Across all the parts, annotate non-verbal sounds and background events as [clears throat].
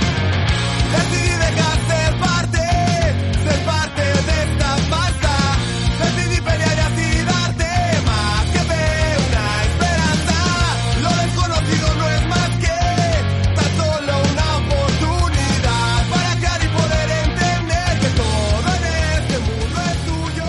Decidí dejar ser parte, ser parte de esta pasta. Decidí pelear y así darte más que fe, una esperanza. Lo desconocido no es más que tan solo una oportunidad para crear y poder entender que todo en este mundo es tuyo.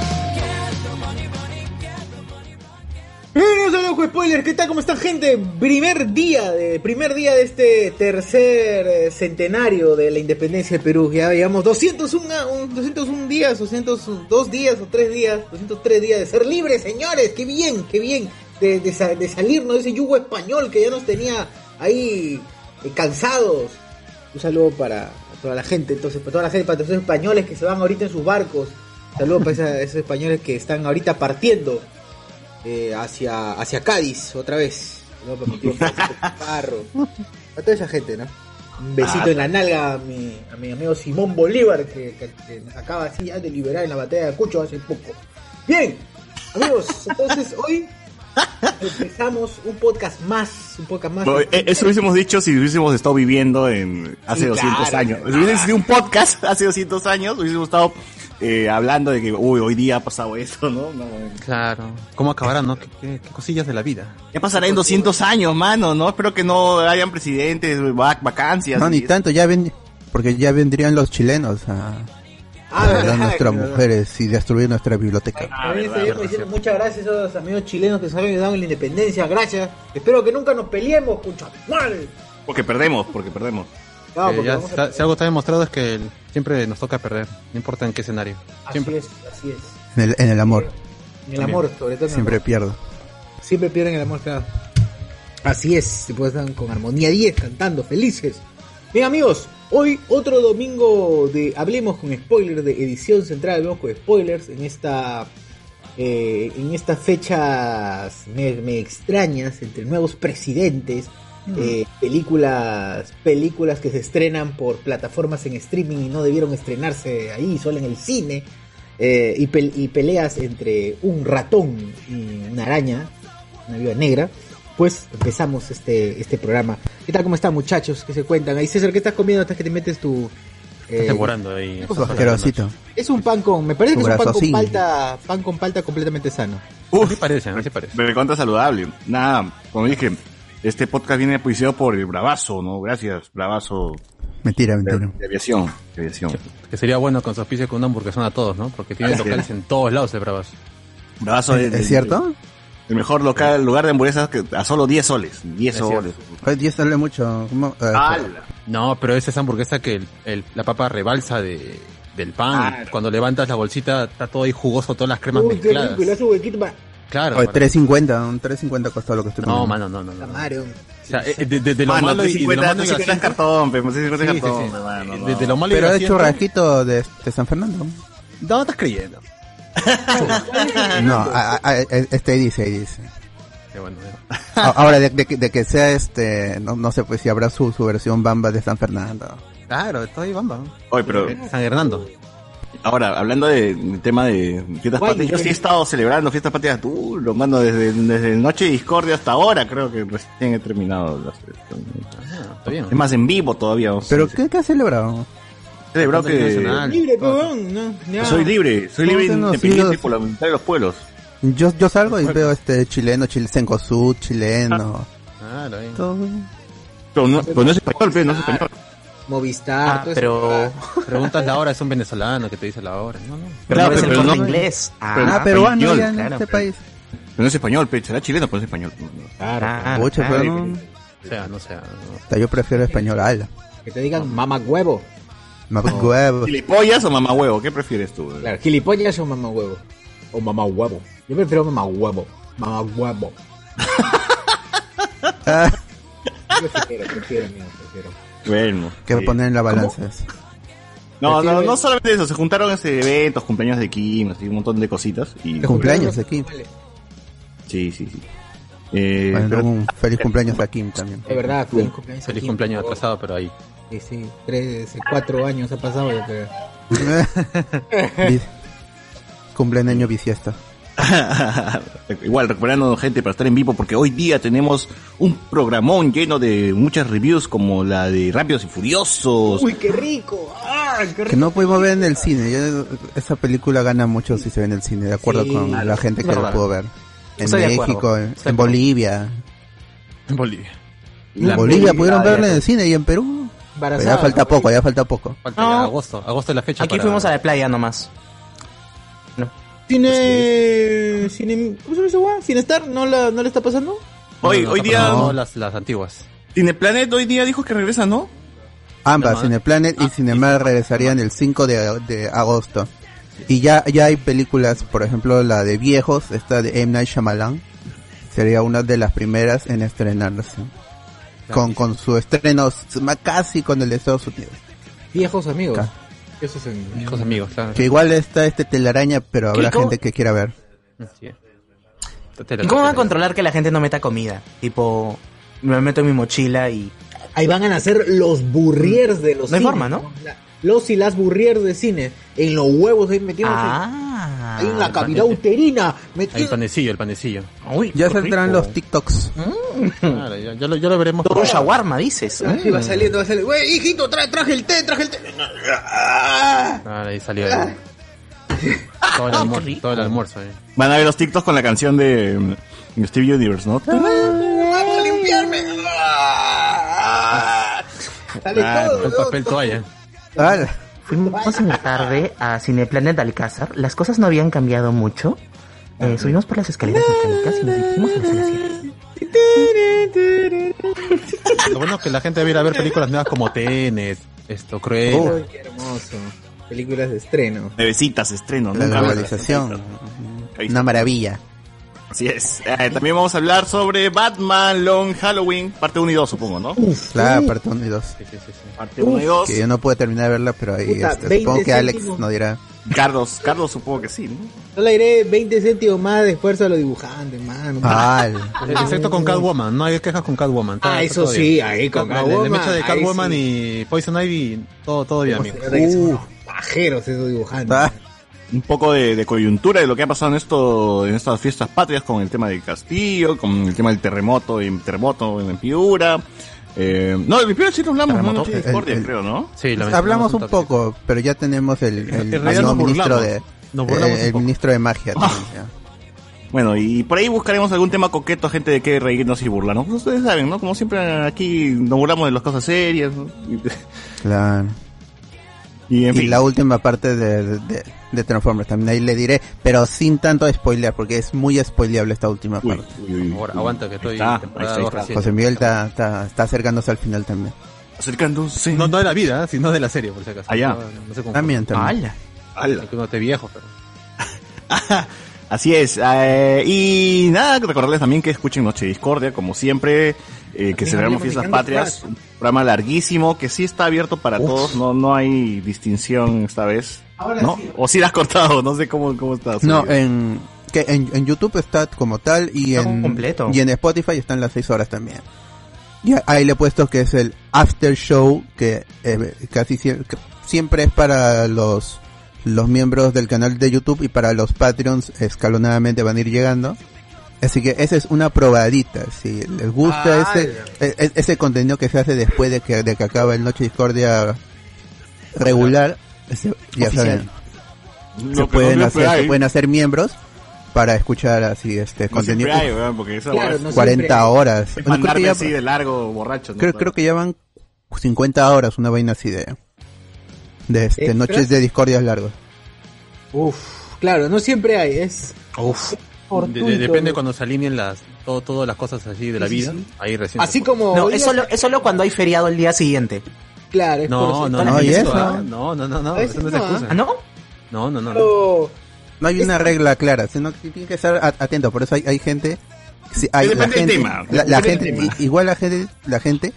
Bienvenidos a Loco pues, Spoiler, ¿qué tal? ¿Cómo están gente? Primer día de, primer día de este tercer eh, centenario de la independencia de Perú. Ya llevamos 201, un- 201 días, 202 días o 3 días, 203 días de ser libres, señores. ¡Qué bien, qué bien! De, de, sa- de salirnos de ese yugo español que ya nos tenía ahí eh, cansados. Un saludo para toda la gente, entonces, para toda la gente, para todos esos españoles que se van ahorita en sus barcos. Un saludo para esa- [laughs] esos españoles que están ahorita partiendo eh, hacia, hacia Cádiz otra vez. ¿no? Para mi [laughs] tío Francisco Parro. A toda esa gente, ¿no? Un besito en la nalga a mi, a mi amigo Simón Bolívar, que, que- que nos acaba así ya de liberar en la batalla de Cucho hace poco. Bien, amigos, entonces hoy empezamos un podcast más, un podcast más. Pero, eh, Eso hubiésemos dicho si hubiésemos estado viviendo en hace Sí, 200 claro, años. claro. Si hubiese sido un podcast [laughs] hace 200 años, hubiésemos estado eh, hablando de que, uy, hoy día ha pasado esto, ¿no? No, eh. Claro. ¿Cómo acabará, no? ¿Qué, qué- qué cosillas de la vida? Ya pasará en 200 años, mano, ¿no? Espero que no hayan presidentes, vac- vacancias. No, y ni eso. tanto, ya ven... Porque ya vendrían los chilenos a Ah, violar nuestras claro. mujeres y destruir nuestra biblioteca. Ah, También verdad, estaríamos verdad, este diciendo muchas gracias a los amigos chilenos que nos han ayudado en la independencia, gracias. Espero que nunca nos peleemos, cucha mal. Porque perdemos, porque perdemos. No, Eh, porque ya vamos a está- perder. si algo está demostrado es que el- siempre nos toca perder, no importa en qué escenario. Así Siempre. es, así es. En el, en el amor, En el amor, sobre todo en el siempre amor. pierdo. Siempre pierden el amor, claro. Así es, se pueden estar con armonía 10 cantando, felices. Bien amigos, hoy otro domingo de Hablemos con Spoilers, de edición central de Hablemos con Spoilers, en esta eh, en estas fechas me, me extrañas entre nuevos presidentes, Mm. eh, películas, películas que se estrenan por plataformas en streaming y no debieron estrenarse ahí, solo en el cine, eh, y, pel- y peleas entre un ratón y una araña, una viuda negra. Pues empezamos este, este programa. ¿Qué tal? ¿Cómo están muchachos? ¿Qué se cuentan? Ahí César, ¿qué estás comiendo hasta que te metes tu... eh, ahí. Ojo, Asquerosito. es un pan con, me parece que es un pan con Brazosín. palta, pan con palta completamente sano. Así parece, así parece. Me recontra saludable. Nada, como dije, este podcast viene apoyado por el Bravazo, ¿no? Gracias, Bravazo Mentira, de, mentira. de aviación. De aviación. Que sería bueno con su auspicio con una hamburguesón a todos, ¿no? Porque tienen Así es. locales en todos lados de Bravas. Bravazo ¿Es, es cierto? El mejor local, lugar de hamburguesas que a solo 10 soles. 10 Es cierto. soles. Ay, Dios, sale mucho. ¿Cómo? Ah, ¡Hala! No, pero esa es hamburguesa que el- el- la papa rebalsa de, del pan. Claro. Cuando levantas la bolsita está todo ahí jugoso, todas las cremas Uy, qué mezcladas. rico, y le hace huequito para... Claro. Oye, para- 350, un 350 costó lo que estoy No, comiendo. mano, no, no. no. La O madre, hombre. sea, eh, de, de- de lo Mano, malo y- y de lo 350, malo y 350 es grasiento- cartón, pe, 350 Sí, es sí, cartón, sí. Eh, hermano, no. De- de lo malo y Pero es grasiento- churrasquito de, de San Fernando. No, no estás creyendo. Ah, Eh. [laughs] No, a- a- a- este ahí dice, ahí dice. Qué bueno, eh. ya. A- Ahora, de, de que- de que sea este, no, no sé pues si habrá su, su versión Bamba de San Fernando. Claro, está ahí bamba. ¿no? Oye, pero Eh, San Hernando. ahora, hablando de- del tema de fiestas Guay, patrias, yo eh. sí he bien. estado celebrando fiestas patrias duro, mano, desde, desde Noche de Discordia hasta ahora, creo que recién he terminado. las- Ah, está bien. Es más, en vivo todavía. vamos. ¿Pero qué, qué has celebrado? He celebrado que Internacional. Libre, pebón, Ah, no, ya. soy libre, soy libre Entonces, no, independiente sí, y por la voluntad de los pueblos. Yo, yo salgo y veo este chileno, chil, Sencosud, chileno. Claro, ahí. Todo. Pero no, Ah, pero no es español, pe, no es español. Movistar, Ah, todo eso. pero preguntas la hora, es un venezolano que te dice la hora. No, no. Claro, pero pero el no- corte inglés. pero- Ah, peruano español, ya en claro, este pero- país. pues. pero no es español, pe, será chileno, pero no es español. Ah, pues. Pucha, pero no- O sea, no sea. no. Hasta yo prefiero español ala. Que te digan mamá huevo. Más huevo. ¿Gilipollas o mamá huevo? ¿Qué prefieres tú? Claro, gilipollas o mamá huevo. O mamá huevo. Yo prefiero mamá huevo. Mamá huevo. Ah, Prefiero, prefiero, amigo, prefiero. [laughs] Bueno. Que sí. poner en la balanza. eso. No, no, no solamente eso, se juntaron ese eventos, cumpleaños de Kim, así un montón de cositas. Y, Cumpleaños de Kim. sí, sí, sí. Eh, [laughs] Bueno, pero- un feliz cumpleaños a Kim también. Es verdad, feliz cumpleaños. a Feliz Kim, cumpleaños por favor. atrasado, pero ahí. Sí, sí, tres, cuatro años ha pasado, yo [laughs] creo. Vi- Cumple año bisiesta. Igual, recuperando gente para estar en vivo, porque hoy día tenemos un programón lleno de muchas reviews, como la de Rápidos y Furiosos. Uy, qué rico. Ah, qué Que rico. no pudimos ver en el cine. Yo- esa película gana mucho si se ve en el cine, de acuerdo Sí, con la gente que la verdad. pudo ver. En Estoy de México, acuerdo. en, Estoy de en acuerdo. Bolivia. En Bolivia. En Bolivia pudieron verla en el cine y en Perú. Pero ya Embarazada, falta ¿no? poco, ya falta poco. Falta No. ya agosto. Agosto es la fecha. Aquí fuimos a la playa nomás. Cine, cine, eh, em- ¿cómo se llama esa weá? Cinestar, ¿no la, no le está pasando? Hoy, hoy día, No, las, las antiguas. Cineplanet hoy día dijo que regresa, ¿no? Ambas, Cinema- Cineplanet Ah, y Cinemar regresarían el 5 de, de agosto. Y ya, ya hay películas, por ejemplo, la de Viejos, esta de M. Night Shyamalan, sería una de las primeras en estrenarse. Con, con su estreno s- ma- casi con el de Estados Unidos. Viejos amigos. Ca- Eso es en... Hijos amigos, claro. Que igual está este telaraña, pero habrá ¿Cómo? gente que quiera ver. Mm, Sí. ¿Y cómo van a controlar que la gente no meta comida? Tipo, me meto en mi mochila y... Ahí van a nacer los burriers de los No hay cines, forma, ¿no? La- Los y las burriers de cine. En los huevos ahí metidos. Ah. Hay una cavidad uterina. El Metida. panecillo, el panecillo. Uy, Ya qué saldrán rico. los TikToks. Claro, ya, ya lo, ya lo veremos. Mm. Todo un shawarma, dices. Y Ah, va saliendo, va saliendo. Güey, hijito, tra- traje el té, traje el té. Ah. Ah, ahí salió. el- Todo el Ah, Qué almuerzo. rico. Todo el almuerzo eh. Van a ver los TikToks con la canción de mm, Steve Universe, ¿no? Vamos a limpiarme. Ah. Sale Claro, todo, El weón. papel toalla. Ah, Fuimos [laughs] en la tarde a Cineplanet Alcázar. Las cosas no habían cambiado mucho. Eh, subimos por las escaleras mecánicas y nos dirigimos a la sala siete. Lo bueno es que la gente va a ir a ver películas nuevas como Tenet, esto, Cruel. Uy, qué hermoso. Películas de estreno. Nuevecitas, estreno, la nunca había- globalización. Ahí está. Una maravilla. Así es. Eh, también vamos a hablar sobre Batman Long Halloween, parte 1 y 2, supongo, ¿no? La parte 1 y 2. Sí, sí, sí, sí. Parte 1 y 2. Que yo no pude terminar de verla, pero ahí Puta, este, supongo 20 que Alex céntimos. nos dirá. Carlos, Carlos supongo que sí, ¿no? Yo le iré 20 céntimos más de esfuerzo a los dibujantes, mano. Ah, [laughs] Excepto con Catwoman, no hay quejas con Catwoman. todo- Ah, todo eso bien. sí, ahí con El- El, Catwoman, mecha de ahí Catwoman y Poison Ivy, todo, todo bien, amigo. Uh, pajeros esos dibujantes. Ah, un poco de, de coyuntura de lo que ha pasado en esto en estas fiestas patrias con el tema del castillo, con el tema del terremoto en terremoto en Piura. Eh, no, de Piura sí lo hablamos, ¿no? Terremoto. Noche de discordia, El- el- creo, ¿no? Sí, lo mencionamos Hablamos un toque. poco, pero ya tenemos el, el, En realidad nuevo nos ministro burlamos. de Nos burlamos eh, un el poco. Ah. ministro de magia. también, ya. Bueno, y por ahí buscaremos algún tema coqueto, gente de que reírnos y burlarnos. Ustedes saben, ¿no? Como siempre aquí nos burlamos de las cosas serias, ¿no? Y, Claro. y, en y fin. la última parte de, de- de- de Transformers también ahí le diré, pero sin tanto spoiler, porque es muy spoileable esta última Uy, parte. uy, uy, uy. Ahora, aguanta que estoy Ahí está, en temporada ahí dos está, ahí está. recién. José Miguel está, está, está acercándose al final también. Acercándose. No, no de la vida, ¿eh? sino de la serie, por si acaso. Ah, ya. No, no sé cómo. También, también. ¡Hala! Ala. Que uno esté viejo, pero. Así es. eh, y nada, recordarles también que escuchen Noche Discordia, como siempre, eh, que También celebramos hablemos de fiestas Candy patrias. Crush. Un programa larguísimo que sí está abierto para todos. No, no hay distinción esta vez. ¿no? O si la has cortado, no sé cómo, cómo estás. No, en, que en, en YouTube está como tal y Está en, completo. y en Spotify están las 6 horas también. Y a- ahí le he puesto que es el after show que eh, casi sie- que siempre es para los los miembros del canal de YouTube y para los Patreons escalonadamente van a ir llegando. Así que esa es una probadita. Si les gusta Ah, ese, e- e- ese contenido que se hace después de que, de que acaba el Noche Discordia regular, ese- ya saben se pueden hacer se pueden hacer miembros para escuchar así este contenido Contenido. Hay, weón, porque esa Claro, weá es- no sé. 40 siempre hay. horas es No, creo, que mandarme ya, así de largo, borracho. ¿no? creo, creo que ya van 50 horas una vaina así de de este, ¿Extras? noches de discordias largas Uf, claro, no siempre hay, es Uf. fortuito. depende cuando se alineen las, todo, todas las cosas así de la Sí, sí, vida. sí. Ahí recién. Así se- como No, hoy es día- solo, es solo cuando hay feriado el día siguiente. claro, es No, por- no, no. No, no, y eso. ah, no, no, no, no, Eso eso no es Pues no, excusa. ¿Ah, no? No, no, no. no. Pero- no hay una regla clara sino que tienen que estar a- atentos por eso hay, hay gente Sí, hay- la Depende del gente, tema, la- la depende del gente- tema. i- igual la gente, la gente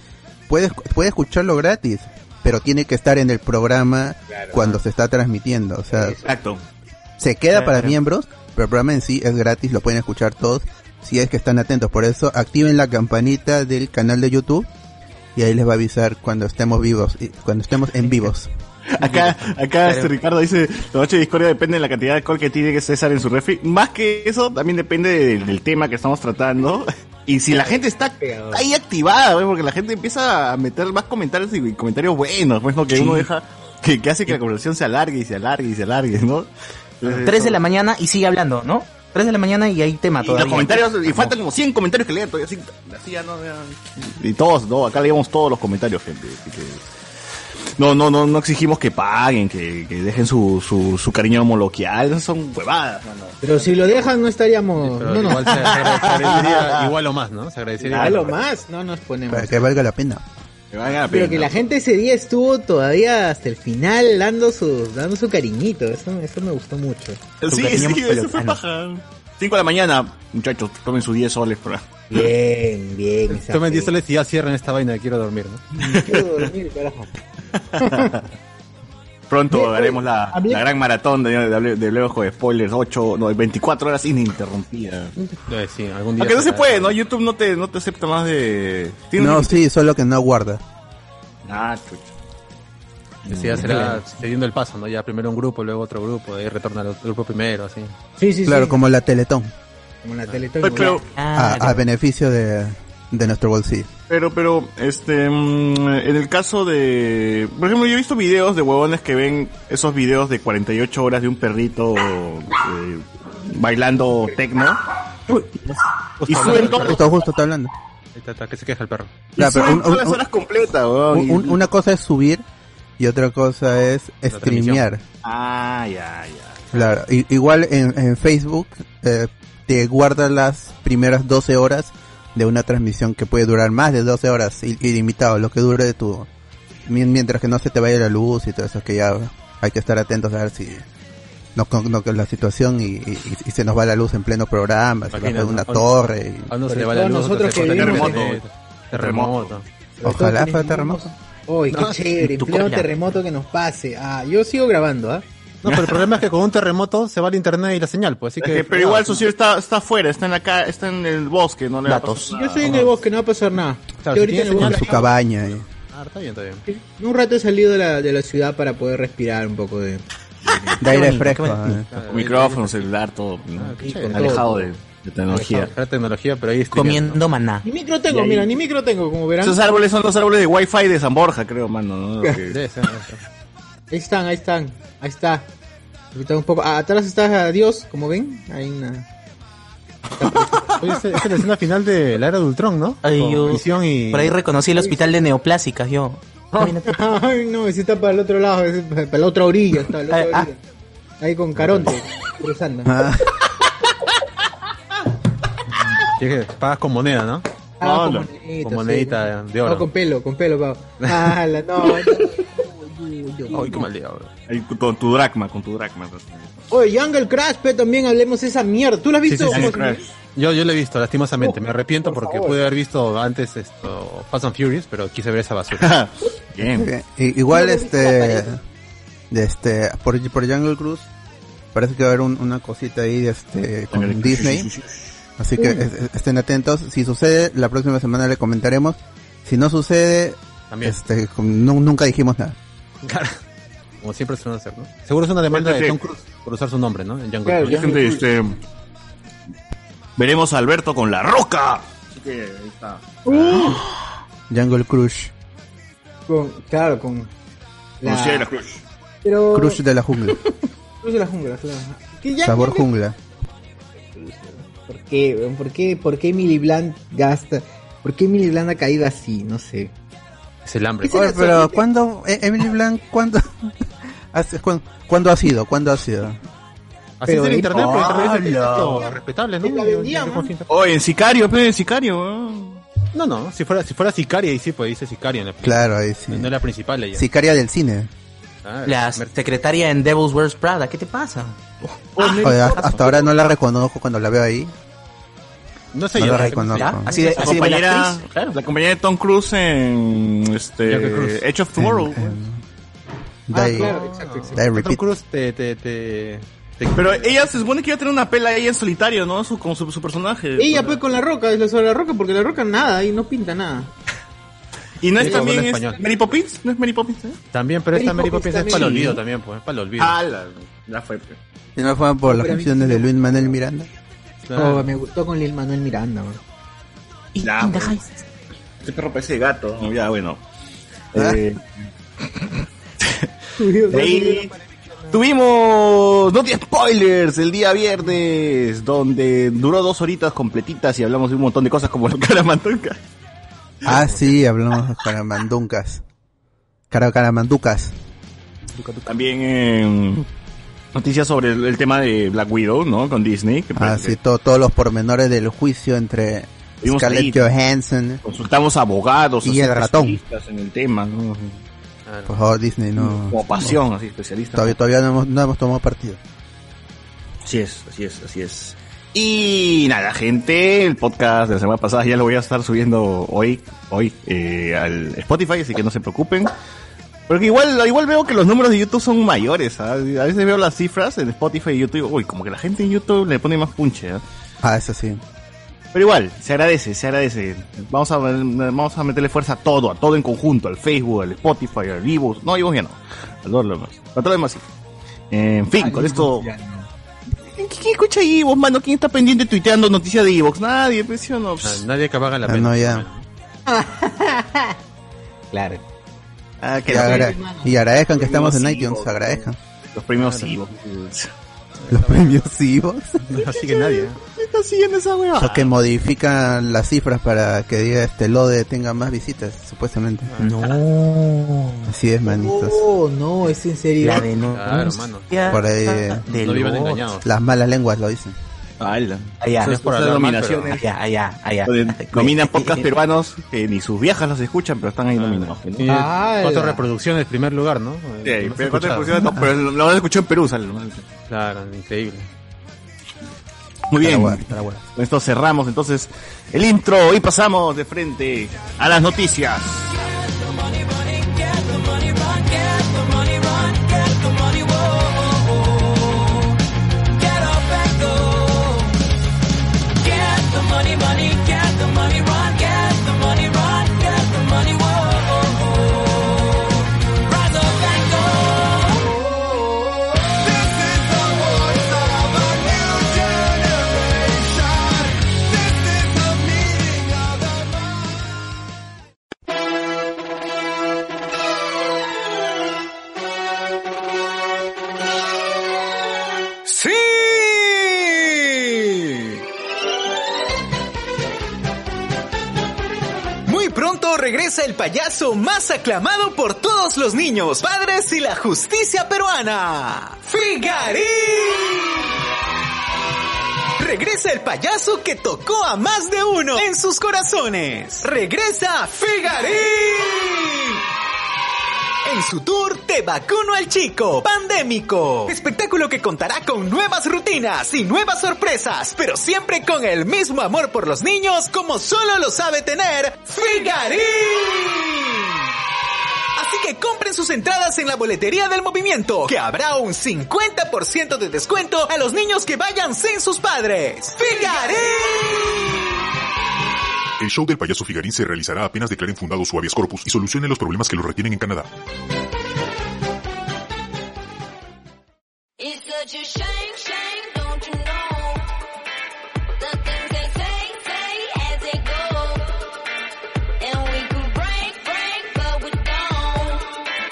puede, esc- puede escucharlo gratis, pero tiene que estar en el programa cuando se está transmitiendo. O sea, Exacto. se queda para Claro. miembros, pero el programa en sí es gratis, lo pueden escuchar todos si es que están atentos. Por eso activen la campanita del canal de YouTube y ahí les va a avisar cuando estemos vivos, y cuando estemos en vivos. Acá, acá este Ricardo dice, la noche de discordia depende de la cantidad de alcohol que tiene que César en su refri. Más que eso, también depende del, del tema que estamos tratando. [laughs] Y si la gente está ahí activada, pues, porque la gente empieza a meter más comentarios y comentarios buenos, pues no que uno deja, que, que hace que la conversación se alargue y se alargue y se alargue, ¿no? Entonces, 3 de la eso. mañana y sigue hablando, ¿no? 3 de la mañana y hay tema Y todavía. los comentarios, y faltan como 100 comentarios que leer todavía, así, así ya no, ya- Y todos, no, acá leemos todos los comentarios, gente. así que- no, no, no, no exigimos que paguen, que, que dejen su, su, su cariño homoloquial, esas son huevadas, mano. Pero si lo dejan no estaríamos... Pero No, no. Igual se [laughs] agradecería igual o más, ¿no? Se agradecería. A igual o lo más. más, no nos ponemos. Para que valga la pena. Que valga Ah, la Pero pena. que la gente ese día estuvo todavía hasta el final dando su, dando su cariñito. Eso, eso me gustó mucho. Ah, su Sí, cariño sí, eso fue homologano. paja. 5 Ah, de la mañana, muchachos, tomen sus 10 soles. Para... Bien, bien. esa Tomen fe. 10 soles y ya cierren esta vaina, quiero dormir, ¿no? [laughs] Quiero dormir, carajo. Pronto haremos la, hablé- la gran maratón de, de, de, Hablemos con spoilers, 8, no, 24 horas ininterrumpidas. Eh, sí, algún día. Aunque no se será. puede, ¿no? YouTube no te, no te acepta más de... tiene un No, límite. sí, solo que no guarda. Ah, chucha. Sí, Mm, ya será cediendo el paso, ¿no? Ya primero un grupo, luego otro grupo, de ahí retorna al otro grupo primero, así. Sí, sí, Claro, sí. como la Teletón, Como la Teletón. Oye, pero, a, Ah, a beneficio de, de nuestro bolsillo. pero, pero, este, mm, en el caso de, por ejemplo, yo he visto videos de huevones que ven esos videos de 48 horas de un perrito eh, bailando tecno y suben todo- Justo, justo está hablando. Ahí está, está, que se queja el perro. y Ya, pero suben un- todas las un- horas completas, huevón, Un- y- un- una cosa es subir y otra cosa es transmisión. streamear. Ah, ya, ya. Claro, i- igual en, en Facebook eh, te guarda las primeras 12 horas de una transmisión que puede durar más de 12 horas, i- ilimitado, lo que dure de tu... mien- Mientras que no se te vaya la luz y todo eso, que ya hay que estar atentos a ver si... No, con- no, con la situación y, y- y se nos va la luz en pleno programa, se Imagina, va a una ¿no? torre. y- A uno se Sobre le va la todo luz, nosotros otro se que corta el vivimos- internet. Terremoto. Terremoto. Ojalá fuera terremoto. Uy, qué No, chévere, tu en pleno cola. terremoto que nos pase. Ah, yo sigo grabando, ¿ah? No, pero el problema es que con un terremoto se va el internet y la señal, pues así Es que- que. Eh, pero igual su está, está afuera, está en la ca- está en el bosque, no le va a Datos. pasar Yo nada. estoy en el bosque, no va a pasar nada. Claro, Yo si ahorita tiene en el En señal, su bosque- cabaña. y- Ah, está bien, está bien. Un rato he salido de la, de la ciudad para poder respirar un poco de... De aire bonito, fresco. qué bonito. eh. Claro, Micrófono, celular, todo, ¿no? Ah, qué chévere. alejado de, de tecnología. tecnología. Era tecnología, pero ahí estoy. comiendo maná. Ni micro tengo, mira, ni micro tengo, como verán. Esos árboles son los árboles de Wi-Fi de San Borja, creo, mano. ¿no? Lo que- Debe ser, debe [laughs] ser. Ahí están, ahí están, ahí está. Ahorita un poco. ah, atrás está Dios, como ven. Hay una. Oye, esa esa es la escena final de la era de Ultron, ¿no? Ay, Con yo- Visión y... Por ahí reconocí el hospital de neoplásicas, yo. Imagínate. [laughs] Ay, no, ese está para el otro lado, ese pa- para la otra orilla. Está, la otra Ah, orilla. Ahí con Caronte, cruzando. Ah, que es que pagas con moneda, ¿no? Ah, Hola. monedita, Con monedita de oro. No, con pelo, con pelo, pavo. Ah, la, no, no. Uy, uy, uy. Ay, qué mal día, bro. Ahí Con tu dracma, con tu dracma. Oye, Jungle Crash, pe, también hablemos esa mierda. ¿Tú la has Sí, visto? sí, sí, José? Crash. Yo, yo lo he visto, lastimosamente. Me arrepiento por porque favor. pude haber visto antes esto Fast and Furious, pero quise ver esa basura. [laughs] Bien. Bien. I- Igual este, de este por, por Jungle Cruise parece que va a haber un- una cosita ahí de este, con Disney, así que es- es- estén atentos. Si sucede, la próxima semana le comentaremos. Si no sucede, También, este, con- nu- nunca dijimos nada. como siempre suelen hacer, ¿no? Seguro es una demanda Sí, sí. de Tom Cruise por usar su nombre, ¿no? En Jungle Claro, Cruise. Gente, este, veremos a Alberto con la roca. Así que ahí está. Jungle Crush, Con, claro, con. La, Lucía de Eh, la Cruz. pero, Crush de la jungla, Cruz de la jungla, claro. Ah. [laughs] Que ya- sabor ya- [laughs] jungla. ¿Por qué? weón? ¿Por qué, por qué Emily Blunt gasta? ¿Por qué Emily Blunt ha caído así? No sé. Es el hambre. Sí, Oye, sí, pero sí. ¿cuándo, eh, Emily Blanc, cuándo, [laughs] hace- cuán- cuándo ha sido? ¿Cuándo ha sido? Así es el pero- internet, pero el internet es ¡Hala! esto respetable, ¿no? Sí, la vendían, Yo confío en- Oye, en Sicario, pero en Sicario. weón. No, no, si fuera, si fuera sicaria, ahí sí, pues dice sicaria en la película. Claro, ahí sí. No es la principal ella. Sicaria del cine. Ah, La Mer- secretaria en Devil's Wears Prada, ¿qué te pasa? Oye, hasta ahora no la reconozco cuando la veo ahí. No sé No yo. lo no sé, reconozco. no sé yo. Ah, ¿Ya? Así de, La así de buena ¿eh? compañera, actriz. la compañera de Tom Cruise en Jack Cruz. este, Edge of Tomorrow. En- en- Ah, Die- claro, exacto, exacto. Die Tom Repeat. Cruise te, te, te, te- Pero ella se supone que iba a tener una pela ahí en solitario, ¿no? Su, con su, su personaje. Ella pues con la roca, es la sobre la roca, porque la roca nada, ahí no pinta nada. Y no es Ella habla también es español. Mary Poppins, no es Mary Poppins, ¿eh? También, pero esta Mary Mary Poppins Poppins es para el también. olvido también, pues, es para el olvido. Ah, la, la fue. pues. pe. Si no fueran por las canciones de Luis Manuel Miranda. Claro. Oh, me gustó con Lil Manuel Miranda, bro. Y- Ya, y pues. deja- Este perro parece gato. ¿no? Ya, bueno. Ah. [laughs] Eh, de ahí tuvimos No tiene spoilers el día viernes, donde duró dos horitas completitas y hablamos de un montón de cosas como la [laughs] cara mantonca. Ah, sí, hablamos de caramanduncas. Cara- Caramanducas. También eh, noticias sobre el, el tema de Black Widow, ¿no? Con Disney. Que pues, Ah, parece sí, to- todos los pormenores del juicio entre Vimos ahí. Scarlett Johansson. Consultamos a abogados Y a el ratón. especialistas en el tema, ¿no? Claro. Por favor, Disney, no. Como pasión, así, especialistas. Todavía, todavía no, hemos, no hemos tomado partido. Así es, así es, así es. Y nada, gente, el podcast de la semana pasada ya lo voy a estar subiendo hoy, hoy, eh, al Spotify, así que no se preocupen. Porque igual, igual veo que los números de YouTube son mayores, ¿ah? A veces veo las cifras en Spotify y YouTube, uy, como que la gente en YouTube le pone más punche, ¿ah? Ah, eso sí. Pero igual, se agradece, se agradece. Vamos a, vamos a meterle fuerza a todo, a todo en conjunto, al Facebook, al Spotify, al Vivos. No, Vivos ya no. A todo lo demás. A todo lo demás sí. En fin, con esto. ¿Quién quién escucha Evox, mano? ¿Quién está pendiente tuiteando noticias de Evox? Nadie, pues sí o no. Ah, Nadie que paga la Ah, pena. no, ya. Ah. [laughs] Claro. Ah, que Y, la- agra- y agradezcan que estamos en Sí, iTunes, porque- agradezcan. los premios Evox. Los premios Evox. No sigue nadie. ¿eh? ¿Quién está siguiendo esa hueva? Eso que modifican las cifras para que diga este Lode tenga más visitas, supuestamente. Ah, No. Así es, manitos. Oh, no, es en serio. La denuncia. Claro, hermano. Por ahí, eh, del No vivan bot. engañados. Las malas lenguas lo dicen. Ala. Allá, Eso es por Esas alarmar, nominaciones. allá, allá, allá. Donde Nominan podcast peruanos que ni sus viejas los escuchan, pero están ahí nominados. ¿no? Tiene Ah, cuatro la- reproducciones en primer lugar, ¿no? Sí, Eh, no se pero cuatro escuchaba. expulsiones, no, pero lo han escuchado en Perú, sale. ¿no? Claro, increíble. Muy bien, Paraguay, Paraguay. con esto cerramos entonces el intro y pasamos de frente a las noticias. ¡Sí! Muy pronto regresa el payaso más aclamado por todos los niños, padres y la justicia peruana. ¡Figarín! Regresa el payaso que tocó a más de uno en sus corazones. Regresa Figarín. En su tour Te vacuno al chico, pandémico. Espectáculo que contará con nuevas rutinas y nuevas sorpresas, pero siempre con el mismo amor por los niños como solo lo sabe tener Figarín. Así que compren sus entradas en la boletería del movimiento, que habrá un 50% de descuento a los niños que vayan sin sus padres. ¡Figarín! El show del payaso Figarín se realizará apenas declaren fundado su habeas corpus y solucionen los problemas que lo retienen en Canadá. It's such a shame, shame, don't you know? The things they say, say as they go. And we can break, break, but we don't.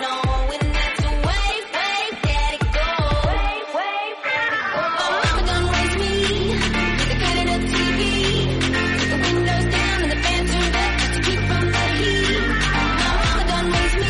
No, and that's the way, way that it goes. Oh, Way, way, My mama done raised me with the cut in the TV. The windows down and the fan turned up just to keep from the heat. My mama done raised me.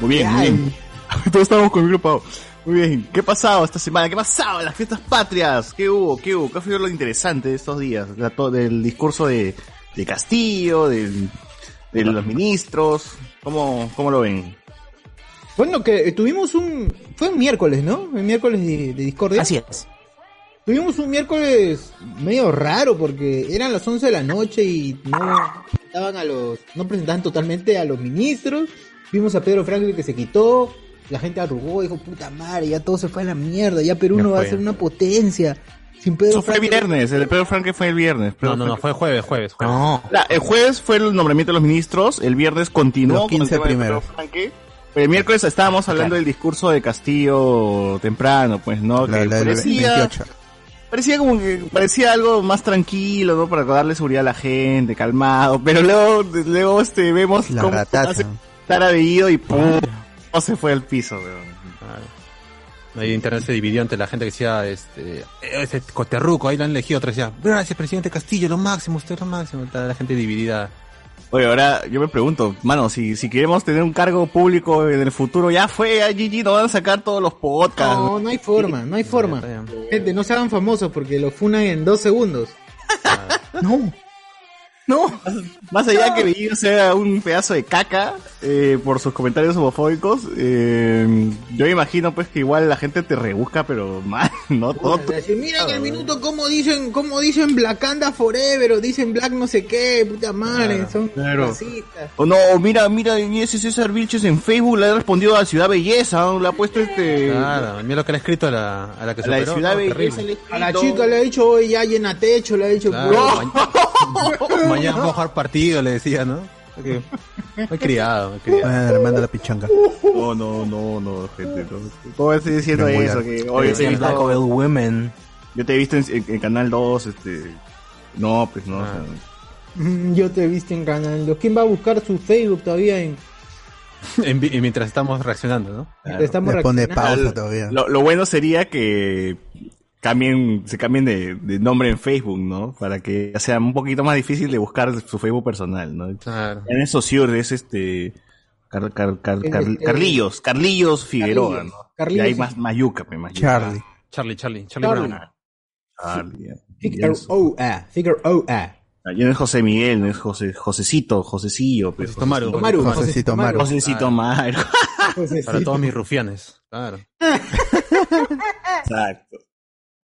Muy bien, muy bien. [laughs] Todos estamos con el grupo. AO. Muy bien. ¿Qué ha pasado esta semana? ¿Qué ha pasado en las fiestas patrias? ¿Qué hubo? ¿Qué hubo? ¿Qué fue lo interesante de estos días? La to- del discurso de, de Castillo, del- de los ministros. ¿Cómo, cómo lo ven? Bueno, que eh, tuvimos un. Fue un miércoles, ¿no? Un miércoles de, de Discordia. Así es. Tuvimos un miércoles medio raro porque eran las 11 de la noche y no presentaban a los. No presentaban totalmente a los ministros. Vimos a Pedro Franklin que se quitó. La gente arrugó, dijo, puta madre, ya todo se fue a la mierda. Ya Perú Ya no va a fue. ser una potencia. Sin Pedro Eso fue Franklin. viernes, el de Pedro Franque fue el viernes. No, no, no, fue jueves, jueves. No. el jueves fue el nombramiento de los ministros, el viernes continuó. Los 15 con el tema de primeros. Pedro Franque. Pero el miércoles estábamos hablando del discurso de Castillo temprano, pues, ¿no? Que la del parecía- 28. Parecía como que parecía algo más tranquilo, ¿no? Para darle seguridad a la gente, calmado. Pero luego, luego este, vemos La cómo ratata. hace cara de ido y ¡pum! No se fue al piso, weón. Ahí internet se dividió entre la gente que decía, este, eh, ese coterruco, ahí lo han elegido, otros decían, gracias presidente Castillo, lo máximo, usted es lo máximo, está la gente dividida. Oye, ahora yo me pregunto, mano, si, si queremos tener un cargo público en el futuro, ya fue, a GG nos van a sacar todos los podcasts. No, no hay forma, no hay forma. Gente, no se hagan famosos porque lo funan en dos segundos. no. No. [laughs] Más allá que Bellido sea un pedazo de caca eh, por sus comentarios homofóbicos, eh, yo me imagino pues que igual la gente te rebusca, pero mal, [laughs] ¿no? Todo tu- Así, Miren el minuto cómo dicen, cómo dicen Black Anda Forever o dicen Black no sé qué, puta madre, son claro. racistas. O no, o mira, mira, ese César Vilches en Facebook le ha respondido a Ciudad Belleza, ¿no? le ha puesto este... Claro, mira lo que le ha escrito a la, a la que A la de superó, Ciudad no, Belleza terrible. le A la chica le ha dicho, oye, ya llena techo, le ha dicho, Claro, "Bro". mañana, mañana vamos a jugar partido, le decía, ¿no? Que- Me he criado, me he criado. Bueno, le manda Ah, la pichanga. No, no, no, no, gente, no. ¿Cómo estoy diciendo Me voy eso? a- Que, oye, te he visto- Taco Bell Women. yo te he visto en, en- en Canal 2, este... No, pues no, o sea, [laughs] Mm, Yo te viste en canal. dos. ¿Quién va a buscar su Facebook todavía en En vi- [laughs] y mientras estamos reaccionando, ¿no? Claro. estamos Le pone reaccionando? pausa todavía. Lo, lo bueno sería que cambien, se cambien de, de nombre en Facebook, ¿no? Para que sea un poquito más difícil de buscar su Facebook personal, ¿no? Claro. En esos Sur es este Car- Car- Car- Es Car- este- Carlillos, Carlillos Figueroa, Carlillos, ¿no? Carlillos, y hay sí. más Mayuca, me imagino. Charlie. Charlie, Charlie, Charlie Charlie. Brown. Charlie, ya. Ya Figure no OA, Figure OA. es- ya no es José Miguel, no es José, Josecito, Josecillo, pero Josecito Maru. Tomaru, Josecito Maru. Josecito Maru. Para todos mis rufianes. [laughs] Claro. Exacto.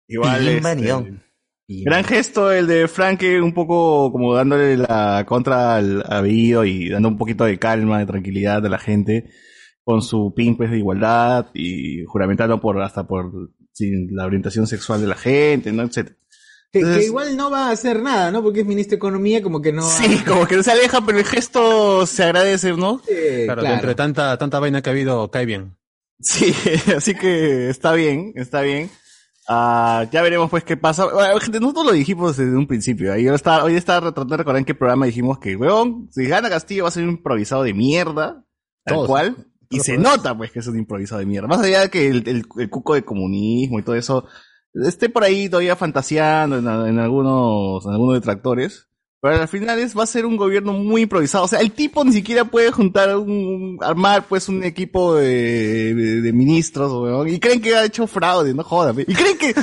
Igual Pillín este, Banión. Gran gesto el de Franke, un poco como dándole la contra al habido y dando un poquito de calma, de tranquilidad a la gente con su pin pues, de igualdad y juramentando por hasta por sin la orientación sexual de la gente, ¿no? etcétera. Que, que Entonces- igual no va a hacer nada, ¿no? Porque es ministro de Economía, como que no... va- Sí, como que no se aleja, pero el gesto se agradece, ¿no? Eh, Claro, claro. dentro de tanta, tanta vaina que ha habido, cae bien. Sí, [laughs] así que está bien, está bien. Ah, ya veremos pues qué pasa. Bueno, gente, nosotros lo dijimos desde un principio. Ahí yo estaba, hoy estaba tratando de recordar en qué programa dijimos que, weón, si gana Castillo va a ser un improvisado de mierda, tal Todos. cual. Y Todos se podemos. nota pues que es un improvisado de mierda. Más allá de que el, el- el cuco de comunismo y todo eso esté por ahí todavía fantaseando en, en algunos, en algunos detractores. Pero al final es, va a ser un gobierno muy improvisado. O sea, el tipo ni siquiera puede juntar un, un- armar pues un equipo de, de- de ministros, weón. Y creen que ha hecho fraude, no jodas. pe. Y creen [laughs] que,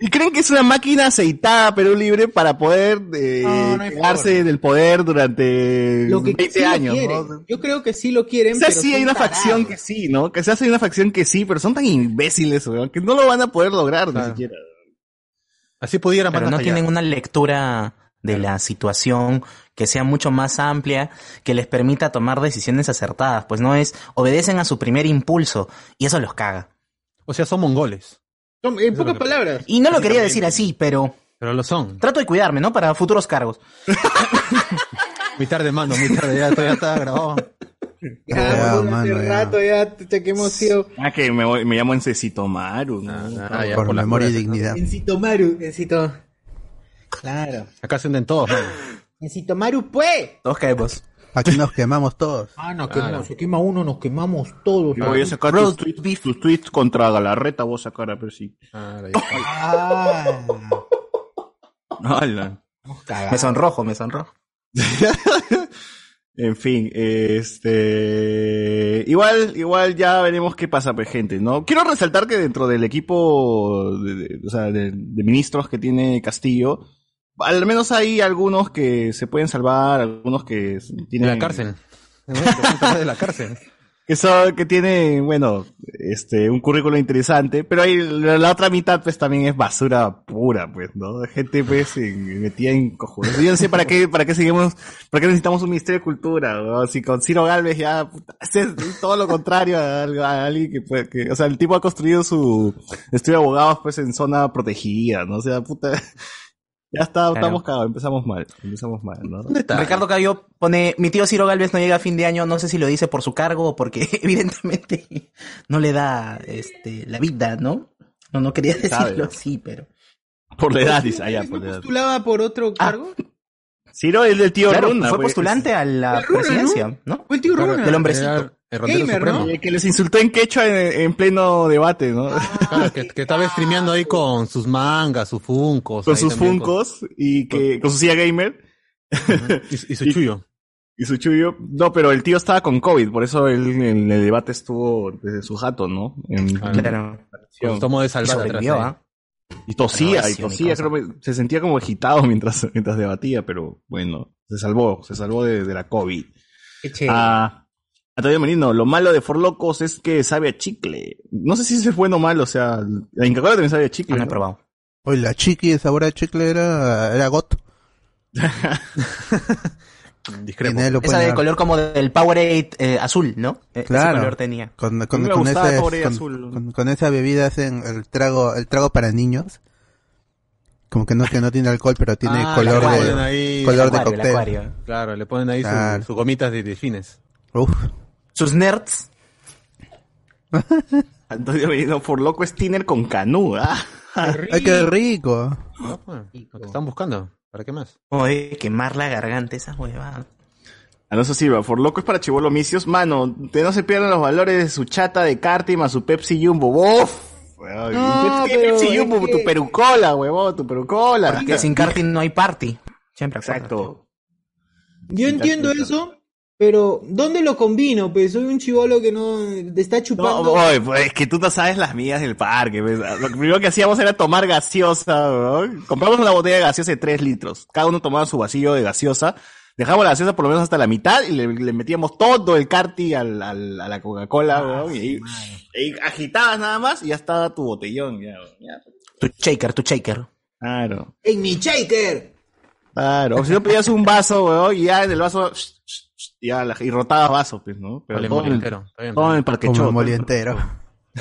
y creen que es una máquina aceitada Perú Libre para poder, eh, No, no hay quedarse del poder durante Lo que 20 sí lo años, quieren. ¿no? Yo creo que sí lo quieren, O sea, pero sí son hay una tarados. facción que sí, ¿no? Que se hace una facción que sí, pero son tan imbéciles, weón, que no lo van a poder lograr Claro. ni siquiera. Así pudiera Pero mandar no allá. tienen una lectura de la situación que sea mucho más amplia, que les permita tomar decisiones acertadas. Pues no es, obedecen a su primer impulso y eso los caga. O sea, son mongoles. Son- En Eso es lo pocas que- palabras. Y no lo quería decir así, pero Pero lo son. trato de cuidarme, ¿no? Para futuros cargos. Muy tarde, mano, muy tarde. Ya, todavía está grabado. [laughs] Ya, Ya, bueno, hace mano, ya. rato ya te- te- que hemos sido Ah, que me, voy- me llamo Encecito Maru, ¿no? Ah, ya, Por las memoria y puras, dignidad. en Sitomaru, en Sito... Claro. ¿no? Acá se hunden todos, mano. En Sitomaru, pues. Todos caemos. Aquí nos quemamos todos. Ah, nos Claro. quemamos, se quema uno, nos quemamos todos. Yo voy a sacar tus tweets, tus tweets contra Galarreta, vos sacar a ver si. [laughs] Claro, ya está. Ah, Ala. nos cagamos. Me sonrojo, me sonrojo. [laughs] En fin, este. Igual, igual ya veremos qué pasa, pues, gente, ¿no? Quiero resaltar que dentro del equipo, de, de- o sea, de, de ministros que tiene Castillo, al menos hay algunos que se pueden salvar, algunos que s- tienen. la cárcel. de la cárcel. Que, son, que tienen, bueno, este, un currículo interesante, pero ahí la, la otra mitad, pues, también es basura pura, pues, ¿no? Gente, pues, en- metida en cojones. Yo no sé para qué, para qué seguimos, para qué necesitamos un Ministerio de Cultura, weón? Si con Ciro Galvez ya, puta, es todo lo contrario a, algo- a alguien que puede, que, o sea, el tipo ha construido su estudio de abogados, pues, en zona protegida, ¿no? O sea, puta, ya está, estamos cagados, empezamos mal, empezamos mal, ¿no? Ricardo Cayo pone, mi tío Ciro Galvez no llega a fin de año, no sé si lo dice por su cargo o porque [laughs] evidentemente no le da este la vida, ¿no? No, no quería Sabe, decirlo ¿no? así, pero... Por la edad, dice, ah, ya, por la edad. ¿Postulaba por otro Ah. cargo? Ciro es del tío Claro, Runa, fue pues. postulante a la Runa, ¿no? presidencia, ¿no? Fue el tío Rona. Del hombrecito. Era El rondero Gamer, supremo. ¿no? Eh, que les insultó en quechua en, en pleno debate, ¿no? [laughs] Claro, que, que estaba streameando ahí con sus mangas, sus funcos. con sus funcos y que con su silla gamer [laughs] Y, Ah, y su Y- chullo. y su chullo. No, pero el tío estaba con COVID, por eso él en el debate estuvo desde su jato, ¿no? En- Claro. Con su tomo de Y salvado atrás. sobrevivió, ahí. ¿ah? Y tosía, No, y sí, una tosía, cosa. creo que se sentía como agitado [laughs] mientras, mientras debatía, pero bueno, se salvó, se salvó de, de la COVID. Qué chévere. Ah, Antonio Merino, lo malo de Forlocos es que sabe a chicle. No sé si eso es bueno o malo, o sea, la Inca Cola también sabe a Ah, chicle. no he ¿no? probado. Oye, la chiqui de sabor a chicle era, era got. Discrepo. Tiene- lo Esa pueden de dar. color como del Powerade eh, azul, ¿no? Eh, Claro. Ese color tenía. Con, con, A mí me con gustaba ese- Powerade con- azul. con- con esa bebida hacen el trago, el trago para niños. Como que no, que no tiene alcohol, pero tiene Ah, color le la de, ponen ahí- color de Acuario, el cóctel. acuario. Claro, le ponen ahí su- Claro. sus gomitas de delfines. Uf. [laughs] Sus nerds. Antonio Merino, Forloco es tiner con ah. canuda. Ay, qué rico. No, pues, lo que están buscando. ¿Para qué más? Oye, quemar la garganta, esa huevada. Alonso Silva, Forloco es para chivolo misios. Mano, te no se pierdan los valores de su chata de Cártima, su Pepsi Jumbo. ¡Bof! Weón, No, ¿qué pero Pepsi es Jumbo, que- tu perucola, huevón, tu perucola. Que sin karting no hay party. Siempre acuérdate. Exacto. Yo entiendo Exacto. eso, pero ¿dónde lo combino? Pues soy un chivolo que no está No, chupando. boy, pues es que tú no sabes las mías del parque. pues. Lo primero que hacíamos era tomar gaseosa, weón. Compramos una botella de gaseosa de 3 litros. Cada uno tomaba su vasillo de gaseosa. Dejamos la gaseosa por lo menos hasta la mitad y le, le metíamos todo el carti al, al- a la Coca-Cola, weón, y, ahí- y agitabas nada más y ya estaba tu botellón. Ya, weón, ya. Tu shaker, tu shaker. Claro. ¡En mi shaker! Claro, o si no pedías un vaso, weón, y ya en el vaso, sh- sh- sh, ya la- y rotabas vasos, pues, ¿no? Pero Vale, todo, en el, entero. Está bien, todo en el parque Como Chota. el moli entero.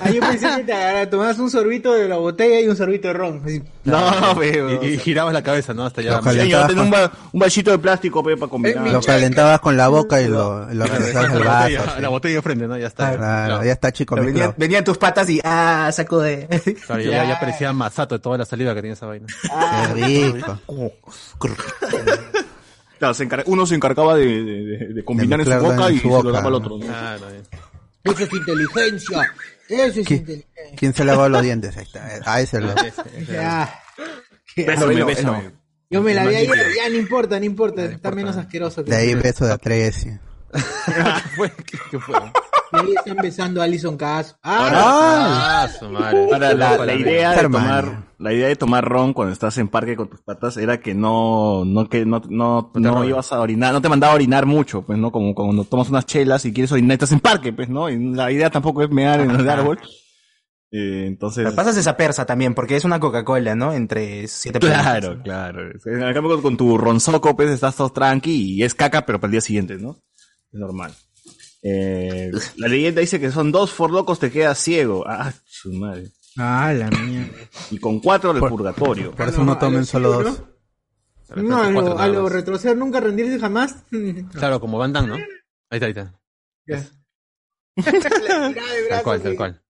Ah, yo pensé que te agarra- tomabas un sorbito de la botella y un sorbito de ron. Así, No, weón. Y, y girabas la cabeza, ¿no? Hasta ya. Ojalá. Sí, yo tengo un, va- un vasito de plástico pe, para combinar. Lo calentabas con la boca y [laughs] lo, y lo Claro, regresabas al la, vaso. botella, sí. la botella de frente, ¿no? Ya está. Claro, ya está chico. mi Venían, clavo. venían tus patas y ah, saco de. [laughs] Claro, ya, ya parecía masato de toda la salida que tenía esa vaina. Qué rico. Claro, se encar- uno se encargaba de, de- de- de combinar en su mezclarla boca en y su se lo boca, daba al ¿no? otro. ¿no? Claro, bien. eh. Eso es inteligencia. Eso es ¿Qué? inteligencia. ¿Quién se lavaba los dientes? Ahí está. eh, A ese lo. Ah, Bésame, bésame. yo me la vi ayer, ya no importa, no importa, está menos asqueroso que De ahí beso de a tres. ¿Qué fue? ¿Qué, qué fue? De ahí están besando a Alison Cass. Ah, ¡Ah! Ah, su madre. Ahora, la, la idea de Hermano. tomar, la idea de tomar ron cuando estás en parque con tus patas era que no, no, que no, no, te no roben. ibas a orinar, no te mandaba a orinar mucho, pues, ¿no? Como cuando tomas unas chelas y quieres orinar, estás en parque, pues, ¿no? Y la idea tampoco es mear en el árbol. Eh, entonces. Pero pasas esa persa también, porque es una Coca-Cola, ¿no? Entre siete Claro, claro. En el cambio, con- con tu ronzoco, pues estás todo tranqui y es caca, pero para el día siguiente, ¿no? Es normal. [laughs] Eh, la leyenda dice que son dos forlocos te quedas ciego. Ah, su madre. ah la mierda. Y con cuatro del purgatorio. Por eso no tomen solo dos. No, a Cuatro lo, a nada lo más. retroceder nunca rendirse jamás. [laughs] Claro, como Van Damme, ¿no? Ahí está, ahí está. La tirada de Tal brazos cual, tal y- cual.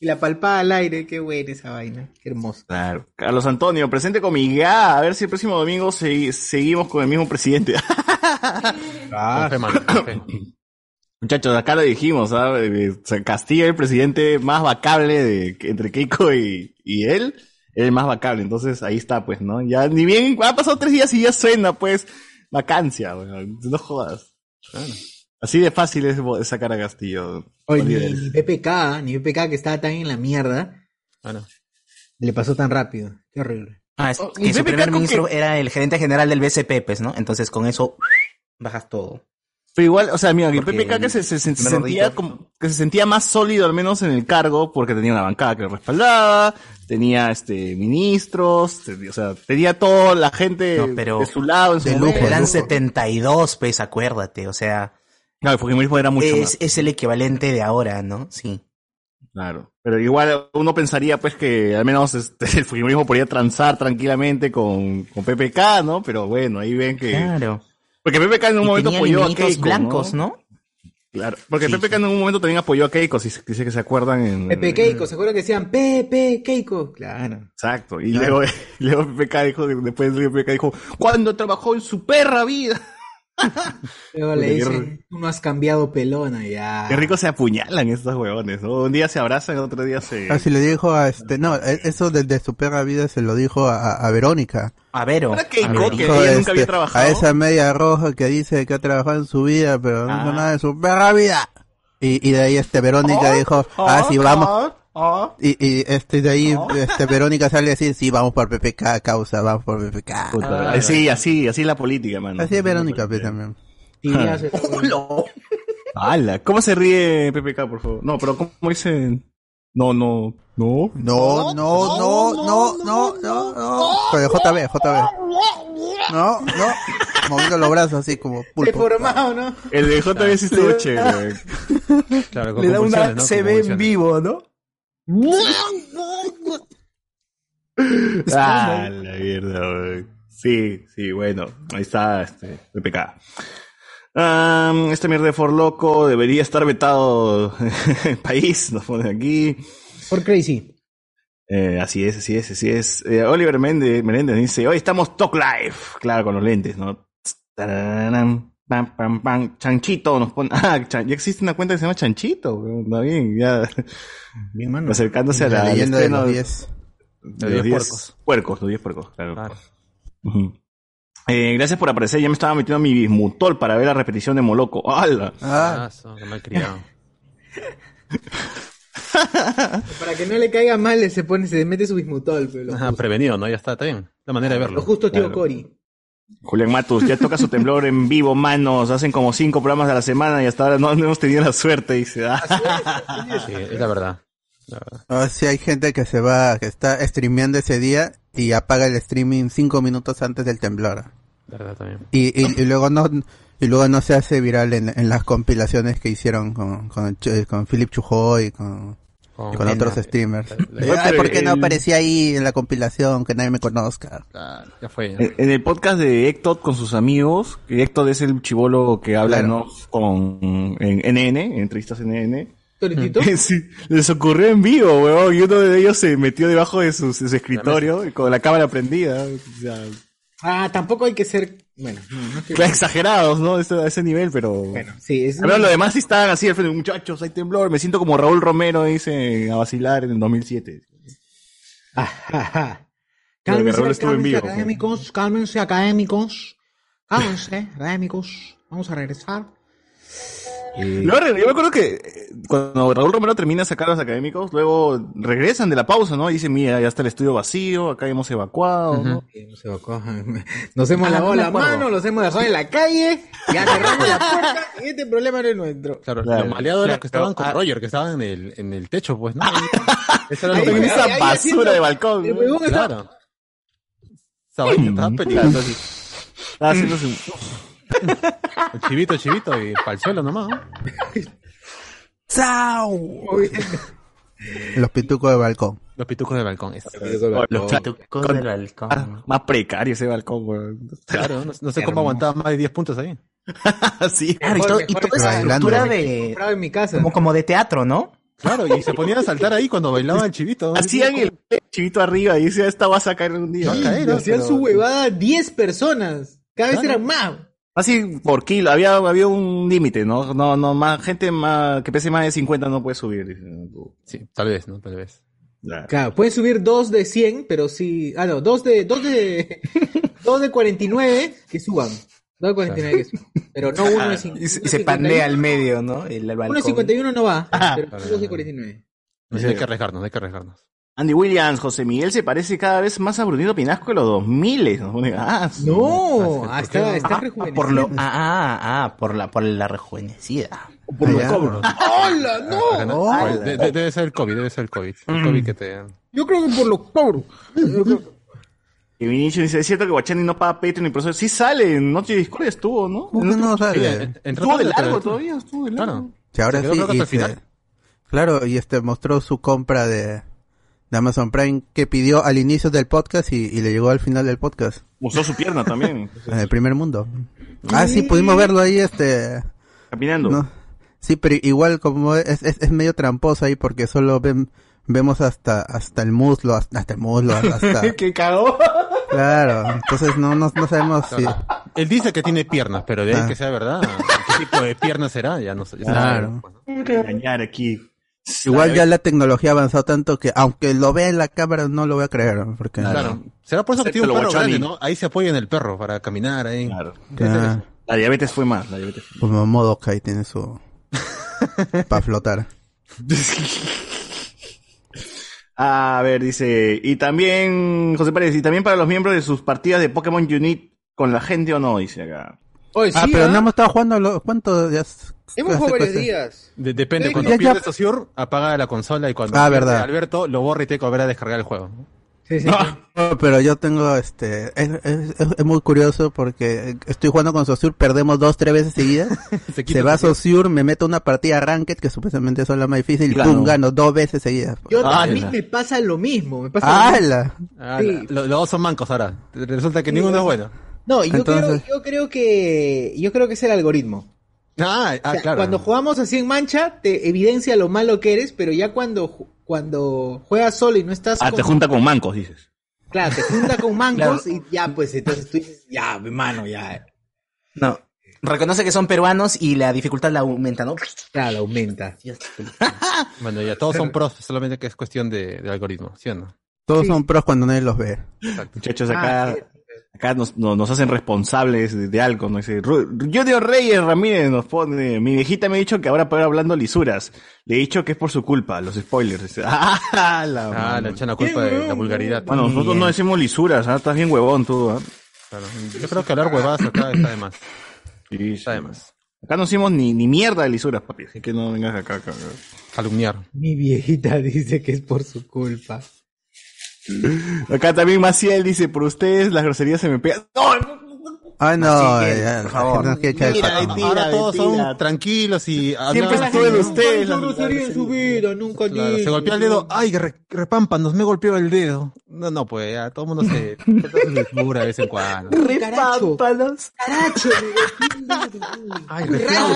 Y la palpada al aire, qué buena esa vaina, qué hermoso. Claro. Carlos Antonio, presente con mi GA. A ver si el próximo domingo segui- seguimos con el mismo presidente. Con fe, mano, con fe. Muchachos, acá lo dijimos, ¿sabes? Eh, o sea, Castillo es el presidente más vacable de, entre Keiko y, y él. Es el más vacable, entonces ahí está, pues, ¿no? Ya ni bien, ha pasado tres días y ya suena, pues, vacancia, weón. No jodas. Así de fácil es bo- sacar a Castillo. Oye, ni, Oliver. ni BPK, ni BPK que estaba tan en la mierda, le pasó tan rápido. Qué horrible. Ah, es Oh, ¿y que su BBK primer con ministro qué? era el gerente general del BCP, pues, ¿no? Entonces con eso bajas todo. Pero igual, o sea, mira, que Porque PPK que se, se- se el primer sentía Ritter- como- que se sentía más sólido al menos en el cargo porque tenía una bancada que lo respaldaba, tenía este ministros, tenía- o sea, tenía toda la gente No, pero- de su lado en su De lujo, momento. eran 72, pues, acuérdate, o sea. Claro, porque mismo era mucho es, más. es el equivalente de ahora, ¿no? Sí. Claro. Pero igual uno pensaría pues que al menos este, [laughs] el Fujimorismo podía transar tranquilamente con, con PPK, ¿no? Pero bueno, ahí ven que... Claro. Porque PPK en un Y momento tenían apoyó a enemigos Keiko, blancos, ¿no? ¿no? Claro. Porque PPK en un momento también apoyó a Keiko, si se- dice que se acuerdan en... Pepe Keiko, ¿se acuerdan que decían Pepe Keiko? Ah, Claro. Exacto. Y luego, [laughs] luego PPK dijo, después PPK dijo, cuando trabajó en su [laughs] perra vida. Luego le Oye, qué dicen, tú no has cambiado pelona ya. Qué rico se apuñalan estos huevones, ¿no? Un día se abrazan, otro día se... Así Ah, le dijo a este, no, e- eso de, de su perra vida se lo dijo a, a Verónica. A Vero. Ahora Keiko, a Vero. que ella nunca había este, trabajado. a esa media roja que dice que ha trabajado en su vida, pero no Ah. hizo nada de su perra vida. Y, y de ahí este Verónica Oh, dijo, ah, sí, vamos. Y, y este de ahí Oh. este Verónica sale a decir, sí, vamos por PPK, causa, vamos por PPK. Puta, Ah, eh, sí, así, así es la política, mano. Así es [laughs] Verónica pues, también. Tibia se- ¡Hala! ¿Cómo se ríe PPK, por favor? No, pero ¿cómo dicen? No, no, no. No, no, Oh, no, no, no, no, no. Pero JB, JB. No, no. Moviendo los brazos así como pulpo. Deformado, ¿no? El de JB sí estuvo chévere. Claro, Le da una se CB en vivo, ¿no? ¡Ah, la mierda, güey. Sí, sí, bueno. Ahí está, este, PPK. Am, esta mierda de Forloco debería estar vetado [laughs] en el país, nos ponen aquí. Por Crazy. Eh, así es, así es, así es. Eh, Oliver Mende- Menéndez dice, hoy estamos Talk Live. Claro, con los lentes, ¿no? Tarararán, Pam, pam, pam. Chanchito nos pone... [laughs] Ah, Chan- ya existe una cuenta que se llama Chanchito. weón. Está bien, ya. Bien, mano. Acercándose a la, La al leyenda de estreno los 10. de De los los 10 puercos. puercos, los 10 puercos, claro. Claro. Ujú. Eh, gracias por aparecer. Ya me estaba metiendo mi bismutol para ver la repetición de Moloco. ¡Hala! Ah, Ah, son, qué malcriado. [laughs] Para que no le caiga mal, se pone, se mete su bismutol. pero lo, Ajá, justo. Ah, prevenido, ¿no? Ya está, está bien. La manera de Lo verlo. justo, tío Ah, Claro. Cori. Julián Matus, ya toca su temblor en vivo, manos. Hacen como cinco programas a la semana y hasta ahora no hemos tenido la suerte. Dice, ah. Sí, es la verdad. La verdad. O sea, Ah, hay gente que se va, que está streameando ese día y apaga el streaming cinco minutos antes del temblor. La verdad también. Y, y, y luego no y luego no se hace viral en, en las compilaciones que hicieron con con, Ch- con Philip Chujoy y con, y con Elena. otros streamers. Claro. Ay, ¿Por qué no El- aparecía ahí en la compilación que nadie me conozca? Ya fue. ya. Eh, En en el podcast de Hector con sus amigos, que Hector es el chivolo que habla Claro. ¿no? con en NN, en entrevistas NN. Toritito. Mm. [laughs] Sí, les ocurrió en vivo, weón, y uno de ellos se metió debajo de su, de su escritorio con la cámara prendida. O sea, Ah, tampoco hay que ser. Bueno, no, no es que- claro, exagerados, ¿no? Ese- A ese nivel, pero... Bueno, sí, es. Pero lo demás sí estaban así al frente, muchachos, hay temblor, me siento como Raúl Romero, dice, a vacilar en el 2007. Ajá, ajá. Pero que Raúl Cálmense, estuvo en cálmense, vivo, pues. académicos, cálmense, académicos. Cálmense, académicos. Vamos a regresar. Luego re- yo me acuerdo que eh, cuando Raúl Romero termina de sacar a los académicos, luego regresan de la pausa, ¿no? Y dicen, mira, ya está el estudio vacío, acá hemos evacuado, ¿no? Eh, no se lo cojan. [laughs] Nos hemos Ah, no lavado me la acuerdo. mano, nos hemos dejado en la calle, ya cerramos la puerta y este problema no es nuestro. Claro, Claro. los maleados eran los que Claro, estaban con ah. Roger, que estaban en el, en el techo, pues, ¿no? Eso era Ahí, lo Con maleado. ahí, esa ahí basura haciendo- de balcón. el ¿no? huevón está- Claro. Esa vaina estaba peleando así. Estaba haciendo su- El chivito, el chivito y pa'l suelo nomás. ¿no? Los pitucos de balcón. Los pitucos del balcón. es- Los chatos. Pitucos Con- del balcón. Ah, Más precario ese balcón, güey. Claro, no, no sé cómo aguantaba más de 10 puntos ahí. Así. Claro, y, Mejor, todo- y mejor toda esa bailando. estructura He de. comprado en mi casa. Como, como de teatro, ¿no? Claro, y se ponían a saltar ahí cuando bailaba el chivito. Hacían el chivito arriba y decía, esta va a sacar un día. Va a caer, Y ¿no? hacían Pero- su huevada 10 personas. Cada vez Claro. eran más. Así por kilo, había, había un límite, ¿no? No, no, más gente más, que pese más de 50 no puede subir. dice, ¿no? Tú. Sí, tal vez, ¿no? Tal vez. Claro. Claro, pueden subir dos [laughs] de 100, pero sí. Ah, no, dos de. Dos de, dos de 49 que suban. 2 49 que es. Pero no uno Ah, de cinc- Y se, uno de y se 51. panea al medio, ¿no? El, al Uno de balcón. 51 no va, Ah. pero 2 de 49. No sé, hay que arriesgarnos, hay que arriesgarnos. Andy Williams, José Miguel se parece cada vez más a Brunito Pinasco de los 2000. ¿no? Ah, su- No, ah, está, está Ah, rejuvenecido. por lo, ah, ah, ah, por la, por la rejuvenecida. por los allá. cobros. ¡Hola! Acá ¡No! no- de- de- debe ser el COVID, debe ser el COVID. Mm. El COVID que te. Yo creo que por los pobres. Yo [laughs] creo que- Y Vinicius dice, es cierto que Guachani no paga Patreon y por eso sí sale en Noche Discordia estuvo, ¿no? ¿Cómo que no sale? Eh, entró Estuvo de tarde, largo pero- todavía, estuvo de largo. Claro. Si ahora Se quedó sí, creo que y hasta el se- final. claro, y este mostró su compra de, de Amazon Prime que pidió al inicio del podcast y, y le llegó al final del podcast, Usó su [laughs] pierna también, en el primer mundo. Ah, sí, pudimos verlo ahí, este, caminando. No. Sí, pero igual como es, es, es medio tramposo ahí porque solo ven, vemos hasta hasta el muslo, hasta, hasta el muslo, hasta [laughs] [laughs] Que cagó. claro, entonces no no, no sabemos si Él dice que tiene piernas, pero de ahí Ah. que sea verdad. ¿Qué tipo de piernas será? Ya no sé. ya Claro. sabe. Engañar aquí. igual ya la tecnología ha avanzado tanto que aunque lo vea en la cámara no lo voy a creer porque Claro. Será por eso que tiene un Excepto perro lo bochani. grande, ¿no? Ahí se apoya en el perro para caminar ahí. Claro. Ah, La diabetes fue más, la diabetes. como Modokai tiene su para flotar. A ver, dice, y también, José Pérez, y también para los miembros de sus partidas de Pokémon Unite con la gente o no, dice acá. Oye, Ah, sí, pero ¿ah? no hemos estado jugando lo- cuánto ya Hemos jugado varios días. De- depende, Sí, cuando ya- ya- pierdes a Sior, apaga la consola y cuando Ah, pierde verdad. Alberto lo borra y te volverá a descargar el juego. Sí, sí. [laughs] No, pero yo tengo este es, es- es- es muy curioso porque estoy jugando con Sosur, perdemos dos tres veces seguidas. [laughs] Se Se va a Saussure, me meto una partida ranked, que supuestamente son las más difíciles, y Claro. pum, gano dos veces seguidas. Yo Ah, también ya. me pasa lo mismo. Me pasa lo mismo. ¡Hala! Ah, Sí. la- lo- Los dos son mancos ahora. Resulta que Sí. ninguno es bueno. No, yo, Entonces- creo, yo creo que yo creo que es el algoritmo. Ah, ah, O sea, claro. Cuando jugamos así en mancha, te evidencia lo malo que eres, pero ya cuando, ju- cuando juegas solo y no estás Ah, con- te junta con mancos, dices. claro, te junta con mangos y ya, pues entonces tú dices, ya, mi mano, ya. No. Reconoce que son peruanos y la dificultad la aumenta, ¿no? Claro, aumenta. Bueno, ya todos son pros, solamente que es cuestión de, de algoritmo, ¿sí o no? Todos son pros cuando nadie los ve. Exacto. Muchachos, acá, acá nos, no- nos hacen responsables de, de algo. ¿no? Dice, Ru- Junior Reyes Ramírez nos pone, mi viejita me ha dicho que ahora puede hablando lisuras. Le he dicho que es por su culpa, los spoilers. Dice, [laughs] ¡Ah, la Ah, mano! le echan la culpa de la vulgaridad. Bueno, nosotros no decimos lisuras, ¿ah? estás bien huevón tú. ¿ah? Claro. Yo creo que hablar huevadas acá está de más. [clears throat] Sí, sí. Está de más. Acá no hicimos ni, ni mierda de lisuras, papi. Así que no vengas acá. acá. Calumniar. Mi viejita dice que es por su culpa. [laughs] Acá también Maciel dice, por ustedes las groserías se me pegan. ¡No! Ah, no, Así que, ya, por favor. no quiere echar el Mira, saco. mentira, Ahora todos mentira. son tranquilos y... Siempre hablan- estuve en ustedes. Yo las no sería en su vida, nunca Claro, dije. se golpea el dedo. Ay, re- repámpanos, me golpeó el dedo. No, no, pues ya, todo el mundo se... se cura de vez en cuando. Caracho, Pámpanos. caracho, me golpeé el dedo. Ay,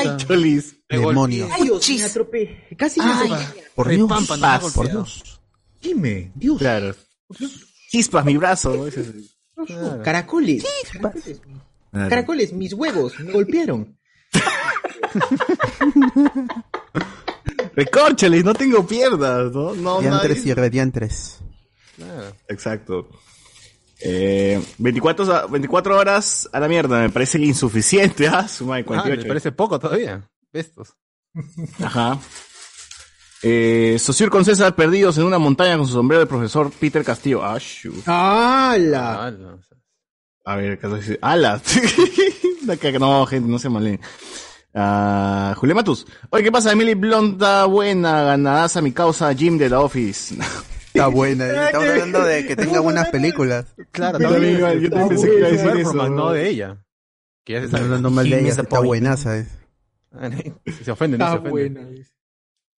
Ay, Cholis. Demonio. Rayos, me chis. atropé. Casi me atropé. Por Dios, repámpanos, me paz, por golpearon. Dios. Dime, Dios. Claro. Chispas, mi brazo. ¿no? Dices, Caracoles. Caracoles. Caracoles, mis huevos, me golpearon. Recórchales, no tengo piernas, ¿no? No, Diantres nadie- y rediantres. Exacto. Eh, 24, sa- 24 horas a la mierda, me parece insuficiente, [laughs] ¿ah? Suma de Ah, me 48. parece poco todavía. Estos. Ajá. Eh, Sociur con César perdidos en una montaña con su sombrero de profesor Peter Castillo. Ah, shu. ¡Hala! Ah, no, o sea, Ah, A ver, acá dice, ¡Ala! [laughs] La caga- no, gente, no se malen. Ah, Julián Matus. Oye, ¿qué pasa, Emily Blonda? Buena, ganadaza mi causa, Jim de la [laughs] Office. Está buena. [laughs] Estamos hablando de que tenga buenas películas. Claro, Yo también iba- yo también pensé que iba a decir Superman, eso. No de ella. Que ya se Estamos sabe. hablando mal He de ella. missed the Está point. buenaza. eh. Si se ofende, Ah, no se Está ofende. buena. dice.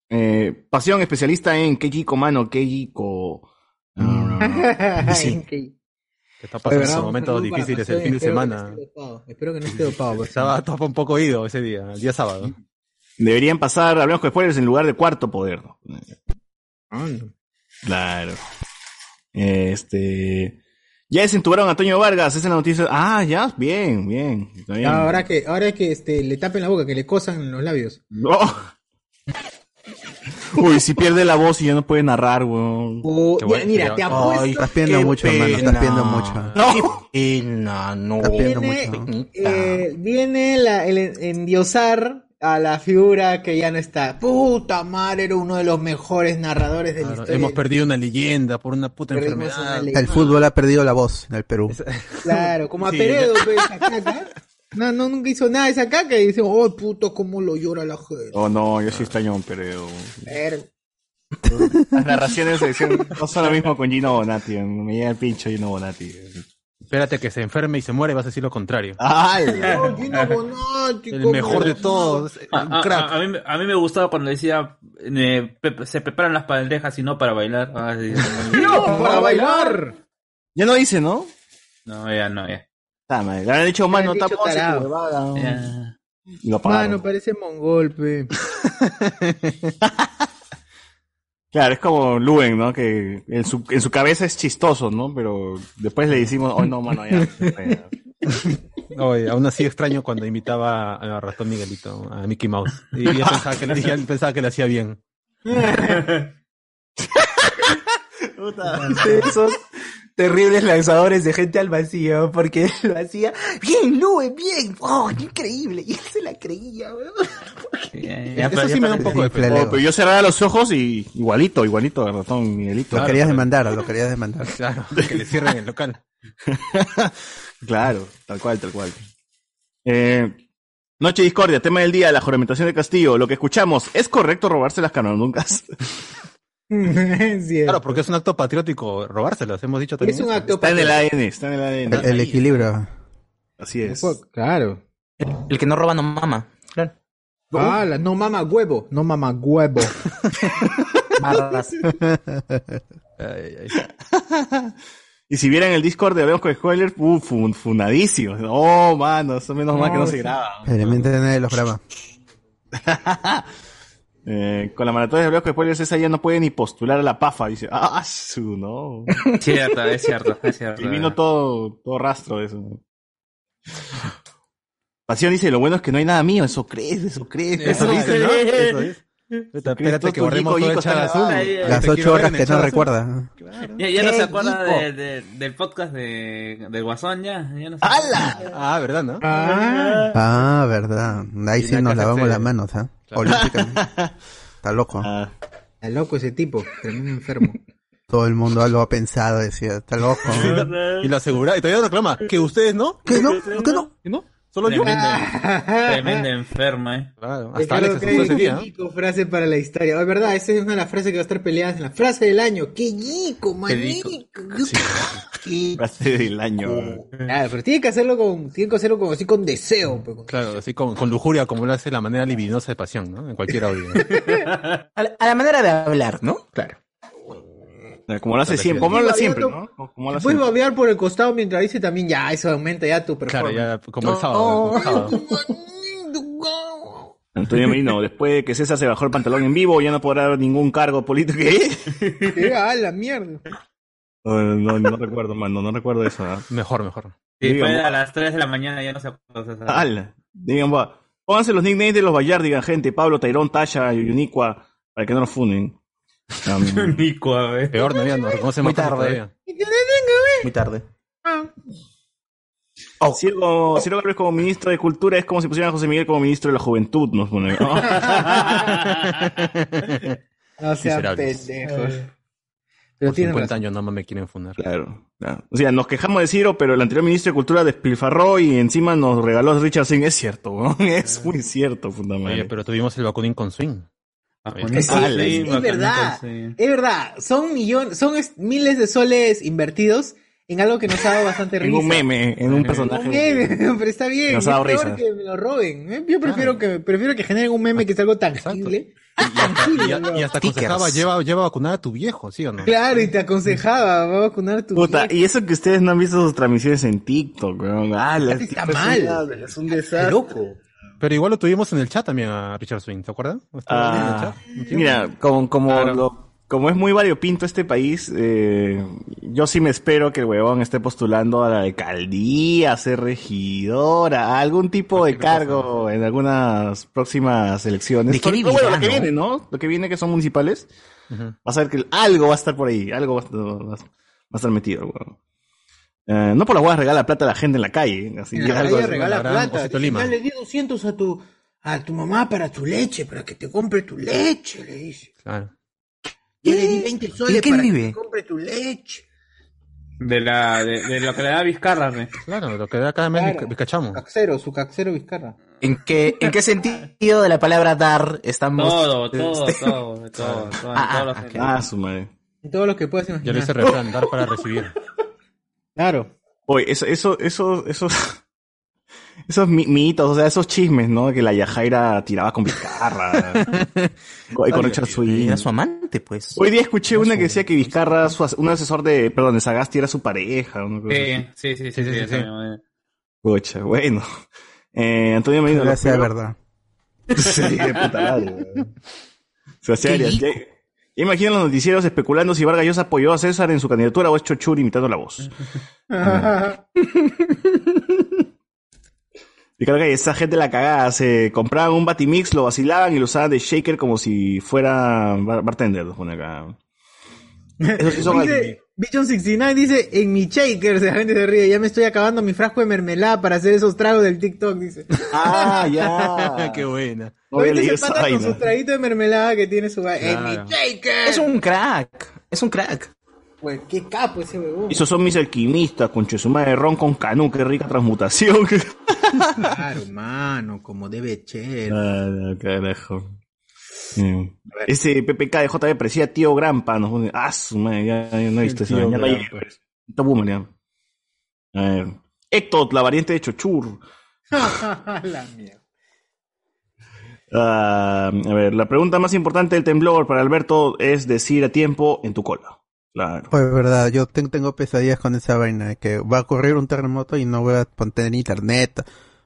Eh, pasión especialista en Keijiko, mano, Keijiko. [laughs] Ay, qué- Que está pasando Oye, esos ¿verdad? momentos Saludo para difíciles Pasión, el fin de espero que no semana. esté dopado, Espero que no esté dopado. [laughs] por favor. Estaba todo un poco oído ese día, el día sábado. Deberían pasar, hablamos con spoilers, en lugar de cuarto poder. ¿no? Claro. Este. Ya desentubaron a Antonio Vargas, esa es la noticia. Ah, ya, bien, bien. Está bien. Ahora que, ahora que este, le tapen la boca, que le cosan los labios. No. Uy, si pierde la voz y ya no puede narrar, weón. Oh, Qué bueno, ya, mira, qué te bueno. apuesto. Ay, Estás pidiendo qué mucho, hermano. Estás pena. pidiendo Ah. mucho. No. Pena, no. Estás pidiendo Tiene- mucho. Pequeñita. Eh, viene la- el endiosar a la figura que ya no está. Puta madre, era uno de los mejores narradores de la Claro, historia. hemos perdido una leyenda por una puta Perdimos enfermedad. una leyenda. El fútbol ha perdido la voz en el Perú. [laughs] Claro, como a Sí. Peredo, pues, esa caca. No, no, nunca hizo nada esa caca y dice, oh puto, cómo lo llora la gente. Oh, no, yo sí extraño a un pereo. Pero- Las narraciones de decían, no son lo mismo con Gino Bonatti. weón. Me llega el pincho Gino Bonatti. Espérate que se enferme y se muere, vas a decir lo contrario. [laughs] ¡Ay! [laughs] Oh, Gino Bonatti, el cómo mejor de lo- todos. A, un a- crack. a- a mí, a mí me gustaba cuando decía, eh, pe- se preparan las bandejas y no para bailar. Ah, sí, [laughs] sí. para bailar. Ya no dice, ¿no? no, ya, no, ya. Está mal. Le han dicho, mano, dicho tapón. tarado. Ya. Y lo apagaron. Mano, parece mongol, [laughs] Uh. pe. Claro, es como Luen, ¿no? Que en su, en su cabeza es chistoso, ¿no? Pero después le decimos, oh, no, [laughs] mano, [laughs] ya. Oye, aún así extraño cuando invitaba a Ratón Miguelito, a Mickey Mouse. Y yo pensaba que le, ya pensaba que le hacía [laughs] [laughs] bien. Esos terribles lanzadores de gente al vacío, porque él lo hacía bien, Lue, bien, oh, qué increíble, y él se la creía, weón. Ya, ya, Eso pero sí ya me da parece- un poco de Sí, pena. claro. Oh, pero yo cerraba los ojos y igualito, igualito, de ratón, Miguelito. Lo Claro, querías pero- demandar, lo querías demandar. Claro, que le cierren el local. [laughs] Claro, tal cual, tal cual. Eh, Noche Discordia, tema del día, la juramentación de Castillo. Lo que escuchamos, ¿es correcto robarse las canonuncas? [laughs] Sí, Claro, porque es un acto patriótico robárselas, hemos dicho también. es un acto Está en el E ADN, está en el El, ADN. el equilibrio. Así es. Claro. El que no roba no mama. Claro. Ah, la- no mama huevo, no mama huevo. [laughs] Barras. Ay, ay. [laughs] Y si vieran el Discord de Hablemos con Spoilers, uh, fun- funadísimo. Oh, mano, eso menos mal que no se graba. Felizmente nadie los graba. Eh, con la maratón de Hablemos con Spoilers, esa ya no puede ni postular a la PAFA. Dice, ah, [laughs] su, no. Cierto, es cierto, es cierto. [laughs] Y vino todo, todo rastro de eso. Pasión dice, lo bueno es que no hay nada mío, eso crees, eso crees. Eso Ah, dice, eh, ¿no? Eso dice. [laughs] Espérate que Cristo, borremos Yico, todo el Yico, chat está azul. grabado. Ay, ay, Las Te ocho quiero ver horas en el que no chat azul. recuerda. Ya, ya no se ¡Qué acuerda rico! de- de- del podcast de, del Guasón, ya. ya no se acuerda. ¡Hala! Ah, ¿verdad, no? Ah, Ah, verdad. Ahí Y sí la nos casa lavamos se- las manos, ¿ah? Claro. Olímpicamente. Está loco. Ah, está loco ese tipo, termina enfermo. Todo el mundo lo ha pensado, decía. Está loco. [laughs] Y lo asegura, y todavía reclama, que ustedes no, ¿Qué no? ¿Qué no? que no, solo yo. [laughs] [laughs] Tremenda enferma, eh. Claro, Te hasta Alex se creo que asustó ese día. ¿no? Yico, frase para la historia. Oh, Es verdad, esa es una de las frases que va a estar peleadas en la frase del año. ¡Qué yico, manico! Qué- frase del año. [laughs] Claro, Ah, pero tiene que hacerlo con, tiene que hacerlo con, así con deseo. pues, con- Claro, así con, con lujuria, como lo hace la manera libidinosa de pasión, ¿no? En cualquier [laughs] audio. ¿no? A la, a la manera de hablar, ¿no? Claro. Como lo hace siempre, como lo hace siempre, ¿no? Como lo hace Puedes siempre. babear por el costado mientras dice también, ya, eso aumenta ya tu Claro, performance. ya como el sábado. como el sábado. Antonio [laughs] Merino, después de que César se bajó el pantalón en vivo, ya no podrá dar ningún cargo político. [laughs] ¿Qué? [laughs] Eh, ah, la mierda. No, no, no recuerdo, mano, no recuerdo eso. ¿ah? Mejor, mejor. Y Digan, fue va. a las 3 de la mañana, ya no se acuerda. ¿sabes? Ala. Digan, va. Pónganse los nicknames de los Bayard, digan, gente. Pablo, Tairón, Tasha, Yuniqua, para que no nos funen. [laughs] Um, Nico, a ver. Peor, no, ya no reconoce más tarde. todavía. eh. Muy tarde. Ah. Oh. Ciro, Ciro Gabriel como ministro de Cultura es como si pusieran a José Miguel como ministro de la Juventud, nos [laughs] [laughs] pone. No sean Miserables. pendejos. Pero Por tienen 50 razón. años no más me quieren funar. Claro, claro. O sea, nos quejamos de Ciro, pero el anterior ministro de Cultura despilfarró y encima nos regaló a Richard Singh. Es cierto, weón. [laughs] Ah. es muy cierto, puta madre. Oye, pero tuvimos el vacunín con swing. Ah, Bajones, Sí, ala, es- sí, es bajones, verdad. sí. Es verdad, son millones, son es- miles de soles invertidos en algo que nos ha dado bastante [laughs] en risa. un meme, en un personaje. Un meme, [laughs] pero está bien. Nos es ha dado peor risa. que me lo roben. ¿eh? Yo prefiero que prefiero que generen un meme que es algo tangible. Tangible, Y, a- ¿no? y hasta Stickers. aconsejaba, lleva, lleva a vacunar a tu viejo, ¿sí o no? Claro, y te aconsejaba, va a vacunar tu Puta, viejo. y eso que ustedes no han visto sus transmisiones en TikTok, weón. Ah, la Está mal. Es un desastre. Loco. Pero igual lo tuvimos en el chat también a Richard Swing, ¿te acuerdas? ¿Estuvo en el Ah, chat? ¿Un tiempo? mira, como, como Claro. lo- como es muy variopinto este país, eh, yo sí me espero que el huevón esté postulando a la alcaldía, a ser regidora, a algún tipo de cargo en algunas próximas elecciones. ¿De qué Sobre todo, bueno, lo que vivirá, viene, ¿no? Lo que viene que son municipales. Vas a ver que algo va a estar por ahí, algo va a estar, va a- va a estar metido, el huevón. Eh, no por las huevas regala plata a la gente en la calle. Así, En la algo calle de- Ah, regala plata. Osito Dice, Lima. "Ya Le di 200 a tu, a tu mamá para tu leche, para que te compre tu leche, le dice. Claro. Ya le di 20 soles qué para vive? que te compre tu leche. De, la, de, de lo que le da Vizcarra, ¿no? Claro, lo que da cada mes Vizcachamo. Caxero, su caxero Vizcarra. ¿En qué, ¿En qué sentido de la palabra dar estamos? Todo, todo, este, [laughs] todo, todo, todo, en Ah, todos los ah, sentidos. su madre. Y todo lo que puedas imaginar. Ya le hice refrán, [laughs] dar para recibir. Claro. Oye, eso, eso, eso, [laughs] esos, esos mi- mitos, o sea, esos chismes, ¿no? Que la Yajaira tiraba con Vizcarra. [laughs] co- y con Richard Swing. Era su amante, pues. Hoy día escuché una que decía que Vizcarra, su as- un asesor de, perdón, de Sagasti era su pareja. una cosa así. Sí, sí, sí, sí, sí, sí. Pucha, bueno. Eh, Antonio Medina. Ojalá lo sea creo. verdad. Sí, de puta madre. weón. Sebastián Qué Arias, ya, ya imaginan los noticieros especulando si Vargas Llosa apoyó a César en su candidatura o es Chochur imitando la voz. Yo creo que esa gente la cagada. Se compraban un batimix, lo vacilaban y lo usaban de shaker como si fuera bar- bartender. Los pone acá. Eso sí son Dice, Bichon 69 dice, en mi shaker, [laughs] la gente se ríe, ya me estoy acabando mi frasco de mermelada para hacer esos tragos del TikTok, dice. Ah, [laughs] ya. Qué buena. No había Ahorita leído se esa pata [laughs] con su vaina. traguito de mermelada que tiene su... En mi Claro. shaker. Es un crack. Es un crack. Pues, qué capo ese huevón. Esos son mis alquimistas, con chesuma de ron con canú, qué rica transmutación. [laughs] Claro, mano, Ah, como debe ser. Ah, no, carajo. Sí. Ese PPK de JB parecía tío Grampa. Nos pone- Ah, su madre, ya, ya no he visto eso. tío Ya no hay- Grampa. pues. Está boomer, ya. A ver. Ectot, la variante de Chochur. [laughs] la mierda. Ah, a ver, la pregunta más importante del temblor para Alberto es decir a tiempo en tu cola. Claro. Pues verdad, yo ten- tengo pesadillas con esa vaina, que va a ocurrir un terremoto y no voy a tener internet,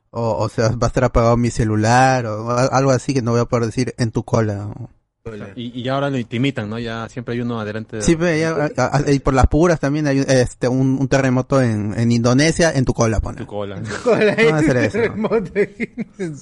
o, o sea, va a estar apagado mi celular, o a- algo así que no voy a poder decir en tu cola. o- Y, y ya ahora lo intimitan, ¿no? Ya siempre hay uno adelante. de- Sí, pero ya- a- a- y por las puras también hay este, un, un terremoto en, en Indonesia, en tu cola, pone. tu cola. [laughs] Cola, No va a hacer ese eso. terremoto.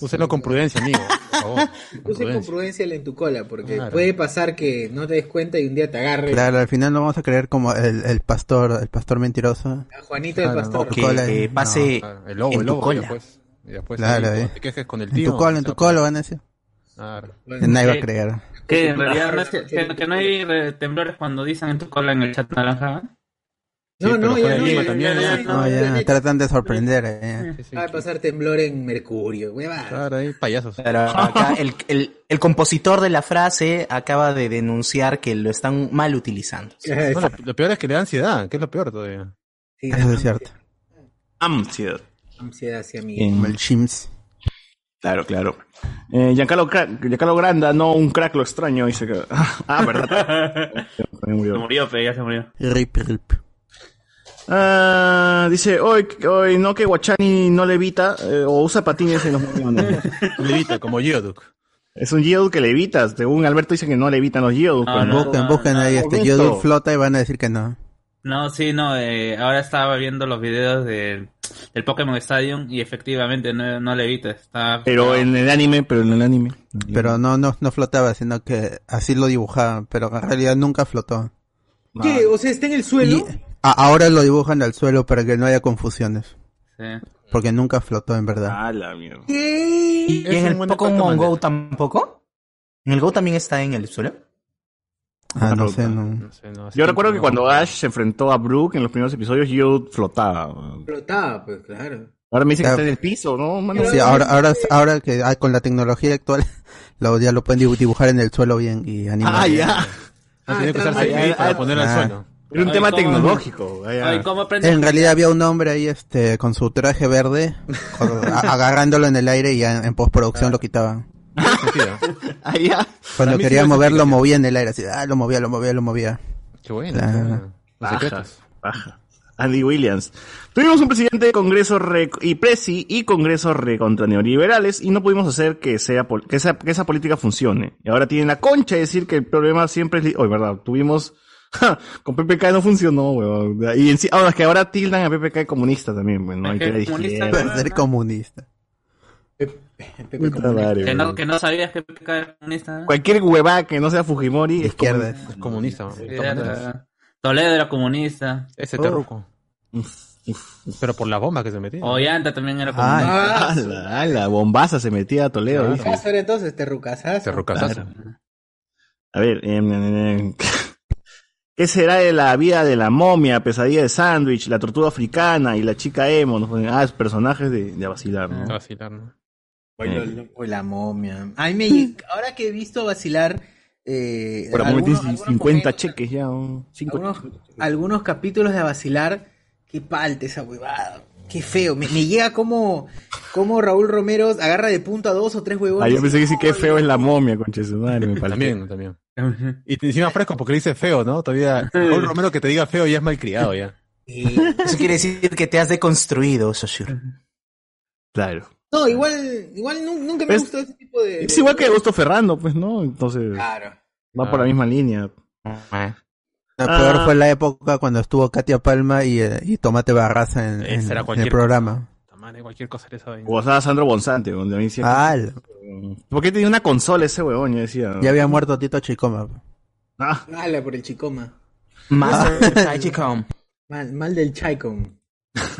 Úselo con prudencia, amigo. Por [laughs] favor. Con [laughs] Use con prudencia. prudencia el en tu cola, porque Oh, Claro. puede pasar que no te des cuenta y un día te agarre Claro, al final no vamos a creer como el, el pastor, el pastor mentiroso. a Juanito el Claro, Pastor. Tu Que cola te en- pase Claro, el lobo, en el tu lobo. cola. ya pues. Ya pues, Claro, ahí, eh. cuando te quejes con el En tío. pues, tu cola, en tu cola, van a decir. [laughs] Claro. Bueno, Nadie va a Eh, creer. Que en realidad no, es- que, que no hay eh, temblores cuando dicen en tu cola en el chat naranja. No, pero no, fuera ya de no. Lima ya también, no, ya, ya No, no, ya ya, no. tratan de sorprender. eh. Sí, sí, Va a Ah, pasar temblor en Mercurio, huevada. Claro, ahí payasos. Pero acá el, el- el compositor de la frase acaba de denunciar que lo están mal [laughs] utilizando. No, lo, lo peor es que le da ansiedad, que es lo peor todavía. Sí, Eso es cierto. Ansiedad. Ansiedad hacia mí. Bien. Como el Shims. Claro, claro. Eh, Giancarlo, Cra- Giancarlo Granda, no, un crack lo extraño. Dice que... [laughs] Ah, verdad. También ¿eh? se murió. murió, pero ya se murió. Rip, rip. Ah, dice, hoy, hoy no que Guachani no levita eh, o usa patines en los movimientos. Levita, como Geoduck. es un Geodude que levita. Según Alberto dice que no levitan los Geodude. Ah, pero- no. Buscan, buscan ahí. no, Este, no, yo no. doy flota y van a decir que no. No, sí, no. eh, ahora estaba viendo los videos de, del Pokémon Stadium y efectivamente no, no levita. Está Pero en el anime, pero en el anime. Pero no, no, no flotaba, sino que así lo dibujaban. Pero en realidad nunca flotó. ¿Qué? O sea, está en el Y suelo. a- ahora lo dibujan al suelo para que no haya confusiones. Sí. Porque nunca flotó, en verdad. Ah, la mierda. ¿Qué? ¿Y en el Pokémon Go tampoco? ¿En el Go también está en el suelo? Ah, no no, sé, no. no. sé, no, hace Yo tiempo recuerdo que no. cuando Ash se enfrentó a Brook en los primeros episodios, Geodude flotaba. Flotaba, pues claro. Ahora me dice que Ah. está en el piso, ¿no? mano? Sí, ahora, ahora, ahora que ah, con la tecnología actual, [laughs] lo, ya lo pueden dibu- dibujar en el suelo bien y animar. Ah, bien. ya. Ha tenido que usar Ah, CGI para ponerlo ah. al suelo. Era un Ay, tema ¿cómo? tecnológico. Ah, ya. Ay, ¿cómo aprendes? En realidad había un hombre ahí, este, con su traje verde, con- a- agarrándolo en el aire y ya en, en postproducción lo quitaban. [laughs] [laughs] Mentira. Ah, ya. Cuando A mí sí quería me hace moverlo, movía en el aire, así, ah, lo movía, lo movía, lo movía. Qué bueno. Claro. qué bueno. Los Ajá. secretos. Baja. Andy Williams. Tuvimos un presidente de Congreso re- y presi y Congreso recontra neoliberales y no pudimos hacer que sea pol- que esa, que esa política funcione. Y ahora tienen la concha de decir que el problema siempre es... li- Oye, verdad, tuvimos... [laughs] ja, con PPK no funcionó, weón. Y en sí- ahora es que ahora tildan a PPK de comunista también, weón. No hay que Es que ir [laughs] a comunista, izquierda. weón, Ser comunista. Puta madre, Que no, weón. que no sabías que PPK era comunista. ¿eh? Cualquier huevada que no sea Fujimori es Izquierda. comunista. Es comunista. man. Sí, era- Toledo era comunista. Ese Oh. terruco. Pero por la bomba que se metía. Oh. Ollanta también era comunista. Ah, la, la bombaza se metía a Toledo. Ah, Claro. dice. Eso era entonces, te rucasas. Terrucazazo. A ver, em, em, em, [laughs] ¿qué será de la vida de la momia, pesadilla de sándwich, la tortuga africana y la chica emo? Nos ponen, ah, es personajes de, de a vacilar, ¿no? A vacilar, ¿no? O la momia. A mí me, ahora que he visto vacilar. Eh, Por algunos- momento algunos 50 momentos- cheques ya. un- cinco algunos, cheques. algunos capítulos de vacilar, qué palte esa huevada. Qué feo. Me, me llega como, como Raúl Romero agarra de punto a dos o tres huevones. Ah, yo pensé que sí que feo es la momia, conches. Madre, me parece. También, también. [laughs] Y encima fresco porque le dice feo, ¿no? Todavía. Raúl Romero que te diga feo ya es malcriado ya. Eso quiere decir que te has deconstruido, Soshiro. Claro. No, igual, igual nu- nunca me Es- gustó ese tipo Eh, de. Es igual que Augusto Ferrando, pues, ¿no? Entonces, Claro. va por la misma línea. La Ah. Ah. peor fue la época cuando estuvo Katia Palma y, eh, y Tomate Barraza en, en- Ese era en el cualquier programa. Puta madre, cualquier cosa era esa vaina. O sea, Sandro Bonsante, donde a mí siempre- Ah, el- ¿Por qué tenía una consola ese huevón? Yo decía. ya había muerto Tito Chicoma. pues. Ah, Mala por el chicoma. Ah. Master of Taichicom. Mal, mal del chicom.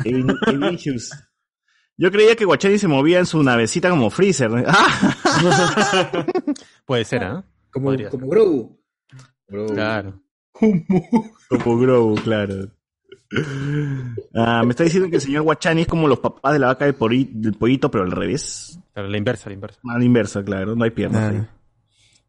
In- [laughs] in issues. Yo creía que Guachani se movía en su navecita como Freezer. ¿no? ¡Ah! [laughs] Puede ser, ¿ah? Como, Podría como Grogu. Claro. Como Grogu, claro. Ah, me está diciendo que el señor Guachani es como los papás de la vaca del, pori- del pollito, pero al revés. Claro, la inversa, la inversa. A la inversa, claro. No hay piernas ahí. Claro.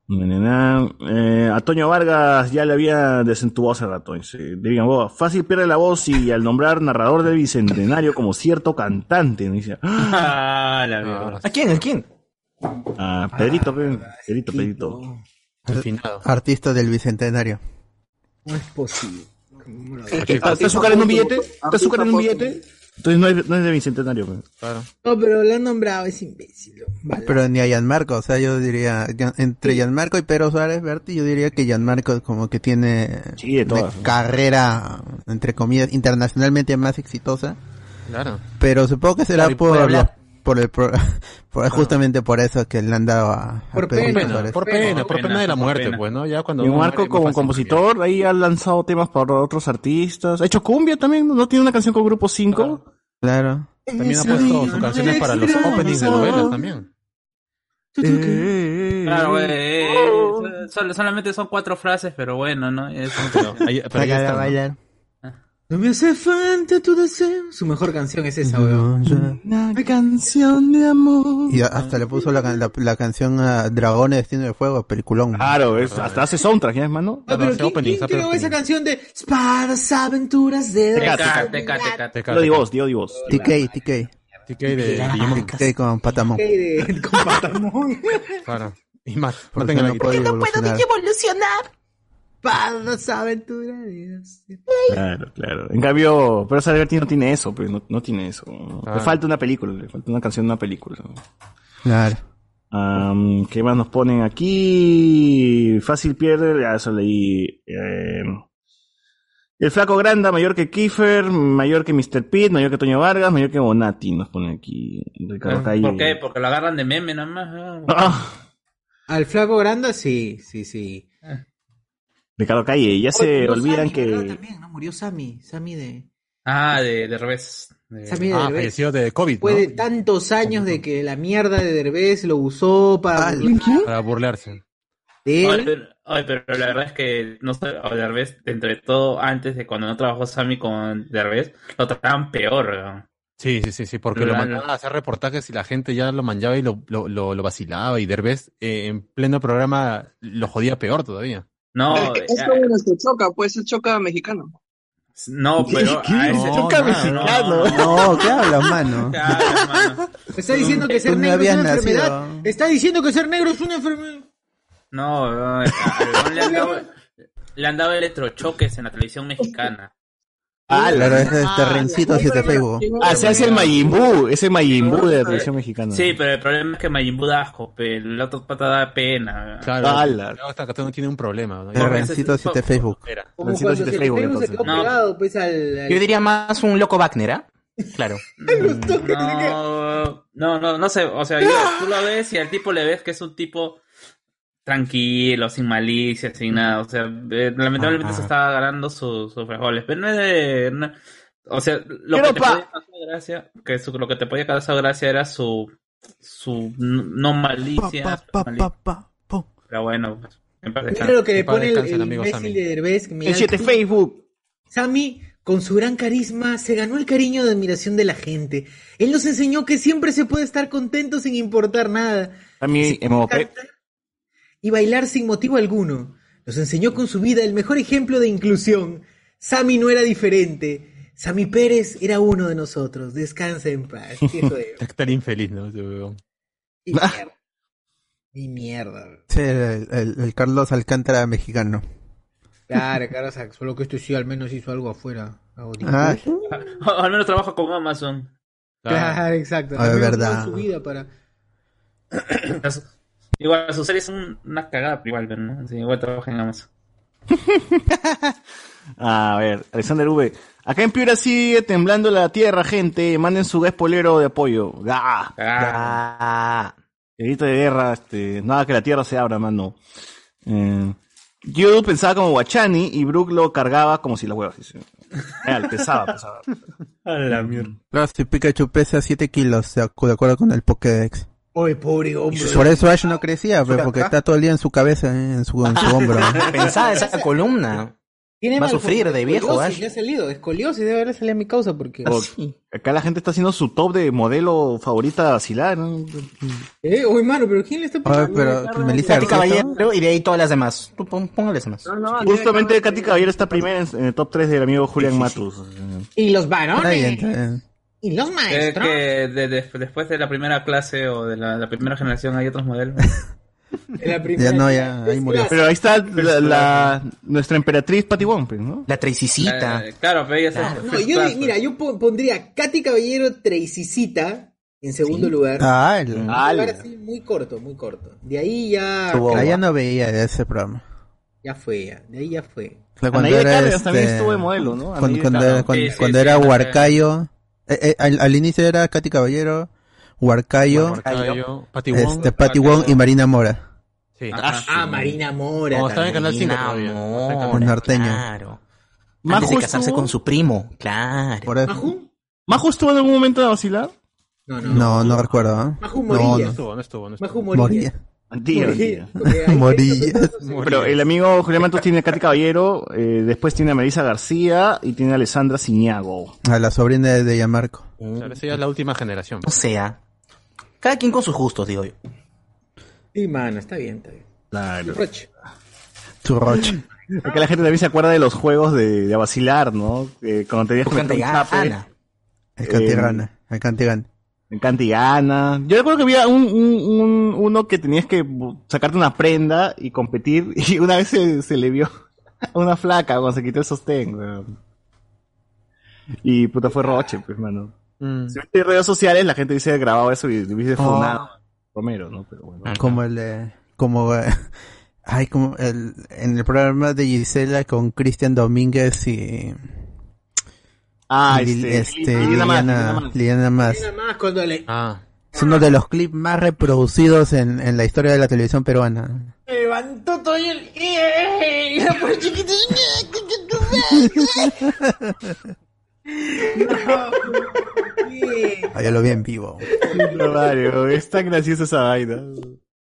Na, na, na. Eh, a Toño Vargas ya le había desentubado hace rato. dice, Digan, "Oh, fácil pierde la voz y al nombrar narrador del bicentenario como cierto cantante. ¿no? Dice, "Ah, Ah, la mierda. Ah, ¿A quién? ¿A quién? ah, Pedrito, pe, Pedrito, Pedrito. Confinado. Artista del Bicentenario. No es posible. ¿Cómo lo digo? ¿Está, está azúcar en un billete? ¿Está azúcar en un billete? Entonces no es, no es de bicentenario. pues. pe. Claro. No, pero lo han nombrado, es imbécil. Vale. Pero ni a Gianmarco, o sea, yo diría, Gian- entre Gianmarco y Pedro Suárez Berti, yo diría que Gianmarco como que tiene Sí, de una todas. carrera, entre comillas, internacionalmente más exitosa, Claro. pero supongo que será Claro, y puede por, hablar. los- por el pro- [laughs] por- justamente por eso que le han dado a, a Por Pedrito pena, Suárez. Por pena, por pena, pena de la por muerte, pena. pues, ¿no? Ya cuando. Y uno Marco muere, más como fácil compositor, ahí ha lanzado temas para otros artistas. Ha hecho cumbia también, ¿no? ¿no? Tiene una canción con Grupo 5. Claro. También ha puesto sus canciones para los openings de novelas también. Eh, Claro, güey. eh, eh, sol- solamente son cuatro frases, pero bueno, ¿no? Es- Pero ahí- pero ahí Sácala a está, ¿no? bailar. No me hace falta tu deseo. Su mejor canción es esa, weón. Una canción de amor. Y a- hasta le puso la, can- la- la canción a Dragones Destino de Fuego, peliculón. Claro, es- hasta hace soundtrack, ¿ya, hermano? Ah, Claro, pero hace ¿quién, openings, quién hace creó esa openings. canción de Espadas, aventuras de Teca, Teca, teca. teca, teca, teca. Teca, Dio di teca. voz, dio di voz. TK, TK. TK de Digimon. TK con Patamón. de, [laughs] de- con Patamón? Claro. Y más. No Porque tenga la no puedo guitarra. evolucionar. Espadas, aventuras de Claro, claro. En cambio, pero Salberti no tiene eso, pues, no, no tiene eso. Claro. Le falta una película, le falta una canción, una película. Claro. Am, ¿Qué más nos ponen aquí? Fácil pierde, ya eso leí. Eh, el flaco Granda, mayor que Kiefer, mayor que Mr. Pitt, mayor que Toño Vargas, mayor que Bonatti, nos pone aquí. Ricardo Ah, Calle. ¿Por qué? Porque lo agarran de meme nomás. ¿no? Ah, Al flaco Granda, sí, sí, sí. Ricardo Calle, ya se Oye, murió olvidan Sammy, ¿verdad? que... También, ¿no? Murió Sammy. Sammy de. Ah, de, de revés. De- Sammy Ah, Derbez. falleció de COVID, Después de ¿no? tantos años de que la mierda de Derbez lo usó para. Ah, Para burlarse. de Ay, él. pero, ay, pero la verdad es que no sé, o Derbez, entre todo, antes de cuando no trabajó Sammy con Derbez, lo trataban peor. weón. Sí, sí, sí, sí, porque lo Claro. mandaban a hacer reportajes y la gente ya lo manchaba y lo, lo, lo, lo vacilaba y Derbez eh, en pleno programa lo jodía peor todavía. No, [laughs] Es eh, como nuestro choca, pues es choca mexicano. no, pero a ese No, nada, mexicano. No, ¿qué hablas, mano? Claro, hermano. Me Está diciendo que ser Tú no negro es habías una nacido. enfermedad. Está diciendo que ser negro es una enfermedad. [laughs] No, no, a- a- le han dado, le han dado electrochoques en la televisión mexicana. Ah, Claro, ese es Terrencito 7 Facebook. Ah, se hace el Majin Buu, ese Majin Buu de la televisión mexicana. Sí, pero el problema es que Majin Buu da asco, pe, el otro pata da pena. Claro, luego esta Catón tiene un problema. ¿no? Terrencito 7 Facebook. Como cuando Terrencito El Facebook se quedó pegado, pues, al- al- Yo diría más un loco Wagner, ¿ah? Claro. No, no, no, no sé, o sea, yo- tú lo ves y al tipo le ves que es un tipo tranquilo, sin malicia, sin nada, o sea, eh, lamentablemente Ajá. se está ganando su- sus frijoles, pero no es de... no- o sea, lo Pero que, te pa- podía causar gracia, que su- lo que te podía causar gracia era su, su n- no malicia, Pa, su pa, malicia. pa, pa, pum. pero bueno, pues, en paz Mira lo que le descanse. pone el, el imbécil de Derbez. que me da siete Facebook. Sammy, con su gran carisma, se ganó el cariño de admiración de la gente. Él nos enseñó que siempre se puede estar contento sin importar nada. También MOP. Cantar y bailar sin motivo alguno. Nos enseñó con su vida el mejor ejemplo de inclusión. Sammy no era diferente. Sammy Pérez era uno de nosotros. Descansa en paz. [laughs] Hijo de- Estar infeliz, ¿no? Ese huevón. Ni mierda. Ni mierda. Sí, el, el- el Carlos Alcántara mexicano. Claro, claro, o sea, solo que este sí al menos hizo algo afuera. algo Ah. distinto. O- [laughs] al menos trabaja con Amazon. Claro, exacto. Ah, es Al menos verdad. toda su vida para... Las- Igual sus series son una cagada, pero igual, pero, ¿no? Sí, igual trabaja en Amazon. Ah, A ver, Alexander V. Acá en Piura sigue temblando la tierra, gente. Manden su gas polero de apoyo. ¡Ga! ¡Ga! Grito de guerra, este, nada que la tierra se abra, mano. Eh, yo pensaba como Guachani y Brook lo cargaba como si las huevas. dice. Real, pesaba, [laughs] pesaba. A la mierda. Claro, si Pikachu pesa 7 kilos, de acu- de acuerdo con el Pokédex. Oye, pobre hombre. Por eso Ash no crecía, pues, porque está todo el día en su cabeza, ¿eh? en, su, en [laughs] su hombro. Pensaba esa columna. Tiene Va a mal- sufrir de viejo, escoliosis, Ash. le ha salido, escoliosis debe haberle salido a mi causa porque... Acá la gente está haciendo su top de modelo favorita asilar. ¿no? Eh, uy, mano, pero ¿quién le está Katy Caballero y de ahí todas las demás. Tú pon- Póngale las demás. Ah, Justamente Katy Caballero está primera en, en el top 3 del amigo Julian Matus. Y los varones. Está bien, Y los Es maestros. Eh, que de- de- después de la primera clase o de la, la primera generación hay otros [laughs] modelos. Ya no, ya, ahí murió. Pero ahí está la, la- nuestra emperatriz Patibón, ¿no? La Traicicita. Eh, claro, pero ellas Ah, son No, yo, di- mira, yo po- pondría Katy Caballero Traicicita en segundo lugar. Ah, En el- un lugar así muy corto, muy corto. De ahí ya... Ah, ya no veía ese programa. Ya fue, ya. De ahí ya fue. O sea, cuando era, este, Cuando, cuando era, cuando- cuando era Huarcayo, eh, eh, al, al inicio era Katy Caballero, Huarcayo, Huarcayo, Patty Wong, este, Patty Wong y Marina Mora, Sí. Ah, Marina Mora. No, estaba en Canal también. 5 todavía. los norteños. Antes de Majo casarse estuvo- con su primo. Claro. Por eso. ¿Majo estuvo en algún momento de vacilar? No, no, recuerdo. ¿eh? Majo no, Morillas. no. estuvo, no estuvo, no estuvo. Morillas. Antía, Morillas. antía. [laughs] Morillas. Pero el amigo Julián Matos tiene a Katy Caballero, eh, después tiene a Melissa García y tiene a Alessandra Ciñago. A la sobrina de, de Yamarco. Claro, esa ya es la última generación. O sea, cada quien con sus gustos, digo yo. Sí, mano, está bien, está bien. Claro. Roche. Churroche. Acá la gente también se acuerda de los juegos de, de a vacilar, ¿no? Eh, cuando tenías que meter un chape. El Cantigana. El Cantigana. En Cantigana. Yo recuerdo que había un, un- un- uno que tenías que bu- sacarte una prenda y competir. [laughs] Y una vez se, se le vio [laughs] a una flaca cuando se quitó el sostén, weón. Y puta fue Roche, pues, mano. Mm. Si viste en redes sociales, la gente dice grabado eso y lo hubiese Oh. funado a Romero, ¿no? Pero bueno. Como el, eh, como, eh, [laughs] ay, como el, en el programa de Gisela con Cristian Domínguez y... Ah, y Lil- este, este, Liliana Mas, Liliana Liliana, Mas. Liliana Mas. Nada más cuando le... Ah. Es uno de los clips más reproducidos en, en la historia de la televisión peruana. Me levantó todo y el... Y [laughs] era por chiquito. [laughs] Ah, ya lo vi en vivo. No, Mario, es tan graciosa esa vaina.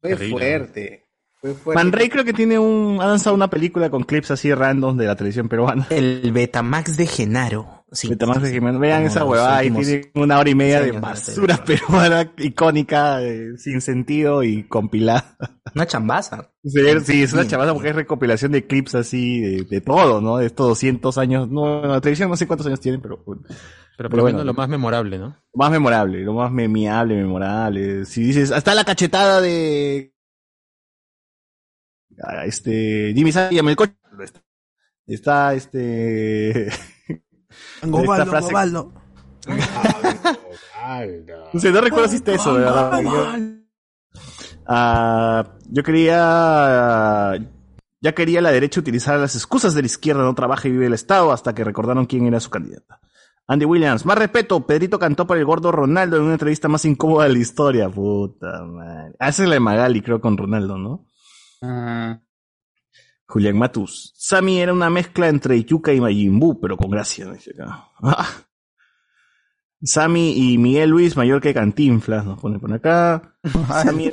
Fue fuerte. Fue fuerte. Man Ray creo que tiene un, ha lanzado una película con clips así random de la televisión peruana. El Betamax de Genaro. Sí, Betamax de Genaro. Vean Como esa los huevada y últimos tiene una hora y media de años de la basura peruana icónica, eh, sin sentido y compilada. Una chambaza. Sí, sí, es una Sí. chavaza porque es recopilación de clips así de, de todo, ¿no? De estos 200 años. No, la televisión no sé cuántos años tienen, pero... Pero Pero por lo bueno. menos lo más memorable, ¿no? Lo más memorable, lo más memeable, memorable. Si dices, hasta la cachetada de. Ah, Este. [laughs] Jimmy Saya, el coche. Está este. Angobaldo, Esta frase- Angobaldo. Dice, no recuerdo si está eso, de verdad. Ah, yo quería. Ya quería la derecha utilizar las excusas de la izquierda, no trabaja y vive el Estado, hasta que recordaron quién era su candidata. Andy Williams, más respeto, Pedrito cantó para el gordo Ronaldo en una entrevista más incómoda de la historia. Puta madre. Ah, esa es la de Magali, creo, con Ronaldo, ¿no? Julián Matus. Sammy era una mezcla entre Yuka y Majin Buu, pero con gracia, dice acá. Sammy y Miguel Luis, mayor que Cantinflas, nos pone [laughs] por acá. Sammy,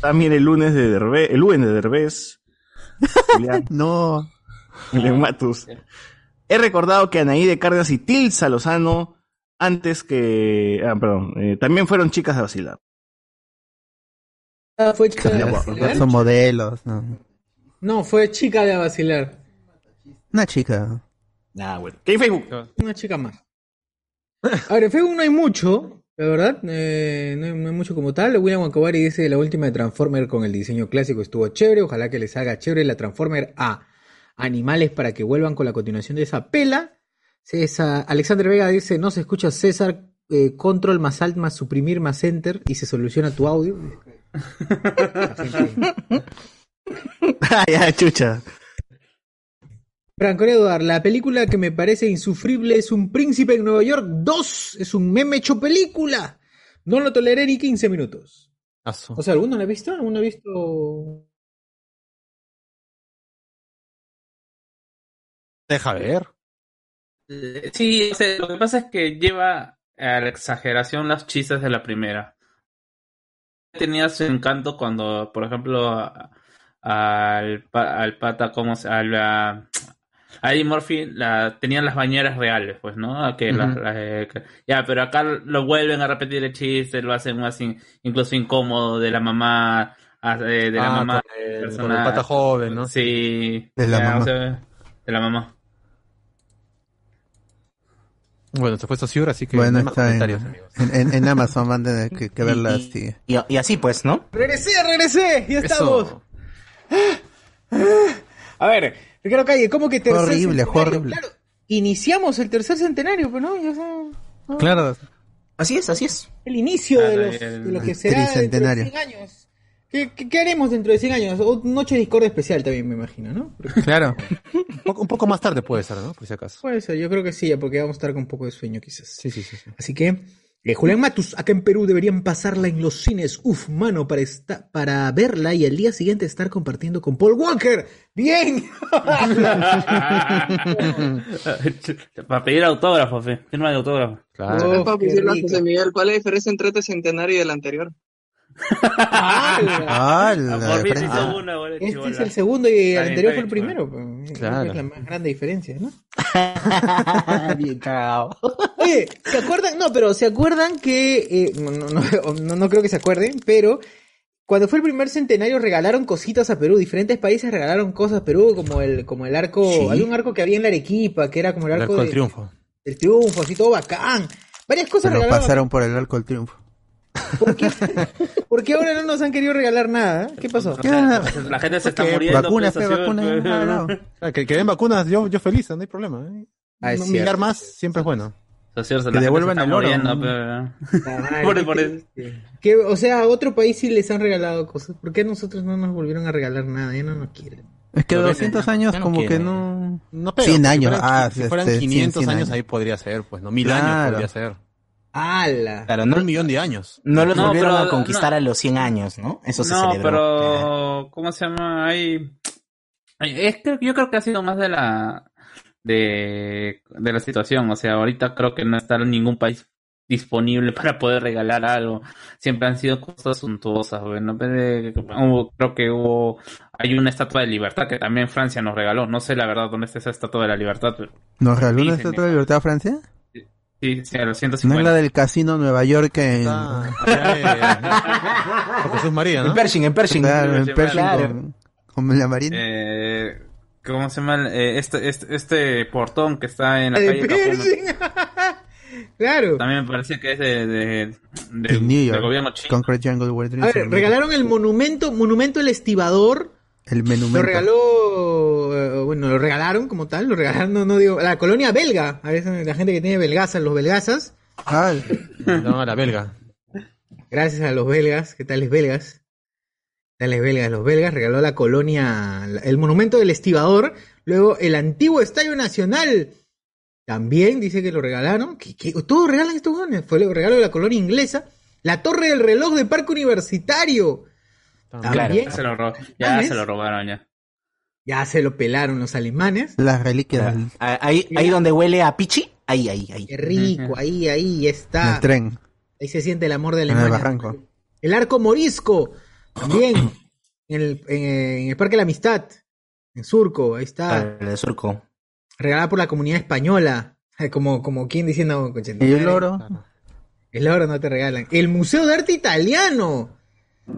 Sammy era el lunes de Derbez, el lunes de Derbez. [laughs] no. Julián Matus. He recordado que Anaí de Cárdenas y Tilsa Lozano, antes que, ah, perdón, eh, también fueron chicas de vacilar. [laughs] Ah, fue chica de Claro, vacilar. Son modelos. ¿no? No, fue chica de vacilar. Una chica. Ah, bueno. ¿Qué hay Facebook? Una chica más. A ver, en Facebook no hay mucho, la verdad. eh, no, hay, no hay mucho como tal. William Wankawari dice: La última de Transformer con el diseño clásico estuvo chévere. Ojalá que les haga chévere la Transformer A. Animales para que vuelvan con la continuación de esa pela. César- Alexander Vega dice: No se escucha César. eh, control más alt más suprimir más enter y se soluciona tu audio. [laughs] [laughs] ah, ya, chucha. Franco Eduard, la película que me parece insufrible es Un Príncipe en Nueva York 2. Es un meme hecho película. No lo toleré ni 15 minutos. O sea, ¿alguno la ha visto? ¿Alguno ha visto? Deja ver. Eh, Sí, o sea, lo que pasa es que lleva a la exageración las chistes de la primera. Tenía su encanto cuando, por ejemplo, a- al, pa- al pata, como se, al, a, a Eddie Murphy la, tenían las bañeras reales, pues, ¿no? A Que las- Ujú. las, eh, que- ya, pero acá lo vuelven a repetir el chiste, lo hacen más in- incluso incómodo de la mamá, a- eh, de, de la Ah, mamá con el- persona- con el pata joven, ¿no? Sí. De la o mamá. sea, de la mamá. [laughs] [laughs] Bueno, se fue Saussure, así que no Bueno, hay más está en, comentarios, amigos. en, en- en Amazon, van a tener que, que verla así. Y, y así pues, ¿no? Regresé, regresé. Ya estamos. Ah, A ver, Ricardo Calle, ¿cómo que tercer Horrible, centenario? horrible. Claro, iniciamos el tercer centenario, pero no, ya son- no. Claro. Así es, así es. El inicio de, los- de lo que el será dentro de tricentenario. 100 años. ¿Qué, qué, qué haremos dentro de 100 años? O- Noche de Discordia especial también, me imagino, ¿no? Claro. [laughs] un, poco, un poco más tarde puede ser, ¿no? Por si acaso. Puede ser, yo creo que sí, ya, porque vamos a estar con un poco de sueño quizás. Sí, sí, sí. sí. Así que, eh, Julián Matus, acá en Perú deberían pasarla en los cines, uf, mano, para, esta- para verla y al día siguiente estar compartiendo con Paul Walker. ¡Bien! Este Para pedir autógrafo, fe. Firma de autógrafo. Uf, Ah, papi, sí, no, José Miguel, ¿cuál es la diferencia entre este centenario y el anterior? Ah, la Por fin se diferencia. hizo una, güey, Este es chibola. el segundo y el Está bien, anterior está fue el bien, primero. pues. Creo Claro. que Es la más grande diferencia, ¿no? [laughs] Bien cagado. Oye, ¿se acuerdan? No, pero ¿se acuerdan que... eh, no, no, [laughs] no, no- no creo que se acuerden, pero... Cuando fue el primer centenario regalaron cositas a Perú, diferentes países regalaron cosas a Perú, como el, como el arco, Sí. había un arco que había en la Arequipa, que era como el El arco, arco del de- triunfo. del triunfo, así todo bacán. Varias Se cosas lo regalaron. pasaron por el arco del triunfo. ¿Por qué ahora no nos han querido regalar nada? ¿Qué pasó? La gente se está Ok, muriendo. vacunas, pues, fe, así, vacunas, güey. [laughs] Ah, que, que den vacunas, yo, yo feliz, no hay problema. ¿eh? Ah, es No, cierto. mirar más siempre es bueno. Socio, la Que gente se devuelvan está el oro. muriendo, pe. Ay, Por- qué por- triste. Que, o sea, a otro país sí les han regalado cosas. ¿Por qué a nosotros no nos volvieron a regalar nada? Ya no nos quieren. Es que Lo 200 venden, años ya no como que quieren. no... No, 100 si años. fueran- Ah, si fueran este, 100, 500 100 años ahí podría ser, pues, ¿no? Mil años Claro. podría ser. ¡Hala! Claro, no un millón de años. No los No, volvieron pero- a conquistar no. a los 100 años, ¿no? Eso se no, celebró. pero. ¿Cómo se llama? Hay. hay- Es que yo creo que ha sido más de la. De, de la situación. O sea, ahorita creo que no está en ningún país disponible [laughs] para poder regalar algo. Siempre han sido cosas suntuosas, güey, ¿no? Pero, eh, hubo- creo que hubo. Hay una estatua de libertad que también Francia nos regaló. No sé la verdad dónde está esa estatua de la libertad, pero. ¿Nos regaló una Sí, señor. estatua de libertad a Francia? Sí, sí, a los No 150. es la del casino Nueva York en... Ah. Jesús María, ¿no? En Pershing, en Pershing. Claro, en Pershing Claro. con, con la marina. Eh, ¿Cómo se llama? Eh, este, este, este portón que está en la De calle Capón. [laughs] Claro. También me parece que es de, de, de- En New del York. gobierno chino. Concrete Jungle World A ver, regalaron el monumento, monumento el estibador. El menumento. Lo regaló, eh, bueno, lo regalaron como tal, lo regalaron, no, no digo, a la colonia belga, a veces la gente que tiene belgazas, los belgazas. No, a la belga. Gracias a los belgas, ¿qué tales belgas? ¿Qué Tales belgas, los belgas regaló la colonia, la- el monumento del estibador, luego el antiguo estadio nacional, también dice que lo regalaron, que, que- todos regalan estos hueones, fue el regalo de la colonia inglesa, la torre del reloj de Parque Universitario, ¿Ah, Ya se lo, ro- ya se lo robaron ya. ya se lo pelaron los alemanes. Las reliquias del Ah, Ahí, ahí donde huele a pichi, ahí, ahí, ahí. Qué rico, ahí, ahí está. Ah. del tren, Ahí se siente el amor de en el Alemania. barranco. El arco morisco, también. En el, en el Parque de la Amistad, en Surco, ahí está. Ah, El de surco. Regalada por la comunidad española. [laughs] Como, como quien diciendo. "Concha tu Y el madre". oro, El oro no te regalan. El Museo de Arte Italiano.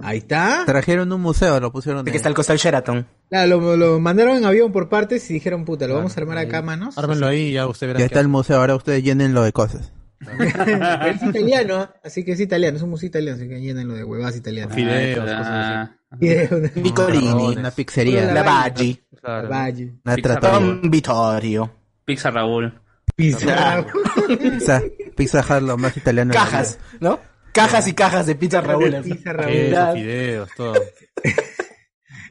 Ahí está. trajeron un museo, lo pusieron Que está al costado del Sheraton. Claro, lo, lo mandaron en avión por partes y dijeron, puta, lo vamos a armar acá a manos. Ármenlo ahí y ya usted verá. qué Ya está el museo, ahora ustedes llénenlo de cosas. [laughs] es italiano, ¿eh? así que es italiano, es un museo italiano, así que llénenlo de huevadas italianas. Fideos, Ah, Fideos. Picorini. Una pizzería, La Baggi. Valle. una Pizza trattoria. Raúl. Don Vittorio. Pizza Raúl. Pizarro. Pizza, pizza Hut, lo más italiano. de la Cajas, ¿no? Cajas y cajas de pizza Raúl. Pizza tal. Raúl. Queso, fideos, todo.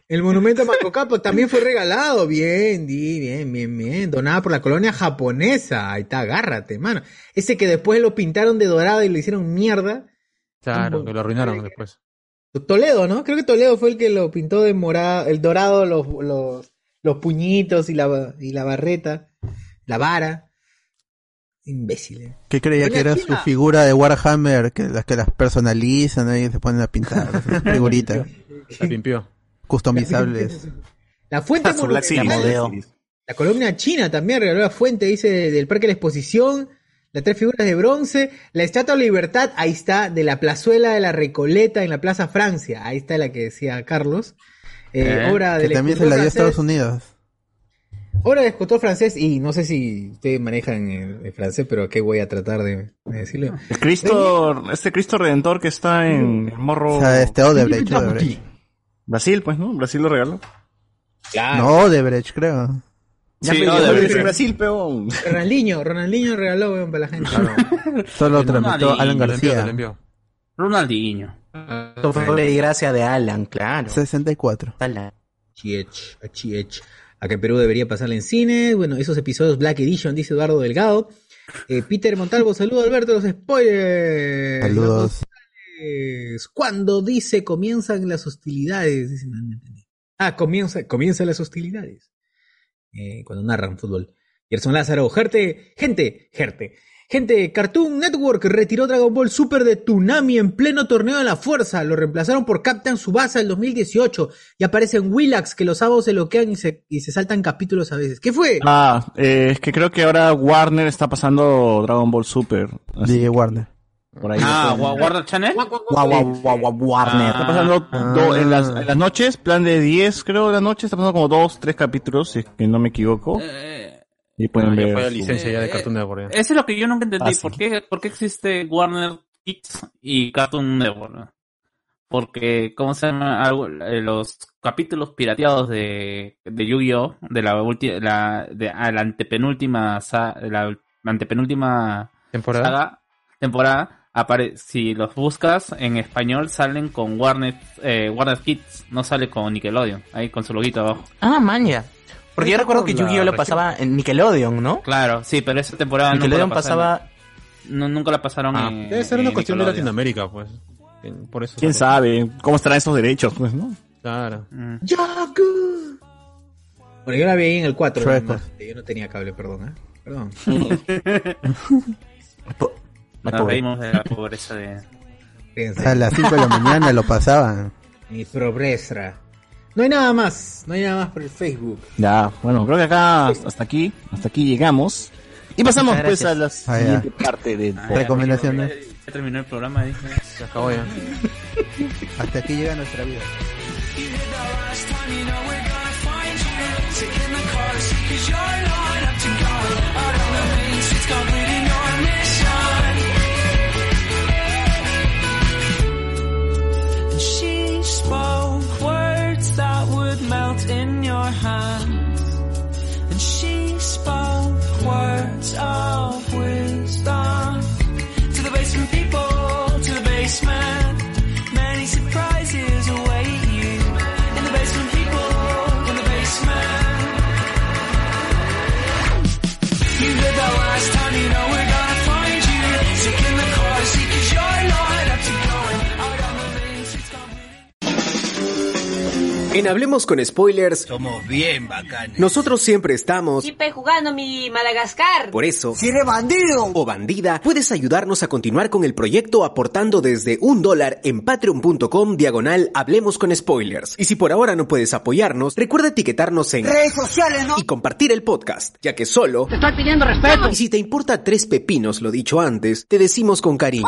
El monumento a Manco Capo también fue regalado. Bien, di, bien, bien, bien. Donada por la colonia japonesa. Ahí está, agárrate, mano. Ese que después lo pintaron de dorado y lo hicieron mierda. Claro, que lo arruinaron después. Toledo, ¿no? Creo que Toledo fue el que lo pintó de morado, el dorado, los, los, los puñitos y la, y la barreta, la vara. eh. Imbéciles. ¿Qué creía Doña que era China. su figura de Warhammer? Que las que las personalizan ahí se ponen a pintar figuritas La pimpió. customizables. La fuente Su Black Series. monumental. modeo. La columna china también regaló la fuente, dice, del Parque de la Exposición, las tres figuras de bronce, la Estatua de la Libertad, ahí está, de la plazuela de la Recoleta en la Plaza Francia, ahí está la que decía Carlos. Eh, Eh, obra Que del también se escultor la dio a francés- Estados Unidos. Obra del escultor francés, y no sé si ustedes manejan el, el francés, pero aquí voy a tratar de, de decirlo. El Cristo, este Cristo Redentor que está en el morro. O sea, este Odebrecht, Odebrecht. Brasil, pues, ¿no? Brasil lo regaló. No, Odebrecht, creo. Ya Sí, me no, dijo, de "Eres Brasil". Brasil, peón. Ronaldinho, Ronaldinho regaló, weón, para la gente. Solo No, tramitó Alan nadie, lo Lo envió, lo García. envió. Ronaldinho. Doble y gracia de Alan, claro. 64. Alan. Chiech, a Chiech. A que Perú debería pasarle en cine. Bueno, esos episodios Black Edition, dice Eduardo Delgado. Eh, Peter Montalvo, saludo Alberto, los spoilers. Saludos. González, Cuando dice comienzan las hostilidades. Dice, no, no entendí. Ah, comienza, comienzan las hostilidades. Eh, cuando narran fútbol. Gerson Lázaro, Gerte, gente, Gerte. Gente, Cartoon Network retiró Dragon Ball Super de Tsunami en pleno torneo de la fuerza. Lo reemplazaron por Captain Subasa el 2018. Y aparecen Willax que los sábados se loquean y se, y se saltan capítulos a veces. ¿Qué fue? Ah, eh, es que creo que ahora Warner está pasando Dragon Ball Super. Así, DJ Warner. por ahí. Ah, lo Wa- pueden- Warner Channel. Guau, guau, guau, guau, ah. Warner. Está pasando do- en, Ah. las, en las noches, plan de 10, creo, de la noche. Está pasando como 2, 3 capítulos, si es que no me equivoco. Eh, Y pueden Ah, Ya ver. fue la su- licencia ya de Cartoon Network. ya. Eso es lo que yo nunca entendí. Ah, sí. ¿Por, qué, ¿Por qué existe Warner Kids y Cartoon Network? Porque, ¿cómo se llama? Algo- eh, Los capítulos pirateados de, de Yu-Gi-Oh! de la última, la, de, a la antepenúltima, sa- de la antepenúltima Temporada. saga, temporada, apare- si los buscas en español, salen con Warner, eh, Warner Kids, no sale con Nickelodeon, ahí con su loguito abajo. Ah, manja. Porque yo recuerdo que Por la Yu-Gi-Oh lo región. pasaba en Nickelodeon, ¿no? Claro, sí, pero esa temporada nunca la Nickelodeon pasaron- pasaba. no- nunca la pasaron Ah, en debe ser una en cuestión de Nickelodeon. Latinoamérica, pues. Por eso. ¿Quién sabe cómo estarán esos derechos, pues, no? Claro. Mm. Yaku. Bueno, yo la vi ahí en el 4. Chueco. ¿no? Yo no tenía cable, perdón. ¿eh? [laughs] Perdón. Po- [laughs] Me Nos pobre. reímos de la pobreza de. Fíjense. A las 5 de la mañana lo pasaban. Mi progresra. No hay nada más, no hay nada más por el Facebook. Ya, bueno, creo que acá, hasta aquí, hasta aquí llegamos. Y pasamos, Muchas pues, a la Ah, ya. siguiente parte de. Recomendaciones. Ah, Ya terminó el programa, dije. Se acabó [laughs] ya. Hasta aquí llega nuestra [laughs] vida. And she spoke words that would melt in your hands. last time, you know we're gonna find you. Taking the car to see, cause you're not up to going out on the main streets. En Hablemos con Spoilers, somos Bien, bacán. Nosotros siempre estamos. Siempre jugando mi Madagascar. Por eso, si eres bandido o bandida, puedes ayudarnos a continuar con el proyecto aportando desde un dólar en patreon.com diagonal Hablemos con Spoilers. Y si por ahora no puedes apoyarnos, recuerda etiquetarnos en Redes sociales, ¿no? y compartir el podcast, ya que solo... Te estoy pidiendo respeto. Y si te importa tres pepinos lo dicho antes, te decimos con cariño.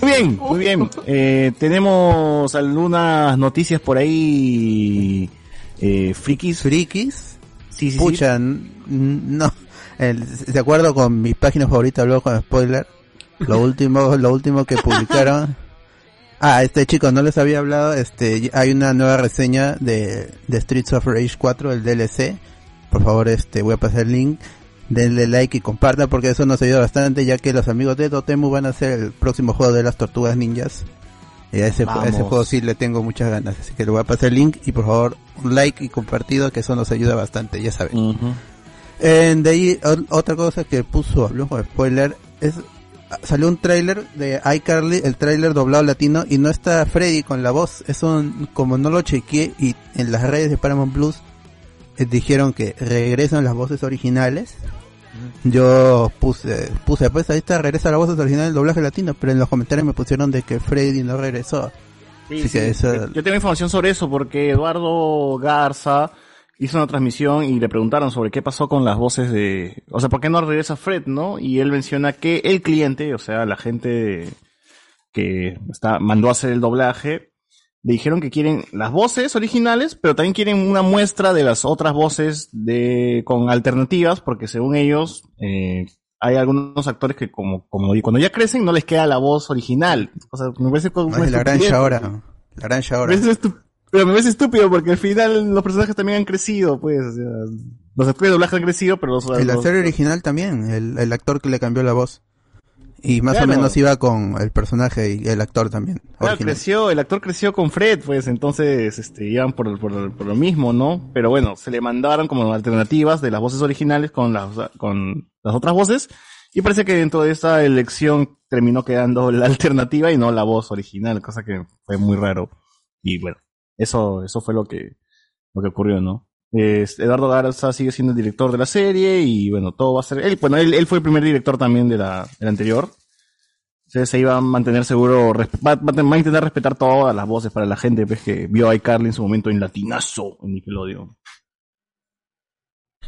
Muy bien, muy bien. Eh, tenemos algunas noticias por ahí. Eh, frikis. Frikis. Sí, sí, Pucha, n- no. El- de acuerdo con mi página favorita, habló con spoiler. [laughs] Lo último, lo último que publicaron. Ah, este chico no les había hablado. Este, hay una nueva reseña de, de Streets of Rage 4, el DLC. Por favor, este, voy a pasar el link. Denle like y compartan porque eso nos ayuda bastante ya que los amigos de Dotemu van a hacer el próximo juego de las tortugas ninjas. Y a ese, a ese Vamos. juego sí le tengo muchas ganas. Así que le voy a pasar el link y por favor un like y compartido que eso nos ayuda bastante, ya saben. Eh, de ahí o- otra cosa que puso, habló con spoiler, es salió un tráiler de iCarly, el tráiler doblado latino y no está Freddy con la voz. Es un como no lo chequeé y en las redes de Paramount Plus eh, dijeron que regresan las voces originales. Yo puse, puse pues ahí está, regresa la voz original del doblaje latino, pero en los comentarios me pusieron de que Freddy no regresó. Sí, Así sí. que eso- Yo tengo información sobre eso porque Eduardo Garza hizo una transmisión y le preguntaron sobre qué pasó con las voces de... O sea, ¿por qué no regresa Fred, no? Y él menciona que el cliente, o sea, la gente que está, mandó a hacer el doblaje, le dijeron que quieren las voces originales, pero también quieren una muestra de las otras voces de con alternativas, porque según ellos eh, hay algunos actores que como como cuando ya crecen no les queda la voz original. O sea, me parece como No, una es la estupidez. granja ahora. La granja ahora. Me parece estu- pero me parece estúpido porque al final los personajes también han crecido, pues. o sea, los actores de doblaje han crecido, pero los, El los- actor original también, el, el actor que le cambió la voz. Y más Claro. o menos iba con el personaje y el actor también. Claro, original. creció, el actor creció con Fred, pues entonces este, iban por, por, por lo mismo, ¿no? Pero bueno, se le mandaron como alternativas de las voces originales con las, con las otras voces. Y parece que dentro de esta elección terminó quedando la [laughs] alternativa y no la voz original, cosa que fue muy raro. Y bueno, eso, eso fue lo que, lo que ocurrió, ¿no? Es- Eduardo Garza sigue siendo el director de la serie y bueno, todo va a ser él. Bueno, él, él fue el primer director también de la, del anterior. Entonces se iba a mantener seguro, resp- va, va a ten- va a intentar respetar todas las voces para la gente pues, que vio a iCarly en su momento en latinazo en Nickelodeon.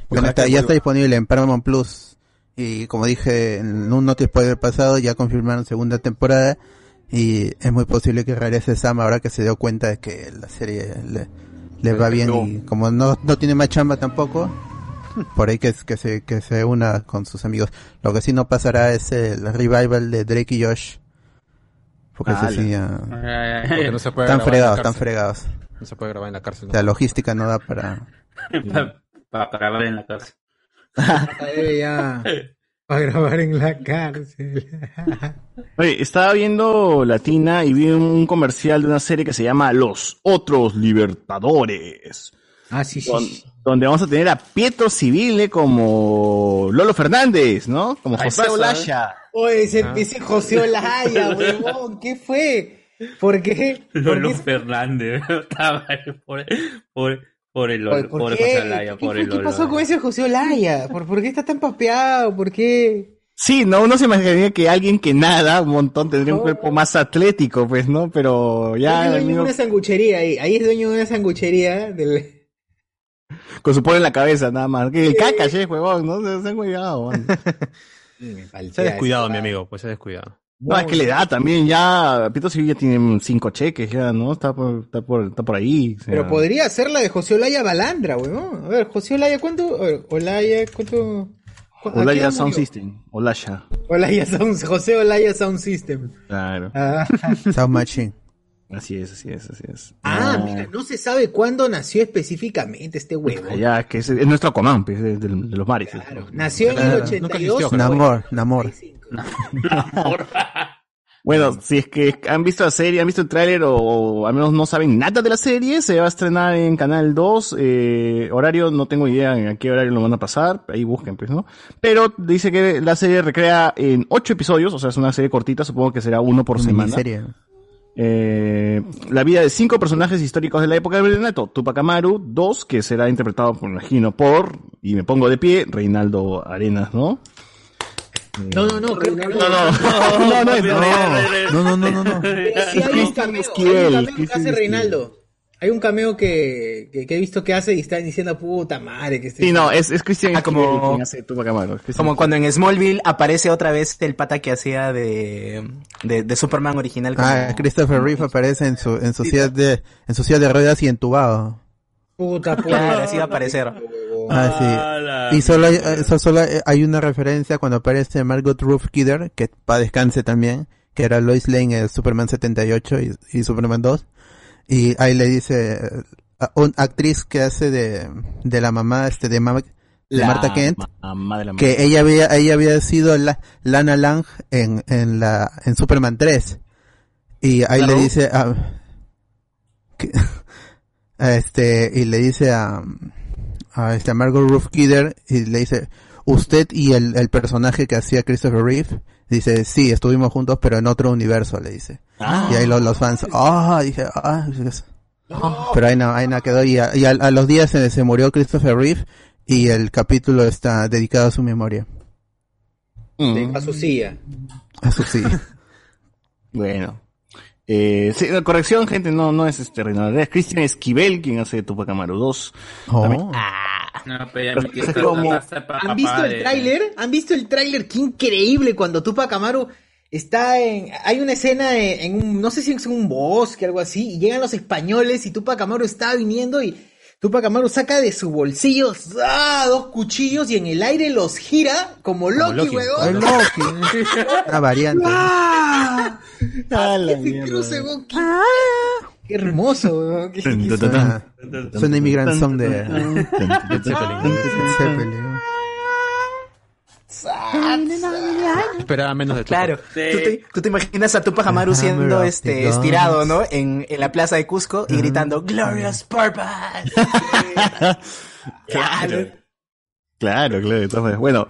Bueno, está- ya está disponible en Paramount Plus. Y como dije en un Notice Spoiler pasado, ya confirmaron segunda temporada. Y es muy posible que regrese Sam ahora que se dio cuenta de que la serie le, le va bien. Y como no, no tiene más chamba tampoco, por ahí que, que, se, que se una con sus amigos. Lo que sí no pasará es el revival de Drake y Josh. Porque ese sí ya- Porque no se puede grabar en están la fregados, cárcel. están fregados. No se puede grabar en la cárcel. La logística no da para... Para grabar en la cárcel. Eh, ya. Para grabar en la cárcel. Oye, estaba viendo Latina y vi un comercial de una serie que se llama Los Otros Libertadores. Ah, sí, sí. Don- sí. Donde vamos a tener a Pietro Civile como Lolo Fernández, ¿no? Como ¿eh? José Olaya. Oye, ese, Ah. ese José [laughs] Olaya, huevón, ¿qué fue? ¿Por qué? [laughs] Lolo Fernández. [laughs] Estaba por, por, por el Lolo. ¿Por Por qué? José Laya, ¿Qué, por fue? el ¿Qué Lolo. pasó con ese José Olaya? ¿Por, por qué está tan papeado? ¿Por qué? Sí, no, uno se imaginaría que alguien que nada un montón tendría un cuerpo más atlético, pues, ¿no? Pero es ya, el dueño de amigo una sanguchería ahí. Ahí es dueño de una sanguchería del. con su polo en la cabeza, nada más. Que El caca, che, huevón, ¿no? Se, se han huevado, man. Se ha descuidado, mi amigo, pues se ha descuidado. No, es que le da también, ya, Pito Civil ya tiene cinco cheques, ya, ¿no? Está por, está por, está por ahí. o sea. Pero podría ser la de José Olaya Balandra, weón. A ver, José Olaya, ¿cuánto? A ver, Olaya, ¿cuánto? ¿cu- a qué Olaya edad Sound murió? System, Olaya. Olaya Sound, José Olaya Sound System. Claro. Ah, [laughs] Sound Machine. Así es, así es, así es. ah, mira, no se sabe cuándo nació específicamente este huevo. Ya, es que es, es nuestro Aquaman, pues, de, de- de los mares. Nació en el 82. Namor, Namor. Bueno, si es que han visto la serie, han visto el tráiler o, o al menos no saben nada de la serie, se va a estrenar en Canal 2. eh, horario, no tengo idea en a qué horario lo van a pasar, ahí busquen, pues, ¿no? Pero dice que la serie recrea en ocho episodios, o sea, es una serie cortita, supongo que será uno por semana. Miniserie. Eh, la vida de cinco personajes históricos de la época del Virreinato. Tupac Amaru, dos, que será interpretado, por, me imagino, por, y me pongo de pie, Reinaldo Arenas, ¿no? No, no, no, creo que no. No, no, no, no, no, no, no. Sí, hay un cameo, hay un Esquivel, cameo que hace Reinaldo. Hay un cameo que, que, que he visto que hace y están diciendo puta madre que este- Sí, no, es, es Cristian como- quien hace Tupac Amaru. es Cristian Como cuando en Smallville aparece otra vez el pata que hacía de, de, de Superman original. como- Ah, Christopher Reeve aparece en su, en su silla de, en su silla de ruedas y entubado. Puta, puta. Claro, así va a [laughs] aparecer. Ah, sí. Y solo hay, eh, so- solo hay- hay una referencia cuando aparece Margot Ruth Kidder, que para descanse también, que era Lois Lane en Superman 78 y, y Superman 2. Y ahí le dice, eh, a una actriz que hace de, de la mamá, este, de, Ma- de La Marta Kent, mamá de la que mamá. ella había, ella había sido la, Lana Lang en, en la, en Superman 3. Y ahí le Claro. dice ah, a, que- a este, y le dice a, a este, a Margot Ruth Kidder, y le dice, usted y el, el personaje que hacía Christopher Reeve, dice, sí, estuvimos juntos, pero en otro universo, le dice. Ah. Y ahí los, los fans, ah, dije, ah, Dios". pero ahí no, ahí no quedó, y a, y a- a los días se, se murió Christopher Reeve, y el capítulo está dedicado a su memoria, ah. de- a su silla. a su sí. Bueno. Eh, sí, no, corrección, gente, no, no es este Reinaldo, es Cristian Esquivel quien hace Tupac Amaru 2. También- ah, No, pero ya me Es como- Ah, ¿Han visto el tráiler? ¿Han visto el tráiler? ¡Qué increíble! Cuando Tupac Amaru está en... Hay una escena en, en un... No sé si es en un bosque, algo así, y llegan los españoles y Tupac Amaru está viniendo y Tupac Amaru saca de su bolsillo ¡ah! dos cuchillos y en el aire los gira como Loki, Loki. Ay, weón. Loki. Una variante. ¡Ah! [laughs] Ah, la Ese mierda. cruce, weón, qué- ¡Qué hermoso, weón! Qué- qué- Tun, tun, Suena, tun, tun, suena Immigrant tun, Song de tun, tun, tun, tun, tun. Zeppelin. Esperaba menos de todo. Claro, tú, te, tú te imaginas a Tupac Amaru Hammer siendo of the este Gods. estirado, ¿no? En, en la plaza de Cusco y gritando Glorious Purpose. [laughs] Claro. Claro, claro, de todas maneras. Bueno,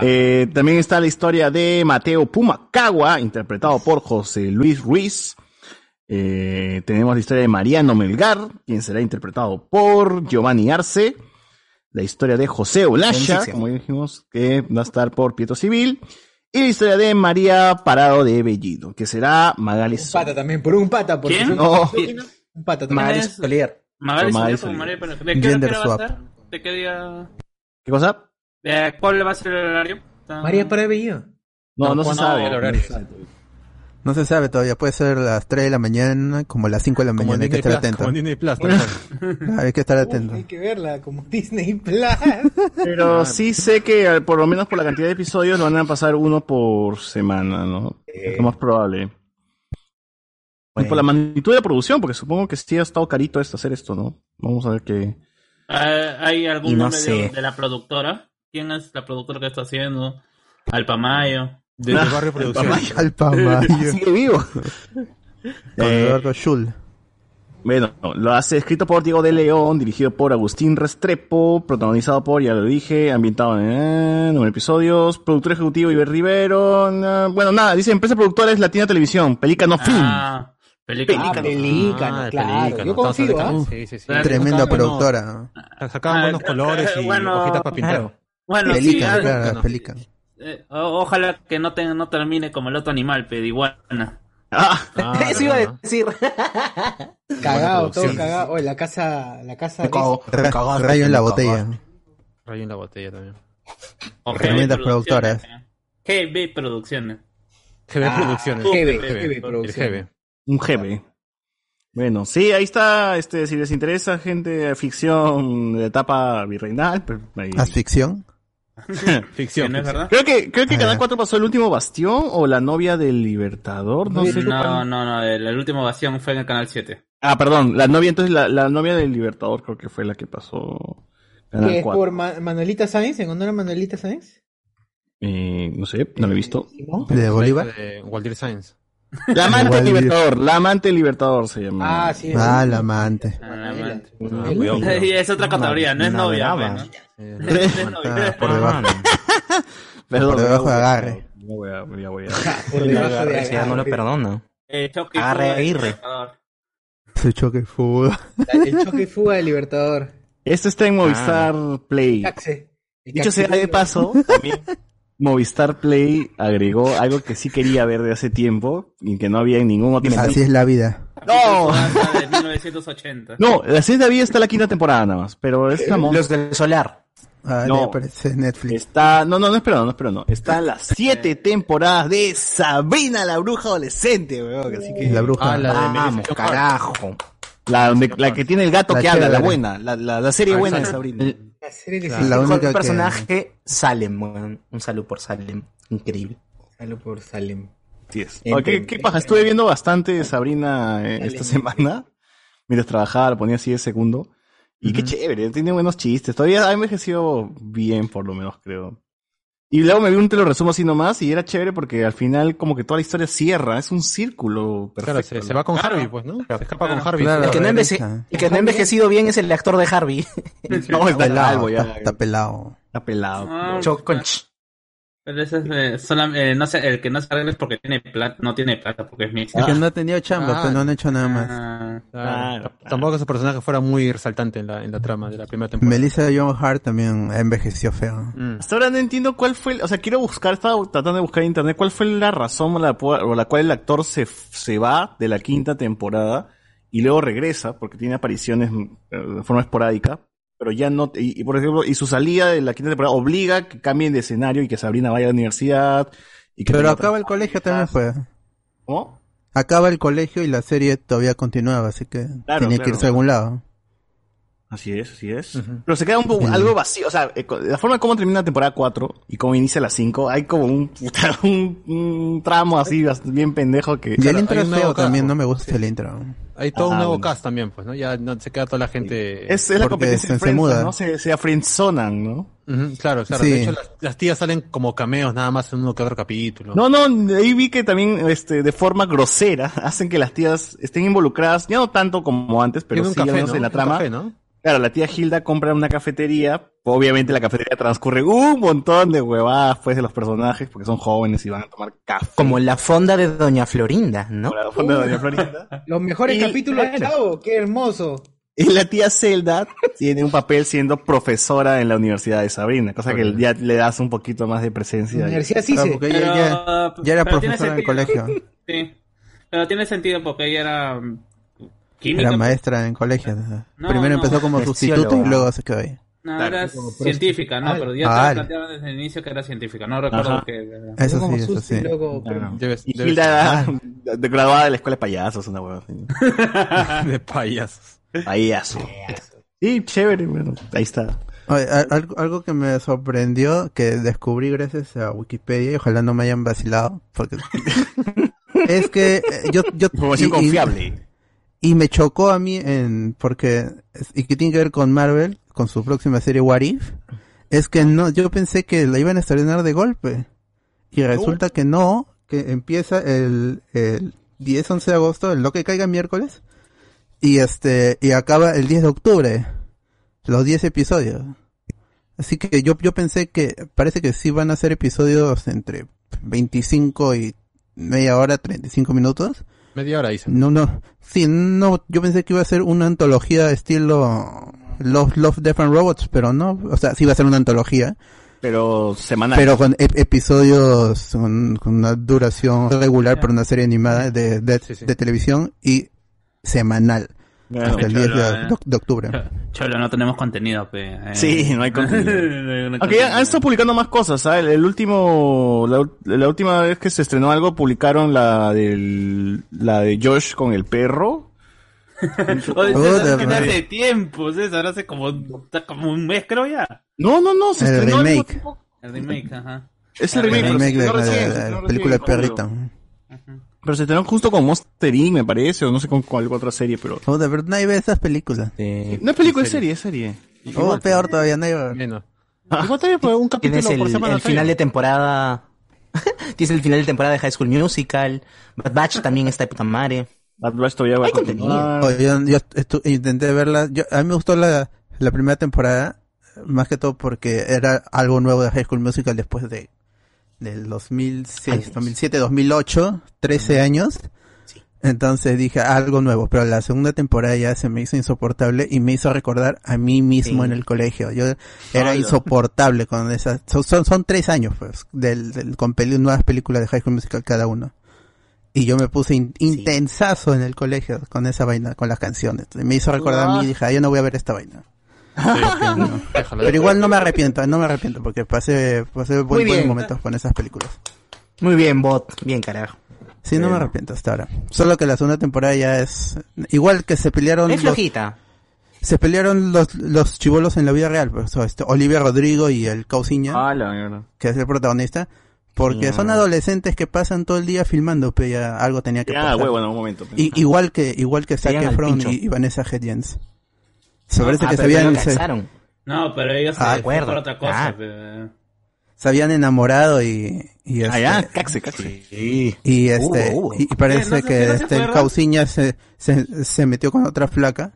eh, también está la historia de Mateo Pumacagua, interpretado por José Luis Ruiz. Eh, tenemos la historia de Mariano Melgar, quien será interpretado por Giovanni Arce. La historia de José Olaya, Buenísimo. como dijimos, que va a estar por Pietro Civil. Y la historia de María Parado de Bellido, que será Magali Un pata también, por un pata. Porque ¿Quién? son- No. Un pata también. Magali es- Solier. Magali Magali Solier como Solier. María Pérez. ¿De qué Gender hora va a swap. estar? ¿De qué día? ¿Qué cosa? Eh, ¿Cuál va a ser el horario? Ah, María Paré Bellido. No, no, se no, sabe. el horario. No se sabe todavía, puede ser las 3 de la mañana, como las 5 de la Como en mañana, hay que Disney estar Plus, atento. como en Disney Plus, tal cual. Claro, [laughs] Ah, Hay que estar atento. Hay que [laughs] verla como Disney Plus. Pero sí sé que al- por lo menos por la cantidad de episodios lo van a pasar uno por semana, ¿no? Es lo más probable. Y por la magnitud de la producción, porque supongo que sí ha estado carito esto, hacer esto, ¿no? Vamos a ver qué. Ah, ¿Hay Y algún no nombre de, sé. de la productora? ¿Quién es la productora que está haciendo? Alpamayo. Desde el barrio producción. Al [laughs] Pamayo. Sigue vivo. Ah, Con Eh, Eduardo Schul. Bueno, lo hace escrito por Diego de León, dirigido por Agustín Restrepo, protagonizado por, ya lo dije, ambientado en eh, nueve episodios, productor ejecutivo Iber Rivero, na- bueno, nada, dice empresa productora es Latina Televisión, Pelícano Film. Ah, película. Ah, Pelícano, Ah, claro. Pelícano, Yo estamos confío, hablando- ¿ah? Sí, sí, sí. Claro. Tremenda Sacaban unos- productora. ¿no? Sacaban Ah, eh, unos colores y bueno, hojitas para pintar. claro. [laughs] Bueno, sí, Pelican, algo- Pelican. claro, Pelican. eh, o- ojalá que no, te- no termine como el otro animal, pediguana. Ah, Eso iba a decir. [laughs] Cagado, Buena todo producción. cagado. Oye, la casa, la casa. Ra- Rayo en la botella. Rayo en la botella también. [laughs] Tremendas productoras. GB Producciones. GB Ah, Producciones. GB, GB Producciones. Un GB. Bueno, sí, ahí está, este, si les interesa, gente, ficción de etapa virreinal. pues, ahí. [laughs] ¿Ficción? Ficción. no es verdad? Creo que, creo que Canal Ah. 4 pasó el último bastión o la novia del Libertador, no No, sé. no, no, el, el último vación fue en el canal 7. Ah, perdón, la novia, entonces la, la novia del Libertador creo que fue la que pasó Canal Que es 4. por Ma- Manuelita Sáenz, en honor a Manuelita Sáenz. Eh, no sé, no lo he visto. ¿De Bolívar? Pues, De Walter Sainz. La amante Igual- del Libertador, la amante del Libertador se llama. Ah, sí. Ah, la amante. Ah, cuidado, cuidado. [laughs] Y es otra categoría, no es Una novia, brava. [laughs] pues, Está por debajo. Perdón, por debajo de agarre. Ya voy a, ya voy [laughs] a. Por debajo de Agarre, si ya no lo agarre. [laughs] perdona. Eh, choque Ah, Agarre fue- Aguirre. Su choque fuga. El choque y fuga del Libertador. Este está en Movistar Play. Caxe. El Dicho sea de caxilero. paso, [laughs] también Movistar Play agregó algo que sí quería ver de hace tiempo y que no había en ningún otro. Así es la vida. ¡No! [laughs] de 1980. No, la serie de vida está la quinta temporada nada más, pero es una mon- Los del Solar. Ah, le No. aparece Netflix. Está, no, no, no, espera, no, espera, no. Están las siete Eh. temporadas de Sabrina la Bruja Adolescente, weón. Así que... La bruja. Ah, la de Vamos, Melissa carajo. La, donde- la que tiene el gato La que habla, la chévere. buena, la, la- la serie Ah, buena de esa. Sabrina. La serie que La se- mejor personaje, Salem, weón. Un saludo por Salem. Increíble. Salud por Salem. Sí es. Oye, ¿Qué, qué paja? Estuve viendo bastante Sabrina eh, esta semana. [laughs] Mientras trabajaba, la ponía así de segundo. Y qué chévere, tiene buenos chistes. Todavía ha envejecido bien, por lo menos, creo. Y luego me vi un te lo resumo así nomás y era chévere porque al final como que toda la historia cierra, es un círculo Claro, perfecto. se, se va con Harvey, pues, ¿no? Se escapa con Harvey. Claro, el, que no envejece- el que no ha envejecido bien es el actor de Harvey. [laughs] [laughs] No, está pelado, calvo ya. está, está pelado. Está pelado. Ah, Choconch. Pero ese es, eh, solam- eh, no sé, el que no se arregla es porque tiene plata, no tiene plata, porque es mi Es que no ha tenido chamba, Ah. pues no han hecho nada más. Ah, Claro. Tampoco ese personaje fuera muy resaltante en la, en la trama de la primera temporada. Melissa John Hart también envejeció feo. Hasta ahora no entiendo cuál fue, el- o sea, quiero buscar, estaba tratando de buscar en internet cuál fue la razón por la, pu- por la cual el actor se, se va de la quinta temporada y luego regresa porque tiene apariciones eh, de forma esporádica, pero ya no, y, y por ejemplo, y su salida de la quinta temporada obliga a que cambien de escenario y que Sabrina vaya a la universidad. Y que Pero tenga acaba otra- el colegio también fue. ¿Cómo? Acaba el colegio y la serie todavía continuaba, así que Claro, tenía que claro. irse a algún lado. Así es, así es. Pero se queda un poco, algo vacío, o sea, eh, co- la forma como termina la temporada 4 y cómo inicia la 5, hay como un, [laughs] puta, un, un tramo así bast- bien pendejo que... Y el intro es Hay una feo boca- también, no me gusta el intro. Hay todo un Ah, nuevo bueno. cast también, pues, ¿no? Ya no se queda toda la gente. Es, es la competencia de se Friends, muda. ¿no? Se, se afriendzonan, ¿no? Ujú, claro, claro. Sí. De hecho, las, las tías salen como cameos nada más en uno que otro capítulo. No, no, ahí vi que también este, de forma grosera [laughs] hacen que las tías estén involucradas, ya no tanto como antes, pero Tiene un sí café, al menos ¿no? en la Un trama. café, ¿no? Claro, la tía Hilda compra una cafetería, obviamente la cafetería transcurre un montón de huevadas pues de los personajes, porque son jóvenes y van a tomar café. Como la fonda de Doña Florinda, ¿no? La fonda de Doña Florinda. [laughs] Los mejores Y- capítulos de Chavo, qué hermoso. Y la tía Zelda [laughs] tiene un papel siendo profesora en la Universidad de Sabrina, cosa que ya le das un poquito más de presencia. ahí. Universidad sí se- porque ella, Ah. ya- ya era Ah, pero profesora en tiene el [laughs] sentido. colegio. Sí. Pero tiene sentido porque ella era mm, química. Era maestra en colegio. Primero no. empezó como sustituta y Socióloga. luego se quedó ahí. No, Claro, era como científica, ¿no? profe. Pero ya Ah, te lo planteaban desde el inicio que era científica. No recuerdo Ajá. que... Eso sí, eso sí. Claro. Debes- y debes- Hilda [laughs] de- de- graduada de la escuela de payasos, una hueva. [laughs] de payasos. Payaso. Sí, chévere, bueno, ahí está. Oye, al- algo, algo que me sorprendió, que descubrí gracias a Wikipedia, y ojalá no me hayan vacilado, [laughs] porque es que eh, yo... yo Información y- y- confiable. Y, me chocó a mí, en porque es- y que tiene que ver con Marvel, con su próxima serie What If, es que no, yo pensé que la iban a estrenar de golpe, y resulta que no, que empieza el, el 10-11 de agosto, en lo que caiga miércoles, y este, y acaba el 10 de octubre, los 10 episodios. Así que yo, yo pensé que, parece que sí van a ser episodios entre 25 y media hora, 35 minutos. Media hora dicen. No, no, sí, no, yo pensé que iba a ser una antología estilo Love, Love, Death and Robots, pero no, o sea, sí iba a ser una antología, pero semanal. Pero con ep- episodios con, con una duración regular para una serie animada de, de, de televisión y semanal. Bueno, hasta el 10 de, cholo, eh. de- de octubre. Cholo, no tenemos contenido, pe. eh. Sí, no hay contenido. [laughs] No hay Aunque ya han estado publicando más cosas, ¿sabes? El, el último, la, ul- la última vez que se estrenó algo, publicaron la del, la de Josh con el perro. Oye, César, Puta que madre. hace tiempo, César, hace como, está como un mes, creo ya. No, no, no, se El estrenó algo remake. tipo- El remake, ajá. Es el remake, Ah, remake pero de se la- estrenó recién, la- se la estrenó película recién, de ¿cómo Pero se estrenó justo con Monster Inc, me parece, o no sé con cuál otra serie, pero... Joder, pero nadie ve esas películas. No es película, es serie, es serie. Oh, peor todavía, nadie va a ver. Igual también fue un capítulo Tienes el, por semana. el final de temporada. [laughs] Tienes el final de temporada de High School Musical. Bad Batch también está de puta madre. Bad Batch todavía Hay contenido. Oh, yo, yo estu- intenté verla. Yo, a mí me gustó la, la primera temporada, más que todo porque era algo nuevo de High School Musical después de del 2006, 2007, 2008, 13 años. Entonces dije algo nuevo, pero la segunda temporada ya se me hizo insoportable y me hizo recordar a mí mismo Sí. en el colegio. Yo Hola. era insoportable con esas. Son, son, son tres años, pues, del, del- con peli- nuevas películas de High School Musical cada uno. Y yo me puse in- intensazo en el colegio con esa vaina, con las canciones. Me hizo recordar a Ah. mí y dije, ah, yo no voy a ver esta vaina. este, Déjalo. Pero igual no me arrepiento, no me arrepiento porque pasé, pasé buen- Muy bien. buenos momentos con esas películas. Muy bien, bot. Bien, carajo. Sí, no me arrepiento hasta ahora. Solo que la segunda temporada ya es igual que se pelearon Es los- flojita. se pelearon los los chivolos en la vida real, pues, o este Olivia Rodrigo y el Ah, Causiña, que es el protagonista, porque Ya. son adolescentes que pasan todo el día filmando, pero ya algo tenía que Ya, pasar. huevo, en algún momento. pues. Y- igual que igual que Zac Llegan al Efron pincho. y, y Vanessa Hudgens. Se parece Ah, que se pero ya habían lo se- casaron. No, pero ellos Ah, se fue acuerdo. por otra cosa, Ah. pe. eh. se habían enamorado y y este, Ah, caxe, caxe. Y este Hubo, hubo. Y, y parece Eh, no sé, que ¿no se este el acuerda? Cauciña se, se, se metió con otra flaca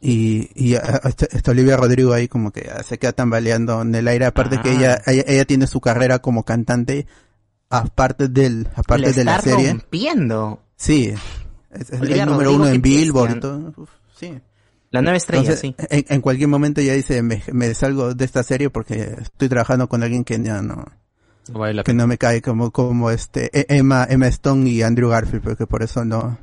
y, y ah, este, esta Olivia Rodrigo ahí como que ah, se queda tambaleando en el aire, aparte Ah. que ella, ella ella tiene su carrera como cantante aparte del aparte La de la está serie. rompiendo. Sí. Es, es Olivia el número Rodrigo, uno qué en Billboard y bestia. todo. Uf, sí. La nueva estrella, Entonces, sí. En, en cualquier momento ya dice, me, me salgo de esta serie porque estoy trabajando con alguien que ya no, No vale la que no me cae como, como este, E- Emma, Emma Stone y Andrew Garfield, porque por eso no,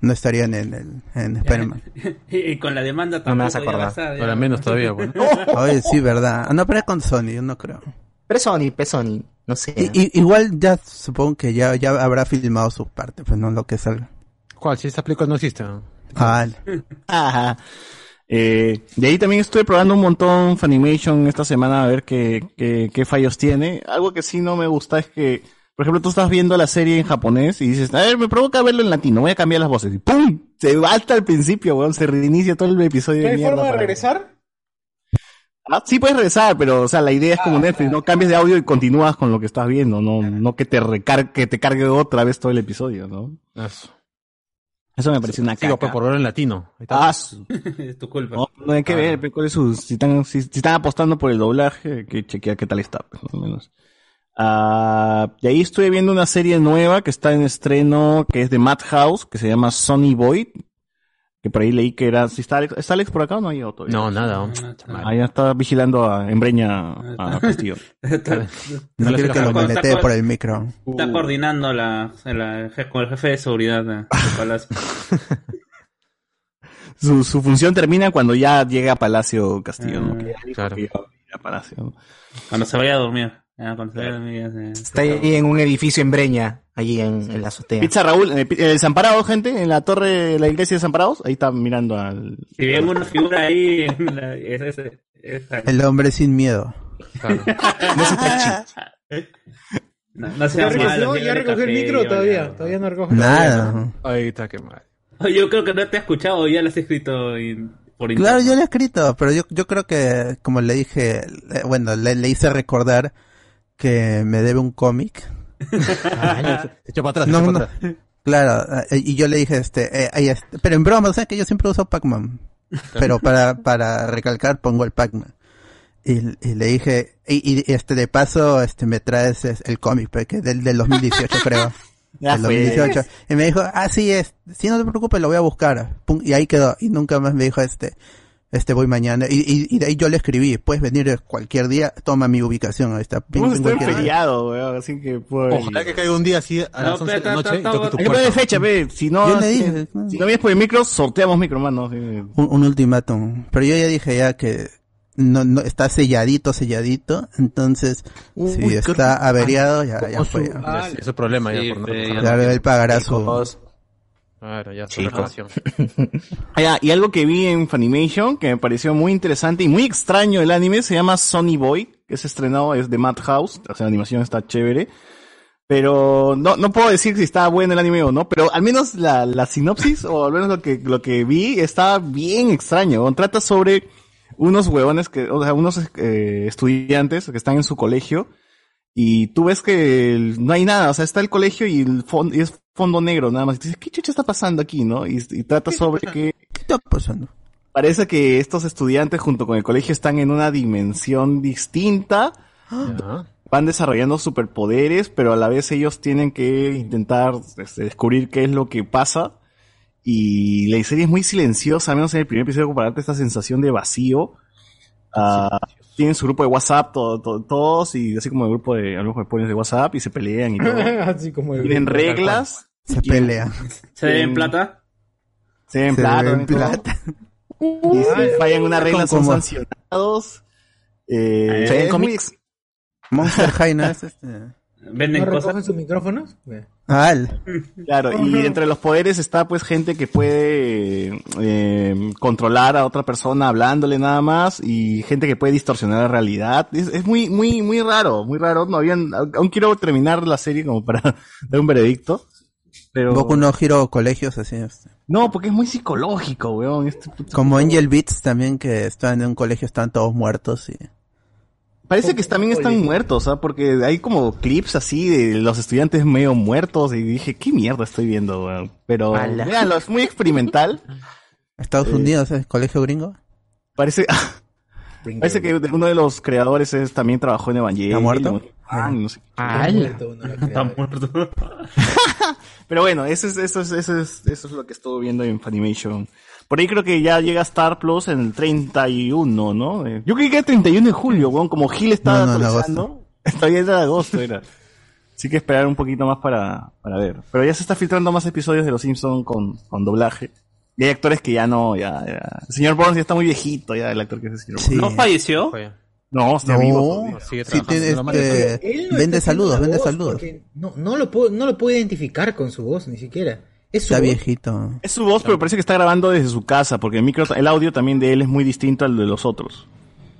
no estarían en el, en Spider-Man. [laughs] Y, y con la demanda tampoco. No me vas a ya acordar. ya. Ahora menos todavía, [laughs] bueno. Oye, sí, verdad. Ah, No, pero es con Sony, yo no creo. Pero es Sony, pues Sony. No sé. I- i- igual ya supongo que ya, ya habrá filmado su parte, pues no lo que salga. ¿Cuál? Si esas películas no existen. Ah, [laughs] Ajá. Eh, de ahí también estuve probando un montón Funimation esta semana a ver qué, qué, qué fallos tiene. Algo que sí no me gusta es que, por ejemplo, tú estás viendo la serie en japonés y dices, a ver, me provoca verlo en latino, voy a cambiar las voces. Y ¡pum! Se va hasta el principio, weón, se reinicia todo el episodio de ¿Hay mierda. forma de para- regresar? Ah, sí puedes regresar, pero, o sea, la idea es Ah, como Netflix, no cambies de audio y continúas con lo que estás viendo, no, no que te recar que te cargue otra vez todo el episodio, ¿no? Eso. Eso me pareció una Digo, caca. pues, por verlo en latino. Ah, su- [laughs] es tu culpa. no, no hay Ah. que ver, pe, cuál es su- si, están, si, si están apostando por el doblaje, que chequea qué tal está, pues, más o menos. Ah, y ahí estoy viendo una serie nueva que está en estreno, que es de Madhouse, que se llama Sonny Boy, que por ahí leí que era, si está Alex, ¿está Alex por acá o no ha llegado todavía? No, nada. oh. Ah, ya está vigilando a Embreña a Castillo. [laughs] [laughs] No quiero que lo Está- está- maletee por el micro. Está coordinando la, la- con el jefe de seguridad de- del [laughs] palacio. su, su función termina cuando ya llega a Palacio Castillo, ¿no? Que ya dijo que iba a ir a Palacio. ¿no? Cuando se vaya a dormir. Ya, cuando se vaya a dormir ya se- Está ahí en un edificio en Breña, allí en, en la azotea. Pizza Raúl, eh, pi- eh, Desamparados, gente, en la torre de la iglesia de Desamparados, ahí está mirando al... Si ven una figura ahí, en la- es ese. es- El hombre sin miedo. [laughs] [laughs] no, no Ya seas malo, recogió, fiebre ya recogió el café, micro ya, todavía. ya. Todavía no recoge. Nada. Ahí está, qué mal. Oye, Yo creo que no te he escuchado, ya lo has escrito y- por Claro, internet. yo le he escrito, pero yo, yo creo que, como le dije, le- bueno, le, le hice recordar que me debe un cómic. Ah, Echa para atrás, No, echa no. para atrás. Claro, eh, y yo le dije, este, eh, ahí está. pero en broma, o sea que yo siempre uso Pac-Man. Pero para, para recalcar, pongo el Pac-Man. Y, y le dije, y, y, este, de paso, este, me traes es- el cómic, pues, que del, del 2018, [laughs] Ah, creo. Ya pues. Del fue. 2018. Y "Ah, me dijo, así es, si no te preocupes, lo voy a buscar. Pum, y ahí quedó. Y nunca más me dijo, este, Este voy mañana. Y, y- y de ahí yo le escribí, puedes venir eh, cualquier día, toma mi ubicación, ahí está. Vamos a estar en cualquier día. feriado, weón, así que pues. Ojalá que caiga un día así a las 11 de la noche y toque tu Hay que poner puerta. fecha, pe. Si no, Yo le si, dije, si no vienes por el micro, sorteamos micro, mano. sí. un, un ultimátum. Pero yo ya dije ya que no, no está selladito, selladito. Entonces, Uy, si qué está averiado, ya, ya Ojo, fue. Ah. ya, sí, Ese problema ya por no. Claro, él pagará su... Claro, ya su Chicos. relación. Ah, ya, y algo que vi en Funimation que me pareció muy interesante y muy extraño el anime se llama Sonny Boy, que es estrenado es de Madhouse, o sea, la animación está chévere. Pero no, no puedo decir si estaba bueno el anime o no, pero al menos la, la sinopsis, o al menos lo que, lo que vi, estaba bien extraño. weón. Trata sobre unos huevones que, o sea, unos eh, estudiantes que están en su colegio y tú ves que el- no hay nada, o sea, está el colegio y, el fon- y es fondo negro nada más. Y dices, ¿qué chucha está pasando aquí, no? Y, y trata sobre que... ¿Qué está pasando? Parece que estos estudiantes junto con el colegio están en una dimensión distinta. Van desarrollando superpoderes, pero a la vez ellos tienen que intentar este, descubrir qué es lo que pasa. Y la serie es muy silenciosa, al menos en el primer episodio, para darte esta sensación de vacío. Ah, tienen su grupo de WhatsApp, todo- todo- todos, y así como el grupo de, algunos de WhatsApp, y se pelean [laughs] y todo. Así como el- Tienen reglas. [laughs] Se pelean. ¿Se ve en plata? Se ven Se plata. ven ven todo. Y Ah, si fallan una regla, son Como- sancionados. Eh, Se ven es cómics. muy- Monster High, ¿no? Es este- Eh. ¿Venden ¿No recogen cosas? sus micrófonos? Ve. Ah, el- Claro, y entre los poderes está pues gente que puede eh, controlar a otra persona hablándole nada más y gente que puede distorsionar la realidad. Es, es muy, muy, muy raro, muy raro. No habían, aún quiero terminar la serie como para [laughs] dar un veredicto. Pero... Boku no Hero Colegios, así este. [laughs] No, porque es muy psicológico, weón. Este puto- Como Angel Beats también, que están en un colegio, están todos muertos y... Parece que también están muertos, ¿ah? Porque hay como clips así de los estudiantes medio muertos y dije, ¿qué mierda estoy viendo, weón? Pero, Ala. véanlo, es muy experimental. Estados Eh. Unidos, ¿es colegio gringo? Parece, [laughs] parece que uno de los creadores es- también trabajó en Evangelion. ¿Está muerto? Ah, no sé. ¡Hala! Está muerto. Pero bueno, eso es, eso es, eso es, eso es lo que estuve viendo en Funimation. Por ahí creo que ya llega Star Plus en el 31, ¿no? Eh, Yo creí que era 31 de julio, weón, como Gil No, estaba no, en [laughs] actualizando. Todavía era de agosto, era. Así que esperar un poquito más para, para ver. Pero ya se está filtrando más episodios de Los Simpsons con, con doblaje. Y hay actores que ya no, ya, ya. El señor Burns ya está muy viejito, ya, el actor que es el señor ¿No Burns. falleció? No, está No. vivo todavía. Sigue Sí, tiene, trabajando. este, Él no vende está haciendo saludos, la vende voz, saludos. porque No, no, lo puedo, no lo puedo identificar con su voz, ni siquiera. Es su Está voz. viejito. Es su voz, pero parece que está grabando desde su casa, porque el micro, el audio también de él es muy distinto al de los otros.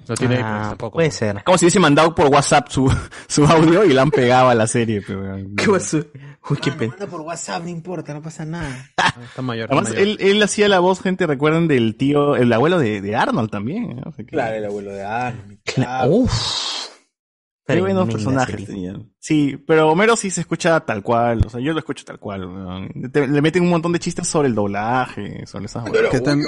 No tiene Ah, iPhone tampoco. Puede ser. Como si hubiese mandado por WhatsApp su, [laughs] su audio y le han pegado a la serie. Pero, ¿Qué pasó? Uy, qué pena. Manda por WhatsApp, no importa, no pasa nada. Está mayor. está Además, mayor. él, él hacía la voz, gente, recuerdan del tío, el abuelo de, de Arnold también. ¿eh? O sea que- Claro, el abuelo de Armin. Uf. qué buenos Tremenda personajes serie. tenían. Sí, pero Homero sí se escucha tal cual, o sea, yo lo escucho tal cual. ¿no? Te- le meten un montón de chistes sobre el doblaje, sobre esas Que tam-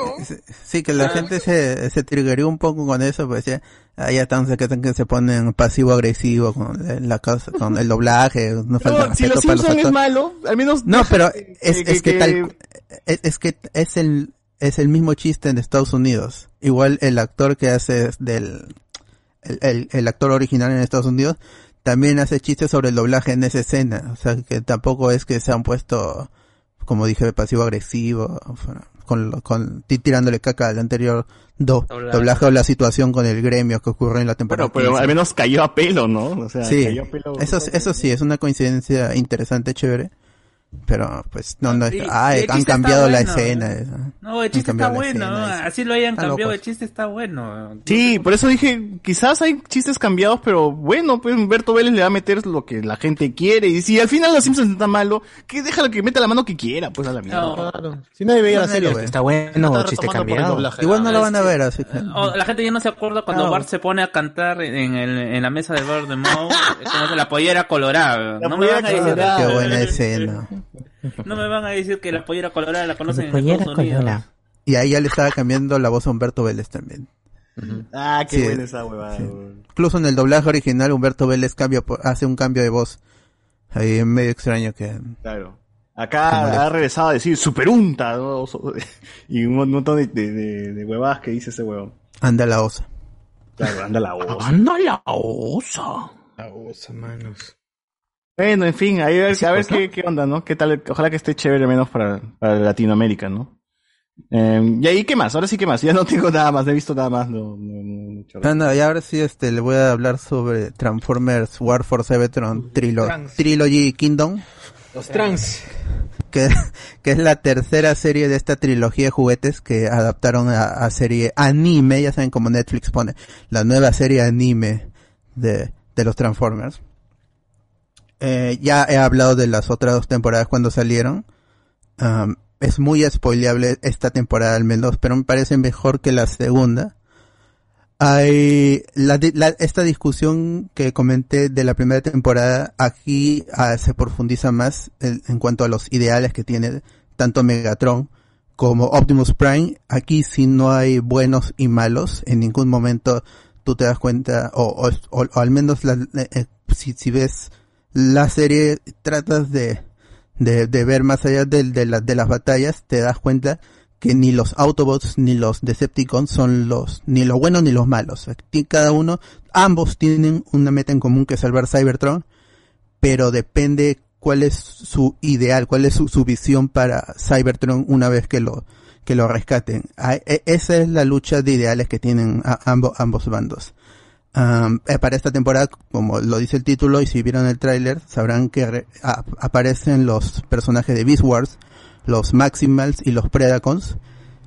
sí, que la Ah, gente se, se triggerió un poco con eso, pues ya, ah, ya tan se, que tan- que se ponen pasivo-agresivo con la- la cosa, con el doblaje, no falta No, si respeto para los los Simpson es actores. malo, al menos... No, deja pero [laughs] que- es, es que, tal, cu- es, es que es el, es el mismo chiste en Estados Unidos. Igual el actor que hace es del, el, el- el actor original en Estados Unidos también hace chistes sobre el doblaje en esa escena. O sea, que tampoco es que se han puesto, como dije, pasivo agresivo, con, lo- con, ti- tirándole caca al anterior do- Doblaje. doblaje o la situación con el gremio que ocurre en la temporada. Bueno, pero 15. al menos cayó a pelo, ¿no? O sea, Sí, cayó a pelo. eso, eso sí, es una coincidencia interesante, chévere. Pero pues no, no es... ah, el chiste han está cambiado la bueno. escena. eso. No, el Han chiste está cambiado la bueno. escena, ¿no? eso. Así lo hayan Están cambiado, locos. el chiste está bueno. Sí, por eso dije, quizás hay chistes cambiados, pero bueno, pues Humberto Vélez le va a meter lo que la gente quiere. Y si al final los Simpsons está malo, que déjalo que meta la mano que quiera, pues a la mierda. No. Si nadie veía la Nadie lo serie. ve. Está bueno, Está retomando chiste por el cambiado. doblaje, Igual no nada lo más. van a ver, así que... O- la gente ya no se acuerda cuando No. Bart se pone a cantar en, el- en la mesa de Bart de Moe, es como la pollera colorada. La no, me van a pollera decir, eh, colorada. Qué buena escena. no me van a decir que la pollera colorada la conocen en Pollera Estados Unidos. colorada. Y ahí ya le estaba cambiando la voz a Humberto Vélez también. Ah, qué Sí. buena esa huevada. weón. Incluso en el doblaje original Humberto Vélez cambia, por- hace un cambio de voz. Ahí es medio extraño que... Claro. Acá ha regresado a decir superunta ¿no? [laughs] y un montón de, de, de- de huevadas que dice ese huevón. Anda la osa. Claro, anda la osa. Anda la osa. La osa, manos. Bueno, en fin, ahí a ver, a ver qué, qué onda, ¿no? ¿Qué tal? Ojalá que esté chévere menos para, para Latinoamérica, ¿no? Eh, y ahí, ¿qué más? Ahora sí, ¿qué más? Ya no tengo nada más, no he visto nada más. No, no, no, no, chorro. Ah, no, y ahora sí este, le voy a hablar sobre Transformers War for Cybertron Trilo- Trans. Trilogy Kingdom, Los trans. que, [laughs] que es la tercera serie de esta trilogía de juguetes que adaptaron a, a serie anime, ya saben como Netflix pone, la nueva serie anime de, de los Transformers. Eh, ya he hablado de las otras dos temporadas cuando salieron. Am, es muy spoileable esta temporada al menos, pero me parece mejor que la segunda. Hay la di- la- esta discusión que comenté de la primera temporada aquí ah, se profundiza más en, en cuanto a los ideales que tiene tanto Megatron como Optimus Prime. Aquí sí no hay buenos y malos. En ningún momento tú te das cuenta o, o- o- o al menos la- eh, eh, si, si ves la serie tratas de de, de ver más allá del- de, la- de las batallas, te das cuenta que ni los Autobots ni los Decepticons son los ni los buenos ni los malos. Aquí cada uno, ambos tienen una meta en común que es salvar Cybertron, pero depende cuál es su ideal, cuál es su, su visión para Cybertron una vez que lo que lo rescaten. Ah, e- Esa es la lucha de ideales que tienen a- ambos ambos bandos. Am, eh, para esta temporada, como lo dice el título, y si vieron el tráiler, sabrán que re- a- aparecen los personajes de Beast Wars, los Maximals y los Predacons,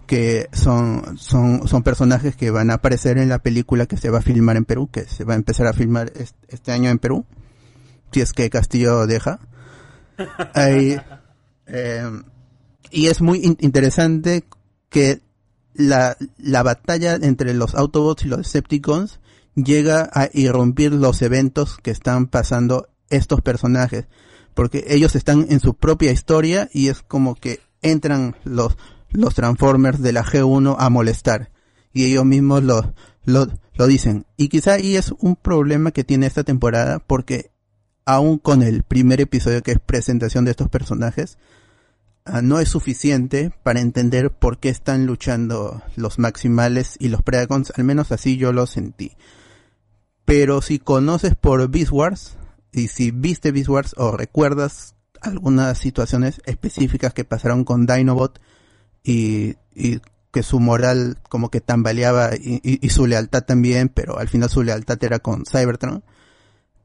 que son, son, son personajes que van a aparecer en la película que se va a filmar en Perú, que se va a empezar a filmar es- este año en Perú, si es que Castillo deja. Ahí, em, y es muy in- interesante que la, la batalla entre los Autobots y los Decepticons llega a irrumpir los eventos que están pasando estos personajes. Porque ellos están en su propia historia y es como que entran los, los Transformers de la G1 a molestar. Y ellos mismos lo, lo, lo dicen. Y quizá ahí es un problema que tiene esta temporada porque aún con el primer episodio que es presentación de estos personajes, ah, no es suficiente para entender por qué están luchando los maximales y los predacons, al menos así yo lo sentí. Pero si conoces por Beast Wars, y si viste Beast Wars o recuerdas algunas situaciones específicas que pasaron con Dinobot y, y que su moral como que tambaleaba y, y- y su lealtad también, pero al final su lealtad era con Cybertron.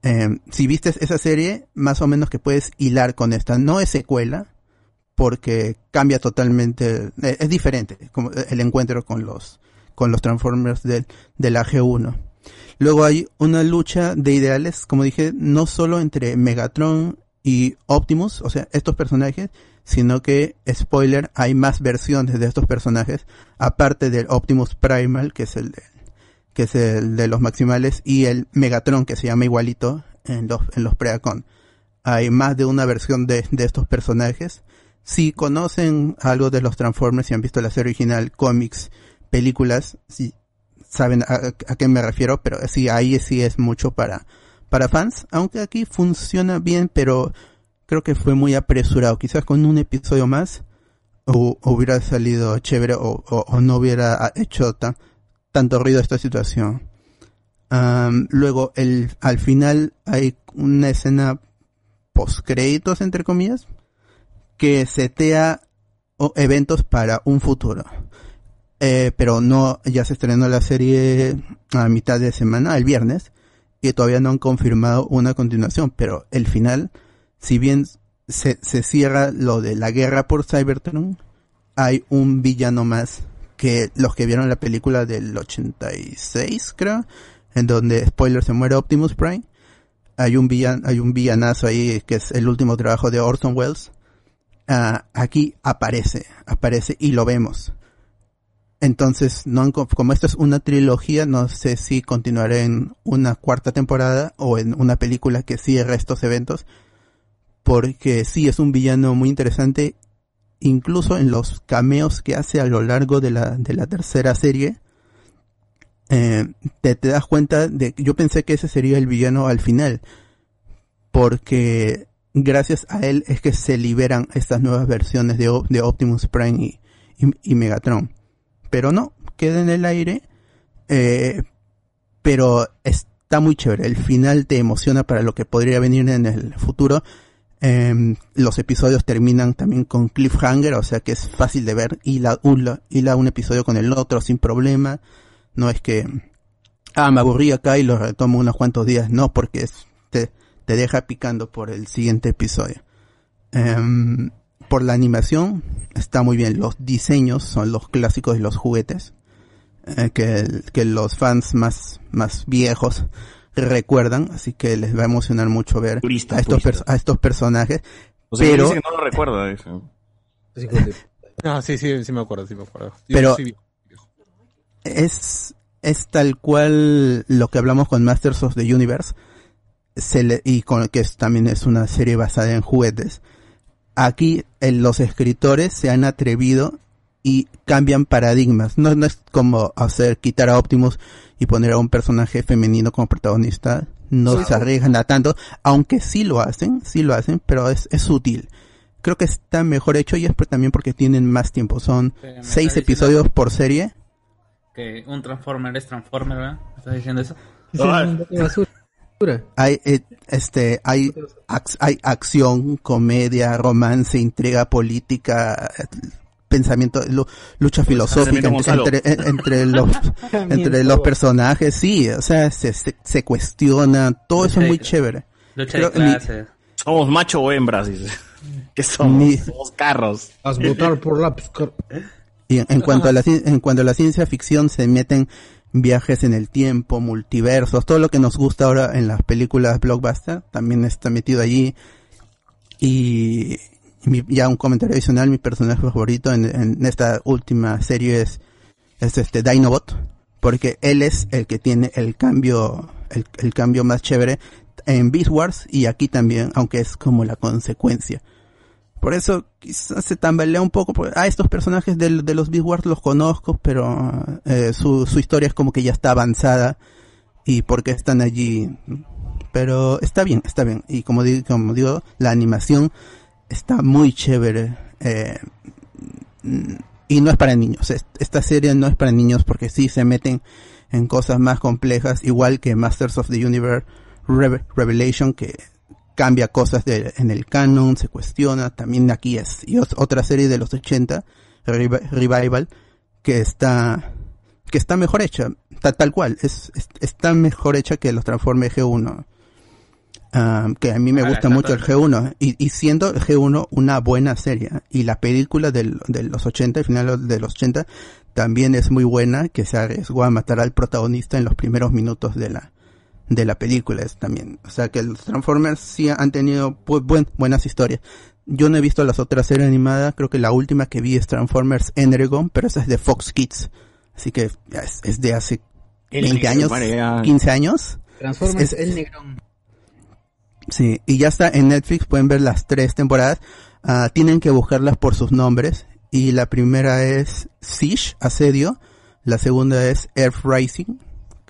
Eh, si viste esa serie, más o menos que puedes hilar con esta. No es secuela, porque cambia totalmente, eh, es diferente como e, el encuentro con los con los Transformers del de la G1. Luego hay una lucha de ideales, como dije, no solo entre Megatron y Optimus, o sea, estos personajes, sino que spoiler, hay más versiones de estos personajes aparte del Optimus Primal, que es el de, que es el de los Maximales y el Megatron que se llama igualito en los en los Predacon. Hay más de una versión de, de estos personajes si conocen algo de los Transformers, si han visto la serie original, cómics, películas, si saben a, a qué me refiero, pero sí, ahí sí es mucho para, para fans, aunque aquí funciona bien, pero creo que fue muy apresurado. Quizás con un episodio más hu- hubiera salido chévere o, o- o no hubiera hecho tan, tanto ruido esta situación. Am, luego, el, al final hay una escena post créditos, entre comillas, que setea o- eventos para un futuro. Eh, pero no, ya se estrenó la serie a mitad de semana, el viernes, y todavía no han confirmado una continuación, pero el final, si bien se, se cierra lo de la guerra por Cybertron, hay un villano más que los que vieron la película del 86, creo, en donde, spoiler, se muere Optimus Prime. Hay un, villan, hay un villanazo ahí que es el último trabajo de Orson Welles. Ah, aquí aparece, aparece y lo vemos. Entonces, no han co- como esta es una trilogía, no sé si continuaré en una cuarta temporada o en una película que cierre estos eventos, porque sí es un villano muy interesante, incluso en los cameos que hace a lo largo de la, de la tercera serie, eh, te, te das cuenta de, yo pensé que ese sería el villano al final, porque gracias a él es que se liberan estas nuevas versiones de, O- de Optimus Prime y, y- y Megatron. Pero no, queda en el aire. eh, pero está muy chévere. El final te emociona para lo que podría venir en el futuro. Eh, los episodios terminan también con cliffhanger, o sea que es fácil de ver. Y la, un, hila un episodio con el otro sin problema. No es que, ah, me aburrí acá y lo retomo unos cuantos días. No, porque es- te, te deja picando por el siguiente episodio. Em, por la animación, está muy bien. Los diseños son los clásicos de los juguetes. eh, que, el- que los fans más, más viejos recuerdan. Así que les va a emocionar mucho ver a, estos puristas. perso- a estos personajes. O sea, pero dice que no lo recuerda. dice. [laughs] No, Ah, sí, sí, sí me acuerdo, sí me acuerdo. Yo Pero- sí vi- es, es tal cual lo que hablamos con Masters of the Universe, se le- y con, que es- también es una serie basada en juguetes. Aquí en los escritores se han atrevido y cambian paradigmas. No, no es como hacer quitar a Optimus y poner a un personaje femenino como protagonista. No Sí. se arriesgan a tanto, aunque sí lo hacen, sí lo hacen, pero es, es útil. Creo que está mejor hecho y es por- también porque tienen más tiempo. Son Sí, me está seis diciendo- episodios por serie. Que un Transformer es Transformer, ¿verdad? ¿Estás diciendo eso? Hay, eh, este, hay, ac- hay acción, comedia, romance, intriga política, eh, pensamiento, lu- lucha filosófica pensamiento entre, entre, Gonzalo. en- entre los, entre los personajes, sí, o sea, se, se, se cuestiona, todo eso es muy chévere. Lucha Creo- de clases. Somos macho o hembras, dice. [laughs] ¿Qué somos? Ni- Somos carros. Vas a votar por la piscor- Y en, en cuanto a la, cien- en cuanto a la ciencia ficción se meten viajes en el tiempo, multiversos, todo lo que nos gusta ahora en las películas blockbuster también está metido allí. Y mi- ya un comentario adicional, mi personaje favorito en, en esta última serie es, es este Dinobot, porque él es el que tiene el cambio, el, el cambio más chévere en Beast Wars y aquí también, aunque es como la consecuencia. Por eso quizás se tambalea un poco. porque, ah, estos personajes del- de los Beast Wars los conozco, pero eh, su, su historia es como que ya está avanzada. Y por qué están allí. Pero está bien, está bien. Y como, di- como digo, la animación está muy chévere. eh, mm, y no es para niños. Es- Esta serie no es para niños porque sí se meten en cosas más complejas, igual que Masters of the Universe Reve- Revelation, que cambia cosas de- en el canon, se cuestiona. También aquí es y os- otra serie de los 80, Revi- Revival, que está que está mejor hecha, ta- tal cual, es, es- está mejor hecha que los Transformers G1. Ah, que a mí me Ah, gusta está mucho el perfecto. G1 y, y siendo el G1 una buena serie y la película del- de los 80, el final de los 80 también es muy buena que se arriesgó a matar al protagonista en los primeros minutos de la de la película es también o sea que los Transformers sí han tenido bu- buen- buenas historias yo no he visto las otras series animadas creo que la última que vi es Transformers Energon pero esa es de Fox Kids así que es, es de hace El 20 negro, años marea. 15 años Transformers Es- es- el Negrón. Sí, y ya está en Netflix, pueden ver las tres temporadas. Ah, tienen que buscarlas por sus nombres. Y la primera es Siege, Asedio. La segunda es Earth Rising.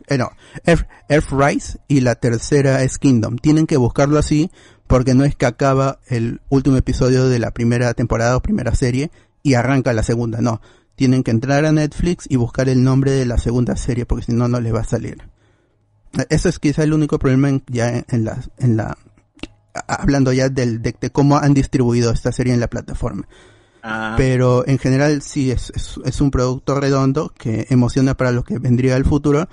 Eh, no, Earth, Earthrise. Y la tercera es Kingdom. Tienen que buscarlo así porque no es que acaba el último episodio de la primera temporada o primera serie y arranca la segunda. No, tienen que entrar a Netflix y buscar el nombre de la segunda serie porque si no, no les va a salir. Eso es quizá el único problema en- ya en, en la, en la, a- hablando ya del, de, de cómo han distribuido esta serie en la plataforma. Pero en general sí es, es, es un producto redondo que emociona para lo que vendría el futuro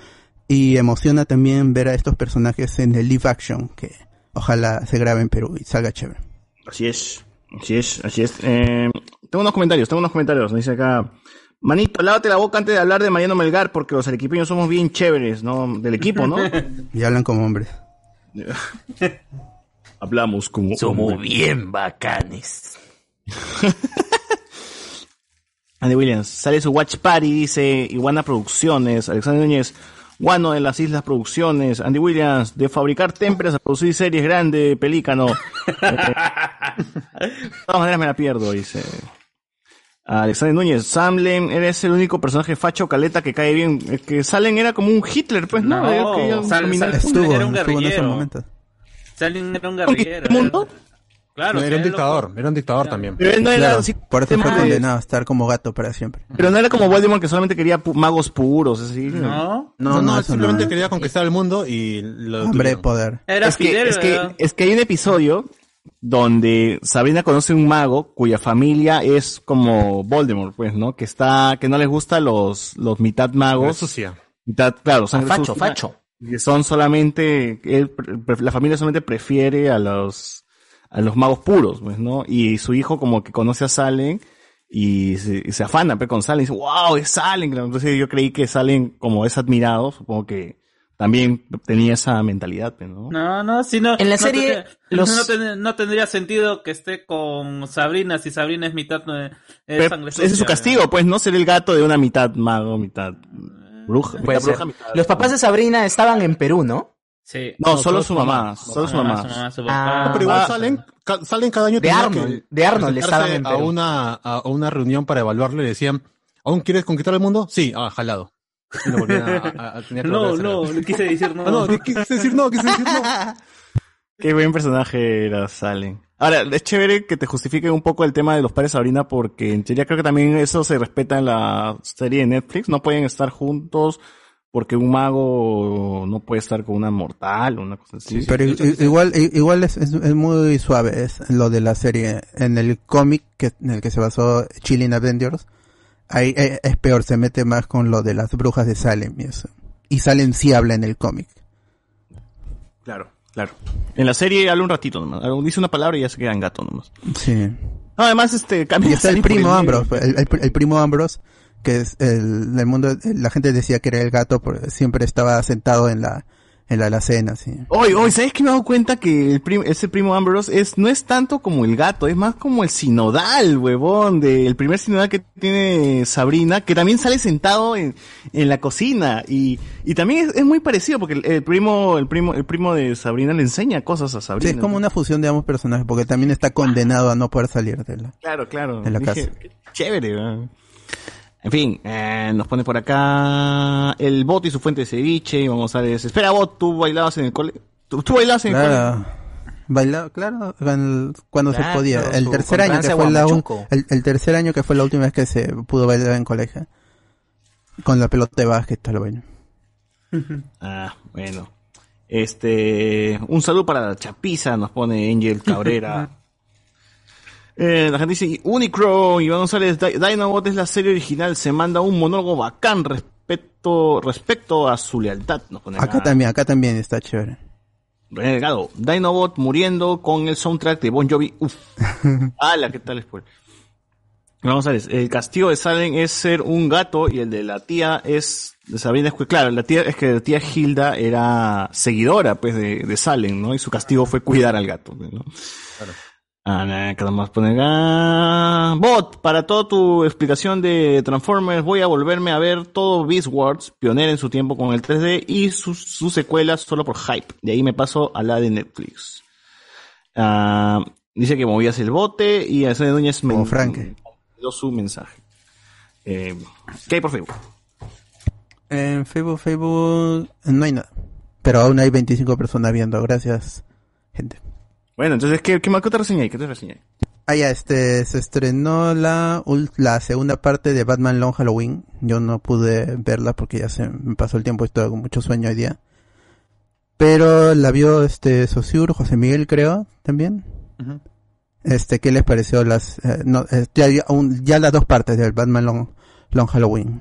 y emociona también ver a estos personajes en el live action que ojalá se grabe en Perú y salga chévere. Así es, así es, así es. Eh, tengo unos comentarios, tengo unos comentarios. Me dice acá, manito, lávate la boca antes de hablar de Mariano Melgar, porque los arequipeños somos bien chéveres, ¿no? Del equipo, ¿no? [laughs] Y hablan como hombres. [laughs] Hablamos como. Somos bien bacanes. Andy Ah, Williams, sale su Watch Party, dice Iguana Producciones, Alexander Núñez, Guano de las Islas Producciones, Andy Williams, de fabricar témperas a producir series grande, [laughs] pelícano. Eh, de todas maneras me la pierdo, dice. Alexander Núñez, Samlen, eres el único personaje facho caleta que cae bien. Es que Salen era como un Hitler, pues, ¿no? Era que ya Sal- dominaba- Sal- Era un guerrillero. Salen era un guerrillero. Claro, era un dictador, era un dictador también. Pero él no era Claro, así- por eso fue tema de- condenado a estar como gato para siempre. Pero no era como Voldemort que solamente quería pu- magos puros, así. No, No, no, no, eso Simplemente no. quería conquistar el mundo y lo Hombre de poder. Era es, que, Fidel, es, que, ¿verdad? es que hay un episodio donde Sabrina conoce un mago cuya familia es como Voldemort, pues, ¿no? Que está, que no les gusta los, los mitad magos. Sangre sucia. Mitad, claro, sangre facho, sucia. facho. Y son solamente, él pre- pre- la familia solamente prefiere a los, a los magos puros, pues, ¿no? Y su hijo como que conoce a Salen y se, y se afana pues, con Salen y dice, wow, es Salen. Entonces yo creí que Salen, como es admirado, supongo que también tenía esa mentalidad, pues, ¿no? No, no, si no. En la no serie, tendría- los- no, ten- no tendría sentido que esté con Sabrina si Sabrina es mitad. eh, es Pero sangre ese es su sucia. castigo, pues, ¿no? Ser el gato de una mitad mago, mitad bruja. Eh, Puede mitad ser. bruja, mitad- Los papás de Sabrina estaban en Perú, ¿no? Sí. No, solo su mamá, solo su mamá. Ah, pero igual salen, ca- salen cada año. De tenía Arnold, que de Arnold presentarse estaban en a Perú. una, a una reunión para evaluarlo y le decían, ¿aún quieres conquistar el mundo? Sí, ah, jalado. Y lo volvían [laughs] a- a- a- ah, tenía que volver a No, hacer no, algo. le quise decir no. Ah, no, quise decir no, quise decir no. Qué buen personaje era Salen. Ahora, es chévere que te justifique un poco el tema de los padres Sabrina, porque en teoría creo que también eso se respeta en la serie de Netflix. No pueden estar juntos porque un mago no puede estar con una mortal o una cosa así. Pero i- i- igual, i- igual es, es- es muy suave es lo de la serie. En el cómic que, en el que se basó Chilling Avengers, ahí eh, es peor, se mete más con lo de las brujas de Salem y eso. Y Salem sí habla en el cómic. Claro, claro. En la serie habla un ratito nomás. Dice una palabra y ya se queda en gato nomás. Sí. No, además, este, cambia Y está Salen el por primo negro. Ambros, el, el- el primo Ambros, que es el, del mundo, la gente decía que era el gato, porque siempre estaba sentado en la, en la alacena, sí. Hoy, hoy, ¿sabes que me he dado cuenta que el prim- ese primo Ambrose es, no es tanto como el gato, es más como el sinodal, huevón, del primer sinodal que tiene Sabrina, que también sale sentado en, en la cocina y, y también es, es muy parecido porque el, el primo, el primo, el primo de Sabrina le enseña cosas a Sí, Sabrina. es como una fusión de ambos personajes, porque también está condenado a no poder salir de la. Claro, claro. En la Dije, casa. qué Chévere, ¿verdad? En fin, eh, nos pone por acá el bot y su fuente de ceviche. Y vamos a ver, espera, bot, tú bailabas en el cole. Tú, Este, tú bailabas en el cole. Claro. Bailaba, claro, cuando cuando Claro, se podía. El su- tercer con año que Francia fue la Guamachuco. un- el, el tercer año que fue la última vez que se pudo bailar en colegio. Con la pelota de básquet, todo lo bueno. Ah, bueno. Este, un saludo para la chapiza, nos pone Angel Cabrera. Eh, la gente dice, Unicron, Iván González, Dy- Dinobot es la serie original, se manda un monólogo bacán respecto, respecto a su lealtad, nos pone Acá también, acá también está chévere. René Delgado, Dinobot muriendo con el soundtrack de Bon Jovi. Uf. Ala, ¿qué tal spoiler? Vamos a ver, el castigo de Salen es ser un gato y el de la tía es de Sabrina es que- claro, la tía es que la tía Hilda era seguidora pues de, de Salen, ¿no? Y su castigo fue cuidar al gato, ¿no? Ah, nada, que nomás poner ah, Bot, para toda tu explicación de Transformers, voy a volverme a ver todo Beast Wars, pionera en su tiempo con el 3D, y sus sus secuelas solo por hype. De ahí me paso a la de Netflix. Ah, dice que movías el bote y a Sonia Núñez me dio su mensaje. Eh, ¿Qué hay por Facebook? En Facebook, Facebook, no hay nada. Pero aún hay 25 personas viendo, gracias, gente. Bueno, entonces, ¿qué, qué, más- qué te reseñé? ¿Qué te reseñé? Ah, ya, este, se estrenó la, ul- la segunda parte de Batman Long Halloween. Yo no pude verla porque ya se me pasó el tiempo y estuve con mucho sueño hoy día. Pero la vio este Sosur, José Miguel creo, también. Ujú. Este, ¿qué les pareció las, eh, no, eh, ya, ya un- ya las dos partes del Batman Long, Long Halloween?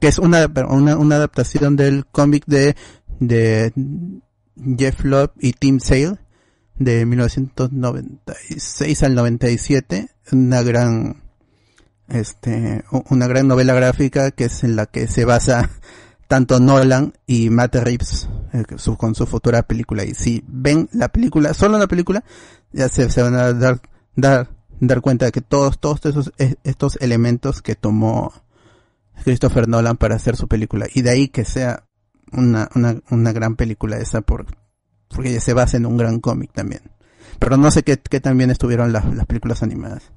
Que es una, una, una adaptación del cómic de, de Jeff Love y Tim Sale de 1996 al 97, una gran este u- una gran novela gráfica que es en la que se basa tanto Nolan y Matt Reeves eh, que su- con su futura película y si ven la película, solo la película ya se, se van a dar dar dar cuenta de que todos todos esos eh, estos elementos que tomó Christopher Nolan para hacer su película y de ahí que sea una una una gran película esa por porque se basa en un gran cómic también. Pero no sé qué, qué también estuvieron las, las películas animadas.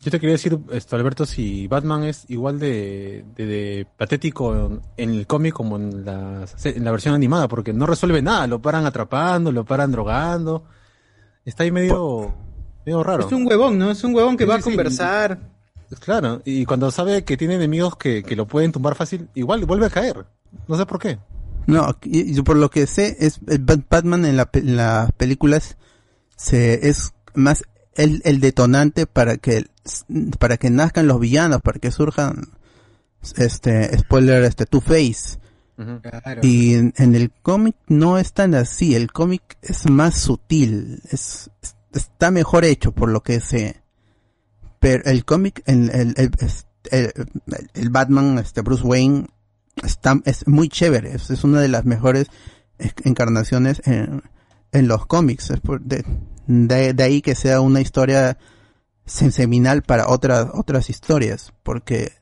Yo te quería decir, esto, Alberto, si Batman es igual de, de- de patético en el cómic como en la, se- en la versión animada, porque no resuelve nada, lo paran atrapando, lo paran drogando, Está ahí medio, medio raro. Es un huevón, ¿no? Es un huevón que va a conversar. Claro, y cuando sabe que tiene enemigos que, que lo pueden tumbar fácil, igual vuelve a caer. No sé por qué. No, y- y por lo que sé, es el Bat- Batman en, la pe- en las películas se, es más el, el detonante para que, para que nazcan los villanos, para que surjan, este, spoiler, este, Two-Face. Y en, en el cómic no es tan así, el cómic es más sutil, es, es- está mejor hecho por lo que sé. Pero el cómic, el, el, el- es- el- el- el Batman, este Bruce Wayne, está, es muy chévere, es, es una de las mejores es- encarnaciones en, en los cómics. Es por- de, de- de ahí que sea una historia sen- seminal para otras, otras historias, porque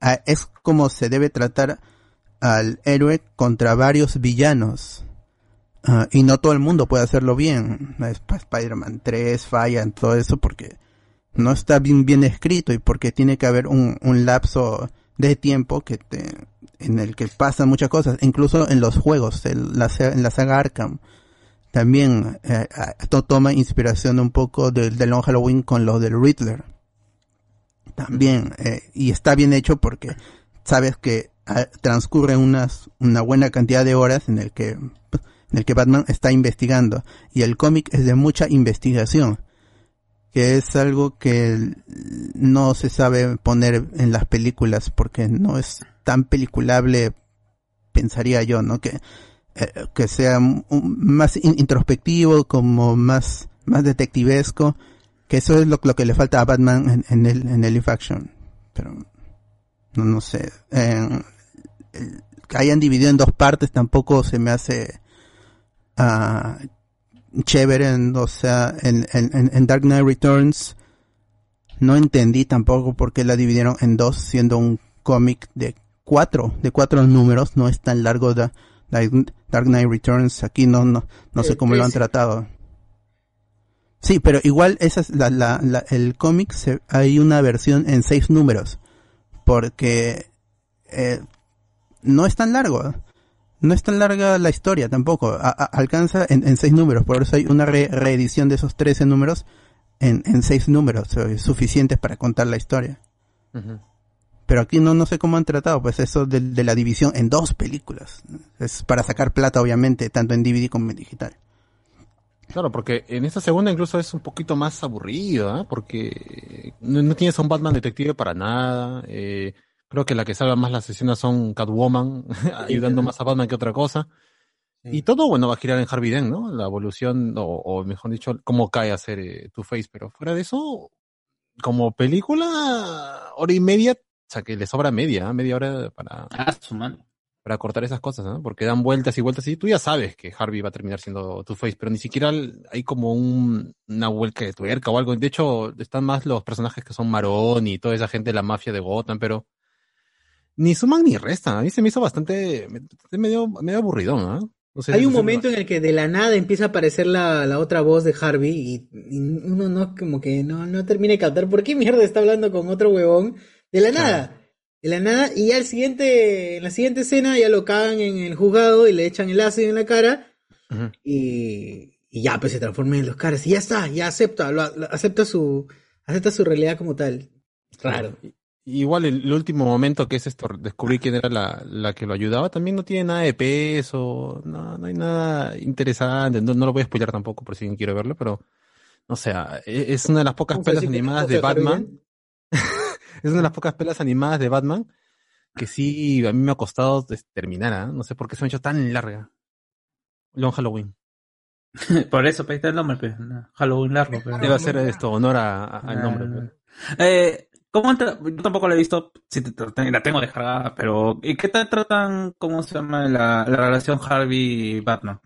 ah, es como se debe tratar al héroe contra varios villanos. Ah, y no todo el mundo puede hacerlo bien. Sp- Spider-Man 3 falla en todo eso porque no está bien, bien escrito y porque tiene que haber un, un lapso de tiempo que te, en el que pasan muchas cosas. Incluso en los juegos, en la, sa- en la saga Arkham, también eh, ah, to- toma inspiración un poco del de Long Halloween con lo del Riddler también eh, y está bien hecho porque sabes que ah, transcurren unas una buena cantidad de horas en el que en el que Batman está investigando y el cómic es de mucha investigación que es algo que no se sabe poner en las películas porque no es tan peliculable pensaría yo no que eh, que sea un- un- más in- introspectivo como más más detectivesco que eso es lo, lo que le falta a Batman en, en el en el live action pero no, no sé Eh, el- que hayan dividido en dos partes tampoco se me hace ah, chévere en- o sea en, en- en- en Dark Knight Returns no entendí tampoco por qué la dividieron en dos siendo un cómic de cuatro de cuatro números no es tan largo da- Dark Dark Knight Returns aquí no no no sé Eh, cómo lo han trece. tratado Sí, pero igual esa es la, la- la- el cómic se- hay una versión en seis números porque eh, no es tan largo, ¿eh? no es tan larga la historia tampoco, a- a- alcanza en, en seis números, por eso hay una re- reedición de esos 13 números en, en seis números eh, suficientes para contar la historia. [laughs] Pero aquí no, no sé cómo han tratado, pues eso de, de la división en dos películas. Es para sacar plata, obviamente, tanto en DVD como en digital. Claro, porque en esta segunda incluso es un poquito más aburrida, ¿ah? porque no, no tienes a un Batman detective para nada. eh, creo que la que salva más las escenas son Catwoman, [laughs] ayudando más a Batman que otra cosa. Y todo, bueno, va a girar en Harvey Dent, ¿no? La evolución, o, o mejor dicho, cómo cae a ser eh, Two-Face. Pero fuera de eso, como película, hora y media, o sea, que le sobra media, ¿ah? media hora para, para cortar esas cosas, ¿no? Porque dan vueltas y vueltas y tú ya sabes que Harvey va a terminar siendo Two-Face, pero ni siquiera hay como un- una vuelta de tuerca o algo. De hecho, están más los personajes que son Marón y toda esa gente de la mafia de Gotham, pero ni suman ni restan. A mí se me hizo bastante, me- medio, medio aburridón, ¿no? No sé, Hay no un sé- momento en el que de la nada empieza a aparecer la, la otra voz de Harvey y, y uno no como que no, no termina de captar por qué mierda está hablando con otro huevón de la nada. De la nada y ya el siguiente, en la siguiente escena ya lo cagan en el juzgado y le echan el ácido en la cara y, y ya pues se transforma en los caras y ya está, ya acepta, lo- lo- acepta su acepta su realidad como tal. Raro. Eh, Igual el, el último momento que es esto, descubrir quién era la, la que lo ayudaba, también no tiene nada de peso, no, no hay nada interesante, no, no lo voy a spoiler tampoco por si alguien quiere verlo, pero no sé, ah, e- es una de las pocas Vamos a pelas decir que animadas tampoco de se dejaron Batman. [laughs] es una de las pocas pelas animadas de Batman que sí a mí me ha costado des- terminar, ¿ah? no sé por qué se me ha hecho tan larga. Long Halloween. [laughs] Por eso, pediste el nombre, pues. Halloween largo. pues, Pero... Debe hacer esto honor a- a- al nombre. pues. Eh, ¿cómo entra- Yo tampoco la he visto, sí, te- te- la tengo descargada, pero ¿y qué tal tratan, cómo se llama, la, la relación Harvey-Batman?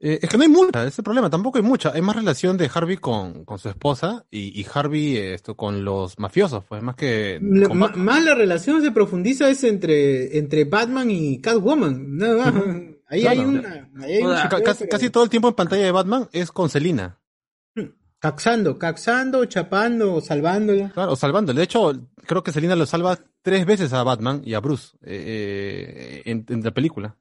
Eh, es que no hay mucha, ese es el problema, tampoco hay mucha. Hay más relación de Harvey con, con su esposa y, y Harvey eh, esto, con los mafiosos, pues más que... La- con ma- Batman. más la relación se profundiza es entre, entre Batman y Catwoman. Nada más. Ahí Claro. hay una. Ahí hay un Ca- chipeo, casi, pero- casi todo el tiempo en pantalla de Batman es con Selina. Caxando, caxando, chapando, salvándolo. Claro, o salvándole. De hecho, creo que Selina lo salva tres veces a Batman y a Bruce eh, eh, en, en la película.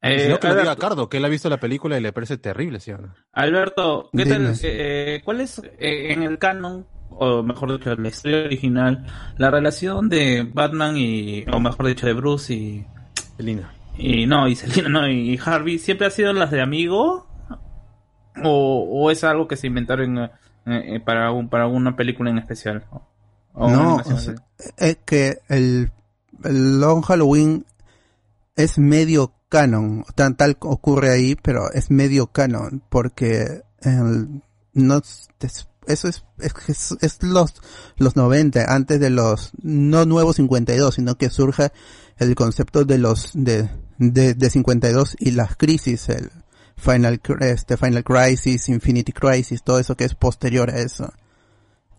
Eh, Si no, que lo diga Alberto. Cardo, que él ha visto la película y le parece terrible, ¿sí o no? Alberto, ¿qué tal, Dinos. eh, ¿cuál es eh, en el canon, o mejor dicho, en la historia original, la relación de Batman y, o mejor dicho, de Bruce y... Selina. Y no, y Selina, no, y Harvey, ¿siempre ha sido las de amigo? ¿O, o es algo que se inventaron eh, eh, para, un, para una película en especial? O una No, animación o sea, especial? es que el, el Long Halloween es medio canon, tan tal ocurre ahí, pero es medio canon porque el- no es- es- eso es, es, que es- es los los 90 antes de los no nuevos 52, sino que surja el concepto de los de de, de 52 y las crisis, el Final Cr- este Final Crisis, Infinity Crisis, todo eso que es posterior a eso.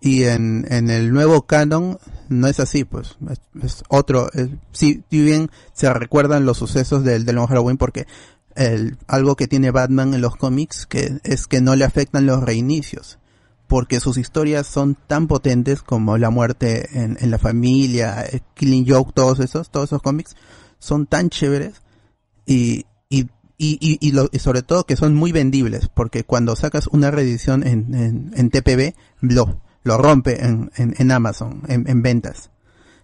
Y en, en el nuevo canon no es así, pues es, es otro. es- sí, si bien se recuerdan los sucesos del, del Long Halloween porque el, algo que tiene Batman en los cómics que es que no le afectan los reinicios. Porque sus historias son tan potentes como la muerte en, en la familia, eh, Killing Joke, todos esos, todos esos cómics son tan chéveres y, y, y, y, y lo- y sobre todo que son muy vendibles, porque cuando sacas una reedición en, en, en TPB, lo, lo rompe en, en, en Amazon, en, en ventas.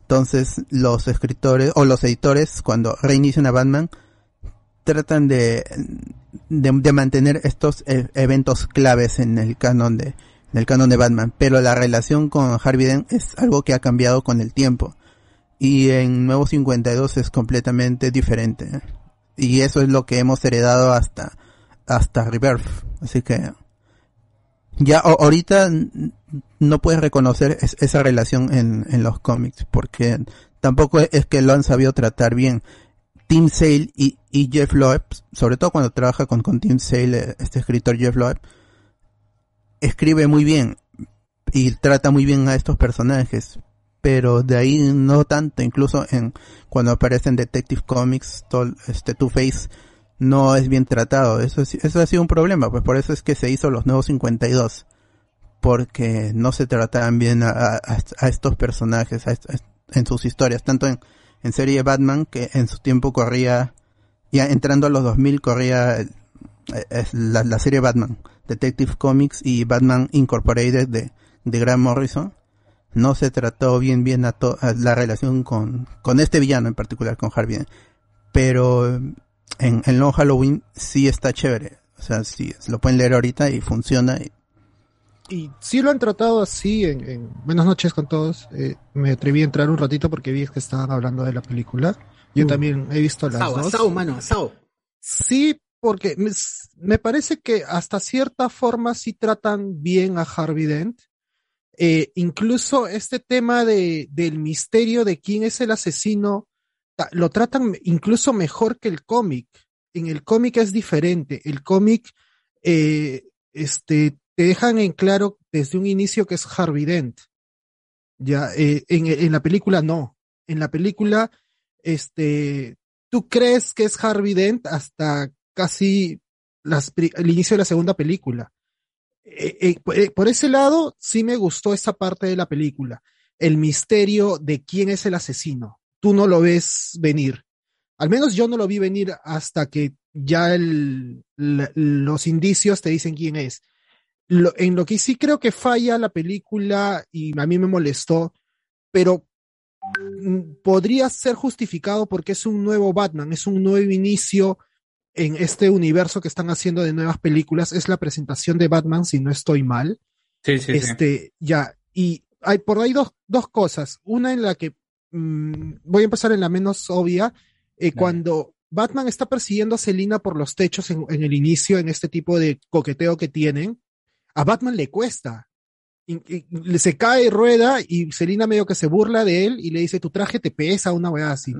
Entonces los escritores o los editores cuando reinician a Batman tratan de, de, de mantener estos e- eventos claves en el canon de en el canon de Batman, pero la relación con Harvey Dent es algo que ha cambiado con el tiempo y en Nuevo 52 es completamente diferente. Y eso es lo que hemos heredado hasta hasta Rebirth, así que ya a- ahorita n- no puedes reconocer es- esa relación en, en los cómics, porque tampoco es que lo han sabido tratar bien. Tim Sale y, y Jeff Loeb, sobre todo cuando trabaja con, con Tim Sale, eh, este escritor Jeff Loeb, escribe muy bien y trata muy bien a estos personajes, pero de ahí no tanto, incluso en cuando aparece en Detective Comics, tol- este Two Face no es bien tratado, eso, es- eso ha sido un problema, pues por eso es que se hizo los nuevos 52, porque no se trataban bien a, a- a estos personajes a est- a- en sus historias, tanto en, en serie Batman, que en su tiempo corría, ya entrando a los 2000 corría eh, eh, la, la serie Batman, Detective Comics y Batman Incorporated de, de Grant Morrison, no se trató bien bien a, to- a la relación con, con este villano en particular, con Harvey. Dent. Pero en, en Long Halloween sí está chévere. O sea, sí, lo pueden leer ahorita y funciona. y- Y sí lo han tratado así en, en Buenas noches con todos. Eh, me atreví a entrar un ratito porque vi que estaban hablando de la película. Yo Uh. Mm. también he visto las Asado, dos. asado, mano, asado. Sí, porque me, s- me parece que hasta cierta forma sí tratan bien a Harvey Dent. Eh, incluso este tema de, del misterio de quién es el asesino, ta- lo tratan me- incluso mejor que el cómic. En el cómic es diferente. El cómic eh, este, te dejan en claro desde un inicio que es Harvey Dent. Ya, eh, en, en la película no. En la película, este, tú crees que es Harvey Dent hasta casi las pri- el inicio de la segunda película. Eh, eh, por- eh, por ese lado, sí me gustó esa parte de la película. El misterio de quién es el asesino. Tú no lo ves venir. Al menos yo no lo vi venir hasta que ya el- la- los indicios te dicen quién es lo- en lo que sí creo que falla la película y a mí me molestó, pero mm, podría ser justificado porque es un nuevo Batman, es un nuevo inicio en este universo que están haciendo de nuevas películas, es la presentación de Batman, si no estoy mal. Sí, sí, sí. este, ya, y hay por ahí dos, dos cosas. Una en la que mm, voy a empezar en la menos obvia. eh, cuando Batman está persiguiendo a Selina por los techos en, en el inicio, en este tipo de coqueteo que tienen, a Batman le cuesta. Y- y- le- se cae rueda y Selina medio que se burla de él y le dice, tu traje te pesa, una weá así.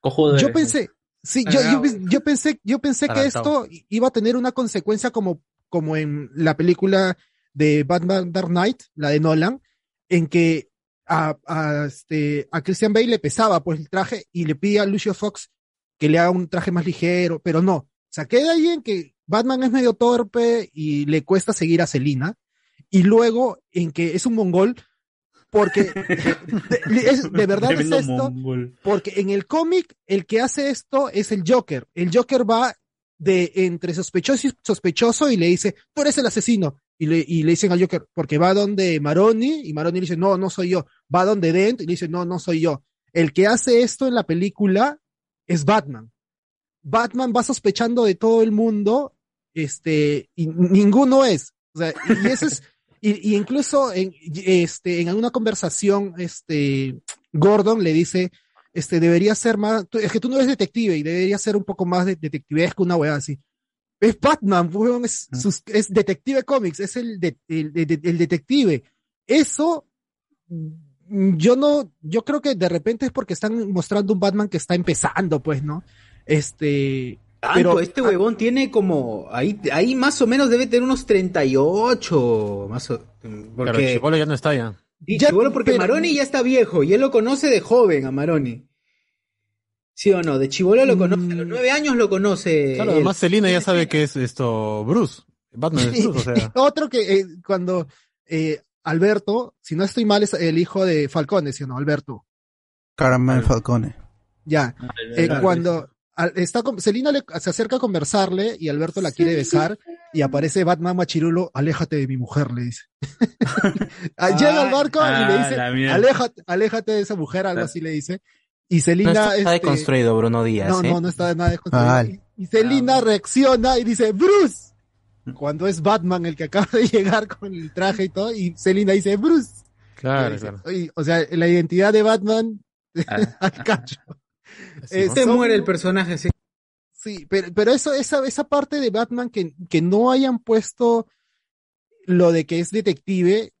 Cojudo Yo eres. pensé, sí, yo, yo, pens- yo pensé, yo pensé que Adelantado. esto i- iba a tener una consecuencia como, como en la película de Batman Dark Knight, la de Nolan, en que a, a, este, a Christian Bale le pesaba pues el traje y le pide a Lucio Fox que le haga un traje más ligero, pero no. O sea, queda ahí en que Batman es medio torpe y le cuesta seguir a Selina. Y luego en que es un mongol, porque de, es- de verdad es Tremendo esto. mongol. Porque en el cómic, el que hace esto es el Joker. El Joker va de entre sospechoso y sospechoso y le dice, tú eres el asesino. Y le, y le dicen al Joker, porque va donde Maroni y Maroni le dice, no, no soy yo. Va donde Dent y le dice, no, no soy yo. El que hace esto en la película es Batman. Batman va sospechando de todo el mundo, este, y ninguno es. O sea, y eso es, y, y incluso en, este, en alguna conversación, este, Gordon le dice, este, debería ser más, tú- es que tú no eres detective y debería ser un poco más de, detectivesco, una weá así. Es Batman, weón, es, sus- es detective comics, es el, de- el, el- el detective. Eso, mm, yo no, yo creo que de repente es porque están mostrando un Batman que está empezando, pues, ¿no? Este, Tanto, pero este huevón tiene como. Ahí, ahí más o menos debe tener unos 38. Más o- Pero porque, Chibolo ya no está ya. y chibolo, porque pero- Maroni ya está viejo y él lo conoce de joven a Maroni. ¿Sí o no? De chibolo lo conoce, a Mm. los nueve años lo conoce. Claro, él. además Selina ya sabe que es esto Bruce. [laughs] Batman es Bruce, o sea. otro que eh, cuando eh, Alberto, si no estoy mal, es el hijo de Falcone, ¿sí o no? Alberto. Carmen Falcone. Ya. Eh, claro. cuando al- está con, Selina le- se acerca a conversarle y Alberto la quiere besar y aparece Batman Machirulo, aléjate de mi mujer, le dice. [laughs] Ah, Llega al barco y le Ah, la dice, mierda. aléjate, aléjate de esa mujer, algo así le dice. Y Selina... No está este, deconstruido Bruno Díaz, no, ¿eh? Ah, no, no está de nada Ah, desconstruido. Y Ah, Selina reacciona y dice, Bruce, Mm. cuando es Batman el que acaba de [laughs] llegar con el traje y todo, y Selina dice, Bruce. [laughs] Claro, Dice, claro. "Oye, o sea, la identidad de Batman [laughs] al cacho. Eh, Ah. [laughs] Se son- este, muere el personaje, sí. Sí, pero, pero eso, esa, esa parte de Batman que, que no hayan puesto lo de que es detective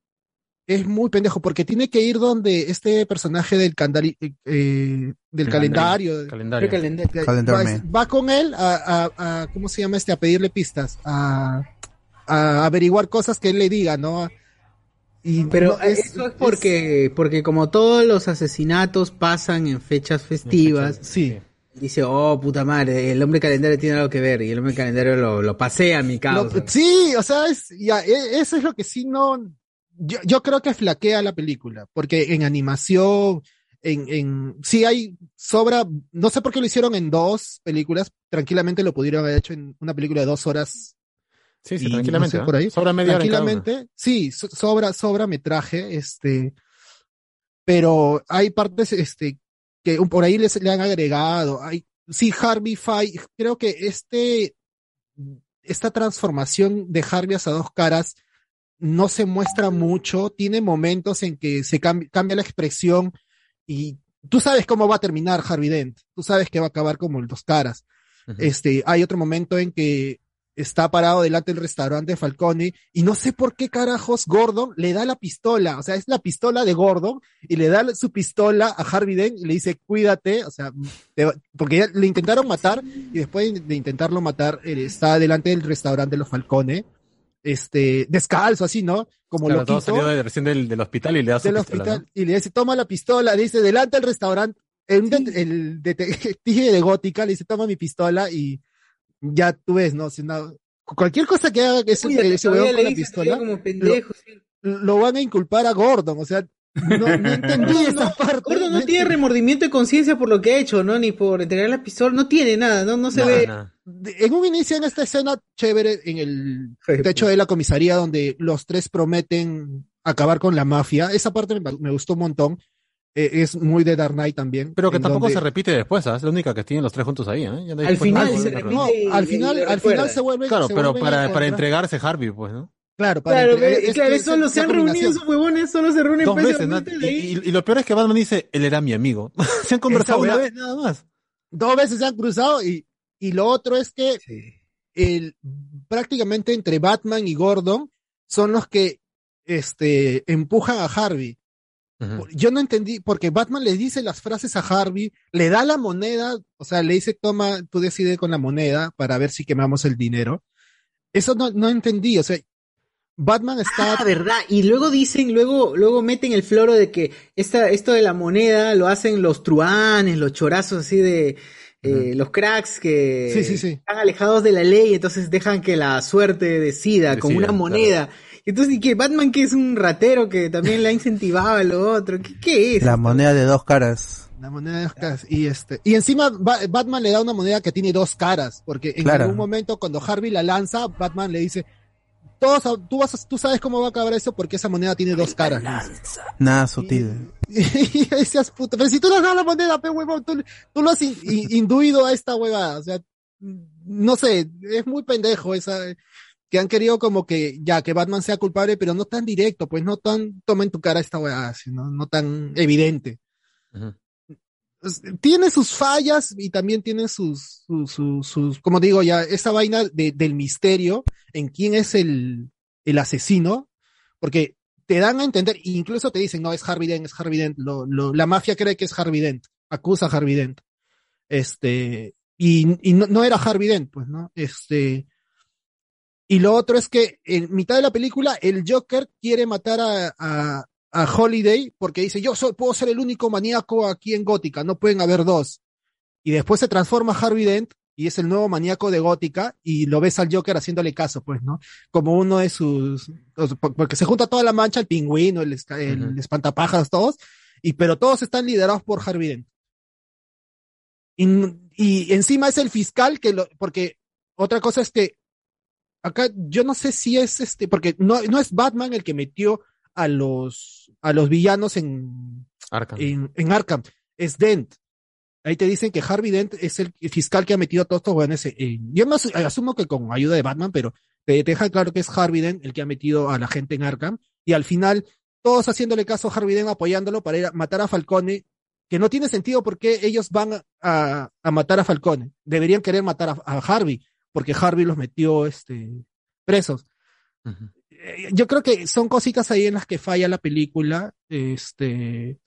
es muy pendejo, porque tiene que ir donde este personaje del, candali- eh, eh, del El calendario, calendario. del Calendario. va, Calendar man. va con él a, a- a- ¿cómo se llama este? A pedirle pistas, a, a averiguar cosas que él le diga, ¿no? Y Pero no, es- eso es porque, porque como todos los asesinatos pasan en fechas festivas, sí. dice, oh puta madre, el hombre calendario tiene algo que ver, y el hombre calendario lo, lo pasea mi causa. Lo- sí, o sea, es, ya, e- eso es lo que sí no. Yo, yo creo que flaquea la película, porque en animación, en, en. Sí hay. Sobra. No sé por qué lo hicieron en dos películas. Tranquilamente lo pudieron haber hecho en una película de dos horas. Sí, sí, y no tranquilamente, sé ¿eh? por ahí. Sobra media hora en cada una. Tranquilamente, sí, so- sobra, sobra metraje, este. Pero hay partes, este, que un- por ahí les, le han agregado. Hay, sí, Harvey Fay, creo que este esta transformación de Harvey hacia dos caras no se muestra mucho, tiene momentos en que se cam- cambia la expresión y tú sabes cómo va a terminar Harvey Dent, tú sabes que va a acabar como el dos caras. Este, hay otro momento en que está parado delante del restaurante de Falcone y no sé por qué carajos Gordon le da la pistola, o sea, es la pistola de Gordon y le da su pistola a Harvey Dent y le dice, cuídate, o sea, te va- porque ya le intentaron matar y después de- de intentarlo matar, él está delante del restaurante de los Falcone, este, descalzo, así, ¿no? Como Claro, lo todo salió de- recién del, del hospital y le da su del pistola, hospital y le dice, toma la pistola, le dice, delante del restaurante, el, det- el [laughs] detective de Gótica le dice, toma mi pistola y ya tú ves, ¿no? Si una- cualquier cosa que haga ese, Cuídate, ese todavía weón con le la dice pistola, todavía como lo, pendejo, lo van a inculpar a Gordon, o sea, [laughs] no, [laughs] no entendí esa parte. Gordon no tiene remordimiento de conciencia por lo que ha hecho, ¿no? Ni por entregar la pistola, no tiene nada, no, no se ve. de- en un inicio en esta escena chévere en el techo de la comisaría donde los tres prometen acabar con la mafia, esa parte me, me gustó un montón. Eh, es muy de Dark Knight también. Pero que en tampoco donde- se repite después, ¿ah? es la única que tienen los tres juntos ahí. ¿eh? Ya nadie Al fue- final Ah, se no, repite no. y- al final- y lo al final recuerda. se vuelven- Claro, se pero vuelven a para, para encontrar. entregarse Harvey, pues, ¿no? Claro, para Claro, entregar- ve- es claro, que solo es se han la reunido combinación. esos huevones, solo se reúnen Dos pues, veces, ¿no? ahorita Y, de ahí. y- y lo peor es que Batman dice, él era mi [laughs] amigo. se han conversado Esa una weá- vez nada más. Dos veces se han cruzado y, y lo otro es que el, prácticamente entre Batman y Gordon son los que este, empujan a Harvey. Yo no entendí, porque Batman le dice las frases a Harvey, le da la moneda, o sea, le dice, toma, tú decide con la moneda para ver si quemamos el dinero. Eso no, no entendí, o sea, Batman está... Ah, verdad. Y luego dicen, luego, luego meten el floro de que esta, esto de la moneda lo hacen los truanes, los chorazos así de eh, los cracks que Sí, sí, sí. están alejados de la ley, entonces dejan que la suerte decida con Decida, una moneda. Y Entonces, ¿y que Batman que es un ratero que también la incentivaba a lo otro? ¿Qué, qué es? La moneda de dos caras. La moneda de dos caras. Y este. Y encima Ba- Batman le da una moneda que tiene dos caras. Porque en Claro. algún momento, cuando Harvey la lanza, Batman le dice. Todos, sab- tú, vas a- tú sabes cómo va a acabar eso porque esa moneda tiene dos caras. Nada sutil. [laughs] Y decías, puta, pero si tú no das la moneda, pe huevón, tú, tú lo has in- in- induido a esta huevada. O sea, no sé, es muy pendejo esa. Que han querido como que, ya, que Batman sea culpable, pero no tan directo, pues no tan, toma en tu cara esta huevada, sino no tan evidente. Es- pues, Tiene sus fallas y también tiene sus, sus, sus, sus- como digo, ya, esa vaina de- del misterio en quién es el, el asesino, porque te dan a entender, incluso te dicen, no, es Harvey Dent, es Harvey Dent, lo- lo- la mafia cree que es Harvey Dent, acusa a Harvey Dent. Este, y, y no, no era Harvey Dent, pues, ¿no? Este, y lo otro es que en mitad de la película el Joker quiere matar a, a- a Holiday porque dice, yo soy- puedo ser el único maníaco aquí en Gótica, no pueden haber dos. Y después se transforma Harvey Dent y es el nuevo maníaco de Gótica y lo ves al Joker haciéndole caso, pues, ¿no? Como uno de sus... o sea, por- Porque se junta toda la mancha, el pingüino, el, esca- el espantapájaros, todos, y pero todos están liderados por Harvey Dent. Y, n- y encima es el fiscal que lo... Porque otra cosa es que acá yo no sé si es este, porque no, no es Batman el que metió a los, a los villanos en Arkham. En, en Arkham, es Dent. Ahí te dicen que Harvey Dent es el fiscal que ha metido a todos estos jóvenes. en- yo me asu- asumo que con ayuda de Batman, pero te deja claro que es Harvey Dent el que ha metido a la gente en Arkham. Y al final, todos haciéndole caso a Harvey Dent, apoyándolo para ir a matar a Falcone, que no tiene sentido porque ellos van a- a, a matar a Falcone. Deberían querer matar a, a Harvey, porque Harvey los metió este, presos. Eh, Yo creo que son cositas ahí en las que falla la película. Este,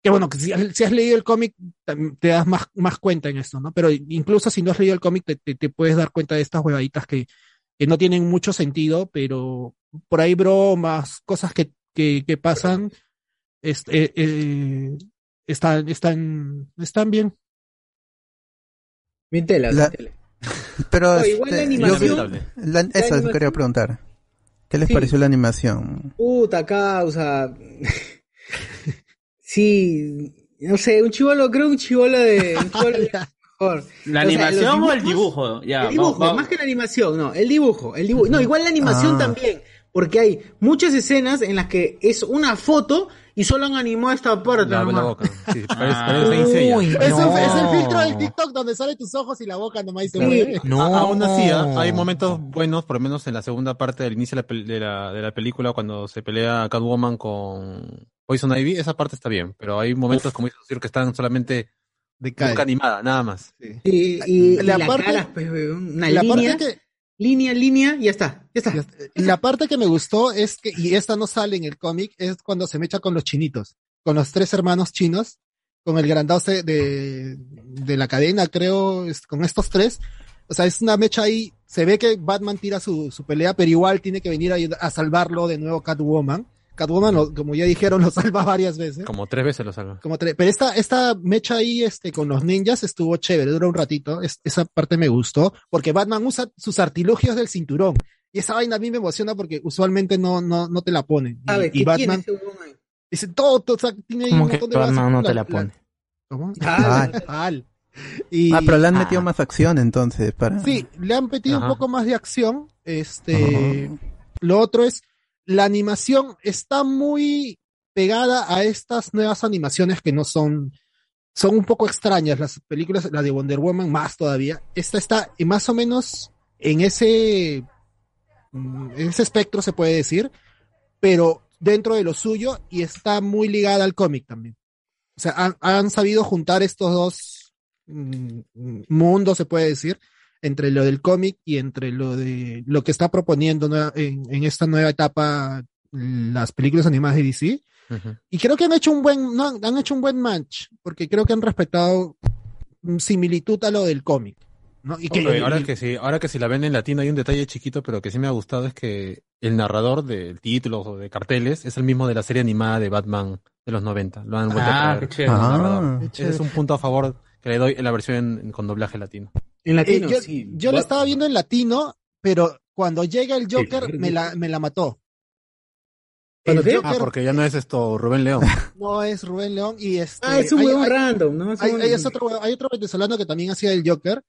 que bueno, que si, has- si has leído el cómic, tam- te das más, más cuenta en esto, ¿no? Pero incluso si no has leído el cómic, te, te- te puedes dar cuenta de estas huevaditas que, que no tienen mucho sentido, pero por ahí bromas, cosas que, que, que pasan, este, eh, eh, están, están, están bien. Bien tela, La- [laughs] Pero No, igual la este, yo- animación- la- la eso animación- quería preguntar. ¿Qué les Sí. pareció la animación? Puta causa. [laughs] sí, no sé, un chivolo, creo un chivolo de. [laughs] Un chivolo de mejor. ¿La O sea, los animación o el dibujos- dibujo? Ya, el dibujo, va- va- más que la animación, no, el dibujo, el dibujo. No, igual la animación Ah. también, porque hay muchas escenas en las que es una foto y solo han animado esta parte. La, la nomás. boca. Sí, Ah. parece, parece Saint Seiya. Uy, Es, no. el, es el filtro Oh. del TikTok donde sale tus ojos y la boca nomás dice, "Hueve". No, aún así, ¿ah? hay momentos buenos, por lo menos en la segunda parte del inicio de la, pel- de la, de la película, cuando se pelea Catwoman con Poison Ivy, esa parte está bien, pero hay momentos, como dice Ciro, que están solamente de Cae. boca animada, nada más. Y, y- y La la, parte- cagas, pues, weón. una la parte línea, que- línea, línea, y ya está, ya está. La parte que me gustó es que, y esta no sale en el cómic, es cuando se mecha con los chinitos, con los tres hermanos chinos, con el grandote de, de la cadena, creo, es- con estos tres. O sea, es una mecha ahí, se ve que Batman tira su, su pelea, pero igual tiene que venir a, ayud- a salvarlo de nuevo Catwoman. Catwoman, lo- como ya dijeron, lo salva [laughs] varias veces. Como tres veces lo salva. Como tres- pero esta, esta mecha ahí este, con los ninjas estuvo chévere, duró un ratito, es- esa parte me gustó, porque Batman usa sus artilugios del cinturón. Y esa vaina a mí me emociona porque usualmente no, no, no te la ponen. Y, ¿Sabe y qué Batman tiene ese huevón ahí? dice todo, todo, o sea, tiene ahí Como un que montón de Batman bases. no te la pone. ¿Cómo? Ah. [laughs] Al. Y- Ah, pero le han metido más acción entonces para... Sí, le han metido un Ajá. poco más de acción. Este, lo otro es la animación está muy pegada a estas nuevas animaciones que no son son un poco extrañas las películas, la de Wonder Woman más todavía. Esta está eh, más o menos en ese mm, en ese espectro se puede decir, pero dentro de lo suyo y está muy ligada al cómic también. O sea, han, han sabido juntar estos dos mm, mm, mundos, se puede decir, entre lo del cómic y entre lo de lo que está proponiendo nueva- en, en esta nueva etapa mm, las películas animadas de DC. Y creo que han hecho un buen, no, han- han hecho un buen match, porque creo que han respetado mm, similitud a lo del cómic. ¿no? Y que, Ok, ahora, que sí, ahora que si la ven en latina hay un detalle chiquito, pero que sí me ha gustado es que el narrador de títulos o de carteles es el mismo de la serie animada de Batman de los 90. Lo han vuelto Ah, a traer qué chévere. el Ah, narrador. Ese qué es un chévere. punto a favor que le doy en la versión en- con doblaje latino. En Eh, yo yo lo estaba viendo en latino, pero cuando llega el Joker me la, me la mató. Cuando ¿El de? Joker- Ah, porque ya no es esto Rubén León. No es Rubén León y este. Ah, es un hay- huevón hay- random, ¿no? Es Hay, un- hay- es otro, huevón- hay otro venezolano que también hacía el Joker.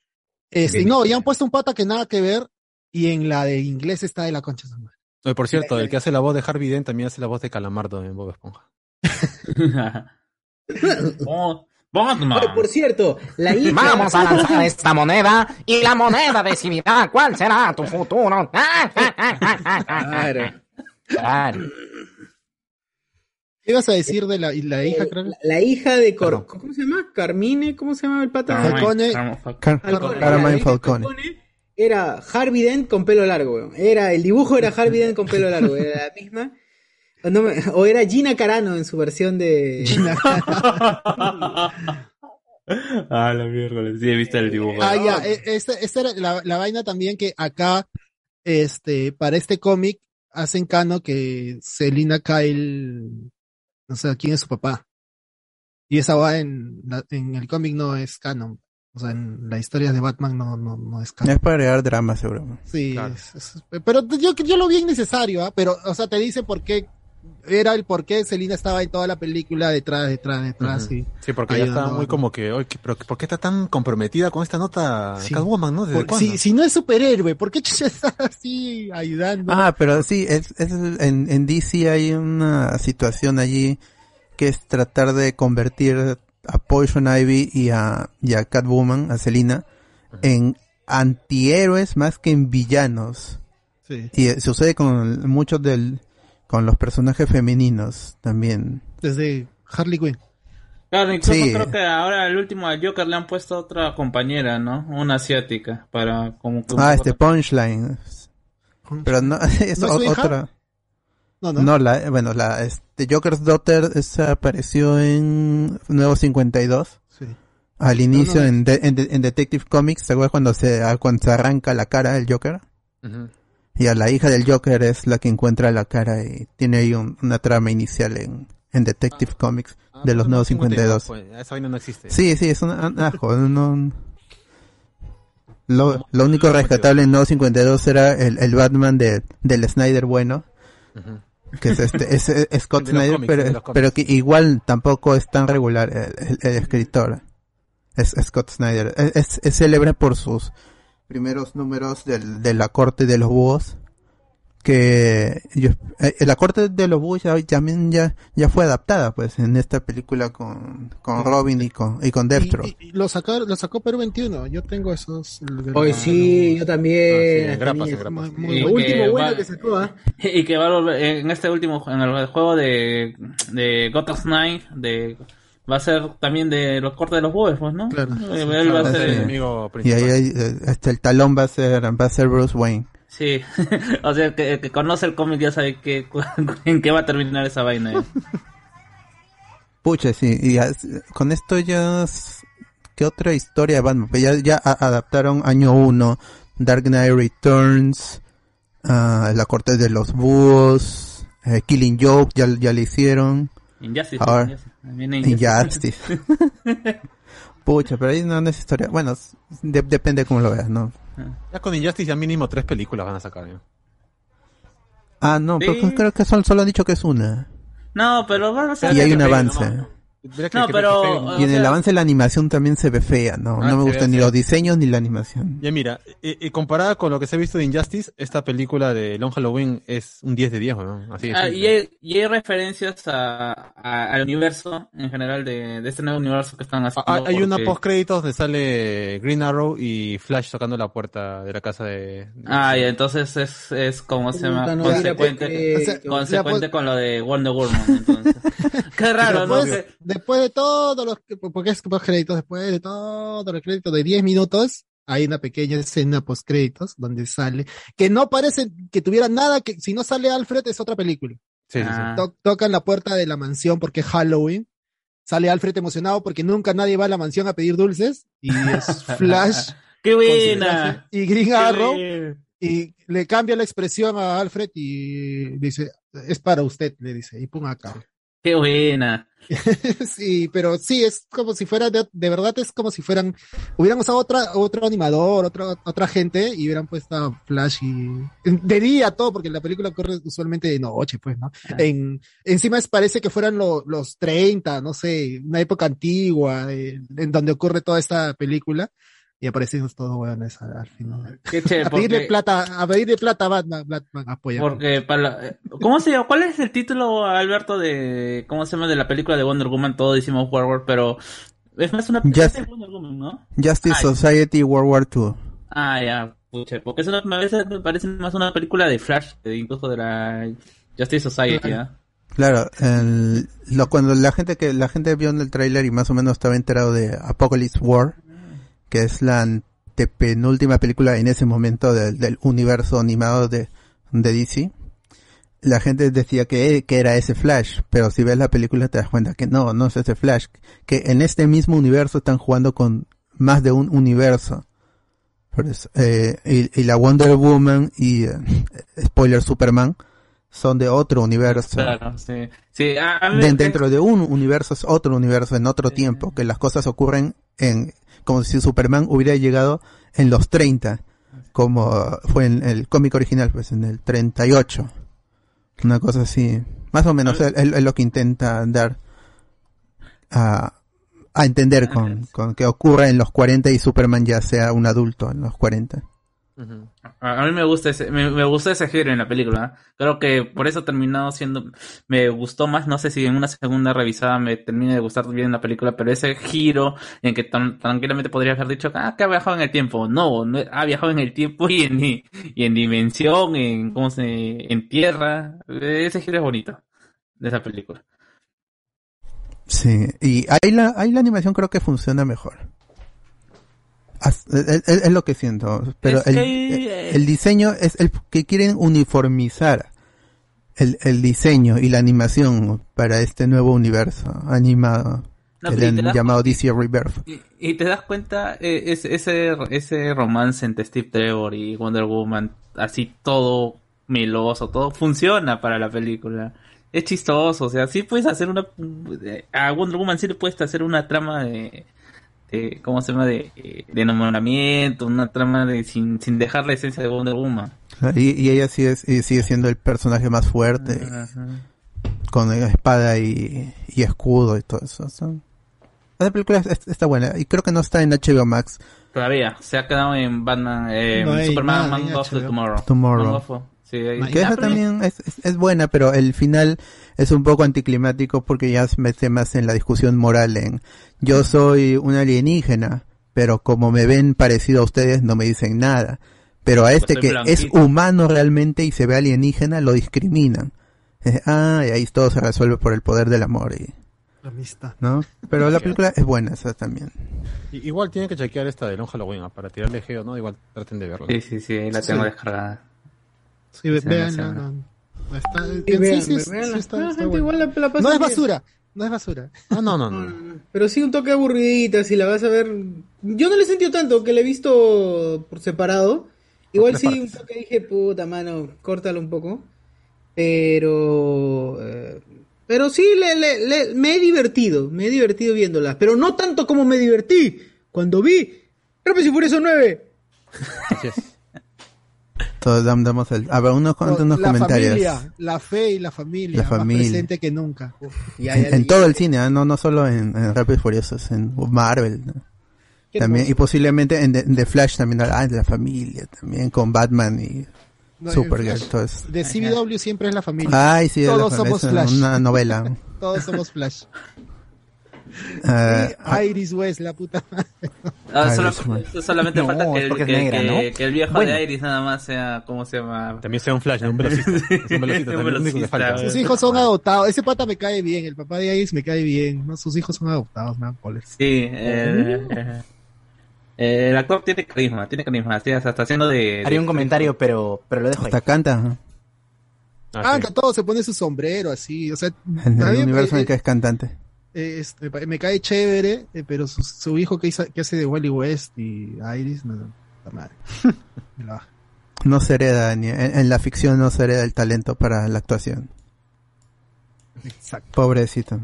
Este, Bien. no, y han puesto un pata que nada que ver. Y en la de inglés está de la concha. de su madre. No, y por cierto, Eh, el que hace la voz de Harvey Dent también hace la voz de Calamardo en Bob [laughs] Esponja. Oye, por cierto, [laughs] la hija. [laughs] Vamos a lanzar esta moneda y la moneda decidirá cuál será tu futuro. ah. Claro. Claro. ¿Qué ibas a decir de la, y la hija, creo? La, Eh, la hija de Cor ¿Cómo se llama? Carmine, ¿cómo se llama el pata? Falcone. Car- Falcone. Carmine Falcone. Era Harvey Dent con pelo largo, weón. Era, el dibujo era Harvey Dent con pelo largo, era la misma. O, no me- o era Gina Carano en su versión de. Ah, la mierda, sí he visto el dibujo. Ah, ya, e- esta, esta era la, la vaina también que acá, este, para este cómic, hacen cano que Selina Kyle, no sé quién es su papá. Y esa va en, la- en el cómic no es canon. O sea, en las historias de Batman no, no, no es canon. Es para agregar drama, seguro. Sí, es- es- pero yo, yo lo vi innecesario, ¿ah? pero, o sea, te dice por qué, era el por qué Selina estaba en toda la película detrás, detrás, Ah, detrás. Ujú. y- Sí, porque ya Ahí está andaba. muy como que, oye, ¿qué- pero ¿por qué está tan comprometida con esta nota Catwoman, no? ¿Desde Porque cuándo? si, si no es [laughs] superhéroe, ¿por qué chucha está así ayudando? Ah, pero sí, es, es el- en, en DC hay una situación allí que es tratar de convertir a Poison Ivy y a, y a Catwoman, a Selina, en antihéroes más que en villanos. Sí. Y eh, sucede con muchos del, con los personajes femeninos también. Desde Harley Quinn. Claro, incluso Sí. creo que ahora el último al Joker le han puesto otra compañera, ¿no? Una asiática, para como que... un Ah, poco- este Punchline. Pero no, [laughs] es ¿No es su o- hija? otra. No, no. la, bueno, la este, Joker's Daughter esa apareció en Nuevo 52. Sí. Al inicio En, de- en de- en Detective Comics, ¿se acuerdas cuando se, ah, cuando se arranca la cara del Joker? Ujú. Y a la hija del Joker es la que encuentra la cara y tiene ahí un- una trama inicial en, en Detective Ah. Comics de los Nuevos 52. Pues, esa vaina no existe. Sí, sí, es un un ajo. no- Lo, lo único rescatable en Nuevo 52 era el, el Batman de, del Snyder bueno, que es, este, [laughs] es, es Scott De los Snyder, cómics, de los pero, cómics. pero que igual tampoco es tan regular el, el- el escritor. Es, es Scott Snyder. Es, es- es célebre por sus primeros números del- de la corte de los búhos. Que yo- eh, la corte de los búhos ya, ya, ya, ya fue adaptada pues en esta película con, con Robin y con, y con Deathstroke. Y lo, sacar, lo sacó Perú 21. Yo tengo esos. Hoy sí, yo también. en grapas, en grapas. Y Lo último que bueno va- que sacó, ¿ah? [laughs] Y que va a volver- en este último, en el juego de, de God of Night, de, va a ser también de los cortes de los búhos, pues, ¿no? Claro. Él va a ser Sí. Y ahí hay, eh, hasta el talón va a ser, va a ser Bruce Wayne. Sí, [laughs] o sea, que, el que conoce el cómic ya sabe que, [laughs] en qué va a terminar esa vaina. ya. Pucha, sí, y as- con esto ya... s- ¿Qué otra historia de Batman? Pues Ya, ya a- adaptaron año 1, Dark Knight Returns, ah, La Corte de los Búhos, eh, Killing Joke, ya, ya le hicieron. Injustice, Injustice, viene Injustice. Injustice. [laughs] Pucha, pero ahí no, no es historia. Bueno, s- de- depende cómo lo veas, ¿no? Ya con Injustice ya mínimo tres películas van a sacar. ¿eh? ¿no? Ah, no, pero Sí. creo que son, solo han dicho que es una. No, pero va a ser... Y hay un avance. No, pero... Y o en el sea, avance la animación también se ve fea, ¿no? Ah, No me se ve gustan ni fea. los diseños ni la animación. Ya mira, eh, eh, comparada con lo que se ha visto de Injustice, esta película de Long Halloween es un 10 de 10, ¿no? Así es. ah, y, hay, y hay referencias a, a- al universo en general de, de este nuevo universo que están haciendo. Ah, hay una porque- post créditos donde sale Green Arrow y Flash tocando la puerta de la casa de. Ah, y entonces es, es como se llama, Puta, no, consecuente, mira, pues, eh, porque- o sea, pues, consecuente con lo de Wonder Woman. [laughs] entonces. Qué raro, ¿no? después, después de todos los. que- Porque es post créditos. Después de todos los créditos de 10 minutos. Hay una pequeña escena post créditos donde sale. Que no parece que tuviera nada que. Si no sale Alfred, es otra película. Sí, sí, sí. To- tocan la puerta de la mansión porque es Halloween. Sale Alfred emocionado porque nunca nadie va a la mansión a pedir [laughs] dulces. Y es Flash. ¡Qué buena! Y Green Qué Arrow. buena. Y le cambia la expresión a Alfred y dice, es para usted, le dice, y pum acá. Qué buena. [laughs] sí, pero sí, es como si fuera, de, de verdad es como si fueran, hubieran usado otra, otro animador, otra, otra gente y hubieran puesto a Flash y de día todo, porque la película corre usualmente de noche, pues, ¿no? Ah. En, encima es, parece que fueran lo- los 30, no sé, una época antigua, eh, en donde ocurre toda esta película. Y aparecemos todos huevones al, al final. Qué chévere, a pedirle porque- plata, a pedirle plata a Batman, Batman apoya. Porque para la- ¿Cómo se llama? ¿Cuál es el título, Alberto, de cómo se llama de la película de Wonder Woman? Todos decimos War War, pero es más una Ya- es de Wonder Woman, ¿no? Justice Society World War II. Ah, ya, pucha, porque es una, a veces me parece más una película de Flash, de- incluso de la Justice Society, ¿ah? Claro, el- lo, cuando la gente que la gente vio en el tráiler y más o menos estaba enterado de Apocalypse War, que es la antepenúltima película en ese momento del, del universo animado de, de DC, la gente decía que, que era ese Flash, pero si ves la película te das cuenta que no, no es ese Flash, que en este mismo universo están jugando con más de un universo. Por eso, eh, y, y la Wonder Woman y, eh, spoiler, Superman son de otro universo. Claro, sí. Sí, a- a mí- De- dentro de un universo es otro universo en otro tiempo, que las cosas ocurren en como si Superman hubiera llegado en los 30, como fue en el cómic original, pues en el 38. Una cosa así, más o menos es, es- es lo que intenta dar a, a entender con, con que ocurra en los 40 y Superman ya sea un adulto en los 40. A a mí me gusta ese, me, me gustó ese giro en la película. ¿eh? Creo que por eso terminado siendo, me gustó más. No sé si en una segunda revisada me termine de gustar bien la película, pero ese giro en que tan, tranquilamente podría haber dicho, ah, que ha viajado en el tiempo. No, no ha viajado en el tiempo y en, di- y en dimensión, en cómo se, en tierra. Ese giro es bonito de esa película. Sí, y ahí la, ahí la animación creo que funciona mejor. As- Es, es- es lo que siento, pero Es el, e, que- eh, el diseño es el que quieren uniformizar el, el diseño y la animación para este nuevo universo animado No, que pero le y te han das llamado DC Rebirth. Y, y te das cuenta eh, es- ese, ese romance entre Steve Trevor y Wonder Woman, así todo meloso, todo funciona para la película. Es chistoso, o sea, sí puedes hacer una... eh, A Wonder Woman sí le puedes hacer una trama de... de- ¿Cómo se llama? De, eh, de enamoramiento, una trama de sin, sin dejar la esencia de Wonder Woman. Y, y ella sí es, y sigue siendo el personaje más fuerte, Ajá. con espada y, y escudo y todo eso. Son- Esa película es- es- está buena y creo que no está en HBO Max. Todavía, se ha quedado en Batman, eh, No hay Superman, nada en Man of the HBO. Tomorrow. Tomorrow. Man of- sí, ahí- Que Ah, esa pero- también es, es- es buena, pero el final es un poco anticlimático porque ya se mete más en la discusión moral en yo soy un alienígena, pero como me ven parecido a ustedes no me dicen nada. Pero a este soy que es blanquito. humano realmente y se ve alienígena lo discriminan. Eh, ah, y ahí todo se resuelve por el poder del amor y, Amistad. ¿no? Pero la película es buena esa también. I- Igual tienen que chequear esta de Long Halloween ah, para tirarle geo, ¿no? Igual traten de verla. Sí, sí, sí, ahí la tengo Sí. descargada. Sí, ve- Sí, vean, sí, no, sí. no, no. Está- Sí, en vean, sí, sí, vean, sí la- está- la está gente bueno. igual la- la pasa No es bien. basura, no es basura. Ah, no, no, no. Pero sí un toque aburridita, si la vas a ver. Yo no le he sentido tanto, que la he visto por separado. Igual tres sí, un partes. toque dije, puta mano, córtalo un poco. Pero. eh, pero sí, le, le- le- me he divertido, me he divertido viéndolas. Pero no tanto como me divertí cuando vi Rápidos y Furiosos 9. Entonces dam- damos el... ah, A ver, unos, cuantos- unos la comentarios. familia, la fe y la familia, La más familia. presente que nunca. en, en todo el cine, ¿eh? no no solo en, en Rápidos y Furiosos, en Marvel. ¿no? Qué También, y posiblemente en The, en The Flash también, ah, en la familia, también con Batman y No, Supergirl, Flash. todo eso. De CW siempre es la familia. Ay, sí, de la todos fam- somos es Flash. una novela. [laughs] todos somos Flash. Ah, Y Iris West, la puta madre. Ah, Ay, solo- Guzmán. solamente No, falta es que el, porque es que- negra, que- ¿no? que el viejo Bueno. de Iris nada más sea, ¿cómo se llama? También sea un flash, [laughs] ¿no? Un velocista. Es un velocista, Un también, lo único que velocista, falta. güey. Sus hijos son adoptados. Ese pata me cae bien. El papá de Iris me cae bien. ¿no? Sus hijos son adoptados, me dan cólera. Sí, eh, eh, eh, el actor tiene carisma, tiene carisma, sí, hasta está haciendo de... Haría un comentario, pero, pero lo dejo ahí. hasta canta. Ah, Canta Ah, todo, se pone su sombrero así. O sea, En a mí el me- universo en el que es cantante. eh, es- me pa- me cae chévere, eh, pero su, su hijo que, hizo- que hace de Wally West y Iris, no, no, [laughs] puta madre. Me la baja. No se hereda, ni, en, en la ficción no se hereda el talento para la actuación. Pobrecito.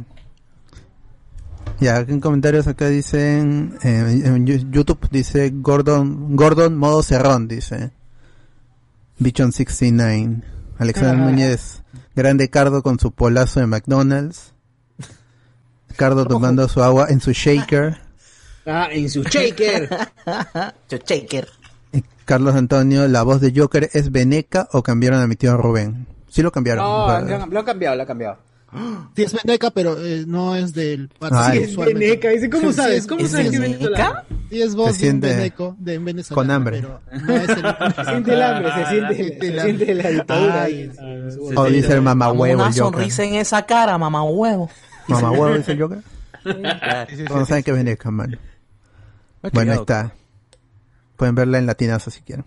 Ya, aquí en comentarios acá dicen, eh, en Yu- YouTube dice Gordon, Gordon modo cerrón, dice. Bichon69. Alexander Núñez, grande Cardo con su polazo de McDonald's. Cardo tomando su agua en su shaker. Ah, en su shaker. [laughs] su shaker. Carlos Antonio, la voz de Joker es Veneca o cambiaron a mi tío Rubén. Sí lo cambiaron. No, ¿verdad? lo han- lo han cambiado, lo han cambiado. Sí, es Veneca, pero eh, no es del Ah, patrón. es Veneca. Dice, ¿cómo sabes? ¿Cómo sabes que es Veneca? venezolano? Sí, es Se voz de un siente veneco, de un venezolano. con hambre. Se siente el hambre, se siente, se siente la dictadura. ahí. O dice el mamá huevo Una el Joker. sonrisa en esa cara, mamá huevo. Mamá huevo dice el Joker. Sí, sí, sí, No sí. saben que Veneca, mano. Bueno, ahí está. Pueden verla en latinazo si quieren.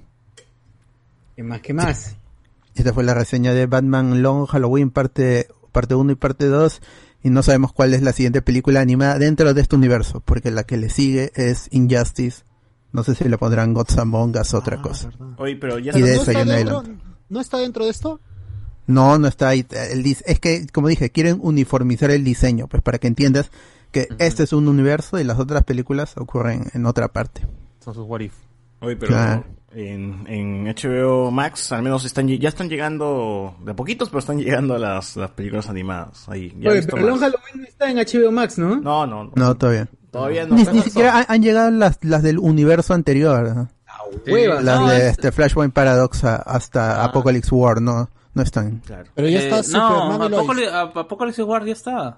¿Qué más? ¿Qué más? Esta fue la reseña de Batman Long Halloween parte parte 1 y parte 2 y no sabemos cuál es la siguiente película animada dentro de este universo, porque la que le sigue es Injustice. No sé si le pondrán Gods Among Us o otra cosa. Oye, pero ya Y de eso está- ¿no hay está una dentro? Island. ¿No está dentro de esto? No, no está ahí. El dis- es que, como dije, quieren uniformizar el diseño, pues para que entiendas que este es un universo y las otras películas ocurren en otra parte. Son sus what if. Oye, pero Claro. en, en HBO Max al menos están lle- ya están llegando de a poquitos, pero están llegando las, las películas animadas ahí. Ya he Oye, visto pero Long más. Halloween no está en HBO Max, ¿no? No, no, No, todavía. Todavía no. ni, pero ni son- [laughs] siquiera han, han llegado las, las del universo anterior. ¿no? hueva. las No, de es- este Flashpoint Paradox a- hasta Ah. Apocalypse War, no, no están. Claro. Pero Eh, No, ¿a poco, le, a, a poco le hice guardia está?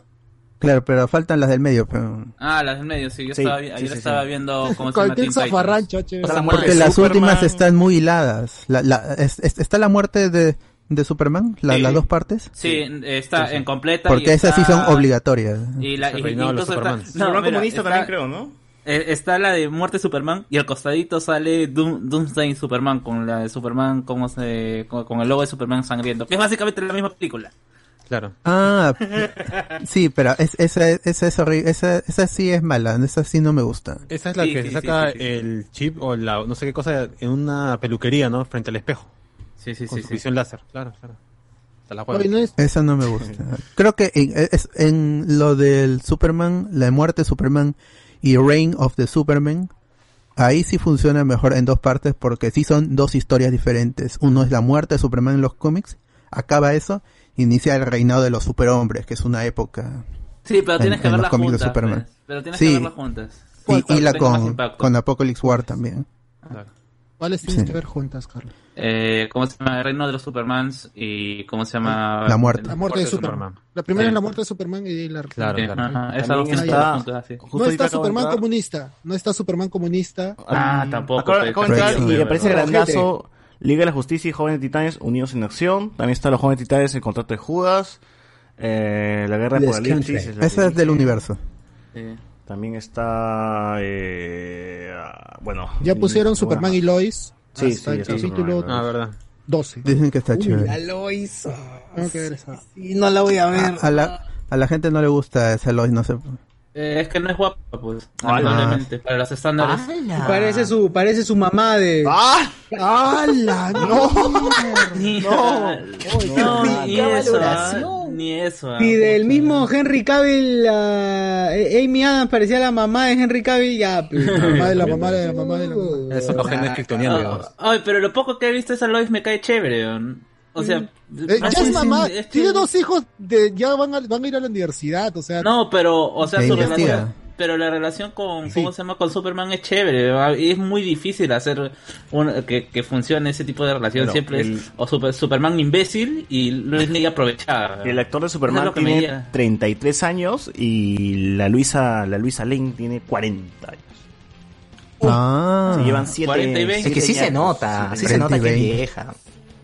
pero faltan las del medio. pero- Ah, las del medio, sí. Yo Sí, estaba, vi- sí, ayer sí, sí. estaba viendo cómo se llama Cualquier Teen Titans. zafarrancho, che. O sea, la muerte Porque de las Superman. últimas están muy hiladas. La- la- es- es- está la muerte de, de Superman, la- Sí. las dos partes. Sí, está en completa. Porque y esas está- sí son obligatorias. Y la, El y, reinado de los incluso está, Supermans. no, Superman mira, comunista está- también creo, ¿no? eh, Está la de Muerte de Superman y al costadito sale Doom- Doomsday Superman con la de Superman como se con, con el logo de Superman sangriento, que es básicamente la misma película. Claro. Ah, sí, pero es- esa, esa es horrible. Esa, esa sí es mala, esa sí no me gusta. Esa es la Sí, que sí, se sí, saca sí, el chip o la no sé qué cosa en una peluquería, ¿no? Frente al espejo. Sí, sí, Con sí, su sí. visión láser, claro, claro. Hasta la juega. Esa no me gusta. Creo que en, es- en lo del Superman, la muerte de Superman y Reign of the Superman, ahí sí funciona mejor en dos partes porque sí son dos historias diferentes. Uno es la muerte de Superman en los cómics, acaba eso, inicia el reinado de los superhombres, que es una época. Sí, pero en- tienes que en los verlas cómics de juntas. Superman. pues. Pero tienes Sí. que verlas juntas. Pues, Y, y la Tenga más con, impacto. con Apocalypse War también. ¿Cuáles tienes Sí. que ver juntas, Carlos? Eh, ¿Cómo se llama? El reino de los Supermans y ¿cómo se llama? La muerte. La muerte de Superman. La primera es la muerte de Superman y la Claro, claro. Ajá, esas También dos juntas, está- juntas, sí. justo no ahorita está acabo de Superman entrar- comunista, no está Superman comunista. Ah, tampoco. Acabo- pe- acabo mm, de pe- entrar pe- y pe- aparece pe- Grandazo, Liga de la Justicia y Jóvenes Titanes Unidos en Acción. También está los Jóvenes Titanes, el contrato de Judas, eh, la guerra de Yes, Apocalipsis. country. la Esa es del universo. También está. eh, ah, bueno. Ya pusieron Superman y Lois Sí, sí, hasta el ya está capítulo Superman, Ah, verdad. 12. Dicen que está chévere. lo hizo. Tengo que ver esa. Y no la voy a ver. A, a la, a la gente no le gusta esa Lois, no sé. Eh, es que no es guapa, pues. Ah, no. Lamentablemente, para los estándares. Parece su, parece su mamá de. ¡Ah! [laughs] ¡Hala! ¡No! Ni, No. no, qué ni rica eso, ah, valoración. ni eso. ah. Y del mismo Henry Cavill, la- eh, Amy Adams parecía la mamá de Henry Cavill, ya. pues, [laughs] La mamá de la mamá de la mamá de la mamá. Eh, Esos son los genes kryptonianos. digamos. Ah, oh, Ay, pero lo poco que he visto esa Lois me cae chévere. weón. O sea, Eh, Ah, ya es parece- mamá, es que- tiene dos hijos, de, ya van a, van a ir a la universidad, o sea. No, pero, o sea, Ya su investiga. relación, pero la relación con, ¿cómo se llama? Con Superman es chévere. ¿va? Y es muy difícil hacer un- que, que funcione ese tipo de relación. Bueno, Siempre el- es o super- Superman imbécil y Lois Lane aprovechada. El actor Eso de es Superman lo que me tiene llega. 33 años y la Luisa, la Luisa Lane tiene 40 años. [laughs] Ah. Se llevan 7 40 y 20. Es que sí se nota, sí se nota que es vieja.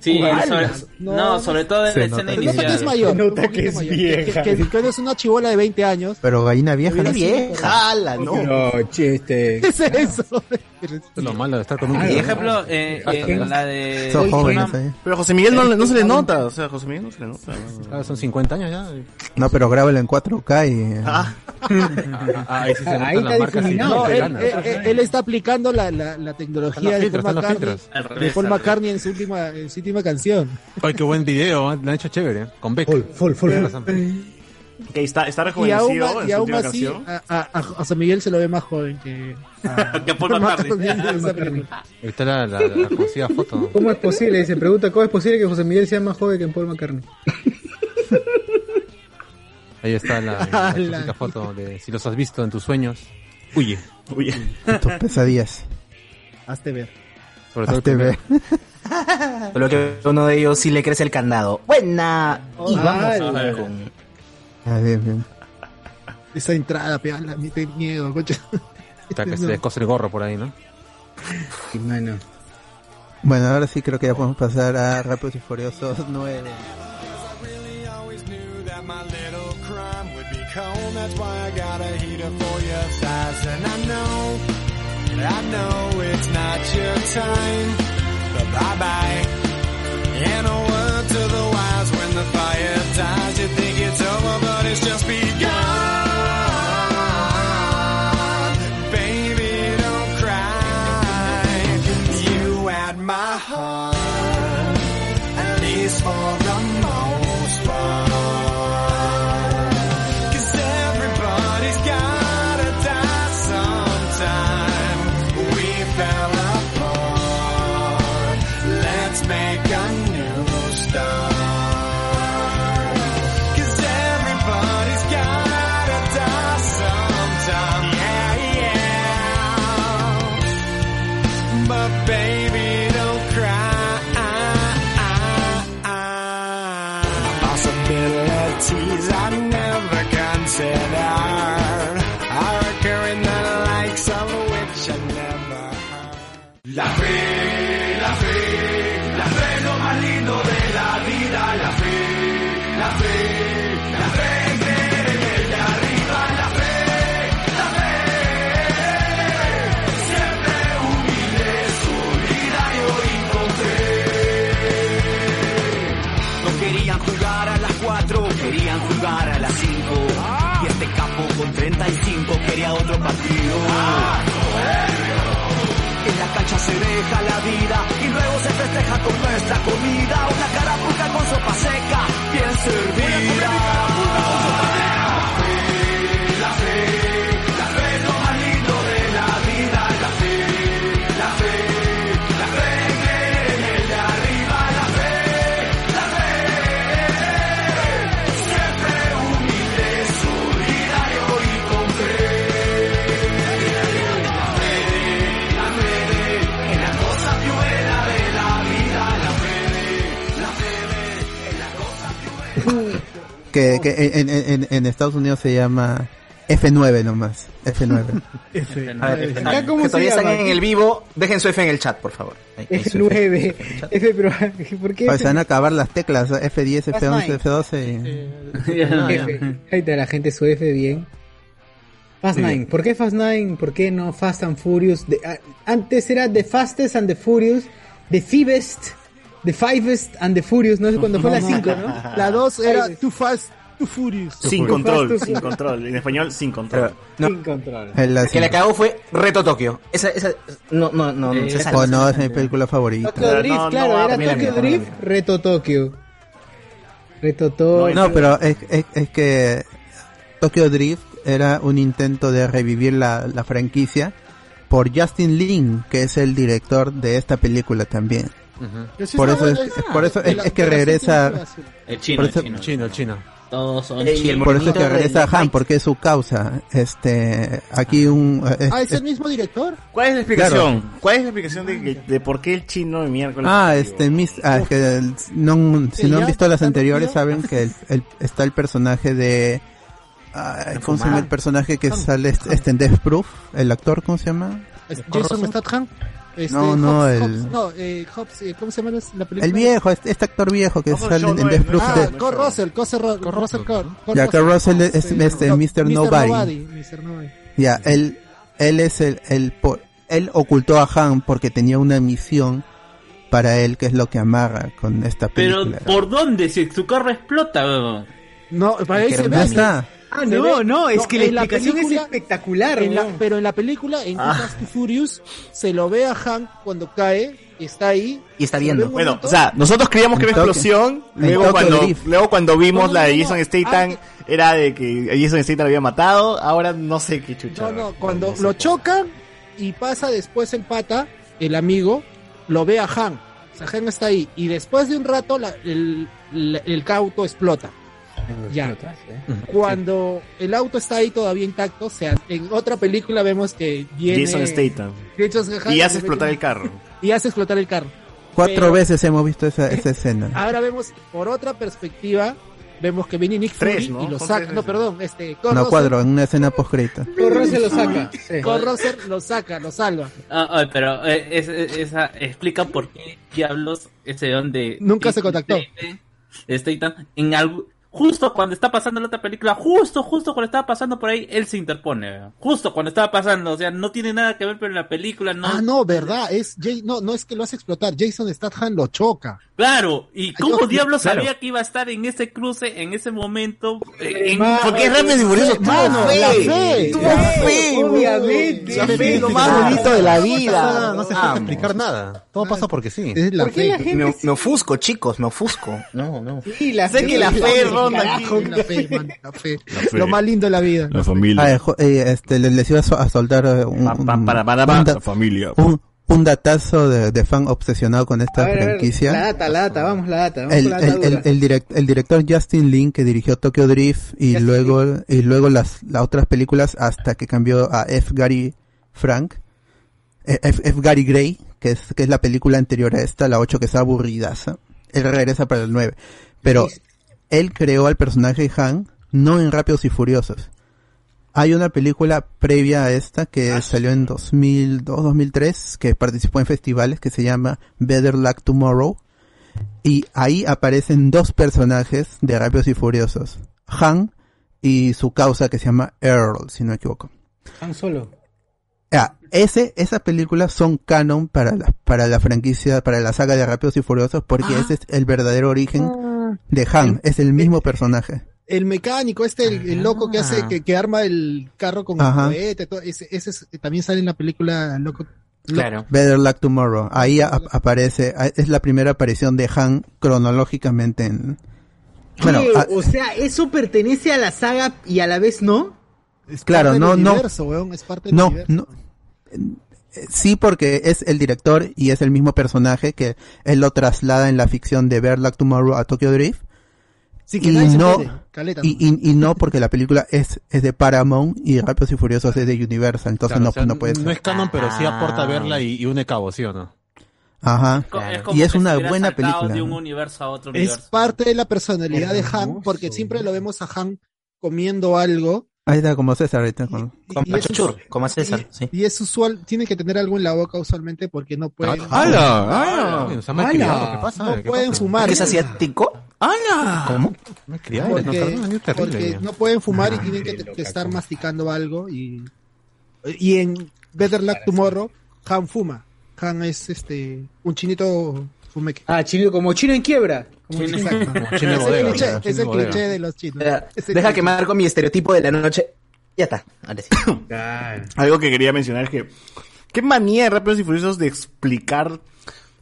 Sí, Ujala. sobre- no, No, sobre todo en Se la nota. escena Se nota inicial. que es mayor. Se un poquito mayor. Que, que- que eres una chivola de 20 años. Pero gallina vieja. Hubiera ¿no? sido- ¡Hala, no! este, chiste. ¿Qué [laughs] es eso? Esto es lo malo de estar con un Ah, Por tío, ¿no? ejemplo, eh, eh, la de... Son jóvenes, Superman- eh. Pero José Miguel no, le- no se le nota, o sea, José Miguel no se le nota. Claro, Ah, son 50 años [laughs] ya. No, pero grábalo en 4K y... Ah, ahí sí se notan Ahí las está marcas y difuminado. no te Él, eh, ganas. él- él- él está aplicando la, la, la tecnología Están los de Paul filtros, están los McCartney, filtros. Al de revés, Paul al McCartney en su última, en su última canción. Ay, qué buen video, ¿eh? lo han hecho chévere, ¿eh? con Beck. Full, full, full. Que está, está Y rejuvenecido aún, en y su aún última así, canción. a, a- a- a San Miguel se lo ve más joven que. Que [laughs] [laughs] Paul McCartney. McCartney. Ahí está la, la, la conocida foto. ¿Cómo es posible? Se pregunta, ¿cómo es posible que José Miguel sea más joven que Paul McCartney? Ahí está la, la clásica foto de si los has visto en tus sueños. Huye, huye. Tus pesadillas. Hazte ver. Sobre todo el primero. Solo que uno de ellos sí le crece el candado. ¡Buena! Y vamos Ay. con... Ah, bien, bien. Esa entrada, pe, a la mí te miedo, coche. [laughs] Este Está que se descoce el gorro por ahí, ¿no? Bueno, ahora sí creo que ya podemos pasar a Rápidos y Furiosos [laughs] 9. that my little crime would be cold. That's why I got a heater for your size. And I know, I know it's not your time. But bye bye. And a word to the wise when the fire dies. You think it's over, but it's just begun. Baby, don't cry. You at my heart. At least for the most part. Cause everybody's gotta die sometime. We fell apart. Let's make a new start. Cause everybody's gotta die sometime. Yeah, yeah. But baby, don't cry. Possibilities I never considered are occurring the likes of which I never heard. La fe, la fe, la fe es lo más lindo de la vida. La fe, la fe, la fe en creer en el de arriba. La fe, la fe, siempre humilde, unida y hoy con fe. No querían jugar a las 4, querían jugar a las 5. Ah. Y este capo con 35 quería otro partido. En la cancha se deja la vida y luego se festeja con nuestra comida. Una carapuca con sopa seca, bien servida. La fe, la fe es lo más lindo de la vida. La fe, la fe, la fe en creer en el de arriba. La fe, la fe, siempre humilde, unida y hoy con fe. La fe, la fe, en la cosa buena de la vida. La fe, la fe, en la cosa Que, que en, en- en- en Estados Unidos se llama F9 nomás. F9. A ver, F9. que ¿Cómo se todavía llama? están en el vivo, dejen su F en el chat, por favor. Ahí, ahí su F. F9. F, pero, ¿por qué? Pues se van a acabar las teclas, ¿eh? F10, That's F11, mine. Eh, [laughs] F12. y- F. Ahí está la gente su F bien. Fast Sí. Nine. ¿Por qué Fast Nine? ¿Por qué no Fast and Furious? The- ah, antes era The Fastest and the Furious, The Fivest, The Fivest and the Furious. No sé [laughs] cuándo fue la 5, ¿no? La 2 era Fivest. Too Fast, Too Furious. Sin control, sin control. En español, sin control. Sin control. El El que la cagó fue Reto Tokio. Esa, esa, no, no, no, no, se salva. Oh, no, es mi película favorita. Tokyo Drift, claro, era Tokyo Drift, Reto Tokyo. Reto No, Tokyo. pero es, es- es que Tokyo Drift era un intento de revivir la, la franquicia por Justin Lin, que es el director de esta película también. Por eso es, por eso es, es que regresa El chino, por eso- el chino. Chino, chino. Todos son Eh, y el chinos. por eso es que del regresa Han porque es su causa. Este, aquí un este, es- Ah, es es- el mismo director. ¿Cuál es la explicación? ¿Cuál es la explicación de, que- de por qué el chino de miércoles? Ah, este, mis, ah, es que el- no, si no han ya visto las anteriores saben que el- el- está el personaje de, ay, ¿cómo se llama el personaje que sale este- este en Death Proof? El actor, ¿cómo se llama? Es Jason Statham. Este, No, no, Hobbs- el- Hobbs- no, eh, Hobbs, eh, ¿cómo se llama la película? El viejo, este, este actor viejo que sale en, en Death Proof Ah, de, Kurt Russell, Kurt Russell, Kurt Russell, Kurt- Kurt ya que Russell. Russell es, este, Mr. Nobody. Mr. Nobody. Ya, él, él es el, el po- él ocultó a Han porque tenía una misión para él que es lo que amarra con esta Pero, película. ¿por dónde? Si tu carro explota, weón. No, para ahí se ve. Ya está. Ah, Se no, ve- no, es que la en explicación es película- espectacular, en la- weón. pero en la película, en Ah. Fast and Furious, se lo ve a Hank cuando cae, está ahí. Y está viendo. Bueno, o sea, nosotros creíamos que era En toque. explosión. En Luego toque cuando, drift. luego cuando vimos No, no, la de no, Ah, no. Jason Statham, era de que Jason Statham lo había matado. Ahora no sé qué chucha. No, no, cuando lo chocan y pasa después el pata, el amigo, lo ve a Han. O sea, Han está ahí. Y después de un rato, la- el, el- el auto explota. Ya. Cuando el auto está ahí todavía intacto, o sea, en otra película vemos que viene. Jason Statham. Jason Statham Y le hace mete explotar un- el carro. [laughs] Y hace explotar el carro. Cuatro Pero- veces hemos visto esa, esa escena. Ahora vemos por otra perspectiva, vemos que viene Nick Tres, Fury ¿no? y lo Son saca. tres No, perdón, este Kurt No, Russell- cuadro, en una escena postcrita. Kurt se lo Russell- saca, sí. Kurt Russell lo saca, lo salva. Ah, ah, pero eh, es- es- esa explica por qué diablos ese donde Nunca se contactó. Statham en algo justo cuando está pasando la otra película, justo justo cuando estaba pasando por ahí él se interpone, ¿verdad? justo cuando estaba pasando, o sea, no tiene nada que ver pero en la película no. Ah, no, verdad, es Jay- no, no es que lo hace explotar, Jason Statham lo choca. Claro, ¿y cómo yo- diablos claro. sabía que iba a estar en ese cruce en ese momento? Eh, en- Porque es Rápidos y Furiosos, tuvo Mano, fe. la fe. Tuvo Claro, fe, obviamente, weón. fe, Lo más bonito de la vida. No se puede explicar nada. Todo pasa porque sí. ¿Por qué la gente me, me ofusco, chicos, me ofusco. No, no. Sí, la Sé que la fe ronda Carajo, aquí. la fe, man, la fe. fe. Lo más lindo de la vida. La familia. este, le- les iba a so- a soltar eh, un, Mm. un- para, para, para. un da- La familia. un- un datazo de, de fan obsesionado con esta A ver, a ver, franquicia. la data, la data, vamos la data, vamos el, con la data el- el- dura. el direct- el director Justin Lin que dirigió Tokyo Drift y luego y luego las, las otras películas hasta que cambió a F. Gary Frank eh, F. F. Gary Gray que es que es la película anterior a esta la 8 que es aburridaza él regresa para el 9 pero él creó al personaje Han no en Rápidos y Furiosos hay una película previa a esta que salió en 2002 2003 que participó en festivales que se llama Better Luck Tomorrow y ahí aparecen dos personajes de Rápidos y Furiosos. Han y su causa que se llama Earl, si no me equivoco. Han Solo. Ah, ese, esas películas son canon para la, para la franquicia, para la saga de Rápidos y Furiosos porque ese es el verdadero Ah. origen de Han. Es el mismo personaje. El mecánico, este, el, el loco que hace, que, que arma el carro con Ajá. cohete, todo, ese, ese es- también sale en la película Loco. Claro. Better Luck Tomorrow. Ahí a- aparece, a- es la primera aparición de Han cronológicamente en... Bueno, ¿Qué? a- o sea, eso pertenece a la saga y a la vez no. claro, no, no. weón, es parte No, no. Eh, Sí, porque es el director y es el mismo personaje que él lo traslada en la ficción de Bear Luck Tomorrow a Tokyo Drift. Sí, que y nadie se no, entere, caleta y, y- y no porque la película es, es de Paramount y Rápidos y Furiosos es de Universal, entonces Claro, no, o sea, no puede ser. es canon, pero sí Ah. aporta verla y, y une cabo, ¿sí o no? Ajá. como Y es que una se hubiera buena saltado película. De un universo a otro Es universo. parte de la personalidad de Han, porque siempre lo vemos a Han comiendo algo, Ahí está como César ahorita. Como... Como y eso- Chuchur, como César, sí. y es usual, tiene que tener algo en la boca usualmente porque no pueden. Ah, ¡Hala! ¡Hala! O sea, me he criado, ¿qué pasa? No ¿Qué pueden pasa? fumar. ¿Es asiático? ¡Hala! ¿Cómo? Me he criado, no, Porque, perdón, es terrible, porque ya. no pueden fumar Ah, y tienen que, que estar masticando algo y y en Better Luck Tomorrow Han fuma. Han es este un chinito fumeque. Ah, chino, como chino en quiebra. Chino- Exacto. como chino de bodega, cliché, claro, chino de bodega. cliché de los chinos. Ese Deja cliché. que marco mi estereotipo de la noche. Ya está. [coughs] Ahora sí. Algo que quería mencionar es que. Qué manía de Rápidos y Furiosos de explicar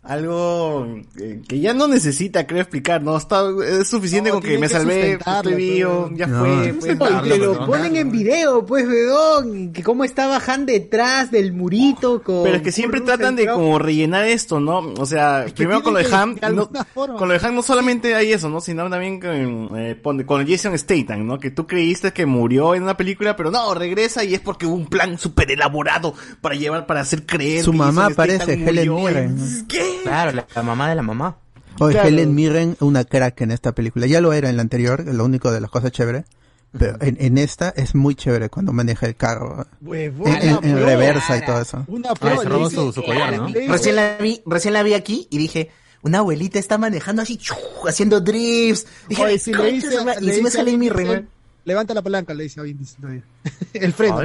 algo eh, que ya no necesita, creo, explicar. No, está, es suficiente con que tiene me que salvé, pues, sustentarlo, pues, estoy vivo, pero- ya No, fue. no fue. se puede, Y te lo ponen en video, pues, weón. y Que cómo está bajando detrás del murito. Con Pero es que siempre tratan de como rellenar esto, ¿no? O sea, primero con lo de tienen Ham, que, de no- alguna forma. con lo de Ham no solamente hay eso, ¿no? Sino también con, eh, pon- con Jason Statham, ¿no? Que tú creíste que murió en una película, pero no, regresa y es porque hubo un plan súper elaborado para llevar, para hacer creer. Su que mamá Jason Statham aparece, murió Helen en- Mirren. Claro, la, la mamá de la mamá. O Claro. Helen Mirren, una crack en esta película. Ya lo era en la anterior, lo único de las cosas chéveres. Pero en, en esta es muy chévere cuando maneja el carro. Huevona, en, en- en huevona. reversa y todo eso. Ah, Una pro, se robó su, su collar, ¿no? Recién la vi, recién la vi aquí y dije, una abuelita está manejando así, chu, haciendo drifts. Dije, Oye, si le "Concha hice su a- madre", y le encima hice a sale mi Vin Diesel- rima. Levanta la palanca, le dice a Vin Diesel todavía. [laughs] El freno.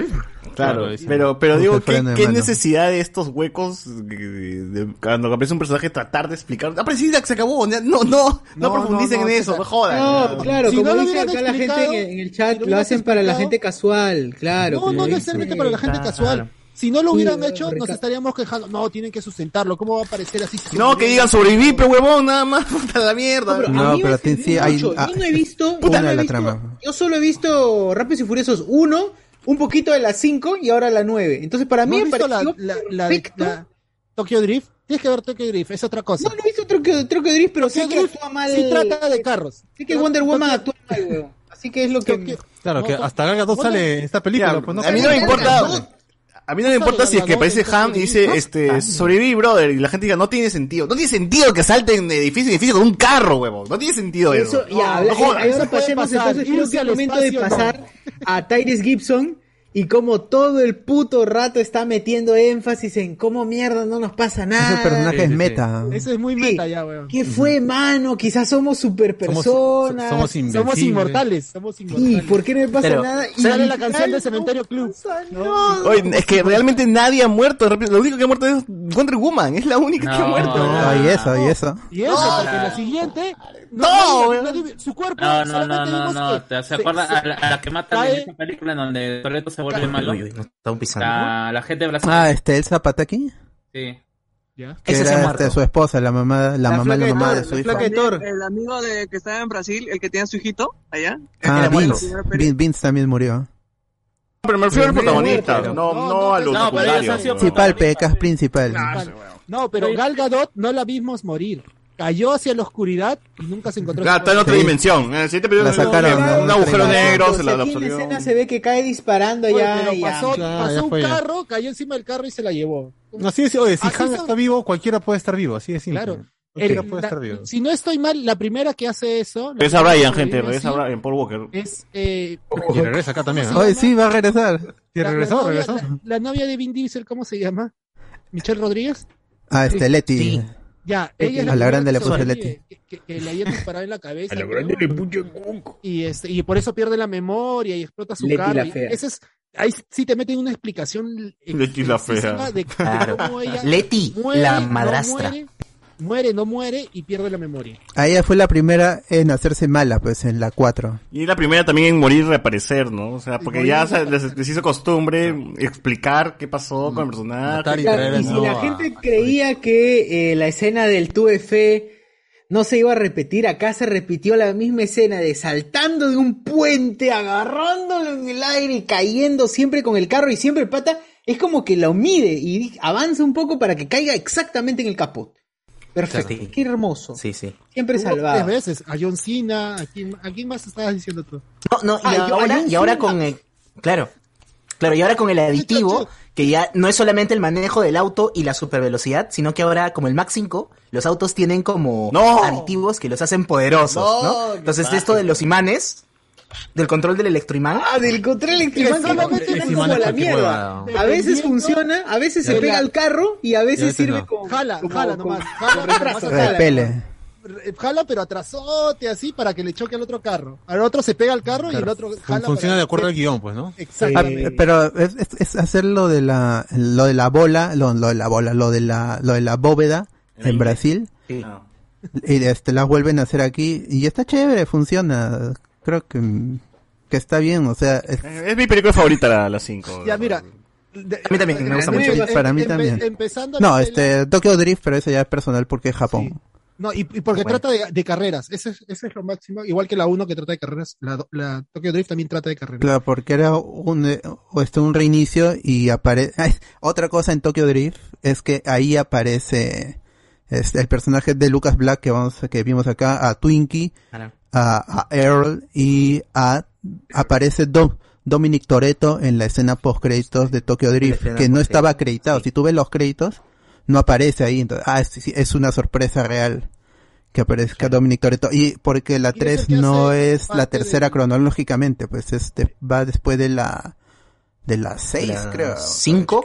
Claro, Claro, pero, pero Busca digo, el ¿qué, freno de qué mano. necesidad de estos huecos de- de- cuando aparece un personaje tratar de explicar? Ah, pero sí, ya se acabó, ya- no, no, no, profundicen en eso, no jodan. No, claro, Si como lo dice hubieran acá la gente explicado, en, el- en el chat, si lo lo hubieran hacen para la explicado- gente casual, claro. No, como no dice. necesariamente para la gente Sí, casual. claro. Si no lo Sí, hubieran eh, hecho, nos reca- estaríamos quejando. No, tienen que sustentarlo. ¿Cómo va a aparecer así? No, que digan sobreviví, pero huevón, nada más, [laughs] puta la mierda. No, pero te- sí, hay Mucho, ah, yo no he visto, Puta, yo no la he visto- trama. yo solo he visto Rápidos y Furiosos 1, un poquito de la 5 y ahora la 9. Entonces para ¿No mí has me visto pareció la- la- perfecto. Tokyo Drift. Tienes que ver Tokyo Drift, es otra cosa. No, no he visto Tokyo, Drift, pero sé que actúa mal. Sí trata de carros. Sé que Wonder Woman actúa mal, weón. Así que es lo que... Claro, que hasta Gaga 2 sale en esta película. pues, no a mí no me importa. A mí no me importa si es que aparece Ham y dice, Ah, este, sobreviví, brother, y la gente diga, no tiene sentido. No tiene sentido que salten de edificio en edificio con un carro, huevón. No tiene sentido eso. Eso, ya, habla- eh, ahora pasemos entonces, creo que es momento de pasar a Tyrese Gibson y como todo el puto rato está metiendo énfasis en cómo mierda no nos pasa nada. Ese personaje es meta. Eso es muy meta ya, weón. ¿Qué fue, mano? Quizás somos superpersonas. Somos- somos invencibles. inmortales, somos inmortales. ¿Y por qué no me pasa Pero, nada? Y Sale la literal, canción de no Cementerio Club. No. Oye, es que realmente nadie ha muerto. Lo único que ha muerto es Wonder Woman. Es la única que ha muerto. No, Ah, y eso, y eso. Y eso, No, porque no. la siguiente. No, nadie- weón. nadie- su cuerpo. No, no, no, solamente no, vimos no. que ¿Te- ¿Se se- acuerdan se- a la, a la que matan cae- en esa película en donde Toreto se vuelve Cae- malo? Uy, uy, nos estamos pisando. La, la gente de Brasil. Ah, este, el Zapataki. Sí. Que Ese se ha era muerto. este, su esposa, la mamá, la, mamá, la mamá de su hijo. El amigo de que estaba en Brasil, el que tenía su hijito allá. Ah, Este Era muerto. Vince. Vin- Vince también murió. Pero me refiero al protagonista, no, no, a los No, secundarios. Principal, pecas principal. No, pero Gal Gadot no la vimos morir. Cayó hacia la oscuridad y nunca se encontró. Ah, está en otra Sí. dimensión. En el siguiente La periodo sacaron, un, ¿no? un agujero Sí. negro, se O la sea, aquí la en la absorbió. escena se ve que cae disparando Oye, ya. pero ya. pasó, Ya, pasó ya un fue, ya. carro, cayó encima del carro y se la llevó. No, sí, sí, oye, si Así Han son- está vivo, cualquiera puede estar vivo, así de simple. Claro. Cualquiera El- puede la- estar vivo. si no estoy mal, la primera que hace eso. la Regresa primera Brian, que gente, viene regresa así, Brian, Paul Walker. Es, eh, Y regresa acá también. Oye, sí, va a regresar. Sí, la- regresó, la novia- regresó. La, la novia de Vin Diesel, ¿cómo se llama? ¿Michelle Rodríguez? Ah, este, Leti. Ya, ella es la Eh, a la primera grande que le puse sobrevive, Leti. Que, que- que le había disparado en la cabeza. A la creo. grande le Y, este, y por eso pierde la memoria y explota su Leti cara. la y fea. ese es, ahí sí te meten una explicación Leti la fea. de Claro. cómo ella Leti, muere, la no madrastra. muere, muere, no muere y pierde la memoria. A ella fue la primera en hacerse mala, pues, en la 4. Y la primera también en morir y reaparecer, ¿no? O sea, porque ya se- les, les hizo costumbre explicar qué pasó con el personaje. Claro, y si la gente creía que eh, la escena del TUF no se iba a repetir, acá se repitió la misma escena de saltando de un puente, agarrándolo en el aire y cayendo siempre con el carro y siempre el pata es como que lo mide y di- avanza un poco para que caiga exactamente en el capot. Perfecto, Sí. qué hermoso. Sí, sí. Siempre Hubo salvado. Tres veces, a John Cena, ¿a quién, a quién más estabas diciendo tú? No, no, y Ah, yo- ahora, hay un y ahora con el. Claro. Claro, y ahora con el aditivo, que ya no es solamente el manejo del auto y la supervelocidad, sino que ahora, como el Max 5, los autos tienen como aditivos que los hacen poderosos, No, ¿no? qué Entonces, esto de los imanes, del control del electroimán. Ah, del control electroimán que lo meten como a la mierda. A veces funciona, a veces se Ya. pega al carro y Y a a veces veces sirve no. como Jala, como- jala como- nomás. Jala, con retraso. Eh, nomás jala. Repele. Re- Jala, pero atrasote así para que le choque al otro carro. Al otro se pega al carro y el otro Fun- jala. funciona para- de acuerdo al guión, pues, ¿no? Ah, pero es, es- es hacer lo de la, lo de la bola, lo, lo de la bola, lo de la, lo de la bóveda en Brasil. Sí. Y este, las vuelven a hacer aquí. Y está chévere, funciona. Creo que, que está bien, o sea. es- Eh, Es mi película favorita, la 5. Ya, mira. A mí también, me gusta mucho. Para mí también. Empezando No, la- este, Tokyo Drift, pero eso ya es personal porque es Japón. No, y, y porque Bueno. trata de, de carreras. Ese es, ese es lo máximo. Igual que la 1 que trata de carreras. La, do- la Tokyo Drift también trata de carreras. Claro, porque era un, eh, o este, un reinicio y [laughs] aparece... Otra cosa en Tokyo Drift es que ahí aparece este, el personaje de Lucas Black que, vamos, que vimos acá, a Twinkie, Ah, Claro. a, a Earl y a, aparece Dom- Dominic Toretto en la escena post créditos de Tokyo Drift, escena que no post-créditos, estaba acreditado. Si tú ves los créditos, no aparece ahí. Entonces, ah, sí, sí, es una sorpresa real que aparezca Dominic Toretto. Y porque la 3 no es la parte tercera cronológicamente, pues este va después de la de la 6, La creo. cinco.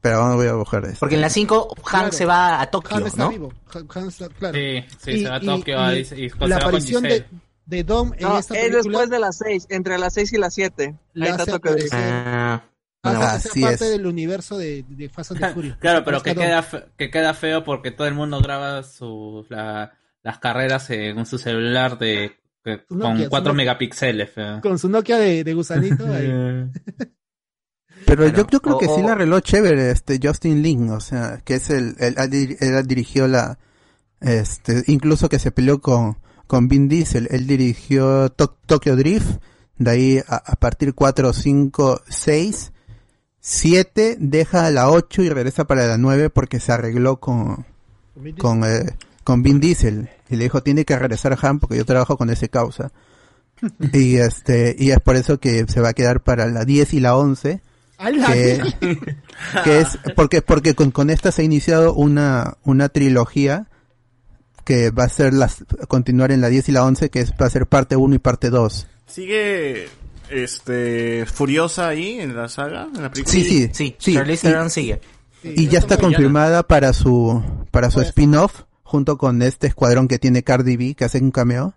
Pero vamos, voy a buscar esto. Porque en la 5, Han Claro. se va a Tokio, Han está ¿no? vivo. Han, Han está- claro. Sí, sí, Y- se va a y- Tokio, y ahí se- y se va la con aparición de Giselle. de Dom en No, es esta película. después de las 6, entre las 6 y las 7. Ahí La está hace Tokyo Drift. aparecer. Ah, Pasa a ser parte del universo de, de Fast [laughs] and the Furious. Pues Claro, pero que Busca queda, Dom. fe- que queda feo porque todo el mundo graba sus la- las carreras en su celular de que- Su Nokia, con su 4 Nokia. megapíxeles. feo. Con su Nokia de, de [laughs] gusanito. ahí. Pero yo, yo creo que O- sí o- la reloj chévere, este Justin Lin, o sea, que es el, el- ha dir- él ha dirigió la, este, incluso que se peleó con, con Vin Diesel, él dirigió To- Tokyo Drift, de ahí a, a partir 4, 5, 6, 7, deja la 8 y regresa para la 9 porque se arregló con, con, eh, con Vin Diesel, y le dijo, tiene que regresar Han porque yo trabajo con ese causa. Y este, y es por eso que se va a quedar para la 10 y la 11. ¡Hala! Que, [laughs] que es, porque, porque con, con esta se ha iniciado una, una trilogía que va a ser las, continuar en la 10 y la 11, que es, va a ser parte 1 y parte 2. ¿Sigue este, Furiosa ahí en la saga? En la película? Sí, sí. sí. Y- Y ya está confirmada para su, para su spin-off, junto con este escuadrón que tiene Cardi B, que hace un cameo.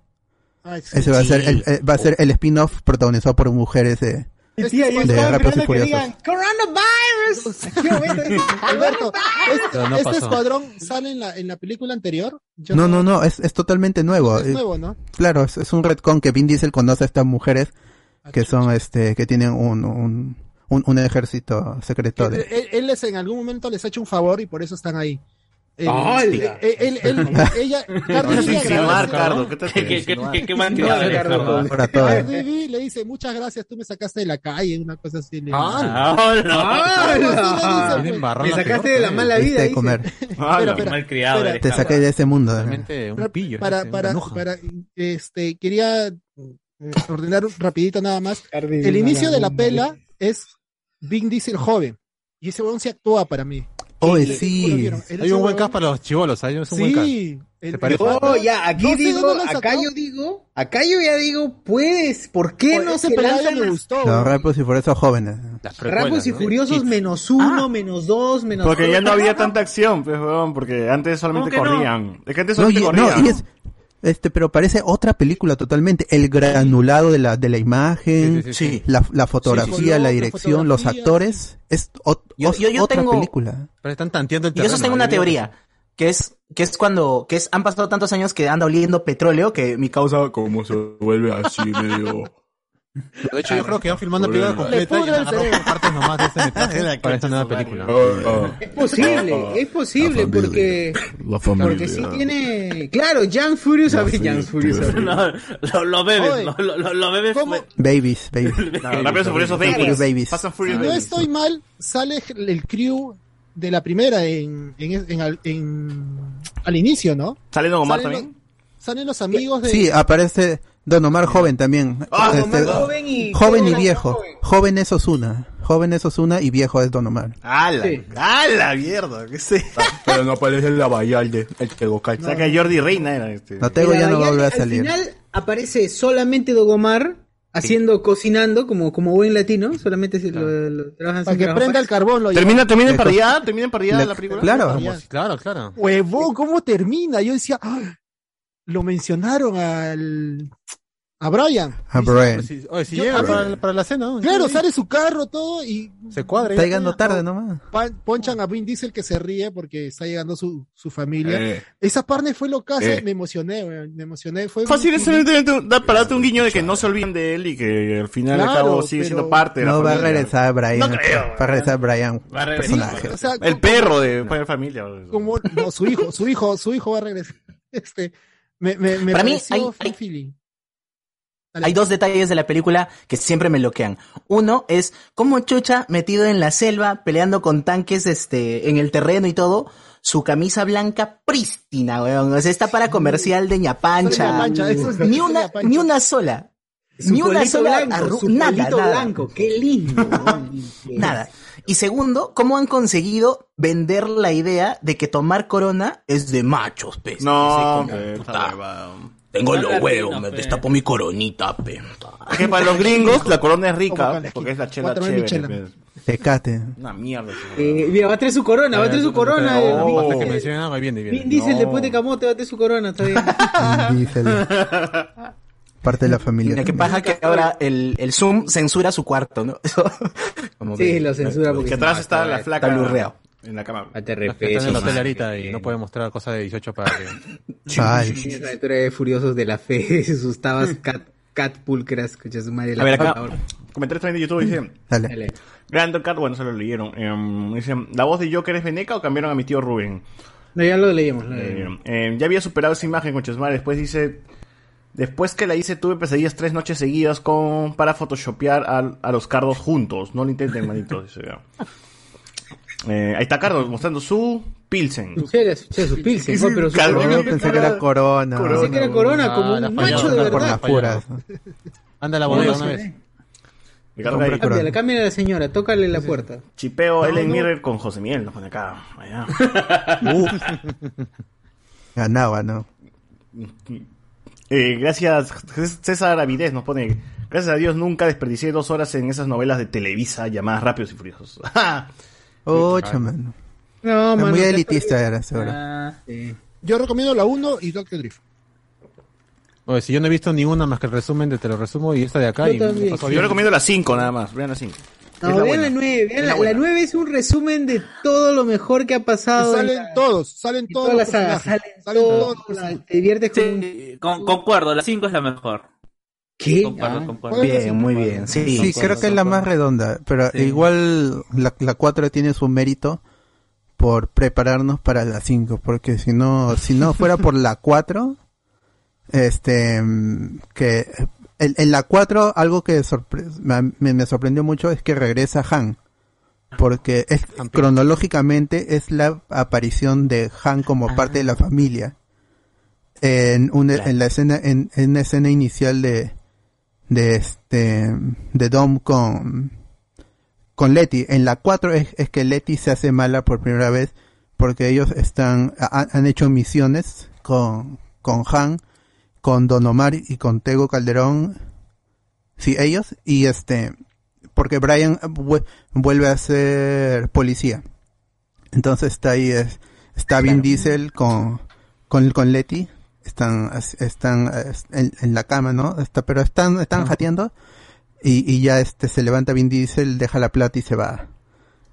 Ah, Ese va a ser sí. el, eh, va a ser el spin-off protagonizado por mujeres de, Y tía, yo de estaba Rápidos y esperando que Furiosos. digan, [laughs] ¡Coronavirus! Qué momento es, Alberto, este, Pero no este pasó. escuadrón sale en la, en la película anterior. Yo No, no, no, es, es totalmente nuevo. Es Eh, nuevo, ¿no? Claro, es, es un retcon que Vin Diesel conoce a estas mujeres Ah, que son, este, que tienen un, un, un, un ejército secreto de... Eh, Él, él les, en algún momento les ha hecho un favor y por eso están ahí. El- ¡Hala! eh, eh, él- él- ella, Cardi No, sí, B sí, agradece- Ricardo, ¿qué te ¿Qué- qué- insinuar? qué- qué manera de Ricardo. dejarlo? Para todo. [laughs] Cardi B le dice, muchas gracias, tú me sacaste de la calle, una cosa así. le- ¡Hala! ¡Hala! Algo así le dice, Bien pues. embarrado, Me sacaste de la peor, mala eh. vida, de dice. comer. Espera, espera, Malcriado espera. eres, Te saqué de ese mundo. Realmente un Pero pillo. para, ese, para, una hoja. para, este, quería eh, ordenar un- rapidito nada más. B, El inicio de la vagabundo. pela es Vin Diesel joven. Y ese weón se actúa para mí. Oh, Y- sí. ¿lo vieron? Él Hay es un buen weón- cast para los chivolos, hay un buen cast. Sí. Se el- parece. Yo ya, aquí No sé digo, dónde lo han acá sacado. yo digo, acá yo ya digo, pues, ¿por qué Oye, no ese se pelado lanzan me las- gustó. Los rapos y furiosos jóvenes. Rápidos y Furiosos menos uno, menos dos, menos Porque tres. ya no había tanta acción, pues, weón, porque antes solamente ¿Cómo que no? corrían. Es que antes No, solamente y- no, corrían. y es- este, pero parece otra película totalmente. El granulado de la, de la imagen, Sí, sí, sí, sí. La, la fotografía, Sí, sí, sí. la dirección, los Fotografía, actores. Es ot- Yo- os- yo- yo otra tengo- película. Pero están tanteando el Yo terreno. sostengo una yo digo teoría, que es que es cuando que es han pasado tantos años que anda oliendo petróleo que mi causa como se vuelve así medio que- De hecho, yo creo que han filmado una película Problema. completa y Le pudre el han agarrado partes nomás de este metraje para esta nueva película. Es posible, es posible, porque, porque sí tiene, claro, Jan Furious, a ver, Jan Furious. a ver. No, lo, lo bebes, lo, [laughs] lo- lo- lo bebes. Babies, [laughs] babies. Rápidos y Furiosos Rápidos y Babies. Babies. Fast and Si Furious no Babies. estoy mal, sale el crew de la primera en, en, en- al- en- al inicio, ¿no? ¿Sale Don Omar Salen los- también? Salen los amigos de... Sí, aparece Don Omar joven también. Ah, Don Este, Omar joven y- joven y joven. viejo. Joven es Osuna. Joven es Osuna y viejo es Don Omar. ¡Hala! ¡Hala, mierda! ¿Qué sé? Ah, Pero no aparece el Lavallalte, el Tegocal. O sea que Jordi Reina era este. No tengo, ya no va a volver a Al salir. final aparece solamente Dogomar haciendo cocinando como como buen latino, solamente se lo, lo trabajan Para sin que trabajo. prenda el carbón. Lo Termina, termina en Le- paridad, termina en paridad le- la película. claro. Como si- Claro, claro. Huevón, ¿cómo termina? Yo decía, "Ah, lo mencionaron al... A Brian. A Ah, Brian. Si- Oye, si Yo- llega a para, ver. la- para la cena, ¿no? Claro, Sí, sale su carro, todo, y Se cuadra. Está llegando tarde nomás. pan- ponchan a Vin Diesel que se ríe porque está llegando su, su familia. Eh. Esa parte fue loca, Eh. me emocioné, weón, me emocioné. Fue Fácil un- es simplemente un- da- para darte un guiño de que no se olviden de él y que al final al Claro, cabo sigue pero- siendo parte de la No va a familia. regresar Brian. No creo. Va a regresar Brian. Va a regresar. personaje. O sea, El perro de Padre Familia. como no, su hijo, su hijo, su hijo va a regresar. Este, me, me, me Para mí pareció hay- un hay- feeling. Hay dos detalles de la película que siempre me bloquean. Uno es cómo Chucha, metido en la selva, peleando con tanques este, en el terreno y todo, su camisa blanca prístina, weón. O sea, está para comercial de Soy ñapancha. ñapancha, eso es- Ni soy una, ñapancha. ni una sola. Su Ni una polito sola blanco, arru- su nada, polito nada. blanco, qué lindo. Nada. Y segundo, ¿cómo han conseguido vender la idea de que tomar corona es de machos, pe? No, Sí, como, pe, puta, esta huevada. Tengo Son los latinos, huevos, me pe. destapo mi coronita, pe. Que para los gringos la corona es rica porque es la chela Cuatro chévere. mil chela. pe. pues. Tecate. Una mierda. Eh, mira, va a traer su corona, va a traer su corona. eh, No, Vin hasta que Diesel. mencionan, ahí Ah, viene, ahí viene. Vin Diesel No. [laughs] después de Camote va a traer su corona, está bien. Diesel. parte de la familia. Mira, qué paja que ahora el, el Zoom censura su cuarto, ¿no? [laughs] Eso, como Sí, que- lo censura porque Que atrás está la flaca Está blurreado. En la cama. Te Las que están en la tele ahorita y no puede mostrar cosas de 18 para arriba. La aventura de Furiosos de la Fe, [laughs] sus [laughs] tabas cat, cat pulcras, escucha su madre. la A ver, acá, por favor. comentarios también de YouTube dicen. Dale. Grand Cat, bueno, se lo leyeron. Em, dicen, ¿la voz de Joker es veneca o cambiaron a mi tío Rubén? No, ya lo leímos. Eh, eh, ya había superado esa imagen con Chesmar. Después dice. Después que la hice, tuve pesadillas tres noches seguidas con para photoshopear al- a, los cardos juntos. No lo intenten, [laughs] manitos. dice, ya. Eh, ahí está Carlos mostrando su Pilsen. su Pilsen, Sí, ¿no? pero su Carlos, corona. yo pensé que era Corona. Pensé que era corona, como un macho de Por verdad. las puras. Anda a la No, bodega no una sé. vez. Ricardo Compra Garay. Cámbiala, cámbiala a la señora, tócale la puerta. Chipeo No, Ellen no. Mirror con José Miguel. Nos pone acá. allá. [laughs] Ganaba, ¿no? Eh, gracias, César Avidez nos pone. Gracias a Dios nunca desperdicié dos horas en esas novelas de Televisa llamadas Rápidos y Furiosos. [laughs] Ah. Ocho, mano. No, Oh, Es mano, muy ya elitista perdí. era esa hora. Ah, Yo recomiendo la 1 y Tokyo Drift. Oye, si yo no he visto ninguna más que el resumen de Te lo resumo y esta de acá. Yo y me también. pasó Yo bien. recomiendo las 5 nada más. Vean las 5. No, vean la 9, Es vean la la, buena. 9 es un resumen de todo lo mejor que ha pasado. Y salen todos, salen todos los Todas las sagas, personajes. salen, Salen todos, todos los la- te diviertes con Eh, Con, concuerdo, la 5 es la mejor. ¿Qué? Concuerdo, Ah. concuerdo. Bien, muy bien. Sí, Sí, creo que es la más redonda, pero igual la, la 4 tiene su mérito por prepararnos para la 5, porque si no, si no fuera por la 4, este, mm, que en, en la 4 algo que sorpre- me, me sorprendió mucho es que regresa Han, porque es- cronológicamente es la aparición de Han como parte de la familia. En, una, en la escena, en, en una escena inicial de, de este de Dom con con Letty. En la 4 es, es que Letty se hace mala por primera vez porque ellos están ha- ha- han hecho misiones con con Han, con Don Omar y con Tego Calderón. Sí, ellos y este porque Brian vu- vuelve a ser policía. Entonces está ahí es, está Vin Diesel con con, con Letty están están eh, en, en la cama, ¿no? Está, pero están están jateando y, y ya este se levanta Vin Diesel, deja la plata y se va.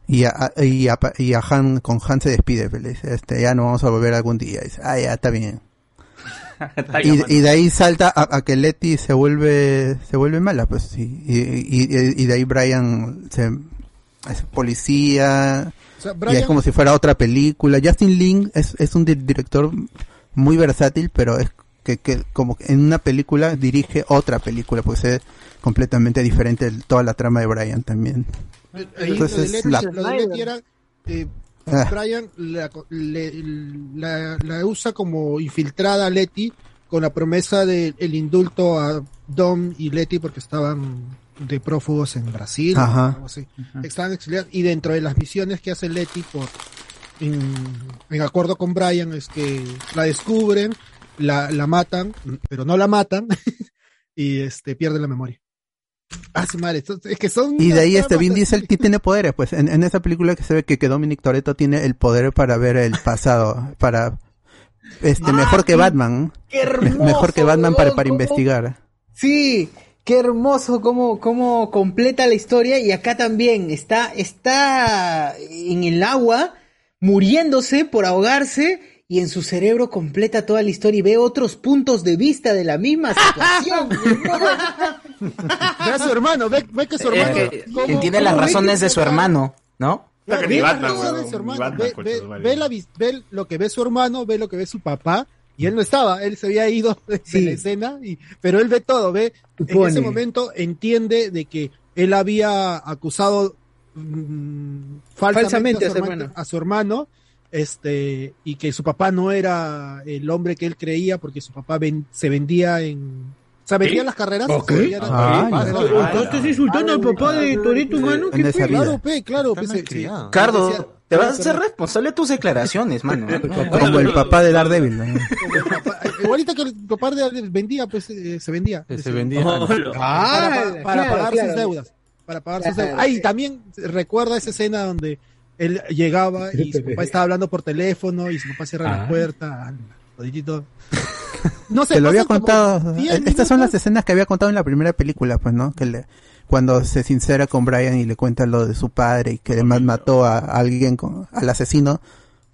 Y a, a- y a, pa- y a Han con Han se despide, pues, le dice, este ya no vamos a volver algún día. Y dice, ah, ya está bien. [laughs] Y, y de ahí salta a, a que Letty se vuelve se vuelve mala, pues y, y, y- y de ahí Brian se es policía O sea, y Brian- es como si fuera otra película. Justin Lin es, es un di- director muy versátil, pero es que, que como que en una película dirige otra película, pues es completamente diferente el- toda la trama de Brian también. Ahí Entonces, lo de Letty, la- lo de Letty era, eh, Ah. Brian la, le- la- la usa como infiltrada a Letty con la promesa del indulto a Dom y Letty porque estaban de prófugos en Brasil Ajá. o algo así. Estaban exiliados y dentro de las misiones que hace Letty por en, en acuerdo con Brian es que la descubren, la, la matan, pero no la matan [laughs] y este pierde la memoria. Ah, su madre, esto- es que son Y de ahí unas este Vin tramas Diesel ti- tiene poderes, pues en, en esa película que se ve que, que Dominic Toretto tiene el poder para ver el pasado, para este Ah, mejor que Batman, Me- mejor que Batman para, para investigar. Sí, qué hermoso cómo, cómo completa la historia y acá también está, está en el agua muriéndose por ahogarse y en su cerebro completa toda la historia y ve otros puntos de vista de la [laughs] misma situación. Ve a su hermano, ve, ve que su hermano. Es que entiende Eh, las razones de su hermano, ¿no? Claro, ve las razones de su hermano, ve- ve- ve la vis- ve lo que ve su hermano, ve lo que ve su papá, y él no estaba, él se había ido [laughs] de la escena, y, pero él ve todo, ve, en Supone. ese momento entiende de que él había acusado mm, falsamente, Falsamente a, su a su hermano, hermano. a su hermano, este, y que su papá no era el hombre que él creía, porque su papá ven- se vendía en... O sea, vendía ¿Eh? las carreras. ¿Ok? se vendía las Ah, carreras. ya. Ah, ¿estás insultando al papá de Toretto, mano? ¿Qué En esa fue? vida. Claro, pe, claro. pe, se- se- decía- Cardo, te vas a hacer Claro, responsable de tus declaraciones, mano. ¿eh? Como el papá de Daredevil. ¿no? Igualita que el papá de- vendía, pues eh, se vendía. Que se Ese- vendía. Ah, Ah, para, para claro, pagar claro. sus deudas. Para pagar sus Claro. deudas. Ay, también recuerda esa escena donde él llegaba y su papá estaba hablando por teléfono y su papá cierra Ah. la puerta. ah, toditito. No sé, Te lo había pasan como contado. E-, 10 Estas son las escenas que había contado en la primera película, pues, ¿no? Que le, cuando se sincera con Brian y le cuenta lo de su padre y que además mató a alguien, con, al asesino,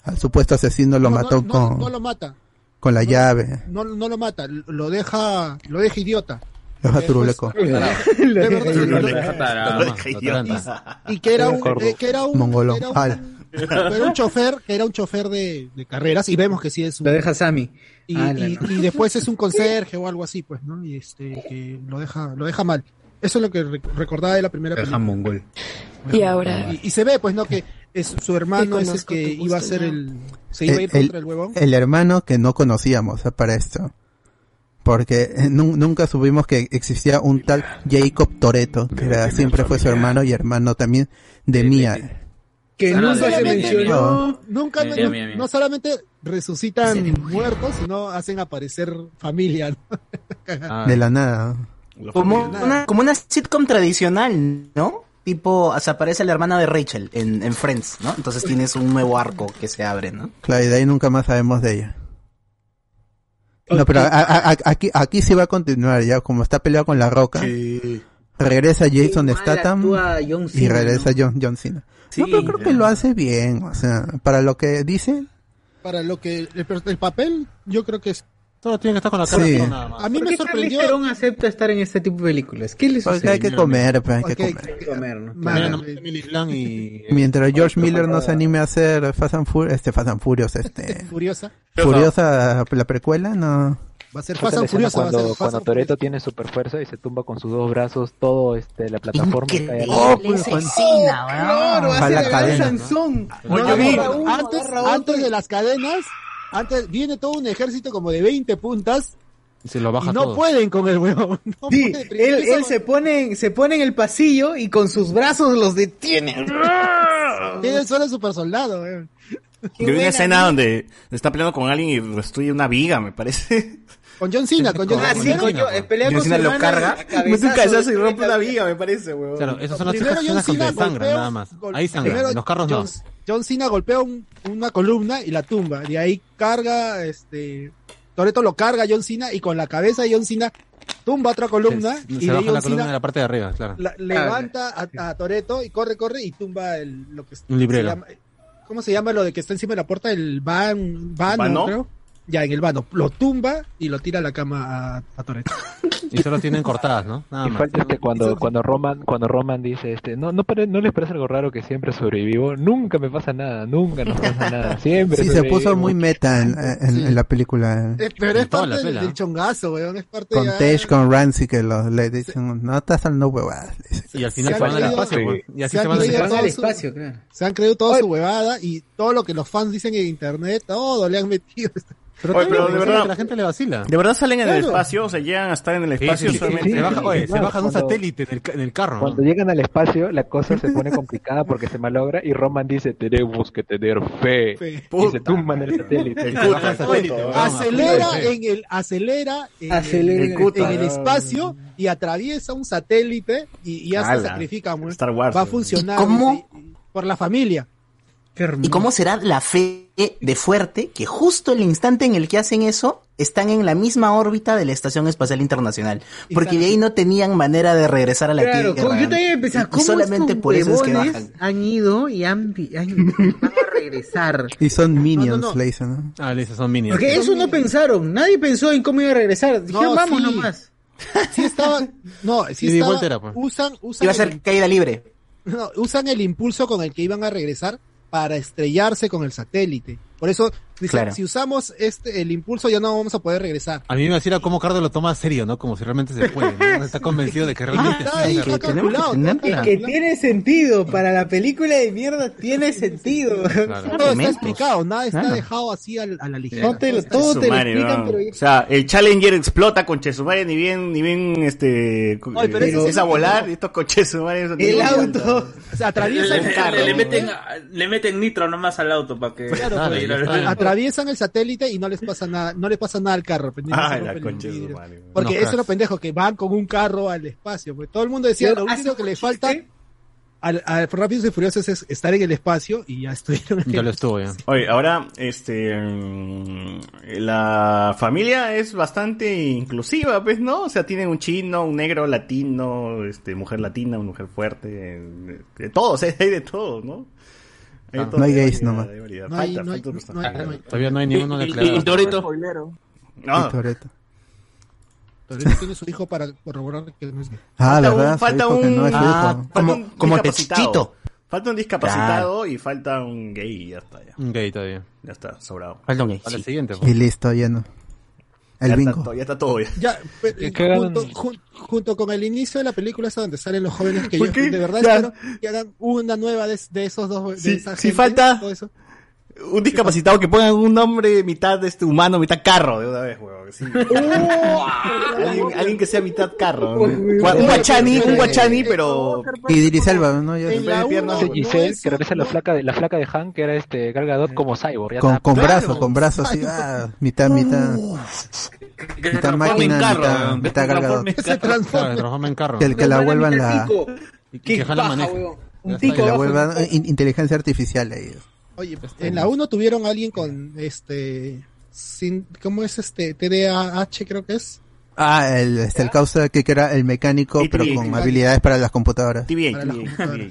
al supuesto asesino lo No, no, mató no, con, no lo mata, con la llave. no, no lo mata, lo deja, lo deja idiota. [laughs] Lo deja turuleco. De verdad, Lo de deja verdad. tarado, Lo deja idiota. Y que era un, Corvo. eh, que era un, Mongolo. era un- Ala. era un chofer, que era un chofer de, de carreras y vemos que sí es un, Lo deja Sammy. y, Ah, la, y- no. y después es un conserje o algo así, pues, ¿no? Y este que lo deja, lo deja mal. Eso es lo que re- recordaba de la primera película. mongol. Y ahora- Y, y se ve, pues, ¿no? Que es, su hermano Te es el conozco que tu gusto, iba a ser ¿no? el. Se iba a ir El, contra el huevón. el- el hermano que no conocíamos ah, para esto. Porque eh, nun- nunca supimos que existía un tal Jacob Toreto, que era- siempre fue su hermano y hermano también de Mía. que Ah, nunca de- de- se de- mencionó. Nunca, De- no, de- no- de- de- no solamente resucitan muertos, sino hacen aparecer familia. ¿no? [laughs] Ah, De la nada. Como una, como una sitcom tradicional, ¿no? Tipo, hasta aparece la hermana de Rachel en, en Friends, ¿no? Entonces tienes un nuevo arco que se abre, ¿no? Claro, y de ahí nunca más sabemos de ella. No, pero a- a- a- aquí, aquí sí va a continuar, ya como está peleado con la roca. Regresa Jason Statham Ah, actúa John y Cena, regresa John, John Cena. no, pero creo que lo hace bien, o sea, para lo que dice, Para lo que. El, pero el papel, yo creo que es. Todo tiene que estar con la cara, Sí. pero nada más. A mí ¿Por me qué Charlize sorprendió. Theron acepta estar en este tipo de películas? ¿Qué le Porque sucede? hay que comer, pues, hay que Porque comer. que comer, ¿no? Mira nomás a Emily Blunt y... mientras George Miller no se anime a hacer Fast and Furious, este Fast and [laughs] Furious, este Furiosa. Furiosa la precuela, no. Va a ser Esa Fast and escena Furiosa, va a cuando, ser Fast cuando and Toreto tiene super fuerza y se tumba con sus dos brazos todo este la plataforma cae al- Claro, hace Ojalá la cadena, gran ¿no? Sansón. Oye, Agarra vi- uno, antes, antes de las cadenas, antes viene todo un ejército como de 20 puntas Y se lo baja y no todo. pueden con el huevón. No Sí, pueden. él, él se, pone, en- se pone en el pasillo y con sus brazos los detiene. Tiene solo super soldado. weón. Yo vi una escena donde está peleando con alguien y destruye una viga, me parece. Con John Cena, con John Ah, sí, Cena. con John- eh, pelea con su hermana, cabezazo, mete un cabezazo y destruye rompe la una viga. viga, me parece, weón. Claro, esas son las Primero únicas John escenas donde Cena sangran, golpea- nada más. gol- Ahí sangran, primero en los carros John, no. John Cena golpea un- una columna y la tumba. De ahí carga, este... Toreto lo carga a John Cena y con la cabeza de John Cena tumba otra columna Se- y Se de baja ahí la John columna Cena de la parte de arriba, claro. la- levanta a, a Toreto y corre, corre y tumba el, lo que Ah, Un librero. se llama- ¿Cómo se llama lo de que está encima de la puerta? El van, vano, ¿Vano? creo. Ya, en el vano. Lo tumba y lo tira a la cama a, a Toreto. Y solo tienen cortadas, [laughs] ¿no? Nada y más. falta este cuando cuando Roman cuando Roman dice este no no pare- no les parece algo raro que siempre sobrevivo nunca me pasa nada nunca nos pasa [laughs] nada siempre Sí, se sobrevivo". puso muy meta en, en- en la película. Eh, pero es toda parte la del, pela. del chongazo, weón. Es parte Con ya- Tesh, con Ramsey, que los, le dicen, no estás al no huevadas. le dicen. Y al se final se han van al creído- espacio, sí. pues. Y así Se se han van al creído espacio. todo su- Se han creído toda su huevada y todo lo que los fans dicen en internet, todo le han metido. Pero Oye, pero de verdad- la gente le vacila. ¿De verdad salen en el Claro. espacio? ¿O sea, llegan a estar en el espacio? Sí, sí, sí. solamente? Se baja, oye, se Claro, baja de un cuando- satélite en el, ca- en el carro. Cuando llegan al espacio, la cosa se pone complicada porque se malogra y Roman dice, tenemos que tener fe. Y se tumban el satélite. acelera en el acelera en, Acelera el, en el- en el espacio y atraviesa un satélite y, y ya se Ala. sacrifica weón. Star Wars, va a weón. funcionar ¿Y cómo? dice, por la familia ¿Y cómo será la fe de fuerte que justo el instante en el que hacen eso están en la misma órbita de la Estación Espacial Internacional? Porque de ahí no tenían manera de regresar a la Claro, Tierra. como- yo también Y- pensaba, y ¿cómo solamente estos por eso es que huevones bajan. han ido y han, vi- han- van a regresar? Y son minions, no. le dicen, ¿no? Ah, le dicen, son minions. Porque eso no pensaron, nadie pensó en cómo iba a regresar. Dijeron, No, vamos sí. nomás. sí estaba no sí Y de estaba- vuelta era, pues. usan usan Iba a ser caída libre. No, usan el impulso con el que iban a regresar para estrellarse con el satélite. Por eso dicen, Claro. si usamos este el impulso ya no vamos a poder regresar. A mí me decía cómo Cardo lo toma serio, ¿no? Como si realmente se puede, ¿no? Está convencido de que Ah, realmente... está ahí, se está puede. calculado, Tenemos Ah, que Es tener- que tiene sentido, para la película de mierda tiene sentido. [laughs] Todo está explicado, nada está Claro. dejado así a, la- a la ligera. No te lo- está- todo te lo Madre, explican, no. pero O sea, el Challenger explota con Chesumare, ni bien, ni bien, este, Ay, pero eh, ese- empieza a volar, y estos con Chesumare. eso tiene El vuelta. [laughs] auto. O sea, atraviesa Le, el carro. le- le meten, le meten nitro nomás al auto para que. Claro, para pues, ir al- atraviesan el satélite y no les pasa nada, no les pasa nada al carro. pues, ni se Ay, rompen la los concha de su vidrios. madre. Porque Unos eso es lo cracks. pendejo, que van con un carro al espacio. Pues todo el mundo decía, Pero lo hace único que le falta, al, a Rápidos y Furiosos es estar en el espacio y ya estuvieron. en Ya el- lo estuvo, ya. Oye, ahora, este, mm, la familia es bastante inclusiva, pues, ¿no? O sea, tienen un chino, un negro, latino, este, mujer latina, una mujer fuerte, de, de todos, [laughs] ¿eh? hay de todo, ¿no? de Ah. todo, No hay gays variedad, nomás. variedad. No hay- Falta, no hay- falta un no personaje. hay- no hay. Todavía no hay ninguno declarado. No. Y Toretto. Toretto tiene su hijo para corroborar que no es gay. Ah, Falta verdad, un, su falta hijo que un, no es su ah, hijo. falta Como- un como discapacitado. Pechito. Falta un discapacitado y falta un gay y ya está, ya. Un gay todavía. pues. Ya está, sobrado. Falta un gay, Para el sí. siguiente. pues. Y listo, lleno. El ya, bingo. Está, to- ya está todo, ya. Ya, pero, Que- eh, que hagan- junto, jun- junto con el inicio de la película es donde salen los jóvenes que [laughs] yo ¿Por qué? de verdad Ya. espero que hagan una nueva de, de esos dos. De Si- esa si gente, falta- todo eso. Un discapacitado que pongan un nombre mitad este humano, mitad carro, de una vez, huevón. sí. alguien, alguien que sea mitad carro. ¿no? Gua- Un guachani, un guachani, pero... Y Diriselva, ¿no? Ya- En la uno, Hace Giselle, no que regresa la flaca de la flaca de Han, que era este Gargadot como cyborg. ya Con, está. con brazo, con [laughs] brazo, así, ah, mitad, mitad. que Mitad transforme máquina, en carro, mitad, weón. mitad cargador. Se transforma. Claro, se transforma en carro. Que el que la vuelvan la. Y que Han la maneja. Un Que tico la abajo, vuelvan ¿no? in- inteligencia artificial ahí. Oye, en la 1 tuvieron a alguien con este. Sin, ¿Cómo es este? TDAH, creo que es. Ah, el, este, el causa que que era el mecánico, pero TBA. con habilidades para las computadoras. Para las computadoras.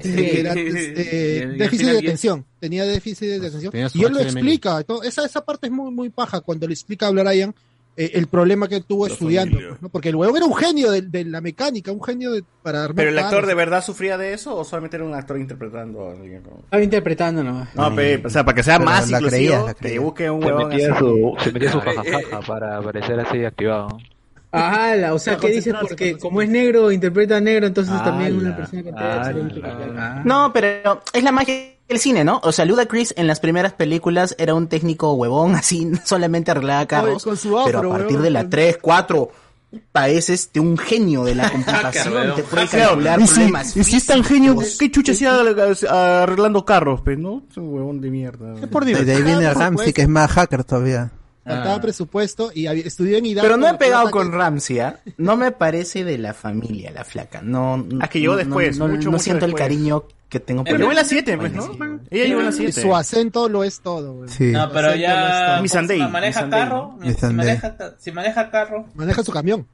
Que era, este, déficit de atención. Tenía déficit de atención. tenía su Y él lo HDMI. explica. todo- Esa, esa parte es muy, muy paja cuando le explica a Brian eh, el problema que tuvo estudiando. pues, ¿no? Porque el huevón era un genio de, de la mecánica, un genio de, para armar ¿Pero el actor carros. de verdad sufría de eso o solamente era un actor interpretando a alguien? como- Estaba interpretando nomás. No, pe- o sea, para que sea Pero más la inclusivo, creía, la que creía. [laughs] busque un Se huevón metía así. su, se metía su Claro, eh, jajaja para parecer así activado. Ah, o sea, Para que dices concentrarse, porque como es negro, interpreta a negro, entonces Ah, también una persona con Ah, No, pero es la magia del cine, ¿no? O sea, Ludacris en las primeras películas era un técnico huevón, [laughs] así, solamente arreglaba carros. con su pero afro, a partir huevón, de la con- 3, 4, pareces de un genio de la computación. te puede calcular Y si, problemas. y si es tan genio, ¿qué chucha hacía arreglando carros, pe, no? Es un huevón de mierda. Es por Y de ahí viene Ramsey, que es más hacker todavía. Ah. Faltaba presupuesto y había- estudió en Hidalgo. Pero no he me pegado acuerdo con Ramsey, ¿ah? No me parece de la familia, la flaca. No, Ah, que llegó no- después, No, no- mucho, no mucho siento el después. cariño que tengo Pero por- llegó en la 7, pues, ¿no? Ella llegó en la 7. Su acento lo es todo, güey. Sí. No, pero ya. Mi si Sunday, maneja mi Sunday, carro. Mi Si Sunday. maneja, ca- si maneja carro. Maneja su camión.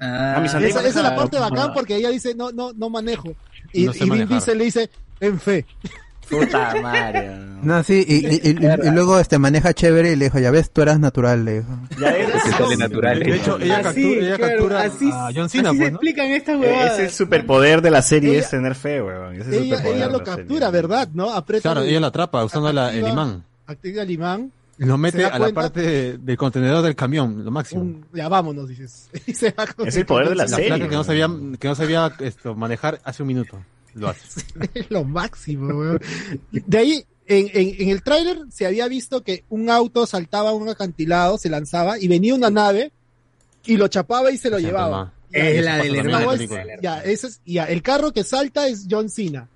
Ah, Ah, mi Sunday esa, esa es la maneja- parte bacán porque ella dice, no, no, no manejo. Y, No sé y Vin manejar. Diesel le dice, en fe. [laughs] Puta madre. No, sí, y, y- y- y- y luego este maneja chévere y le dijo, ya ves, tú eras natural, le dijo. Ya es. Que sale natural. De hecho, ella Así, captura, ella claro, captura así- a John Cena, así pues, se ¿no? explican estas Eh, huevadas. Ese es el superpoder de la serie, Ella- es tener fe, weón. Ese es el Ella, superpoder ella de lo la captura, ¿verdad? ¿No? Aprieta Claro, el- ella la atrapa usando la- el imán. activa el imán. Lo ¿Se mete da a la cuenta? parte de- del contenedor del camión, lo máximo. Ya vámonos, dices. [laughs] Y se va con- placa que no sabía, que no sabía esto, manejar hace un minuto. Lo hace. [laughs] Es lo máximo, weón. De ahí, en, en- en el tráiler se había visto que un auto saltaba a un acantilado, se lanzaba y venía una nave y lo chapaba y se lo llevaba. Es la del Esa hermano. es- Ya, ese es, ya, el carro que salta es John Cena.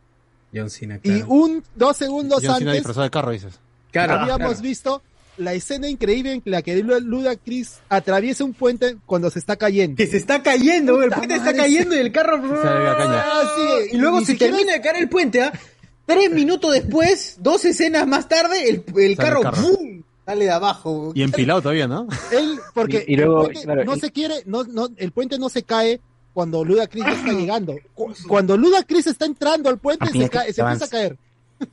John Cena, Y claro. un, dos segundos John Cena antes disfrazado de carro, dices. habíamos visto la escena increíble en la que Lu- Ludacris atraviesa un puente cuando se está cayendo. Que se está cayendo, el puente está cayendo y el carro. Ah, sí, Y luego Ni se siquiera- termina de caer el puente, ¿ah? Tres minutos después, dos escenas más tarde, el, el Sale el carro, carro. ¡boom! Sale de abajo. Y empilado todavía, ¿no? Él, porque Y- y luego, el puente claro, no y- se quiere, no, no, el puente no se cae cuando Ludacris ya está llegando. Cu- Cuando Ludacris está entrando al puente, Ah, se, mira, cae- que se empieza avanza. a caer.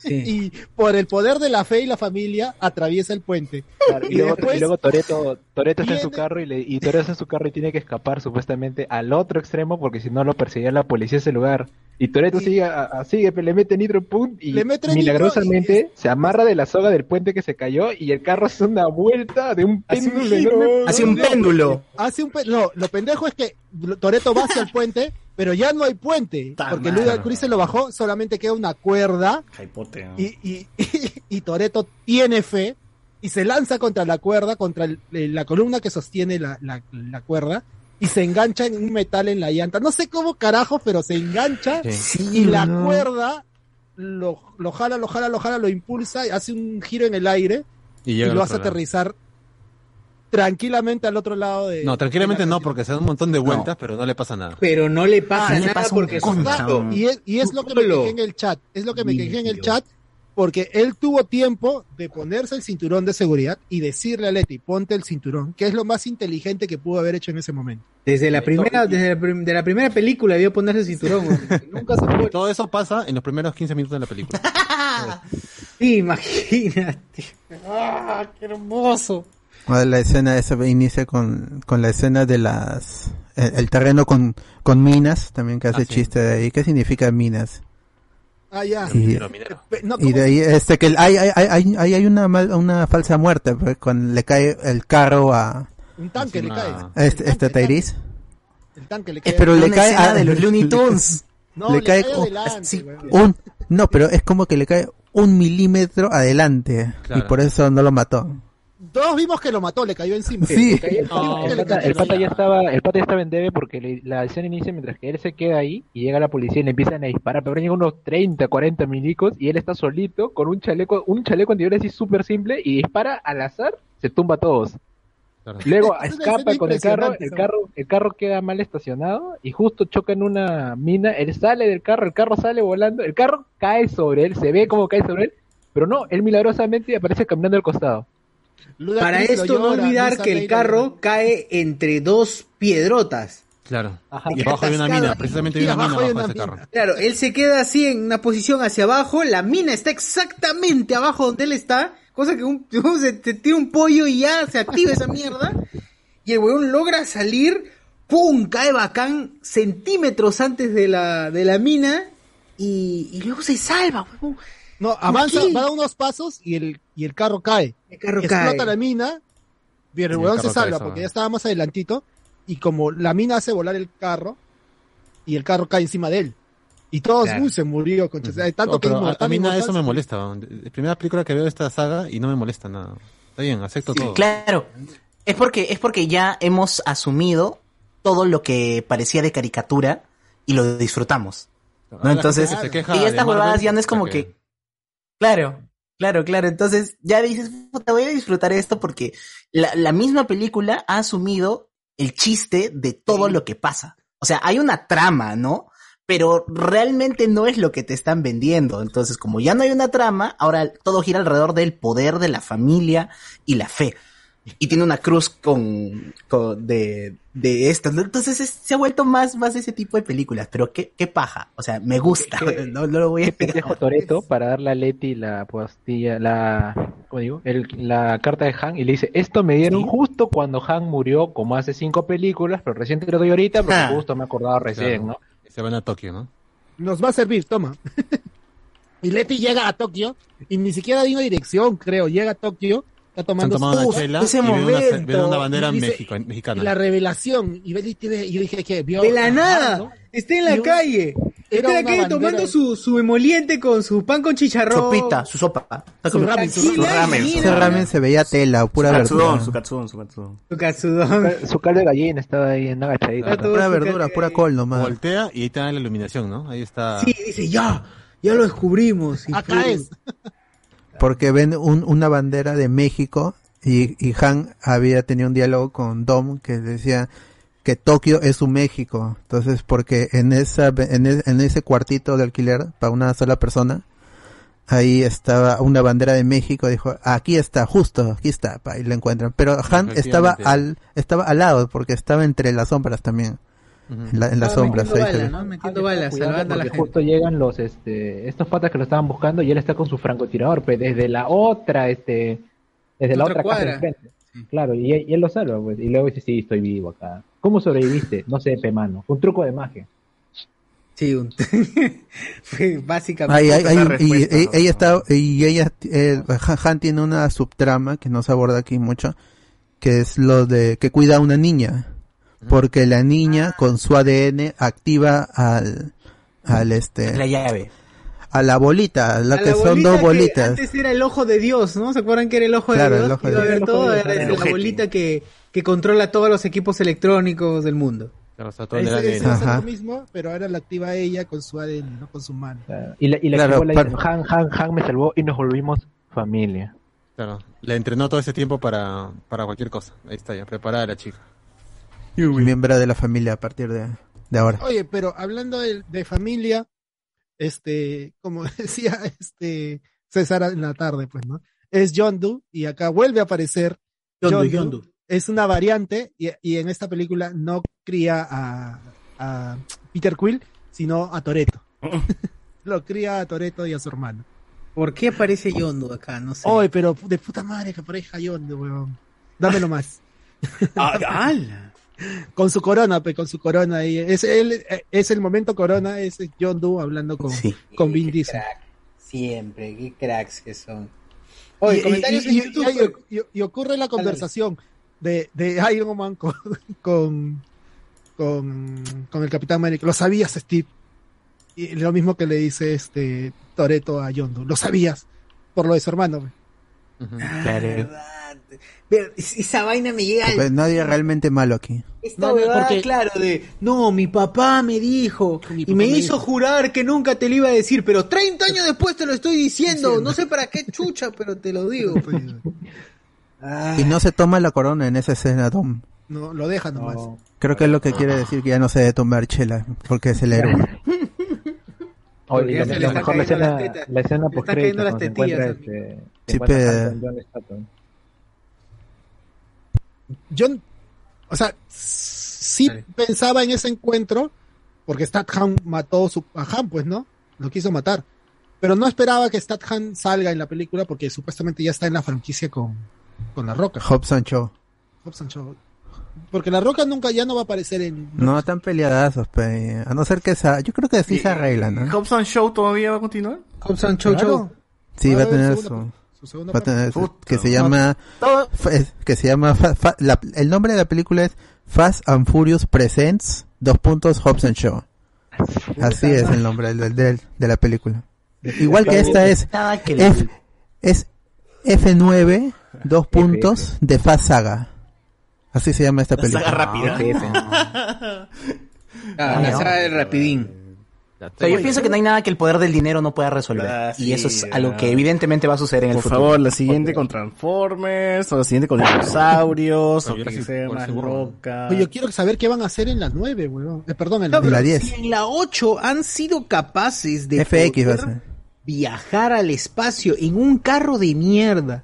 Y por el poder de la fe y la familia, atraviesa el puente. Claro, y, Y luego, después- y luego Toretto, Toretto está en su viene- carro y, le, y Toretto está en su carro y tiene que escapar supuestamente al otro extremo porque si no lo perseguía la policía a ese lugar. Y Toretto sigue, a- a- sigue, pe- le mete nitro, pum, y Le mete nitro milagrosamente se amarra de la soga del puente que se cayó y el carro hace una vuelta de un Hace un péndulo. giro. enorme. Hace un péndulo. Hace un pe- no, lo pendejo es que Toreto va hacia el puente, pero ya no hay puente. Porque madre. Ludacris se lo bajó, solamente queda una cuerda. Jaipote, ¿no? Y, y, y [laughs] Toreto tiene fe y se lanza contra la cuerda, contra el- eh, la columna que sostiene la, la- la cuerda. Y se engancha en un metal en la llanta. No sé cómo carajo, pero se engancha. Sí. y la Sí, ¿no? cuerda lo, lo jala, lo jala, lo jala, lo impulsa, hace un giro en el aire Y y, llega al lo otro hace lado. aterrizar tranquilamente al otro lado de. No, tranquilamente no, porque se da un montón de vueltas, pero no le pasa nada. Pero [laughs] no le pasa Ah, le nada pasa un porque es un concha, gato. weón. Y es, y es lo que me Solo. quejé en el chat. Es lo que me quejé en el chat. Porque él tuvo tiempo de ponerse el cinturón de seguridad y decirle a Leti, ponte el cinturón, que es lo más inteligente que pudo haber hecho en ese momento. Desde la primera, desde la, prim- de la primera película debió ponerse el cinturón. weón. Todo eso pasa en los primeros 15 minutos de la película. Sí, imagínate. ¡Ah, qué hermoso! Ah, La escena esa inicia con, con la escena de las el, el terreno con, con minas, también que hace chiste de ahí. ¿Qué significa minas? [laughs] Ah, ya. Y, Pe- no, y de ahí este que el- hay hay, hay, hay- hay- hay una mal- una falsa muerte pues, cuando le cae el carro a un tanque le cae. Eh, a este, este Tyrese. El tanque le Eh, cae. pero le cae a- [laughs] [laughs] No, le, cae, o- adelante. sí, weón. un no, pero es como que le cae un milímetro adelante y Claro. por eso no lo mató. Todos vimos que lo mató, le cayó encima. Sí. Le cayó encima, No, que el le pata, cayó el pata encima. ya estaba, el pata ya estaba en debe porque le- la acción inicia mientras que él se queda ahí y llega la policía y le empiezan a disparar, pero llegan unos 30, 40 milicos y él está solito con un chaleco, un chaleco antiviral así súper simple y dispara al azar, se tumba a todos. Luego Es una escapa escena con el carro, impresionante, el ¿no? carro, el carro queda mal estacionado y justo choca en una mina, él sale del carro, el carro sale volando, el carro cae sobre él, se ve como cae sobre él, pero no, él milagrosamente aparece caminando al costado. Para Cruz lo esto no llora, olvidar Luisa que el Ley carro cae entre dos piedrotas. Claro. Y Y abajo hay una atascado mina, ahí. precisamente Y hay una mina abajo abajo hay de una ese carro. Claro, él se queda así en una posición hacia abajo, la mina está exactamente abajo donde él está, cosa que un, [laughs] se, se tira un pollo y ya se activa esa mierda, y el weón logra salir, ¡pum! cae bacán centímetros antes de la, de la mina, y, y luego se salva, weón. No, avanza, va a dar unos pasos y el, y el carro cae. El carro Explota cae. la mina, pero el Y el huevón se carro salva cae, porque ¿sabes? ya estaba más adelantito. Y como la mina hace volar el carro, y el carro cae encima de él. Y todos, Claro. uy, se murió, concha. o sea, de tanto Oh, que pero a, inmortal, a mí nada de inmortal, eso me molesta. weón. Es primera película que veo de esta saga y no me molesta nada. Está bien, acepto todo. Claro. Es porque, es porque ya hemos asumido todo lo que parecía de caricatura y lo disfrutamos. ¿no? Ahora la Entonces, gente se y queja de estas Marvel huevadas ya no es como porque- que... Claro, claro, claro. Entonces ya dices, puta, voy a disfrutar esto porque la, la misma película ha asumido el chiste de todo lo que pasa. O sea, hay una trama, ¿no? Pero realmente no es lo que te están vendiendo. Entonces, como ya no hay una trama, ahora todo gira alrededor del poder de la familia y la fe. Y tiene una cruz con, con- de, de estas. ¿no? Entonces es- se ha vuelto más, más ese tipo de películas. Pero qué, qué paja. O sea, me gusta. [laughs] No, no lo voy a pendejo Toreto para darle a Leti la pastilla, la, ¿cómo digo? El- la carta de Han y le dice, esto me dieron justo cuando Han murió, como hace cinco películas, pero recién te lo doy ahorita porque Ah. justo me he acordado recién, Claro. ¿no? Se van a Tokio, ¿no? Nos va a servir, toma. [laughs] y Leti llega a Tokio, y ni siquiera dio dirección, creo. Llega a Tokio, está Se han tomando tomado Uf, una chela ese y ven una, momento. ven una bandera Y dice- mexica- y mexicana. la revelación. Y Leti ve- y yo dije que vio. De la a Han, nada, ¿no? está en la Y un- calle, era está en la una calle bandera. tomando su, su emoliente con su pan con chicharrón. Sopita, su sopa. Su ramen, su- su ramen. Ese ramen se veía tela, pura verdura. katsudon, su katsudon. Su katsudon. Su caldo de gallina estaba ahí en agachadito. Pura verdura, pura eh, col nomás. Voltea y ahí está la iluminación, ¿no? Ahí está. Sí, dice, ya, ya lo descubrimos. Y Acá es. Porque ven un- una bandera de México y, y Han había tenido un diálogo con Dom que decía que Tokio es su México. Entonces, porque en esa ve- en, e- en ese cuartito de alquiler para una sola persona, ahí estaba una bandera de México, dijo, aquí está, justo, aquí está, pa, y la encuentran. Pero Han estaba Efectivamente. al estaba al lado porque estaba entre las sombras también. En, la- en las Estaba sombras. metiendo ahí se bala, ve. ¿no? Metiendo Ah, balas, cuidado, salvando a la porque gente. justo llegan los este estos patas que lo estaban buscando y él está con su francotirador pues, desde la otra este desde la Otra otra casa de cuadra. enfrente. claro y, él- y él lo salva pues y luego dice sí estoy vivo acá cómo sobreviviste no sé pemano un truco de magia sí un [laughs] Fue Ay, básicamente. ay, ay, y, esa eh, respuesta, y- ¿no? ella está y ella eh, Han- Han tiene una subtrama que no se aborda aquí mucho que es lo de que cuida a una niña porque la Ah. niña con su ADN activa al al este La llave. a la bolita la A que la son bolita dos que bolitas Antes era el ojo de Dios, ¿no? ¿Se acuerdan que era el ojo Claro, de Dios? el ojo de Iba a Dios. ver El ojo todo, de Dios, era claro. la Ojete. bolita que, que controla todos los equipos electrónicos del mundo. Ese- ese es Ajá. lo mismo, pero ahora la activa ella con su ADN, no con su mano. y la y la Claro, chibola dice, para- Han Han Han me salvó y nos volvimos familia Claro, la entrenó todo ese tiempo para, para cualquier cosa. Ahí está ya, preparada la chica. Miembro de la familia a partir de, de ahora. Oye, pero hablando de, de familia, este, como [laughs] decía este César en la tarde, pues, ¿no? Es Yondu y acá vuelve a aparecer Yondu, Yondu. Yondu. Es una variante y, y en esta película no cría a, a Peter Quill, sino a [laughs] Toreto. Lo cría a Toreto y a su hermano. ¿Por qué aparece Yondo acá? No sé. Oye, pero de puta madre que aparezca Yondu, weón. Dámelo [laughs] más. Ah, con su corona, pe, con su corona ahí. Es, él, es el momento corona, es Yondu hablando con, con Vin Diesel. Siempre, qué cracks que son. Oye, Y- comentarios y- en y- YouTube. Y, y- y ocurre la conversación de, de Iron Man con, con, con, con el Capitán América. Lo sabías, Steve. Y lo mismo que le dice este Toreto a Yondu. Lo sabías. Por lo de su hermano. pe. Pero esa vaina me llega al Pues nadie realmente malo aquí. Esta No, no, huevada, porque- claro, de no, mi papá me dijo y papá me me hizo dijo". jurar que nunca te lo iba a decir, pero 30 años después te lo estoy diciendo. No sé para qué chucha, pero te lo digo. pues. Ah. Y no se toma la corona en esa escena, Tom. No, lo deja nomás. Creo que es lo que quiere decir que ya no se debe tomar chela, porque es el héroe. Oye, ya la, se le la está mejor la cayendo escena, las tetas. la escena Le está post cayendo crédito las cuando se tetillas. encuentra este, se Sí, encuentra pe- Phantom John Statham. Yo, o sea, sí pensaba en ese encuentro, porque Statham mató su, a Han, pues, ¿no? Lo quiso matar. Pero no esperaba que Statham salga en la película porque supuestamente ya está en la franquicia con, con La Roca. Hobson Show. Hobbs and Shaw. Porque La Roca nunca ya no va a aparecer en... No están peleadazos, pe. a no ser que esa, yo creo que sí se arreglan, ¿no? ¿Hobson Show todavía va a continuar? ¿Hobson Show Sí, va a Ah, tener segunda su, su segunda va a tener parte. su- que se llama fa- es- que se llama fa- fa- la- el nombre de la película es Fast and Furious Presents dos puntos Hobson Show. Así es el nombre del, del- de la película. Igual que esta es Nada que le- F, es F9 dos puntos de Fast Saga. Así se llama esta La saga película. rápida. [laughs] Ah, la saga del rapidín. O sea, yo pienso que no hay nada que el poder del dinero no pueda resolver. y eso es algo que evidentemente va a suceder en el Por futuro. favor, la siguiente con Transformers, o la siguiente con dinosaurios, o Oye, que sí, sea por más seguro. loca. Oye, yo quiero saber qué van a hacer en la 9, weón. Eh, perdón, en No, la, pero si en la 8 han sido capaces de FX va a poder ser. viajar al espacio en un carro de mierda.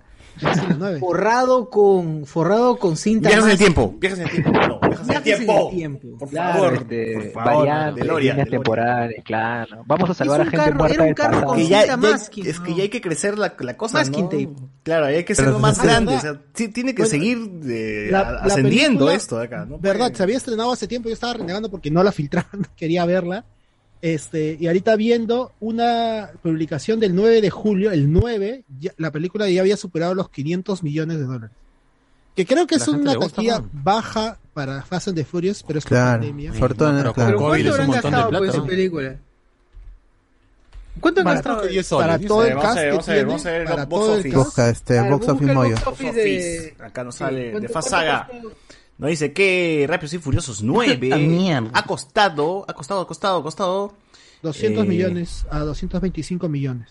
Forrado con, forrado con cinta. Viajes en el más- tiempo, viajes en el tiempo, no, viajes en el Viajes en el tiempo. tiempo. Por Claro, favor, este, por favor, variantes, DeLorean, líneas DeLorean. temporales, claro. Vamos a salvar a gente muerta del pasado. Que ya- ya- es que ya hay que crecer la, la cosa, Masking Ah, ¿no? tape. Claro, hay que Pero hacerlo más es verdad. grande. O sea, sí, tiene que Bueno, seguir eh, la- a- la ascendiendo película- esto de acá, ¿no? ¿Verdad? Se había estrenado hace tiempo, yo estaba renegando porque no la [laughs] filtraron, quería verla. Este, y ahorita viendo una publicación del 9 de julio, el 9, ya- la película ya había superado los 500 millones de dólares. Que creo que La es gente una le gusta, taquilla ¿no? baja para Fast and the Furious, pero es por Claro, pandemia. sobre todo en- Pero con claro. COVID ¿Cuánto es un montón habrán de gastado por plata, esa ¿no? pues, película? ¿Cuánto han Para- gastado? creo que 10 soles, para 10 todo soles. el Vamos a cast ver, que vamos a ver, tiene, vamos a ver para los box todo el office. cast. Busca este Claro, Box busca Office el Moyo. box office de- Acá nos sale de Fast Saga. No dice que Rápidos y Furiosos 9 Ah, mierda. ha costado, ha costado, ha costado, ha costado. 200 Eh. millones a 225 millones.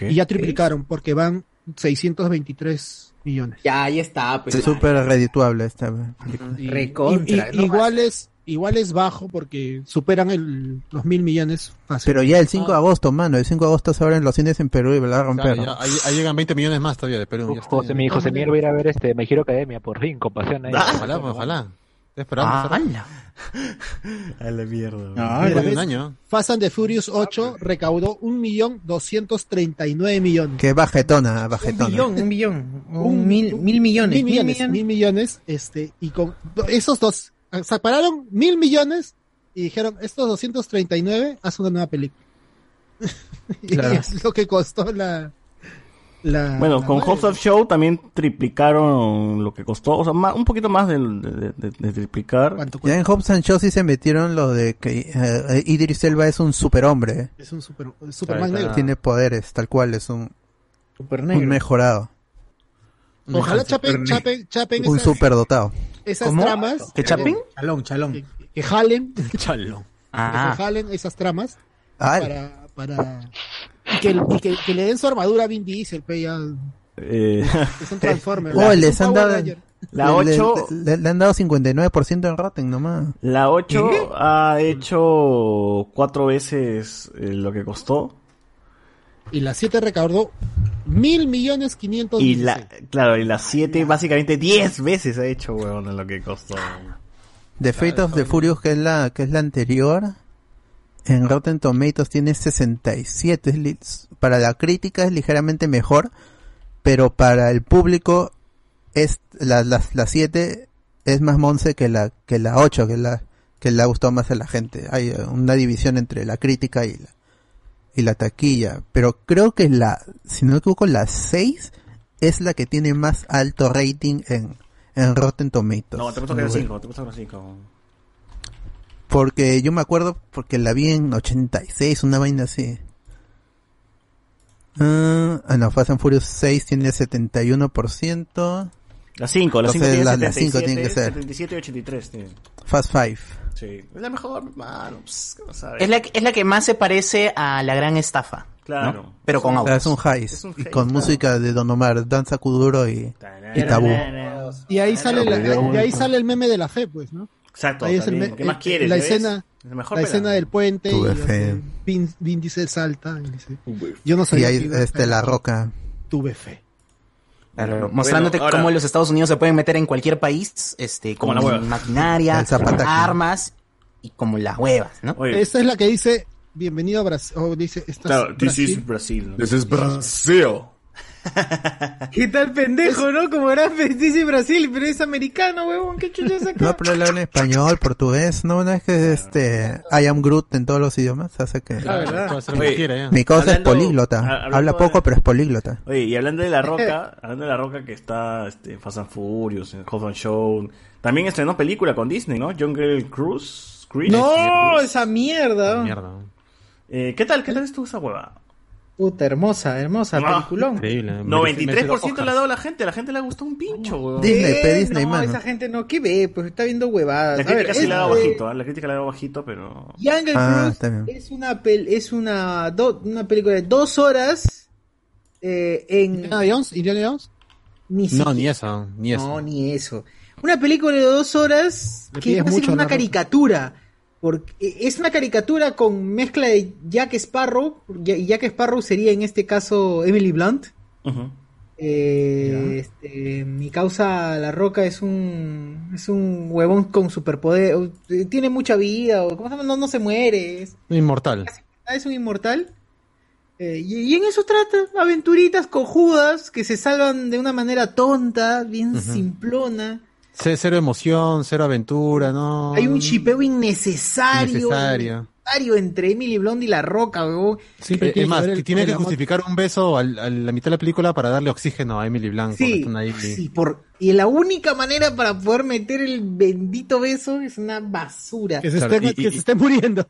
Y ya triplicaron porque van 623 millones. Ya, ahí está, Es súper redituable esta. película. Y- Recontra, y- y- no igual, es, igual es bajo porque superan el, los mil millones fácil. Pero ya el 5 Ah. de agosto, mano, el 5 de agosto se abren los cines en Perú y me la van a romper. Claro, ya, ahí, ahí llegan 20 millones más todavía de Perú. ya está, José, ya. mi, José Mier va a ir a ver este Me Giro Academia por fin, compasión ahí. Ojalá, pues, ojalá. Te esperamos. Ah, Ferran. A la mierda. Ah, Mira, ya ¿ves? un año. Fast and the Furious 8 recaudó 1.239 millones. Que bajetona, bajetona. un billón, un mil, mil millones, Mil millones, mil millones, este, y con do- esos dos, separaron mil millones y dijeron, estos 239, haz una nueva película. [laughs] y Claro. es lo que costó la... la Bueno, la con nueva. Hobbs of Show también triplicaron lo que costó, o sea, más- un poquito más del- de, de- de triplicar. Ya en Hobbs and Shaw sí se metieron lo de que eh, Idris Elba es un superhombre. Es un super, Superman Claro, negro. Tiene poderes, tal cual, es un, negro. un mejorado. Ojalá Un chapen, super- chapen, chapen Un esas, superdotado. esas ¿Cómo? tramas. Eh, ¿Que chapen? Chalón, chalón. Que, que jalen, [laughs] Chalón. Ah. que se jalen esas tramas Ah. para... para y que, y que- que le den su armadura a Vin Diesel, pe, ya, Eh, [laughs] Es un [laughs] Transformer. Oh, les han dado. La le- 8. Le, le han dado 59% en Rotten nomás. La 8 ha hecho cuatro veces eh, lo que costó. Y la 7 recaudó mil millones quinientos Y la, claro, y la 7 básicamente 10 veces ha hecho, weón, lo que costó. The Fate of the Furious, que es la, que es la anterior, en Rotten Tomatoes tiene 67. Es li- Para la crítica es ligeramente mejor, pero para el público es la, la, la 7 es más monce que la que la 8, que la que le ha gustado más a la gente. Hay eh, una división entre la crítica y la y la taquilla, pero creo que la si no me equivoco la 6 es la que tiene más alto rating en en Rotten Tomatoes. No, te costó que Muy era bueno. 5, te costó que era 5. Porque yo me acuerdo porque la vi en 86, una vaina así. Ah, ah, no, Fast and Furious 6 tiene 71%. La 5, la 5 Entonces, tiene la- 77, la 5 tiene que ser. 77 y 83 tiene. Fast 5. Sí. Es la mejor, mano. Pss, ¿qué vas a ver? Es la, es la que más se parece a la gran estafa. ¿no? Claro. Pero con O autos. sea, es un heist. Es un y heist, con claro. música de Don Omar, Danza Kuduro y, y Tabú. Y ahí sale la- Claro. y ahí sale el meme de la fe, pues, ¿no? Ah, Exacto, Ahí es el también. me- ¿Qué más el- quieres, La ya ves? escena, Es la mejor la pela. escena del puente y Tuve así, fe. Vin, Vin Diesel salta y dice, yo no Y sabía que ahí iba a este, estar- La Roca. tuve fe. Claro, mostrándote Bueno, ahora- cómo los Estados Unidos se pueden meter en cualquier país, este, Como con la hueva. maquinaria, El zapataque. armas y como las huevas, ¿no? Esa es la que dice, bienvenido a Brasil, o dice, "Este, estás Claro, this Brasil". is Brasil. This is Brazil. ¿Qué tal pendejo, no? Como era dice Brasil, pero es americano, huevón. ¿Qué chucha es acá? [laughs] No, pero él habla español, portugués, no, no es que este I am Groot en todos los idiomas, hace que Claro, verdad. puede hacer lo que Oye, quiera, ya. Mi cosa es Hablando- políglota. ha- hablando Habla de- poco, pero es políglota. Oye, y hablando de La Roca, [laughs] hablando de La Roca que está este, en Fast and Furious, en Hobbs and Show, también estrenó película con Disney, ¿no? John Grell Cruz. No, esa mierda. Mierda. Eh, ¿Qué tal? ¿Qué tal estuvo esa hueva? Puta, hermosa, hermosa, Ah, peliculón. Increíble. ¿eh? 93% le ha dado la gente, la gente le ha gustado un pincho, weón. Eh, no, esa gente no, ¿qué ve? Pues está viendo huevadas. La A ver, este, crítica sí es le ha dado de- bajito, ¿eh? la crítica le ha dado bajito, pero... Jungle Ah, Cruise está bien. es una pel- es una do- una película de dos horas eh, en Indiana Jones, Ni No, siquiera- ni eso, ni eso. No, ni eso. Una película de dos horas Le que pides es mucho a mucho una la roca. caricatura. Porque e, es una caricatura con mezcla de Jack Sparrow. Y Jack Sparrow sería en este caso Emily Blunt. Eh, este, mi causa La Roca es un es un huevón con superpoder. o, eh, Tiene mucha vida. O, ¿cómo se llama? No, no se muere. Es, Inmortal. Ah, es un inmortal. Eh, y, y en eso trata aventuritas cojudas que se salvan de una manera tonta, bien Ujú. simplona. C- Cero emoción, cero aventura, ¿no? Hay un chipeo innecesario, Innecesario. innecesario entre Emily Blonde y La Roca, huevón. Sí, eh, es más, que tiene que justificar un beso al- a la mitad de la película para darle oxígeno a Emily Blanco. Sí, que están ahí. por... Y la única manera para poder meter el bendito beso es una basura. Que se Claro, esté- y- que y- se esté [laughs] muriendo.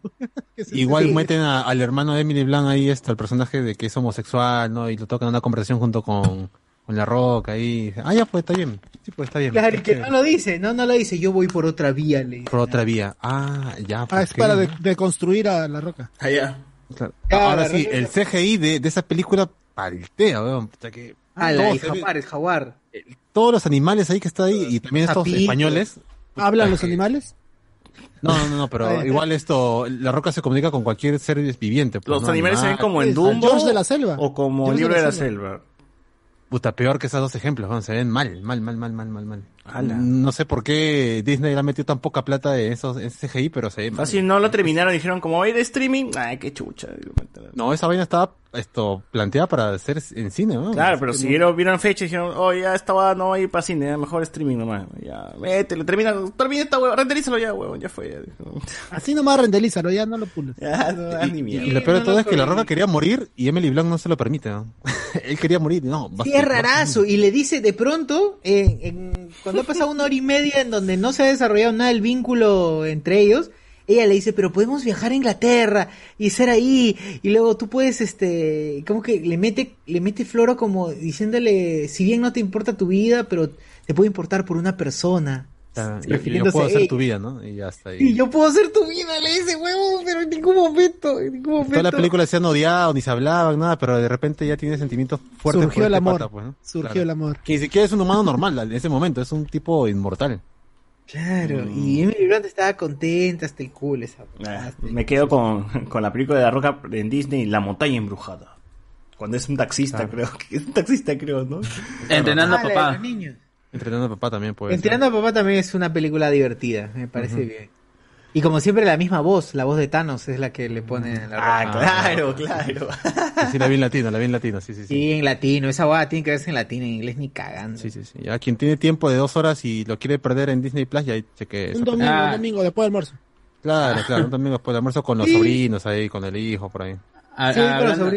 Igual Sí. meten a- al hermano de Emily Blunt ahí, está el personaje de que es homosexual, ¿no? Y lo tocan en una conversación junto con, con La Roca ahí. Ah, ya, pues está bien. Sí, pues está bien. Claro, y Está que no chévere. lo dice, no, no lo dice, yo voy por otra vía, le dice. Por otra vía. Ah, ya. Ah, pues, es para qué de- bien. deconstruir a La Roca. Ah, Claro. Claro, Ahora sí, regresa. el CGI de, de esa película paltea, weón. Puta que Ah, la- todos el se ven- jaguar, el jaguar. todos los animales ahí que está ahí y Eh, también estos Sapito. españoles. ¿Hablan los animales? eh. No, no, no, [laughs] pero igual esto, la roca se comunica con cualquier ser viviente. pues, Los ¿no? animales se ven Animal. como en Dumbo o como George Libro de de la la Selva. Puta, peor que esos dos ejemplos, weón, se ven mal, mal, mal, mal, mal, mal, mal. Ala. No sé por qué Disney le ha metido tan poca plata de esos en CGI, pero se ve mal. Fácil, Ah, no lo terminaron, dijeron como, oye, de streaming, ay, qué chucha. No, esa vaina estaba esto, planteada para hacer en cine, ¿no? Claro, [laughs] Así pero que si no- vieron, vieron fecha y dijeron, oh, ya estaba, no va a ir para cine, mejor streaming nomás. Ya, mételo, termina, termina esta hueva, renderízalo ya, huevón, ya fue. Ya. Así nomás rendelízalo, ya no lo pules. Ya, no hagas ni mierda. Y lo peor de todo es que La Roca quería morir y Emily Blunt no se lo permite, ¿no? [laughs] Él quería morir, no. basta- Sí, es rarazo. Y le dice de pronto, eh, en- cuando ha pasado una hora y media en donde no se ha desarrollado nada el vínculo entre ellos, ella le dice, pero podemos viajar a Inglaterra y ser ahí. Y luego tú puedes, este, como que le mete, le mete floro como diciéndole, si bien no te importa tu vida, pero te puede importar por una persona. Claro, Sí, yo, yo refiriéndose puedo a hacer ella. tu vida, ¿no? Y ya está. ahí. Y yo puedo hacer tu vida, le dice, huevo, pero en ningún momento, en ningún momento. Toda la película se han odiado, ni se hablaban, nada, pero de repente ya tiene sentimientos fuertes. Surgió por el este amor. pata, pues, ¿no? Surgió Claro. el amor. Que ni siquiera es un humano normal en ese momento, es un tipo inmortal. Claro, Mm. y Emily Blunt estaba contenta hasta el culo esa. Ah, Ah, Me quedo con, con la película de La Roca en Disney, La Montaña Embrujada. Cuando es un Ah. taxista, creo. que- Es un taxista, creo, ¿no? Entrenando a Ah, la de papá. los niños. Entrenando a papá también pues. puede ser. Entrenando a papá también es una película divertida, me parece Ujú. bien. Y como siempre la misma voz, la voz de Thanos es la que le pone la Ah, claro, claro. Sí, la vi en latino, la vi en latino, sí, sí, sí. Sí, en latino, esa boda tiene que verse en latino, en inglés ni cagando. Sí, sí, sí. A quien tiene tiempo de dos horas y lo quiere perder en Disney Plus, ya ahí cheque Un domingo, Ah. Ah. un domingo, después del almuerzo. Claro, claro, un domingo después del almuerzo con los Sí. sobrinos ahí, con el hijo, por ahí. A- a- Ah, hablando,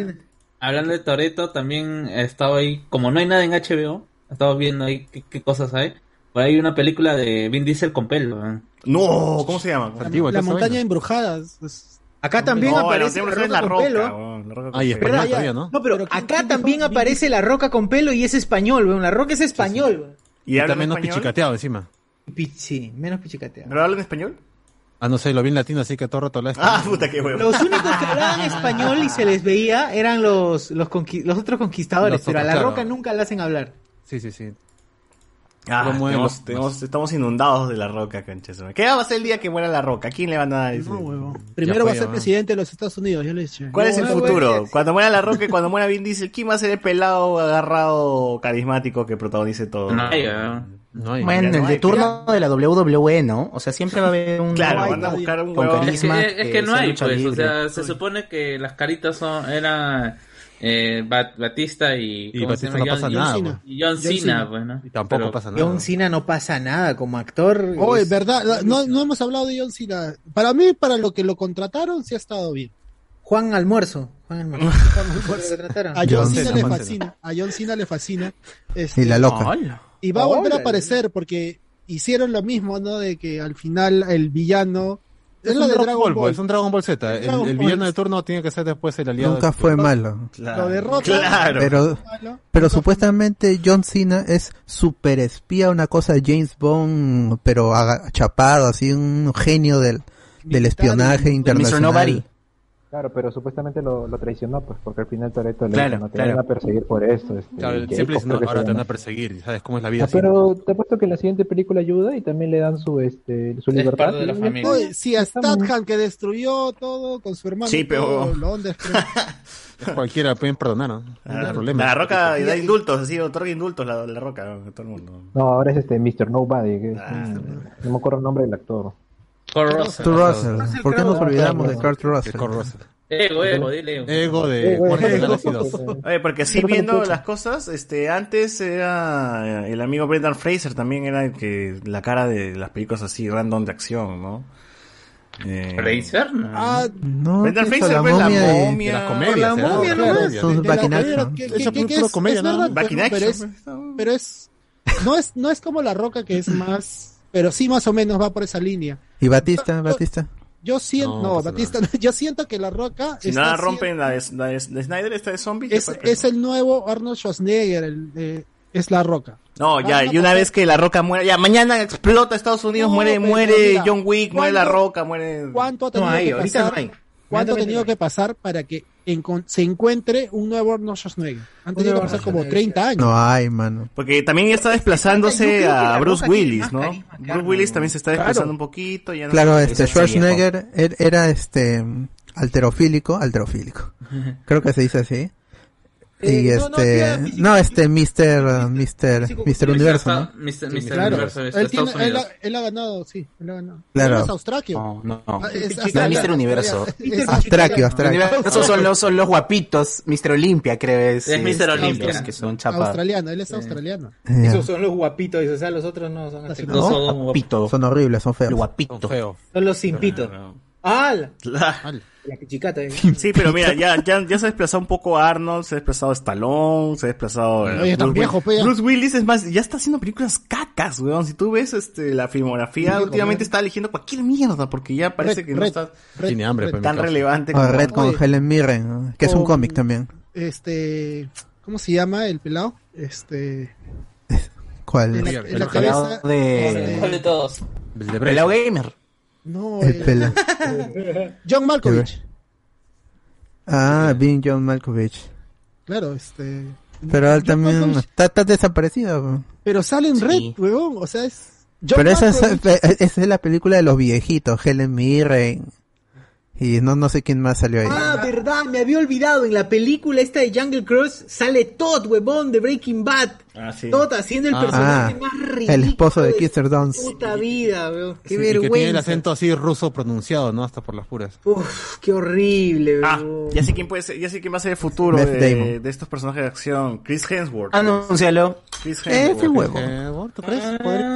hablando de Toreto, también he estado ahí, como no hay nada en HBO, he estado viendo ahí qué, qué cosas hay. Por ahí hay una película de Vin Diesel con pelo. ¿eh? No, ¿cómo se llama? La montaña embrujada. Acá también No, la aparece montaña la es La roca con Roca, pelo. weón, La Roca con Ay, pelo. español todavía, ¿no? No, pero, acá también aparece la roca con pelo y es español, weón. La roca es español, weón. Y, habla está en menos español? pichicateado encima. Sí, menos pichicateado. ¿No hablan español? Ah, no sé, lo vi en latino, así que todo rato habla Ah, puta, qué huevo. Los únicos que hablaban español y se les veía eran los, los, conqui- los otros conquistadores, Los pero a la otros, roca nunca le hacen hablar. Sí, sí, sí. Ah, Lo mueven tenemos- los- tenemos- estamos inundados de La Roca, canches. ¿Qué va a ser el día que muera La Roca? ¿A quién le van a dar ese- Primero fue, va a ser ¿no? presidente de los Estados Unidos, ya lo he dicho. ¿Cuál No, es el no, futuro? güey. Cuando muera La Roca y cuando muera Vin Diesel, ¿quién va a ser el pelado agarrado carismático que protagonice todo? No hay, ¿eh? Bueno, el de turno de la WWE, ¿no? O sea, siempre va a haber un. Claro, Ay, van a no. buscar un con huevón. Es que, carisma. es que no sea hay, lucha pues. O libre. sea, se supone que las caritas son era eh, Bat- Batista y. Y ¿cómo Batista se llama? no pasa John- nada, John- pues. Y John John Cena, Cena. pues, ¿no? Y tampoco pasa nada. John Cena no pasa nada como actor. Oh, es es- verdad, no, no hemos hablado de John Cena. Para mí, para lo que lo contrataron, sí ha estado bien. Juan Almuerzo. Juan [laughs] Almuerzo. A John, John Cena, Cena, le John Cena. fascina. A John Cena le fascina. Este, Y la loca. Y va a volver a Órale. aparecer porque hicieron lo mismo, ¿no? De que al final el villano. Es, lo un de Dragon, Dragon Ball, Ball. es un Dragon Ball Z. Es El, Dragon el Ball. villano de turno tiene que ser después el aliado. Nunca del- fue malo. Lo derrota. Claro. Pero, pero supuestamente John Cena es super espía, una cosa James Bond, pero aga- chapado, así un genio del, del espionaje internacional. Claro, pero supuestamente lo, lo traicionó, pues, porque al final Toreto le Claro, dijo, no te claro. van a perseguir por esto. Este, Claro, Jacob, siempre dicen, no, creo que ahora se te van llama. a perseguir, ¿sabes cómo es la vida? Ah, así? pero te apuesto que la siguiente película ayuda y también le dan su este su libertad. parte de la Y- familia. Oye, Pues, sí, a Statham que destruyó todo con su hermano. Sí, pero- todo Londres, creo. Cualquiera pueden perdonar, ¿no? No hay La, problema. Ah, la Roca da indultos, así, otorga indultos la, la Roca a todo el mundo. No, ahora es este Mr. Nobody, que es Ah, un- no me acuerdo el nombre del actor. Kurt Kurt Russell. ¿Por qué nos olvidamos de Kurt Russell? Ego, ego, dile ego. Ego de Ego. Muerte de Galaxy 2. Oye, porque así Pero con viendo pucha. las cosas, este, antes era el amigo Brendan Fraser también era el que la cara de las películas así random de acción, ¿no? Eh, Fraser, no. Ah, no, Brendan hizo Fraser la fue la momia de- momia, de las comedias, la ¿eh? momia, Claro, ¿no? claro, sus De la- Back in Pero, Action. ¿qué- Esa qué- fue qué- qué pura es? comedia, Es nada verdad, más. pero- pero es- Pero es. No es, no es como la roca que es más. Pero sí, más o menos va por esa línea. ¿Y Batista? ¿Batista? Yo siento. No, No, pasa Batista, [laughs] yo siento que la roca. Si está nada haciendo- rompen la de, la de- de Snyder, esta de zombies. ya es, fue, pues. es el nuevo Arnold Schwarzenegger, el de- es la roca. No, ya, y una vez que la roca muera, ya, mañana explota Estados Unidos, Ah, No, muere, pero muere mira, John Wick, muere la ¿cuánto- roca, muere. ¿Cuánto ha tenido que pasar? ¿Cuánto ha tenido que pasar para que encon- se encuentre un nuevo Arnold Schwarzenegger? Han tenido que pasar como 30 años. No hay, mano. Porque también ya está Yo desplazándose creo que La a Bruce Roca tiene Willis, más ¿no? carisma, Bruce Willis también se está desplazando Claro. un poquito. Ya no Claro, es este ese Schwarzenegger er- era este alterofílico, alterofílico. Creo que se dice así. Y Eh, no, no, este, no, este Mr. Mr. Mr. Universo, ¿no? Mr. Mr. Sí, Mr. claro. Universo de Él, tiene- Estados él Unidos. ha, él ha ganado, sí, él ha ganado. Claro. Él es austraquio. No, no, no. Ah, es No, austraquio. [laughs] Mr. Universo. Es Astraquio, astraquio. Esos son los, son los guapitos. Mr. Olimpia, creo es. Es Mr. este, Olympia. los Que son chapas. Australiano, él es australiano. Esos son los guapitos, o sea, los otros no son así. ¿No? Son horribles, son feos. Son los simpitos. ¡Al! La, la pichicata, eh. Sí, pero mira, ya, ya, ya se ha desplazado un poco Arnold, se ha desplazado Stallone, se ha desplazado. eh, Oye, está Bruce viejo, pues, Willis. pe, ya. Bruce Willis es más, ya está haciendo películas cacas, weón. Si tú ves este, la filmografía, Sí, últimamente joder. está eligiendo cualquier mierda, porque ya parece Red, que no Red, está Red, Tiene hambre, Red. pe, mi tan causa. relevante Ah, Red con Oye. Helen Mirren, ¿no? que es un Con- cómic también. Este, ¿cómo se llama el pelado? Este, ¿Cuál? En la- en la pelado cabeza, de... ¿Cuál de todos? El pelado gamer. No, El pela. [laughs] John Malkovich. Ah, Bing John Malkovich. Claro, este. Pero él John también Malkovich, está, está desaparecido. po. Pero sale en red, huevón. O sea, es. John Pero esa es, Malkovich. [laughs] esa es la película de los viejitos, Helen Mirren. Y no, no sé quién más salió ahí. Ah, verdad, me había olvidado. En la película esta de Jungle Cruise sale Todd, huevón, de Breaking Bad. Todd haciendo el Ah. personaje Ah, más el ridículo esposo de Kister Dons. de puta vida, weón. Qué Sí, y que tiene el vergüenza. acento así ruso pronunciado, ¿no? Hasta por las puras. Uf, qué horrible, weón. Ah, Ya sé quién puede ser, ya sé quién va a ser el futuro Matt de, Damon. de estos personajes de acción. Chris Hemsworth. pues. Anúncialo. Chris Hemsworth. Ese huevo. ¿Tú crees? Podría-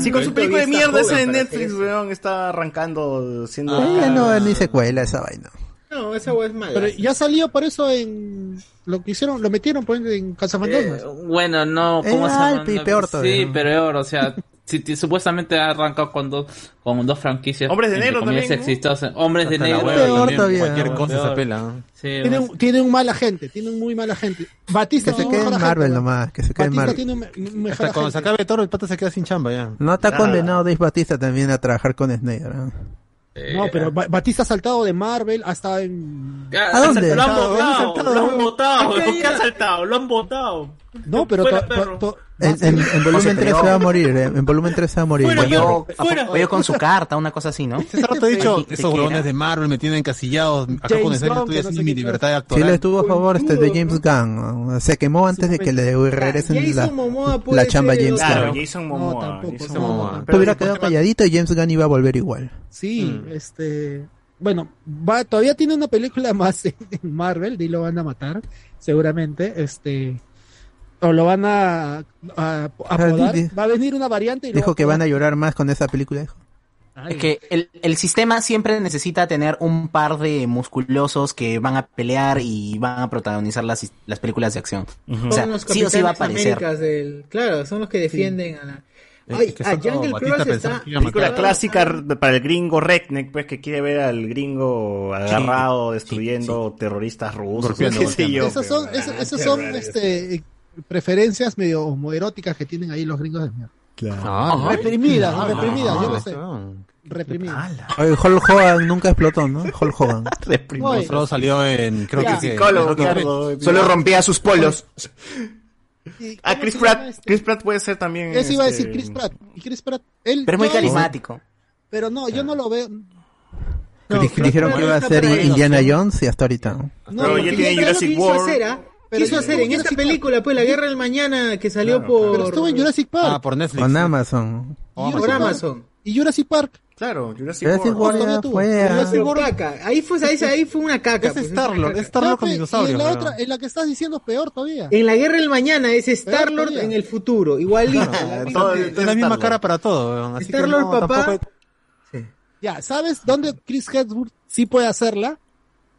Sí, con su Ahorita película de vi esta mierda esa de joven para Netflix, weón, está arrancando siendo. Eh, acá- no, ni secuela esa vaina. No, esa hueá es mala. Pero ya salió por eso en. Lo que hicieron, lo metieron por ejemplo, en Eh, Cazafantasmas. Bueno, no, ¿cómo Eh, se llama? Alpi, No, peor Sí, todavía. peor, o sea, [laughs] si, ti- supuestamente ha arrancado con dos, con dos franquicias. Hombres de entre negro comillas, también, ¿no? sexistosas. Hombres de Hasta la negro. hueva Peor también, todavía. cualquier Peor, cosa peor. se pela. ¿no? Sí, Tiene o un, tiene un mala gente, tiene un muy mala gente. Batista Que se tiene quede un en mejor Marvel agente, nomás, que se quede en Batista Marvel. tiene un me- un mejor Hasta cuando agente. se acabe Toro, el pata se queda sin chamba ya. No está Nada. condenado Dave Batista también a trabajar con Snyder. ¿no? Eh, No, pero Ba- Batista ha saltado de Marvel hasta en... ¿A dónde? Lo han votado, saltado, lo han weón. votado, Acá ¿por qué ya- han saltado? Lo han votado. No, pero... Fuera, to- perro. to- to- En, en- en volumen 3 se va a morir, eh, en volumen 3 se va a morir. Fuera, yo, fuera. apoyo con su carta, una cosa así, ¿no? Hace Este rato he dicho, Te esos quiera. huevones de Marvel me tienen encasillados. Acá James con Snyder Gunn, estoy que no haciendo sé mi qué libertad Sí, actoral. le estuvo a favor este de James Gunn. ¿no? Se quemó antes de que le regresen la, la chamba a James Claro, Gunn. Jason Momoa. Jason Momoa. Se hubiera quedado calladito y James Gunn iba a volver igual. Sí, este... Bueno, va, todavía tiene una película [laughs] más en en Marvel y lo van a matar, seguramente, este... O lo van a, a- a apodar. di- Va a venir una variante y lo Dijo que apodar. van a llorar más con esa película. dijo. Es que el, el sistema siempre necesita tener un par de musculosos que van a pelear y van a protagonizar las, las películas de acción. O sea, son los sí o sí va a capitanes aparecer. Américas del- claro, son los que defienden a la. Es Ay, que a son como Jungle Batista Cruise pensando está. que Película clásica r- para el gringo redneck, pues que quiere ver al gringo agarrado, destruyendo terroristas rusos, Golpeando, qué sé yo. Esas pero- son, esas, esas qué son raro este, eh, preferencias medio homoeróticas que tienen ahí los gringos de mierda. Ah, Reprimidas, ah, reprimidas, yo ah, lo sé. Ah, Reprimidas. Oye, Hulk Hogan nunca explotó, ¿no? Hulk Hogan. Oye. Solo salió en, creo Ya, que... que- psicólogo, creo que- claro. Solo rompía sus polos. Ah, Chris Pratt, Chris Pratt puede ser también. Eso este? iba a este, decir Chris Pratt. Y Chris Pratt, él, Pero es muy yo- carismático. Pero no, Ah. yo no lo veo. Di- Dijeron que iba a ser Indiana Jones y hasta ahorita. ¿no? Pero No, ya porque tiene es lo Jurassic que hizo World. hacer, ¿ah? Pero Quiso yo- hacer en Jurassic esta película, pues, La Guerra del Mañana, que salió por. Pero estuvo en Jurassic Park. Ah, por [laughs] Netflix. Con Amazon. Y por Amazon. Y Jurassic Park. Claro, Jurassic Jurassic World. World Todavía ya tuvo. fue, ah. Jurassic World. Caca. Ahí fue, ahí, ahí [laughs] fue una caca. Es pues, Star-Lord, una caca. Star-Lord con Ya, pues, Y en dinosaurios, la weón. otra, en la que estás diciendo es peor todavía. En la guerra del mañana es Star-Lord todavía. en el futuro, igualito. Todo- Es la misma cara para todo. weón, así que Star-Lord, no, papá. tampoco- Ya, ¿sabes dónde Chris Hemsworth sí puede hacerla?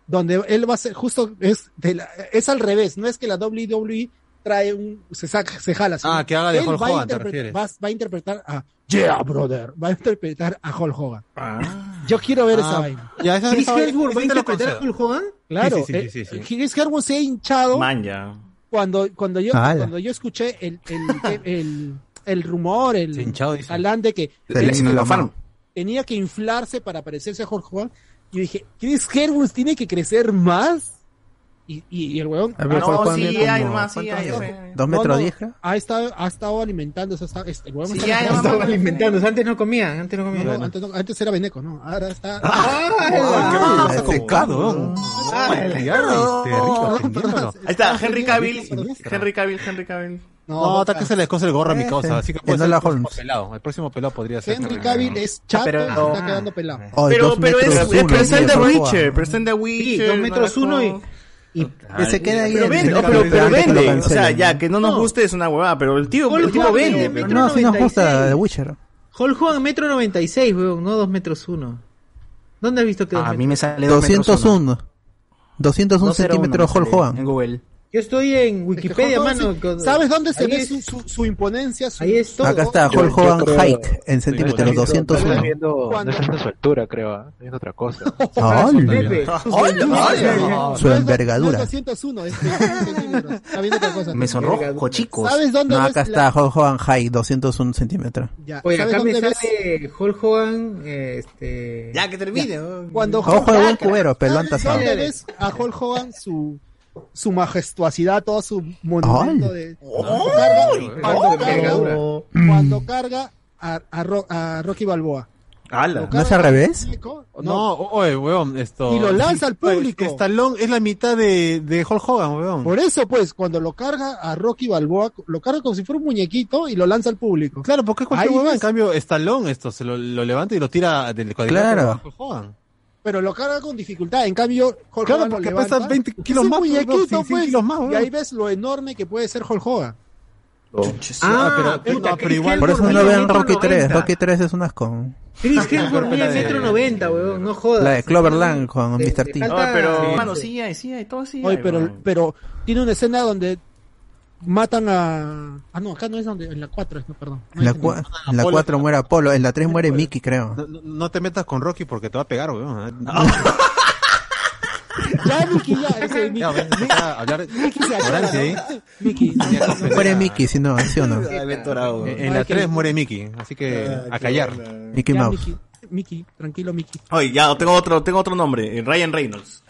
Donde él va a ser, justo es, de la- es al revés, no es que la WWE trae un, se saca, se jala. sino Ah, que haga de él Hulk va a Hogan, te interpre- refieres. Va, va a interpretar a Yeah, brother, va a interpretar a Hulk Hogan. Ah. Yo quiero ver esa Ah, vaina. ya, esa- ¿Chris esa- Hemsworth va a esa te lo interpretar a concedo. Hulk Hogan? Claro, Sí, sí, sí, eh, sí, sí. Chris Hemsworth se ha hinchado Manja. cuando, cuando yo, Ala. cuando yo escuché el, el, el, el rumor, el talán de que Se le hizo la mano. tenía que inflarse para parecerse a Hulk Hogan. Y yo dije, ¿Chris Hemsworth tiene que crecer más? Y, y, y el weón... A ver, ha- Hulk Hogan sí, mide hay como- más, sí, ¿cuánto hay, mide? hay. Dos metros no, diez, creo. Ha estado, ha estado alimentándose. Hasta, este, el weón Sí, está- hay, no, Estaba alimentándose, antes no comía, antes no comía. no, antes, no- antes era veneco, ¿no? Ahora está... [laughs] Ah, ese secado, weón. Ah, no. Terrible, teniéndolo. Ahí Ah, está, Henry Cavill, Henry Cavill, Henry Cavill. No, hasta que se le descoce el gorro a Eh, mi Ese. causa. Así que Que puede no ser la el próximo Holmes. pelado. El próximo pelado podría ser. Henry Cavill es chato Pero- y no. está quedando pelado. Ay, Pero, dos pero es, metros es- uno, pero está en mide The por Witcher, favor. pero está en The Witcher. dos metros no, uno y- no. Que se queda ahí Pero en- vende, oh, en- pero, pero antes que lo vende. O cancelen. sea, ya, que no nos guste es una huevada, pero el tío, el tipo vende. pues. No, si nos gusta The Witcher. Hulk Hogan, metro 96, weón, no 2 metros 1. ¿Dónde has visto que dos A metros? mí me sale 201. 201. 201 centímetros Hulk Hogan. En Google. Yo estoy en Este, Wikipedia, Hulk Hogan, mano. sí. con- ¿Sabes dónde se ahí ve es- su, su- su imponencia? Su- Ahí es todo. Acá está, Yo- Hulk yo Hogan creo- height en Estás centímetros viendo- 201. estás viendo- No ¿Cuándo? estás viendo su altura, creo. ¿ah? Estás viendo otra cosa. ¡Ay! Su envergadura. 201, este, es 200 centímetros. Está viendo otra cosa. Me sonrojo, chicos. ¿Sabes dónde No, ves acá la- está Hulk Hogan height 201 centímetros. Ya, Oye, ¿sabes acá me dónde ves- sale Hulk Hogan, eh, este... Ya, que termine. Cuando Ojo de buen cubero, pero lo han ¿Dónde tasado. ves a Hulk Hogan su, su majestuosidad, todo su monumento de... Cuando carga, cuando carga, cuando carga a, a Ro- a Rocky Balboa. ¿No es al revés? No, o- oye, weón, esto. Y lo [laughs] lanza al público. Estalón pues, es la mitad de, de Hulk Hogan, weón. Por eso, pues, cuando lo carga a Rocky Balboa, lo carga como si fuera un muñequito y lo lanza al público. Claro, porque es cualquier Ahí huevón, en ves- cambio, Estalón esto se lo, lo levanta y lo tira del cuadrilátero Claro. a Hulk Hogan. Pero lo carga con dificultad. En cambio, Hulk Claro, Hogan lo porque levanta. pesa 20 Es kilos un más, pues, muñequito, weón, 100 pues, kilos más, weón. Y ahí ves lo enorme que puede ser Hulk Hogan. Ah, pero, puta, no, que- pero igual. Por eso no Hulk vean Hogan Rocky 3. 90. Rocky 3 es unas con. Chris Hemsworth mide metro noventa, weón, no jodas. La de Cloverland con Mr. T. falta- Ah, pero- Mano, sí hay, sí hay, todo sí Oye, hay, pero, weón. pero tiene una escena donde matan a. Ah, no, acá no es donde. En la 4, es, no, perdón. En la, cua- en la 4 muere Apolo, en la 3 muere Mickey, creo. No, no- no te metas con Rocky porque te va a pegar, weón. ¿eh? [laughs] Ya, Mickey, ya. Ese, Mickey, Ya, ven, deja hablar ¿eh? ignorante ahí. Mickey. Muere Mickey, si no, ¿sí o no? En, en la 3 muere Mickey, así que a callar. Mickey ya, Mouse. Mickey, Mickey, tranquilo, Mickey. Oye, ya, tengo otro, tengo otro nombre. eh, Ryan Reynolds.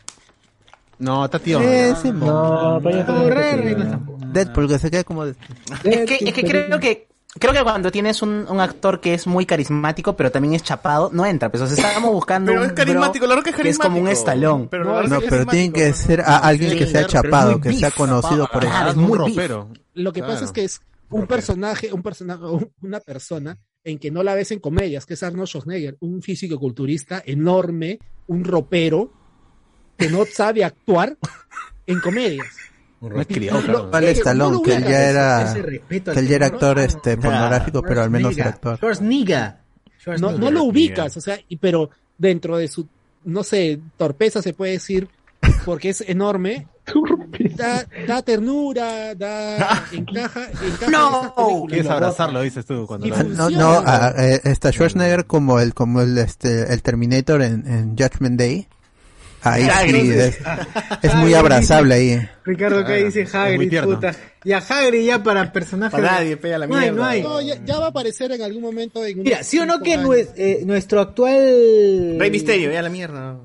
No, está tío. Ese No, Deadpool que se queda como. de- Es que, es que creo que creo que cuando tienes un, un actor que es muy carismático pero también es chapado no entra pues o sea, estábamos buscando Pero un es carismático, bro la verdad que es como un carismático. estalón Pero la verdad No, que es pero tiene que ser a alguien que sea chapado, que sea conocido por eso. Lo que pasa es que es un personaje, un personaje, un- una persona en que no la ves en comedias, que es Arnold Schwarzenegger, un físico culturista enorme, un ropero que no sabe actuar en comedias. No es criado, claro. Vale, Eh, Stallone, no lo que él voy a ya agradecer, era. ese respeto al Que él ya era señor. actor este, pornográfico, pero al menos era Schwarzenegger. actor. Schwarzenegger. No, no lo ubicas, o sea, y- pero dentro de su, no sé, torpeza se puede decir, porque es enorme. Da, da ternura, [laughs] da encaja, encaja en estas películas. Quieres abrazarlo, dices tú. Cuando lo- No, no, a- eh, está Schwarzenegger como el, como el, este, el Terminator en, en Judgment Day. Ahí Ah, sí, entonces- es, es muy abrazable ahí. Ricardo acá Claro, dice es muy Hagrid, tierno. puta. Y a Hagrid ya para personaje. Para nadie, pega la No No, hay, no hay. ya, ya va a aparecer en algún momento en un- Mira, ¿sí o no que cinco nue- eh, nuestro actual... Rey Misterio, ya la mierda.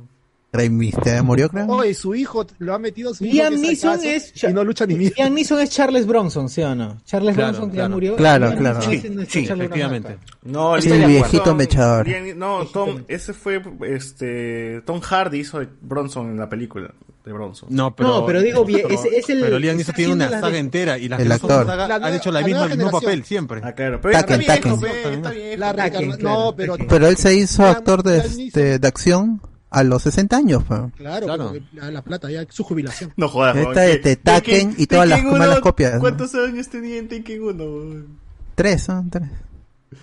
Rey Mysterio murió, creo. Oye, su hijo t- lo ha metido su hijo. Liam que Neeson acaso, es- Y no lucha ni mierda. Ian Neeson es Charles Bronson, ¿sí o no? Charles Claro, Bronson que ya claro. murió. Claro, Liam claro. Neeson es Sí, nuestro sí, Charles Bronson. efectivamente. No, Sí, Liam el Neeson. viejito mechador. Liam- No, Tom, ese fue este Tom Hardy hizo de Bronson en la película de Bronson. No, pero, bien, Pero Liam Neeson tiene una saga entera y las El que no son actor. saga La han nueva- hecho la la misma, el nueva mismo generación. papel siempre. Ah, claro. Pero Taken, está viejo, Taken. pe, está La Taken, recarga- No, pero. Pero él se hizo actor de, este, de acción a los 60 años. pues. pa. Claro, pero la, la plata, ya su jubilación. No jodas, Esta joven, de que- te taquen y todas las Taken malas uno, copias, ¿no? ¿Cuántos años tenía en Taken 1? Tres, son tres.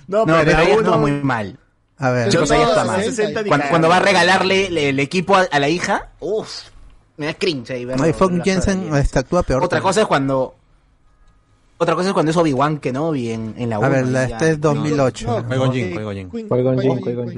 No, no, pero pero la ahí uno- está muy mal A ver. chicos ahí está mal 60 ni cuando, cagando. cuando va a regalarle el, el equipo a, a la hija uff me da cringe ahí verlo. No, y Fogg Jensen este, actúa peor. otra cosa es cuando otra cosa es cuando es Obi Wan Kenobi en, en la A ver, uno, la, ya. esta es 2008. Qui-Gon Jinn, Qui-Gon Jinn.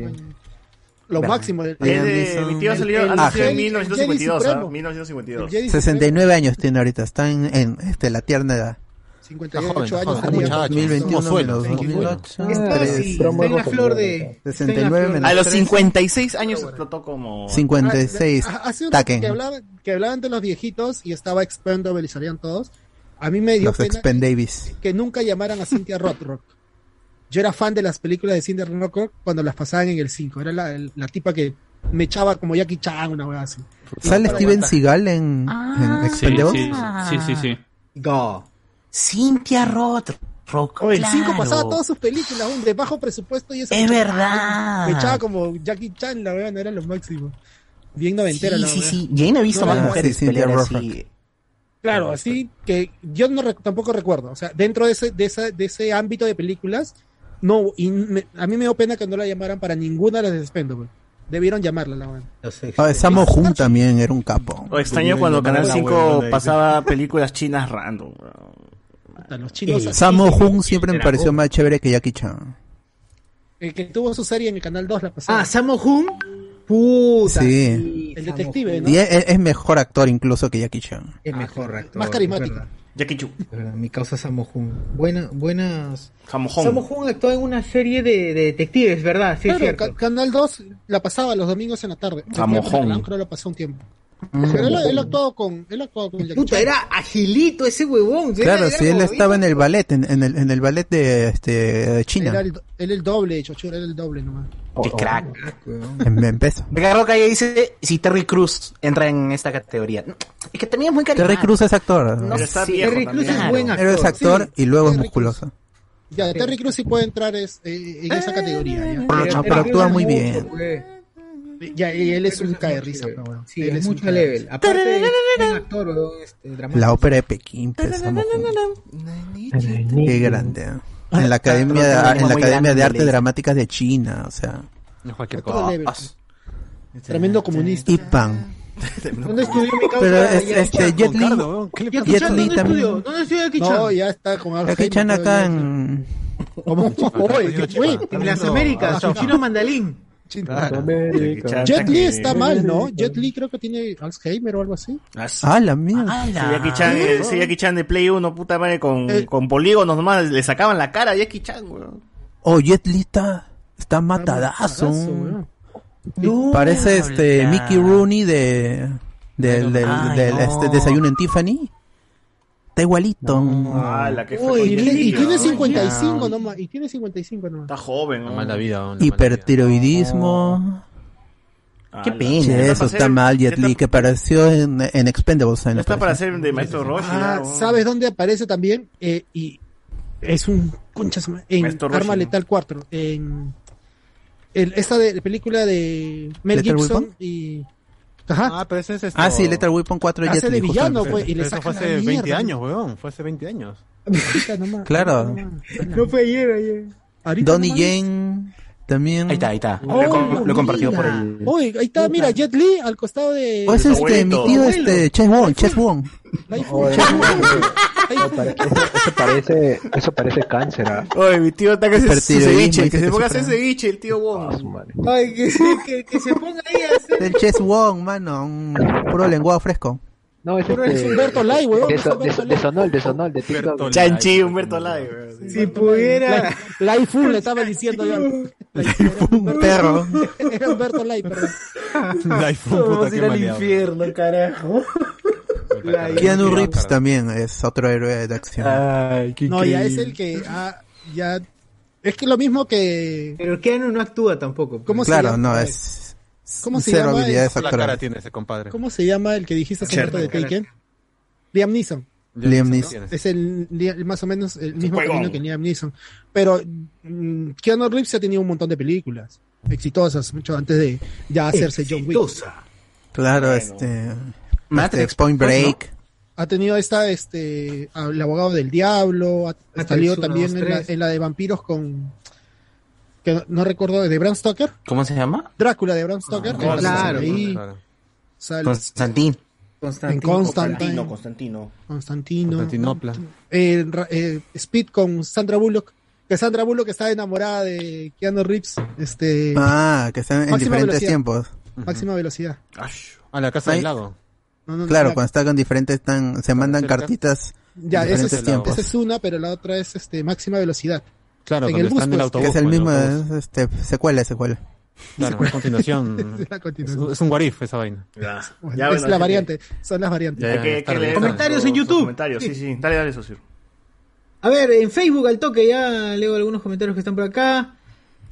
Lo Claro. máximo. El, Liam Eh, Neeson. mi tío salió El- ha el- nacido en el- 1952, el Jedi ¿ah? Supremo. 1952. 69 años tiene ahorita. Está en, en, este, la tierna edad. 58 joven, años. joven, tenía. muchacho. 2021 Somos suelos, menos somos 2008. suelos. Ah, Está, tres. sí, está en la flor de- 69 menos A los 3. 56 años explotó como 56. Ah, Hace un rato Taken. que hablaban, que hablaban de los viejitos y estaba Expendable y salían todos. A mí me dio Los pena Expen Davis. que nunca llamaran a Cynthia Rothrock. Yo era fan de las películas de Cynthia Rothrock cuando las pasaban en el 5. Era la, la tipa que me echaba como Jackie Chan, una wea así. Sale Steven Seagal en, en Ah, Sí, Expendables. sí, sí, sí, sí. Go. Cynthia Roth Rock El 5 claro. pasaba todas sus películas, un de bajo presupuesto y eso. Es verdad. Me echaba como Jackie Chan, la verdad, no era lo máximo. Bien noventera, Sí, la sí, verdad. sí. Jane ha visto No, más la- mujeres sí, pelear Cynthia así. Claro, así que yo no rec- tampoco recuerdo. O sea, dentro de ese, de, esa- de ese ámbito de películas, no, y me- a mí me dio pena que no la llamaran para ninguna de las de Spendable. Debieron llamarla la weón. Ah, Samo Jun también era un capo. O extraño cuando Canal 5 pasaba películas chinas random. Los chinos. Y Samo Jun siempre me pareció más chévere que Jackie Chan. El que tuvo su serie en el canal 2 la pasada. Ah, Samo Jun. Puta. Sí. El detective, ¿no? Y es, es mejor actor incluso que Jackie Chan. Es Ah, mejor actor. Más carismático. Jackie Chu. Mi causa Samo Jun. Buena, buenas. Samo Samo Jun actuó en una serie de, de detectives, ¿verdad? Sí, es claro, cierto. Ca- Canal 2 la pasaba los domingos en la tarde. Samojón. Canal Creo la pasó un tiempo. Pero él, él actuó con, él actuó con Jackie Puta, Chan. era agilito ese huevón. Era- Claro, era sí, él como- estaba en el ballet, en, en el, en el ballet de este, de Era China. el, él el doble, Chochura, era el doble nomás. Qué crack. En, en peso. Ricardo Calle dice si Terry Cruz entra en esta categoría. Es que también es muy carismático. Terry Cruz es actor. No Pero está sé, viejo Terry Crews también. es buen Pero es actor, actor y luego es musculoso. Ya, Terry Crews sí puede entrar es- eh, en esa categoría. ya. Pero- Terry pero actúa Crews muy es bien. mucho, Ya, y él es un cae risa. Sí, es mucho level. Aparte, es un actor, huevón, este, dramático. La ópera de Pekín, pues, Samo Jun. Qué grande. ¿eh? En la Academia, de, Otro en la muy Academia grande, de Artes le dice. Dramáticas de China, o sea. No cualquier Todo level. Tremendo comunista. Y pan. ¿Dónde estudió mi causa? Pero es- Jackie este, Chan? Jet Li- Jackie Jet Chan, Li ¿dónde también. estudió? ¿Dónde estudió Jackie Chan? No, ya está con Jackie Alzheimer Chan acá todavía. en. Oye, qué- oye, En las Américas, un chino mandalín. Jet Li está mal, ¿no? Jet Li creo que tiene Alzheimer o algo así. Ah, la mierda. Si Jackie Chan, eh, si Jackie Chan de Play 1, puta madre, con, con polígonos nomás, le sacaban la cara a Jackie Chan, weón. Oh, Jet Li está, está matadazo. Parece este habla. Mickey Rooney de del, del- del, este, desayuno en Tiffany. Está igualito. Uy, y, tiene- y tiene Ay, 55 nomás. Y tiene 55 nomás. Está joven, ¿no? Mala vida. ¿no? Hipertiroidismo. Qué pena. Che, Ya está eso para está ser- mal, ya Jet Li, está- que apareció en, en Expendables. en la Está para operación. ser de Maestro Roshi. Ah, ¿sabes dónde aparece también? Eh, y es un concha su madre, en Maestro Roshi, Arma ¿no? Letal 4. En el- esta de, película de Mel ¿Lethal Gibson Weapon? y. Ajá. Ah, pero ese es esto. Ah, sí, Lethal Weapon 4 Hace Jet de Li. villano, justamente. pues, y le Pero eso fue sacan hace la 20 mierda. años, weón. Fue hace 20 años. Ahorita nomás. Claro. No fue ayer, ayer. Ahorita Donnie nomás. Jane también. Oh, Ahí está, ahí está. Lo he com- lo he compartido por ahí. Oye, Oh, ahí está, mira, Jet Li al costado de. O es de su este, mi abuelito. tío, Abuelo. este, Chess Wong, Chess Wong. Oh, Eso parece, eso parece cáncer. ¿ah? Oye, mi tío está que se hace Hipertiroidismo, ceviche, que dice se que ponga a supera. hacer ceviche el tío Wong. Ay, que, que, que se ponga ahí a hacer. El Chess Wong, mano. un puro lenguado fresco. No, es Pero este- es Humberto Lai, weón. De, es so, de, Humberto so- de Sonol, de Sonol, de TikTok. Chanchi, Humberto Lai, weón. Si pudiera. Lai Lai Fu le estaba diciendo yo. Un perro. Era [laughs] Humberto Lai, perdón. Vamos a ir al infierno, carajo. La- Keanu Reeves también es otro héroe de acción. No, ya es el que. ah, ya. Es que lo mismo que. Pero Keanu no actúa tampoco. pues. ¿Cómo se Claro, llama? no, es ¿Cómo se cero llama? habilidades La cara actorales. tiene ese compadre. ¿Cómo se llama el que dijiste hace rato de Taken? Liam Neeson. Liam Neeson. Es el, li- el más o menos el mismo juegón. camino que Liam Neeson. Pero mm, Keanu Reeves ha tenido un montón de películas exitosas, mucho antes de ya hacerse John Wick. Claro, este... Matrix, este, Point pues, ¿no? Break. Ha tenido esta, este, a- el abogado del diablo, ha Matrix salido uno, también dos, en la, tres. en la de vampiros con, que no, no recuerdo, de Bram Stoker, ¿Cómo se llama? Drácula de Ah, Bram Stoker, que claro, sale ahí, claro. sale Constantín. en Constantine, Constantino, Constantino. Constantino, Constantinopla. eh, ra- eh, Speed con Sandra Bullock, que Sandra Bullock está enamorada de Keanu Reeves, este, Ah, que están en Máxima diferentes velocidad. tiempos. máxima velocidad. A Ah, la casa del Ahí- lago. No, no, no, Claro, ya- cuando están con diferentes, están, se mandan cerca. cartitas en ya, esa diferentes es, tiempos. esa es una, pero la otra es este máxima velocidad. Claro, En donde el bus, están en el pues, autobús. que es el pues, mismo, en autobús. es, este, secuela, secuela. [laughs] Claro, es [laughs] continuación. Es la Es continuación. un- es un guarif esa vaina. Ya. Bueno, Ya, bueno, es la gente. variante, son las variantes. Hay que- hay que tarde, leer tarde. comentarios en YouTube. Comentarios, sí, sí. Dale, dale, [laughs] socio. A ver, en Facebook al toque ya leo algunos comentarios que están por acá.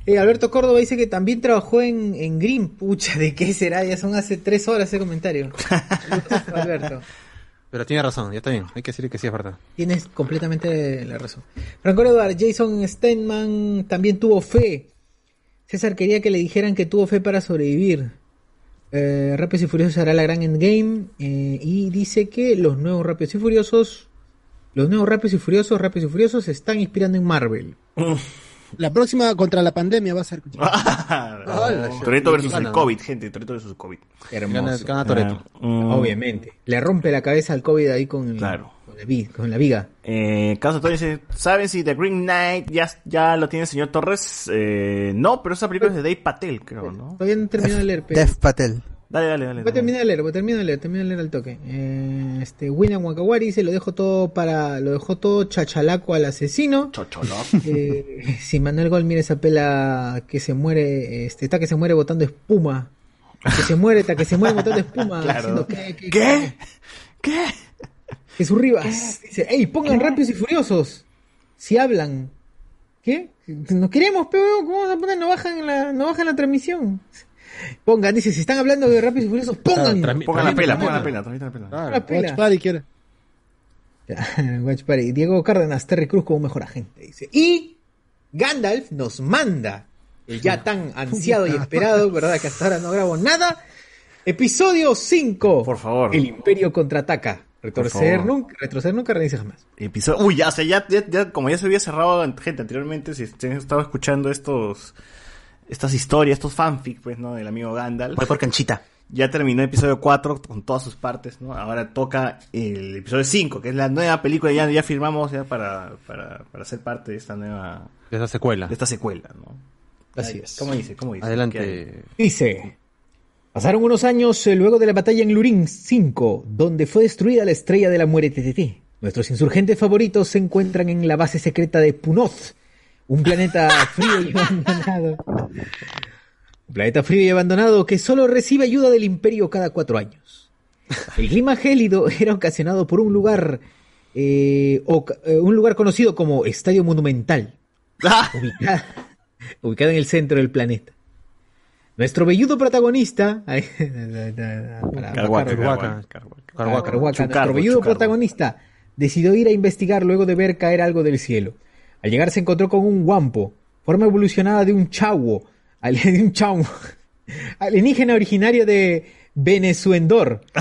Eh, Alberto Córdoba dice que también trabajó en, en Green. Pucha, ¿de qué será? Ya son hace tres horas ese comentario. Alberto, Pero tiene razón, ya está bien. Hay que decir que sí es verdad. tienes completamente la razón. Franco Eduardo, Jason Steinman también tuvo fe. César quería que le dijeran que tuvo fe para sobrevivir. Eh, Rápidos y Furiosos hará la gran endgame. eh, y dice que los nuevos Rápidos y Furiosos. Los nuevos Rápidos y Furiosos, Rápidos y Furiosos se están inspirando en Marvel. La próxima contra la pandemia [laughs] va a ser. Toreto versus el COVID, gente. Toreto versus el COVID. Gana, Hermoso. gana Toretto. Ah, mm. Obviamente. Le rompe la cabeza al COVID ahí con, el- con, la, vi- con la viga. Eh, Caso Torres dice, ¿saben si The Green Knight ya, ya lo tiene el señor Torres? Eh, no, pero esa película es de Dave Patel, creo, ¿no? Todavía no he terminado de leer, pero. Dev Patel. Dale, dale, dale. Voy a terminar de leer, voy a terminar de leer, termino de leer al toque. Eh, este, Winam Wakawari dice, lo dejo todo para, lo dejó todo chachalaco al asesino. [laughs] Eh, si Manuel Gol mira esa pela que se muere, este, está que se muere botando espuma. Que se muere, está que se muere botando [laughs] espuma. Claro. haciendo que- que- ¿Qué? ¿Qué? Jesús Rivas dice, hey, pongan rápidos y furiosos. Si hablan. ¿Qué? Nos queremos, pero ¿cómo vamos a poner? No bajan la, no bajan la transmisión. Pongan, dice, si están hablando de rápidos y furiosos, pongan. Pongan la pela, pongan la pela. pela, transmiten la pela. Una pela. [laughs] Watch Party. Diego Cárdenas, Terry Cruz como mejor agente, dice. Y Gandalf nos manda el ya tan ansiado y esperado, ¿verdad? Que hasta ahora no grabo nada. Episodio 5. Por favor. El Imperio contraataca. Retroceder favor. nunca, retroceder nunca, reinicia jamás. Episodio- Uy, ya, o sea, ya, ya- ya- como ya se había cerrado, gente, anteriormente, si han estado escuchando estos, estas historias, estos fanfic, pues, ¿no? Del amigo Gandalf. Voy por canchita. Ya terminó el episodio 4 con todas sus partes, ¿no? Ahora toca el episodio 5, que es la nueva película, ya, ya firmamos ya para, para, para ser parte de esta nueva... De esa secuela. De esta secuela, ¿no? Así es. ¿Cómo dice? ¿Cómo dice? Adelante. Dice. Pasaron unos años eh, luego de la batalla en Lurín 5, donde fue destruida la estrella de la muerte TTT. Nuestros insurgentes favoritos se encuentran en la base secreta de Punoz, un planeta frío y abandonado. Un planeta frío y abandonado que solo recibe ayuda del imperio cada cuatro años. El clima [laughs] gélido era ocasionado por un lugar, eh, oca- eh, un lugar conocido como Estadio Monumental, ubicado, ubicado en el centro del planeta. Nuestro velludo protagonista, ay, [laughs] para- Carhuaca, para- Carhuaca, Carhuaca. Carhuaca, Chucarro, nuestro velludo Chucarro. protagonista, decidió ir a investigar luego de ver caer algo del cielo. Al llegar se encontró con un guampo, forma evolucionada de un chawo, al- [laughs] de un chawo, alienígena originario de Venezuendor. [laughs]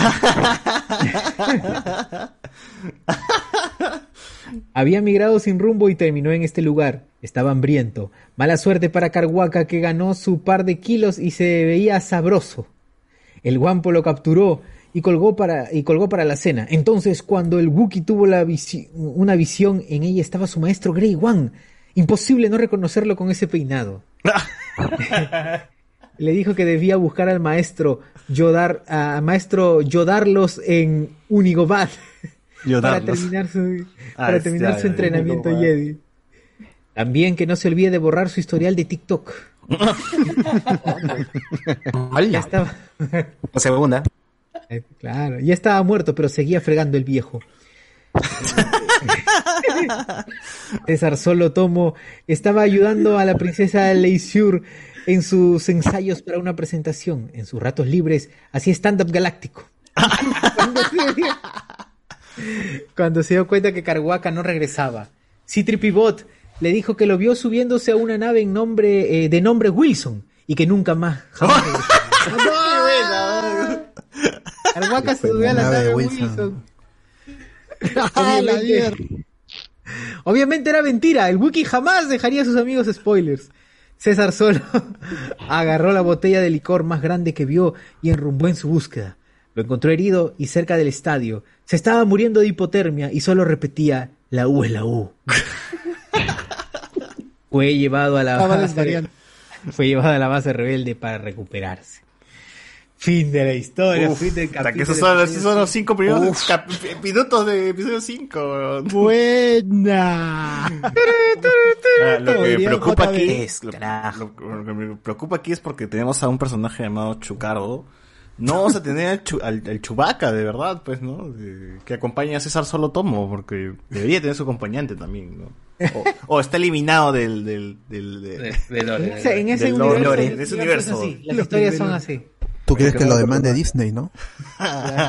Había migrado sin rumbo y terminó en este lugar. Estaba hambriento. Mala suerte para Carhuaca que ganó su par de kilos y se veía sabroso. El guampo lo capturó y colgó para, y colgó para la cena. Entonces, cuando el Wookiee tuvo la visi- una visión, en ella estaba su maestro Grey Wan. Imposible no reconocerlo con ese peinado. Le dijo que debía buscar al maestro Yodar, a maestro Yodarlos en Unigobad para Yodarlos. terminar [laughs] su, Ah, [laughs] para es- terminar ya, su ya, entrenamiento Unigobad. Jedi. También que no se olvide de borrar su historial [laughs] de TikTok. ya estaba, [laughs] La segunda. eh, Claro, ya estaba muerto, pero seguía fregando el viejo. César Solo Tomo estaba ayudando a la princesa Leisure en sus ensayos para una presentación. En sus ratos libres hacía stand-up [laughs] galáctico. Cuando se dio- Cuando se dio cuenta que Carhuaca no regresaba, Citripibot le dijo que lo vio subiéndose a una nave en nombre, eh, de nombre Wilson y que nunca [laughs] más jamás regresó. Carhuaca se subió a la nave Wilson. Ah, Obviamente, Obviamente era mentira. El wiki jamás dejaría a sus amigos spoilers. César Solo [laughs] agarró la botella de licor más grande que vio y enrumbó en su búsqueda. Lo encontró herido y cerca del estadio. Se estaba muriendo de hipotermia y solo repetía la U es [laughs] la U. Fue llevado a la Estaba base, desvariando. fue llevado a la base rebelde para recuperarse. Fin de la historia. Uf, fin del hasta que capítulo. esos son, esos son los cinco primeros Uf. cap- minutos de episodio 5. [laughs] Buena. lo que Diría preocupa JB. aquí es lo, lo- lo que me preocupa aquí es porque tenemos a un personaje llamado Chucardo. No vamos a tener al, Chu- al- al Chubaca, de verdad, pues, ¿no? De- que acompaña a César Solo Tomo, porque debería tener su acompañante también, ¿no? O, o está eliminado del... del, del, de- En ese- en ese del universo- lore, el en ese universo es universo. así, las historias son así. Tú crees que lo demande Disney, ¿no? [laughs]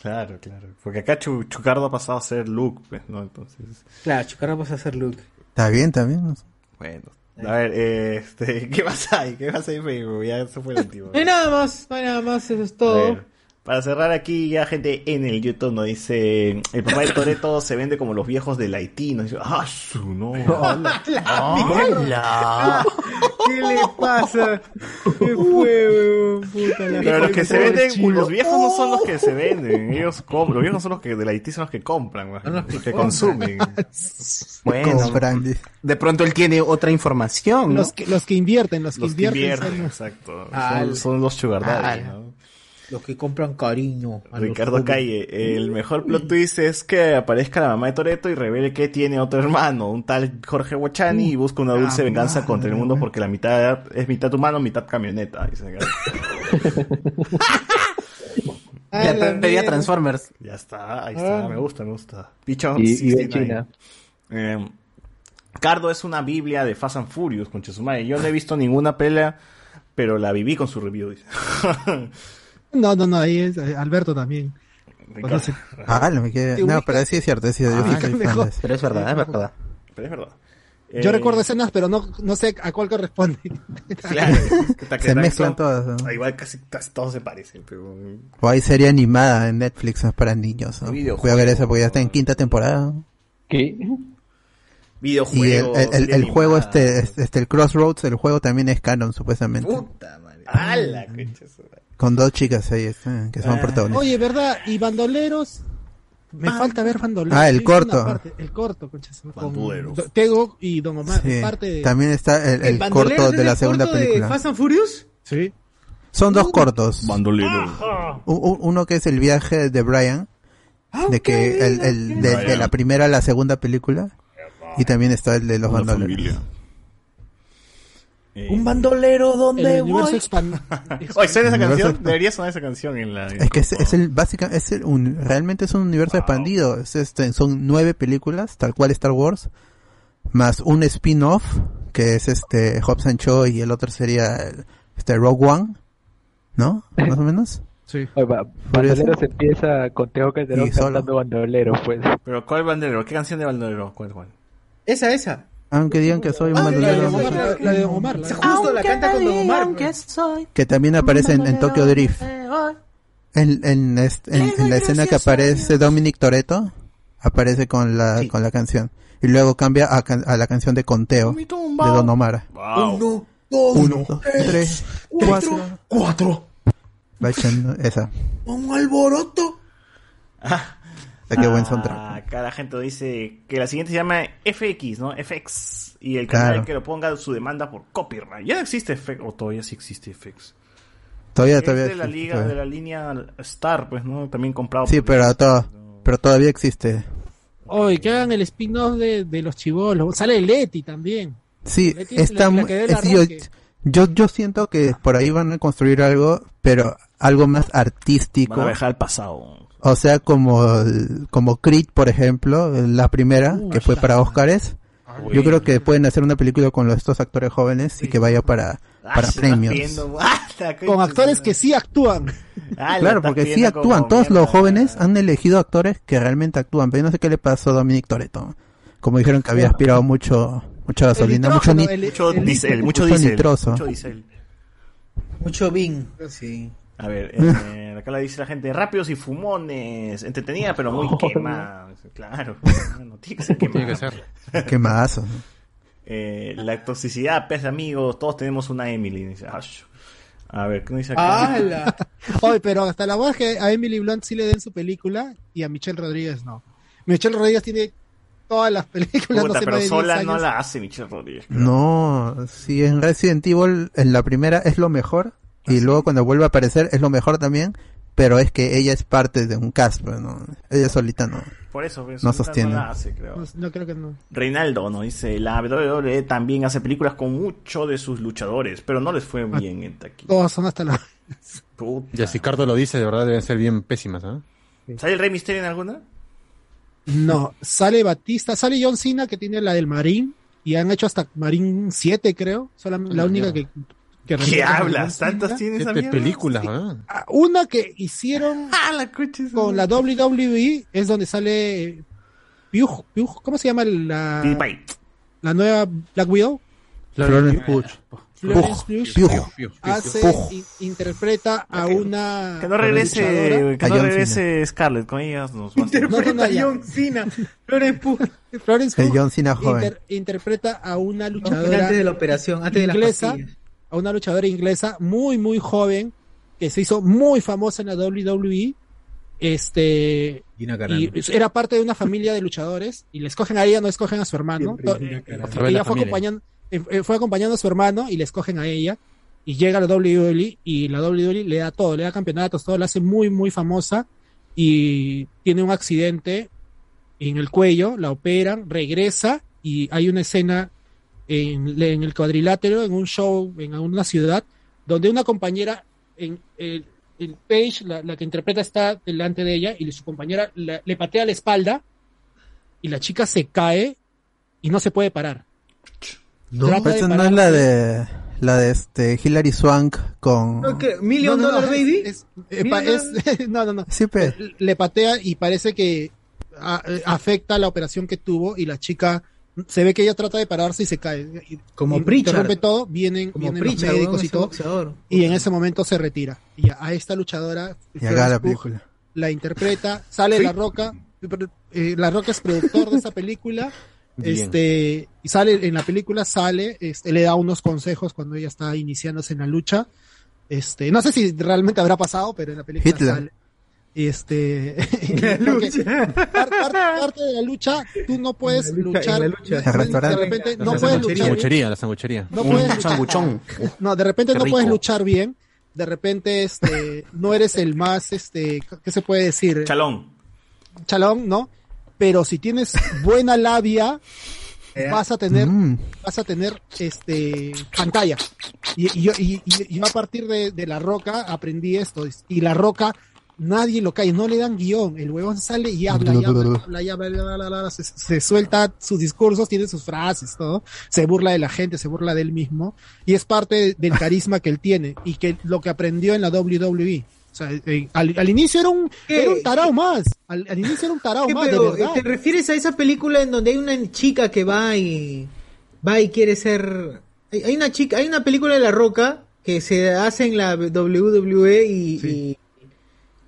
Claro, claro. Porque acá Chu- Chucardo ha pasado a ser Luke, pues, ¿no? Entonces... Claro, Chucarro vas a hacer Luke. Está bien, también. no sé. Bueno. A ver, eh, [laughs] este, ¿qué más hay? ¿Qué más hay, Facebook? Ya eso fue el antiguo. No hay nada más, no hay nada más, eso es todo. A ver, Para cerrar aquí, ya gente en el YouTube nos dice: El papá de Toreto se vende como los viejos del Haití. Nos dice: ¡Ah, su [laughs] no! ¡Hala! ¡Hala! ¿Qué le pasa? ¿Qué fue, weón? Puta la Pero los que se Pobre venden, chico. los viejos no son los que se venden. Ellos com- los viejos son los que del Haití son los que compran, más, los que, compran. consumen. Bueno, de pronto él tiene otra información. ¿no? Los que, los que invierten, los que Los que invierten. invierten, son- exacto. Son, son los sugar daddy, ¿no? Los que compran cariño. a los Ricardo jóvenes. Calle, el mejor plot twist es que aparezca la mamá de Toreto y revele que tiene otro hermano, un tal Jorge Bochani, y busca una Ah, dulce venganza contra el mundo porque la mitad es mitad humano, mitad camioneta. dice. Ah, Ya te- te veía Transformers. Ya está, ahí está, Ah. me gusta, me gusta. Pichón Y- y de 69. China. Eh, Cardo es una biblia de Fast and Furious, con Chesumare. Yo no he visto ninguna pelea, pero la viví con su review. dice. [laughs] No, no, no, ahí es eh, Alberto también. Pues Conoce. Ah, no me Te quiere. No, ubica- pero sí es cierto, es cierto. Ah, yo soy fan mejor. de eso. Pero es verdad, es verdad. Pero es verdad. Yo Eh, recuerdo escenas, pero no, no sé a cuál corresponde. [laughs] [laughs] Claro, que ta- que Se ta- mezclan son- todas, ah, Igual casi, casi todos se parecen, pero. O hay serie animada en Netflix es para niños. ¿no? Videojuego. Voy a ver esa porque ya está en quinta temporada. ¿Qué? Y el, Videojuegos. el- el- serie el juego, animada. Uh. este, este, el Crossroads, el juego también es canon, supuestamente. Puta madre. ¡Hala! qué Chesumare. Con dos chicas ahí están, que son Ah. protagonistas. Oye, ¿verdad? Y bandoleros. Me falta ver bandoleros. Ah, el He visto una corto. parte, el corto, conchas. Con Bandoleros. Do- Tego y Don Omar. Sí. Parte de- También está el, el Bandoleros corto es de la el segunda corto de película. Fast and Furious? Sí. Son dos cortos. Bandolero. U- u- Uno que es el viaje de Brian, Ah, de que el, el- de, de la primera a la segunda película, y también está el de los bandoleros. Un bandolero donde El universo voy. expandido. Eh. [laughs] Oye, ¿suena esa Universo canción? expa- Debería sonar esa canción en la. Es que es, es el básica, es el un- realmente es un universo expandido. Es este, son nueve películas, tal cual Star Wars, más un spin-off que es este Hobbs and Shaw y el otro sería el- este Rogue One, ¿no? Más o menos. Sí. Bandolero se empieza con Teo Calderón Sí, solo. cantando bandolero, pues. Pero ¿cuál bandolero? ¿Qué canción de bandolero? ¿Cuál, cuál? Esa, esa. Aunque digan que soy un bandolero. La de Omar. O sea, justo la canta con Don Omar. pues. weón. que también aparece en, en Tokyo Drift. En, en, este- en- en la escena que aparece Dominic Toretto, aparece con la, con la canción. Y luego cambia a, can- a la canción de Conteo, de Don Omar. Uno, dos, Uno, dos, tres, cuatro, cuatro. Va echando esa. Un alboroto. Ah, qué buen soundtrack. Ah, cada gente dice que la siguiente se llama FX, ¿no? FX. Y el canal Claro. que lo ponga su demanda por copyright. Ya no existe FX, o todavía sí existe FX. Todavía, Es todavía. de la existe, liga, todavía. de la línea Star, pues, ¿no? También comprado. Sí, pues, por- pero, to- pero todavía existe. Oye, que hagan el spin-off de, de los chivolos. Sale Leti también. Sí, Leti es está la- la mu- que ve la es- yo, Roque. yo, yo siento que por ahí van a construir algo, pero algo más artístico. Van a viajar al pasado. O sea, como, el- como Creed, por ejemplo, la primera, que fue para Oscars. Yo creo que pueden hacer una película con los- estos actores jóvenes y que vaya para, para premios. Con actores que sí actúan. Ah, Claro, porque sí actúan. Todos los jóvenes han elegido actores que realmente actúan. Pero yo no sé qué le pasó a Dominic Toretto. Como dijeron que había aspirado mucho, mucha gasolina, mucho, ni- mucho diésel, mucho mucho diésel. nitroso. Mucho diésel. Mucho Bing. Sí. A ver, eh, acá la dice la gente, rápidos y fumones, entretenida pero [laughs] muy quemada. Claro, [laughs] no tiene que ser quemada. Tiene que ser. Qué mazo. Eh, la toxicidad, pues amigos, todos tenemos una Emily. Dice, "Ash". a ver, ¿qué nos dice acá? ¡Hala! [laughs] Oye, pero hasta la voz que a Emily Blunt sí le den su película y a Michelle Rodríguez no. Michelle Rodríguez tiene todas las películas. Puta, no sé, pero más de sola 10 no años. la hace Michelle Rodríguez. No, si en Resident Evil en la primera es lo mejor ¿Ah, y luego cuando vuelve a aparecer es lo mejor también, pero es que ella es parte de un cast, pues, ¿no? Ella solita no. Por eso, pues, no solita sostiene. no la hace, creo. No, no creo que no. Reinaldo nos dice, la WWE también hace películas con mucho de sus luchadores, pero no les fue bien en taquilla. Todas son hasta la. Ya si Cardo lo dice, de verdad deben ser bien pésimas, ¿ah? ¿Sale el Rey Misterio en alguna? No, sale Batista, sale John Cena que tiene la del Marín y han hecho hasta Marín 7, creo. Solam- la única que. que ¿Qué recuerdo es hablas? John Cena. ¿Tantas tienes esa mierda? ¿ah? Ah, Una que hicieron con la WWE es donde sale eh, Piuj, Piuj, ¿cómo se llama la, PewDiePie. la nueva Black Widow? Florence Puch. Florence Puj, Pugh Pugh, Pugh, hace, Pugh. in- interpreta a una... Que no regrese, luchadora. que no regrese Scarlett, con ellas nos va a hacer- Interpreta a John Cena. Florence Pugh. [laughs] Florence El Pugh John Cena joven. inter- interpreta a una luchadora Antes de la operación, antes de las inglesa, pastillas. a una luchadora inglesa muy muy joven que se hizo muy famosa en la E, WWE. Este Gina Carano. y era parte de una familia de luchadores y le escogen a ella, no escogen a su hermano. Siempre To- Gina Carano. eh, Otra vez ella la fue familia. acompañando, eh, eh, fue acompañando a su hermano y le escogen a ella y llega a la WWE y la WWE le da todo, le da campeonatos, todo, la hace muy muy famosa y tiene un accidente en el cuello, la operan, regresa y hay una escena en, en el cuadrilátero, en un show, en una ciudad, donde una compañera, en, el, el Page, la, la que interpreta, está delante de ella y su compañera la- le patea la espalda y la chica se cae y no se puede parar. Trata Pero de esa no es parar- la de la de este Hilary Swank con No, que- Million Mm. no, no, Dollar es- Baby. es- eh, pa- Million es- [laughs] no, no, no. Sí, pe. Le- Le patea y parece que a- eh, afecta la operación que tuvo y la chica se ve que ella trata de pararse y se cae. Y- Como y Pritchard. interrumpe todo, vienen, Como vienen Pritchard, los weón, médicos y ese todo. boxeador. Y en ese momento se retira. Y a, a esta luchadora y acá la Florence Pugh, película. la interpreta, sale La Roca, eh, La Roca es productor de esa película, Bien. este, y sale en la película, sale, este, le da unos consejos cuando ella está iniciándose en la lucha, este, no sé si realmente habrá pasado, pero en la película Hitler. sale. Y este, [laughs] creo que par- par- parte de la lucha, tú no puedes luchar, la lucha. de repente no puedes La luchar sanguchería, la sanguchería. No puedes luchar. no, de repente Qué no puedes rico. luchar bien. De repente, este, no eres el más, este, ¿qué se puede decir? Chalón. Chalón, ¿no? Pero si tienes buena labia, Eh. vas a tener, Mm. vas a tener, este, pantalla. Y, y yo, y, y- y yo a partir de, de La Roca aprendí esto. Y La Roca, nadie lo cae, no le dan guión. El huevón sale y habla, y habla, y habla, y habla, y habla, y habla, se, se suelta sus discursos, tiene sus frases, todo. Se burla de la gente, se burla de él mismo. Y es parte del carisma que él tiene y que lo que aprendió en la WWE. O sea, eh, al, al inicio era un, era un tarao eh, más. Al, al inicio era un tarao ¿Qué, más, de pero, eh, verdad. ¿Te refieres a esa película en donde hay una chica que va y va y quiere ser hay, hay una chica, hay una película de La Roca que se hace en la WWE y, y,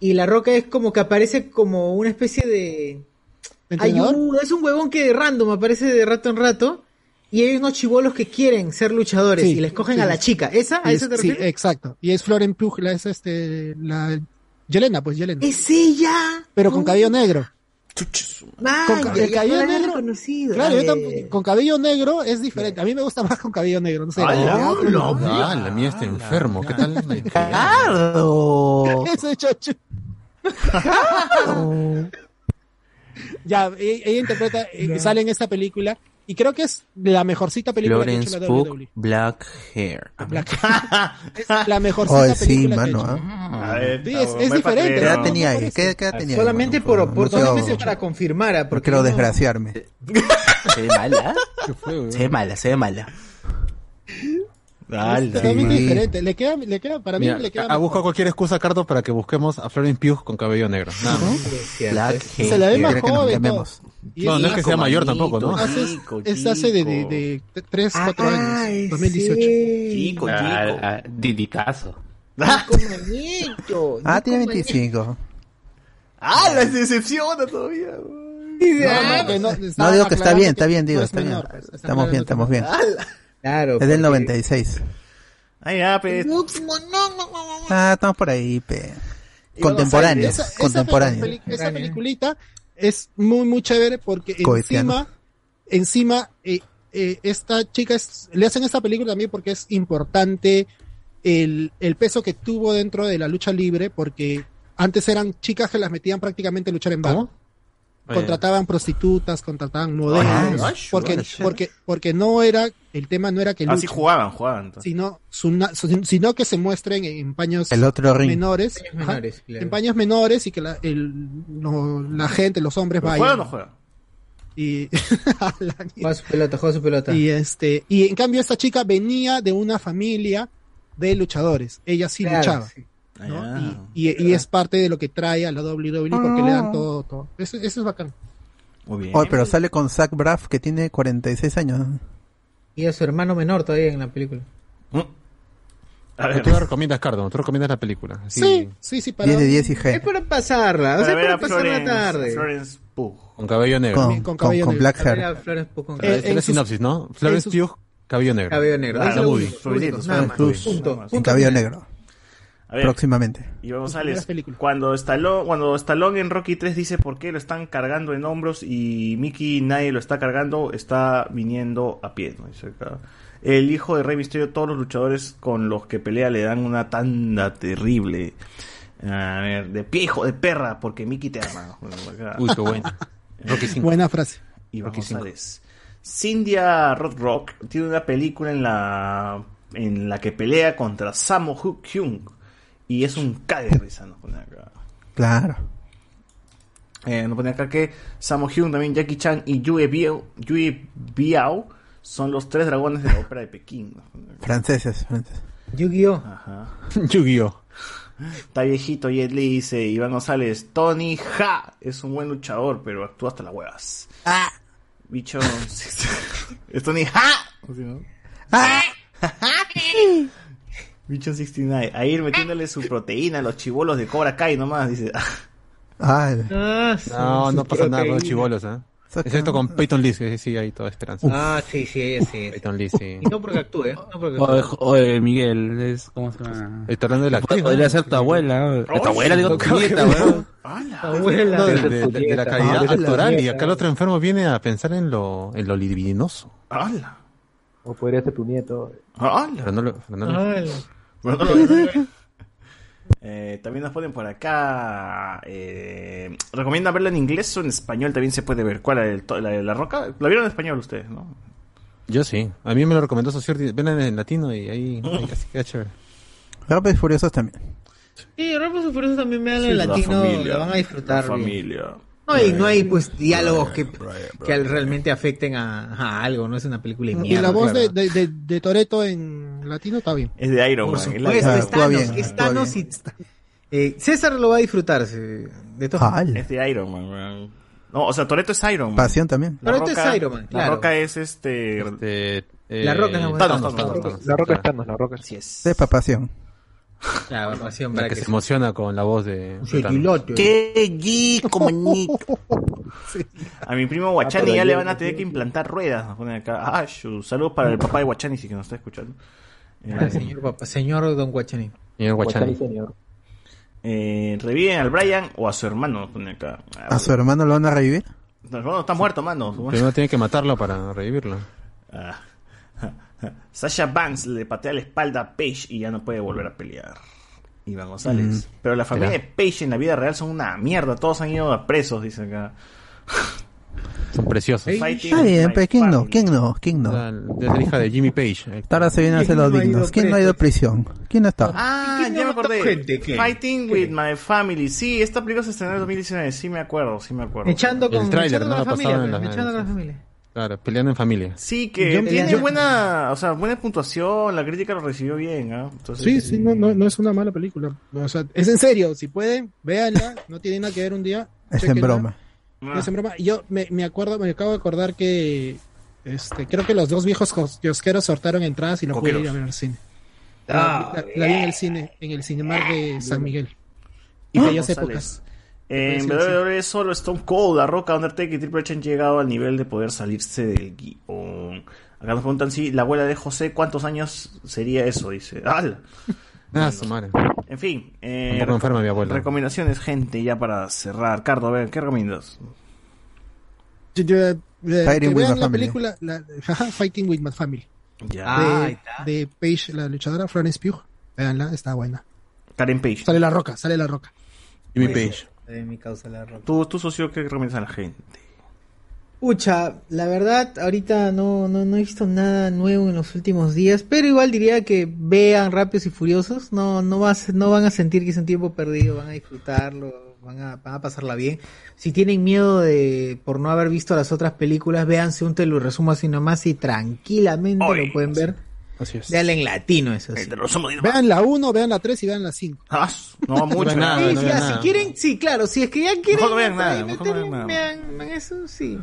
y La Roca es como que aparece como una especie de ¿Entrenador? ayuda, es un huevón que de random aparece de rato en rato y hay unos chivolos que quieren ser luchadores Sí, y les cogen sí. a la chica. ¿Esa? ¿A Y eso es- te sí, eh, refieres? exacto. Y es Floren Pugh, la es este, la Yelena, pues Yelena. Es ella. Pero con cabello negro. Con ca- Vaya, el cabello no la había negro. reconocido. Claro, yo Dale. tampoco- con cabello negro es diferente. A mí me gusta [laughs] más con cabello negro, no sé. Ah, Como- la mía está este enfermo. ¿Qué tal? ¡Cardo! [laughs] Ese chocho. ya, e- ella interpreta, eh, sale en esta película y creo que es la mejorcita película que Florence ha hecho la E. Pugh, WWE. Black Hair. [laughs] [laughs] Es la mejorcita Oh, sí, película que ha mano, hecho. ¿ah? A ver, Sí, es- no, es me diferente, patreo. ¿Qué edad tenía ahí? ¿Qué, qué edad tenía ahí, Solamente mano? por No oportunidades quiero- para confirmar, ah, No porque quiero no- desgraciarme. Se ve mala. Se ve mala, se ve mala. Es totalmente diferente. Le queda, le queda, para mí le queda. ha buscado ah, cualquier excusa, Cardo, para que busquemos a Florence Pugh con cabello negro. Nada más. se la ve más joven. todo. Y No, no es que sea mayor tampoco, ¿no? Hace- es hace de, de, de, 3, 4 años, 2018. Chico, ah, Didicazo. [laughs] Ah, tiene 25. ¡Ah, la decepciona todavía! No digo que está bien, está bien, digo, está bien. Estamos bien, estamos bien. [laughs] Claro. Es del 96. Ay, ya, pues. pe. Ah, estamos por ahí, pe. Contemporáneos, Esa- esa contemporáneos. peli- Esa, peliculita es muy, muy chévere porque Coetiano. encima, encima, eh, eh, esta chica es- le hacen esta película también porque es importante el, el peso que tuvo dentro de la lucha libre porque antes eran chicas que las metían prácticamente a luchar en bar. Contrataban prostitutas, contrataban modelos, ay, porque, ay, porque, porque no era, el tema no era que Así luchen Ah, jugaban, jugaban. entonces. sino, suna- su- sino que se muestren en, en paños El otro ring. menores, Paños ajá, menores, claro. en paños menores y que la, el- no- la gente, los hombres ¿Pero vayan. juega o no juega? Y, [laughs] Juega su pelota, juega su pelota. y este, y en cambio esta chica venía de una familia de luchadores, ella sí Claro, luchaba. sí. ¿no? Y, y- y es parte de lo que trae a la WWE porque Ah. le dan todo, todo. Eso, eso es bacán. Oye, pero sale con Zach Braff, que tiene 46 años. Y a su hermano menor todavía en la película. A ver. ¿Tú la recomiendas, Cardo? ¿Tú recomiendas la película? Así- Sí, sí, sí. Para, 10 de 10 y G. Es para pasarla, Para o sea, ver para a pasar Florence- la tarde. Florence Pugh. Con cabello negro. Con- con cabello negro. hair. Era Florence Pugh con Pero esa es cabello- en la sus- sinopsis, ¿no? Florence en sus- Pugh, cabello negro. Cabello negro, Ah, es la lo movie. único, Sobrinitos, nada más. Tus- en cabello negro. A ver. Próximamente. Y vamos a Las Cuando Stallone, cuando Stallone en Rocky 3 dice por qué lo están cargando en hombros y Mickey nadie lo está cargando, está viniendo a pie. ¿no? Dice acá. El hijo de Rey Misterio, todos los luchadores con los que pelea le dan una tanda terrible. A ver, de pie, hijo de perra, porque Mickey te ama. Bueno, acá. Uy, qué bueno. Rocky cinco. Buena frase. [laughs] Y vamos a ver. Cindia Rock Rock tiene una película en la en la que pelea contra Sammo Hu- Hyung y es un cague de risa, nos pone acá. Claro. Eh, nos pone acá que Sammo Hyung, también Jackie Chan y Yue Biao, Yue Biao son los tres dragones de la ópera de Pekín. nos pone acá. Franceses. franceses. Yu-Gi-Oh. Ajá. [laughs] Yu-Gi-Oh. Está viejito Jet Li, dice Iván González. Tony Ja es un buen luchador, pero actúa hasta las huevas. Ah. Bicho. [laughs] es Tony Ja. ¿O sí, no? Bichon 69. A ir metiéndole su proteína a los chivolos de Cobra Kai nomás, dice. [laughs] Ah, No, no pasa nada con los proteína. chivolos, ¿eh? Saca- Excepto con Peyton Lee, que sí hay toda esperanza. Ah, sí, sí, sí. Peyton Lee, sí. Y no porque actúe, ¿eh? no porque Oye, actúe. jo- oye, Miguel, es, ¿cómo se llama? Está hablando de la actriz, Podría ¿no? ser tu abuela. Ay, Tu abuela, digo, tu no, nieta, no. [laughs] weón. abuela. No, de, de- de- de la calidad Ah, la actoral. Y nieta. acá el otro enfermo viene a pensar en lo, en lo libidinoso. ¡Hala! O podría ser tu nieto. Pero no lo- pero no lo- Bueno, no lo [laughs] veo. Eh, también nos ponen por acá. Eh, ¿Recomienda verla en inglés o en español? También se puede ver. ¿Cuál? ¿La, del to- la, de la roca? ¿La vieron en español ustedes, no? Yo sí. A mí me lo recomendó Society. Ven en latino y [laughs] ahí, ahí casi queda chévere. Rápidos y Furiosos también. Sí, Rápidos y Furiosos también me hablan Sí, en la latino, familia, lo van a disfrutar. la bien. familia. No hay, no hay pues diálogos que, que al- realmente afecten a, a algo, no es una película de Y mierda. la voz claro. de, de, de, de Toreto en latino está bien. Es de Iron Por Man. supuesto, es Thanos, es Thanos y- Eh, César lo va a disfrutarse de todo. Es de Iron Man, weón. No, o sea, Toreto es Iron Man. Pasión también. La Toretto este es Roca- Iron Man, La claro. Roca es este. eh, La Roca es la buena. Thanos, Thanos, Thanos, Thanos, Thanos. La Roca es Thanos, la Roca. Así es. Sepa pasión. Ah, La grabación, La para que que se sí. emociona con la voz de. de Thanos. eh. A mi primo Ah, Guachani pero ya le yo- van a tener que implantar ruedas. nos ponen acá. Ah, shu. saludos para el papá de Guachani, si que nos está escuchando. Ah, señor, papá, señor Don Guachani. Señor Guachani. Eh, reviven al Brian o a su hermano. nos ponen acá. Ah, ¿A su hermano lo van a revivir? su hermano está muerto, mano. Primero tiene que matarlo para revivirlo. Ah. Sasha Banks le patea la espalda a Paige y ya no puede volver a pelear. Iván González. Mm. Pero la familia Será. de Paige en la vida real son una mierda. Todos han ido a presos, dice acá. Son preciosos. Está bien, pero ¿quién no? ¿Quién no? ¿Quién no? La- de la hija de Jimmy Page. eh. Ahora se vienen a hacer los dignos. ¿Quién no ha ido a prisión? ¿Quién no está? Ah, ya me acordé. gente? ¿Qué? Fighting with my family. Sí, esta película se estrenó en 2019. Sí, me acuerdo, sí me acuerdo. Echando con, El tráiler, ¿no? echando con Lo la familia. pasaban en pues, las- echando con la familia. Claro, peleando en familia. Sí, que Yo- tiene yo- buena, o sea, buena puntuación. La crítica lo recibió bien. ¿ah? Entonces, Sí, sí, no, no, no es una mala película. O sea, es en serio, si pueden, véanla, no tiene nada que ver un día. Es en chéquenla. broma. No es en broma. Yo me, me acuerdo, me acabo de acordar que este, creo que los dos viejos cos- kiosqueros sortaron entradas y lo pude ir a Coqueros. ver al cine. Ah, la, la- la vi en el cine, en el Cinemark de San Miguel. Ah, Y Iván bellas González. épocas. En Sí, sí, sí. WWE solo Stone Cold, La Roca, Undertaker y Triple H han llegado al nivel de poder salirse del guión. Acá nos preguntan si la abuela de José, ¿cuántos años sería eso? Dice. ¡Hala! Ah, su madre. En fin. eh, Un poco enferma mi abuela. Recomendaciones, gente, ya para cerrar. Cardo, a ver, ¿qué recomiendas? Yo- yo, eh, que with vean my la family. película la- ajá, Fighting with My Family. Ya. De- Ahí de, Paige, la luchadora, Florence Pugh. Veanla, está buena. Karen Page. Sale la roca, sale la roca. Jimmy Page. De mi causa la roca. ¿Tú, tú socio, ¿qué recomiendas a la gente? Pucha, la verdad, ahorita no, no, no he visto nada nuevo en los últimos días, pero igual diría que vean Rápidos y Furiosos, no, no, va a ser- no van a sentir que es un tiempo perdido, van a disfrutarlo, van a, van a pasarla bien. Si tienen miedo de por no haber visto las otras películas, véanse un te lo resumo así nomás y tranquilamente lo pueden ver. Así es. Dale en latino, eso sí. Vean la 1, vean la 3 y vean la 5. Ah, [laughs] No, mucho, mucho. nada, Sí, no sí, vean ah, si nada. quieren, sí, claro, si es que ya quieren Mejor no vean por ahí nada, mejor no vean meter- nada. vean- vean eso sí.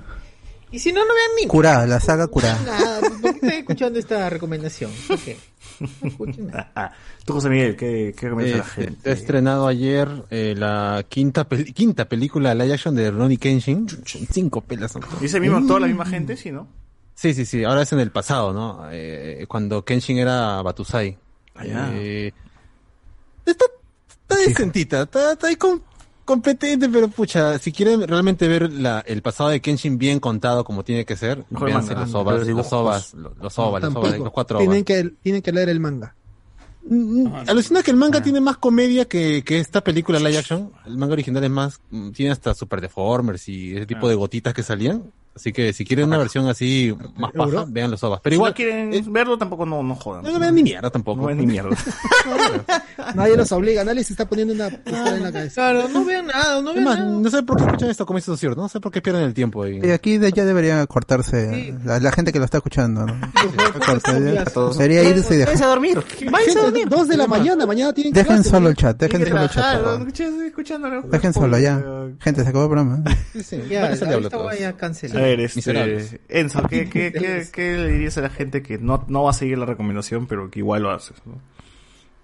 Y si no, no vean ni Curada, la saga curada. nada. ¿Por [laughs] qué están escuchando esta recomendación? ¿Por qué? Ah, Tú, José Miguel, ¿qué, qué recomiendas a la Este, gente? ha estrenado ayer eh, la quinta pel- quinta película live action de Ronnie Kenshin. Cinco pelas. ¿Y ese mismo actor, la misma gente? Sí, ¿no? Sí, sí, sí. Ahora es en el pasado, ¿no? Eh, cuando Kenshin era Batusai. ya. Eh, está, está decentita, está, está ahí com- competente, pero pucha, si quieren realmente ver la, el pasado de Kenshin bien contado como tiene que ser, Mejor véanse manga. los Ah, ovas, los los dibujos. ovas, lo- los ovas, los ovas, Tampoco. los cuatro ovas. tienen, que, tienen que leer el manga. Mm, Ah. Alucina que el manga tiene más comedia que, que esta película live action. El manga original es más, mm, tiene hasta Super Deformers y ese tipo de gotitas que salían. Así que si quieren una versión así más paja, ¿Seguro? vean los ovas. Pero si igual, eh, no quieren verlo, tampoco no, no jodan. no vean ni mierda tampoco. No vean ni mierda. [laughs] Nadie los obliga, nadie se está poniendo una pistola Ah, en la cabeza. Claro, no vean nada, no vean nada. No sé por qué escuchan esto como hizo cierto, no sé por qué pierden el tiempo ahí. Y aquí de- ya debería cortarse la, la gente que lo está escuchando. ¿no? Corta, ya. Debería irse y Váyanse a dejar. dormir. Váyanse a dormir. Dos de la mañana, mañana tienen que Dejen clase, solo ¿no? el chat, dejen solo el chat. por favor. escuchándolo. Dejen solo ya. Gente, se acabó el programa. ¿eh? Ya, Váyanse al diablo esta todos. guay ya cancelada. A ver, este, Miserables. Enzo, ¿qué, qué, qué, qué le dirías a la gente que no, no va a seguir la recomendación, pero que igual lo haces? ¿no?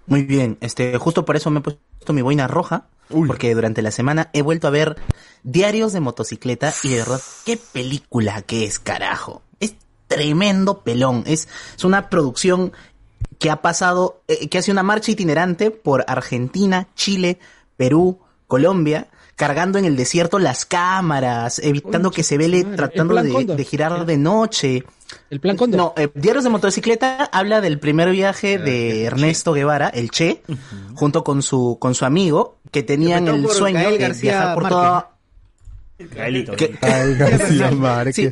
Muy bien, este, justo por eso me he puesto mi boina roja, porque durante la semana he vuelto a ver Diarios de motocicleta y de verdad, qué película que es, carajo. Es tremendo pelón, es, es una producción que ha pasado, eh, que hace una marcha itinerante por Argentina, Chile, Perú, Colombia, cargando en el desierto las cámaras, evitando que se vele, tratando Plan de, Cóndor. de girar de noche. El plan Cóndor. No, eh, Diarios de motocicleta habla del primer Ah, viaje de Ernesto Guevara, el Che, junto con su con su amigo que tenían Interpretado el por sueño Gael de García viajar por Márquez. toda que- Ay, García Márquez. [laughs] Sí.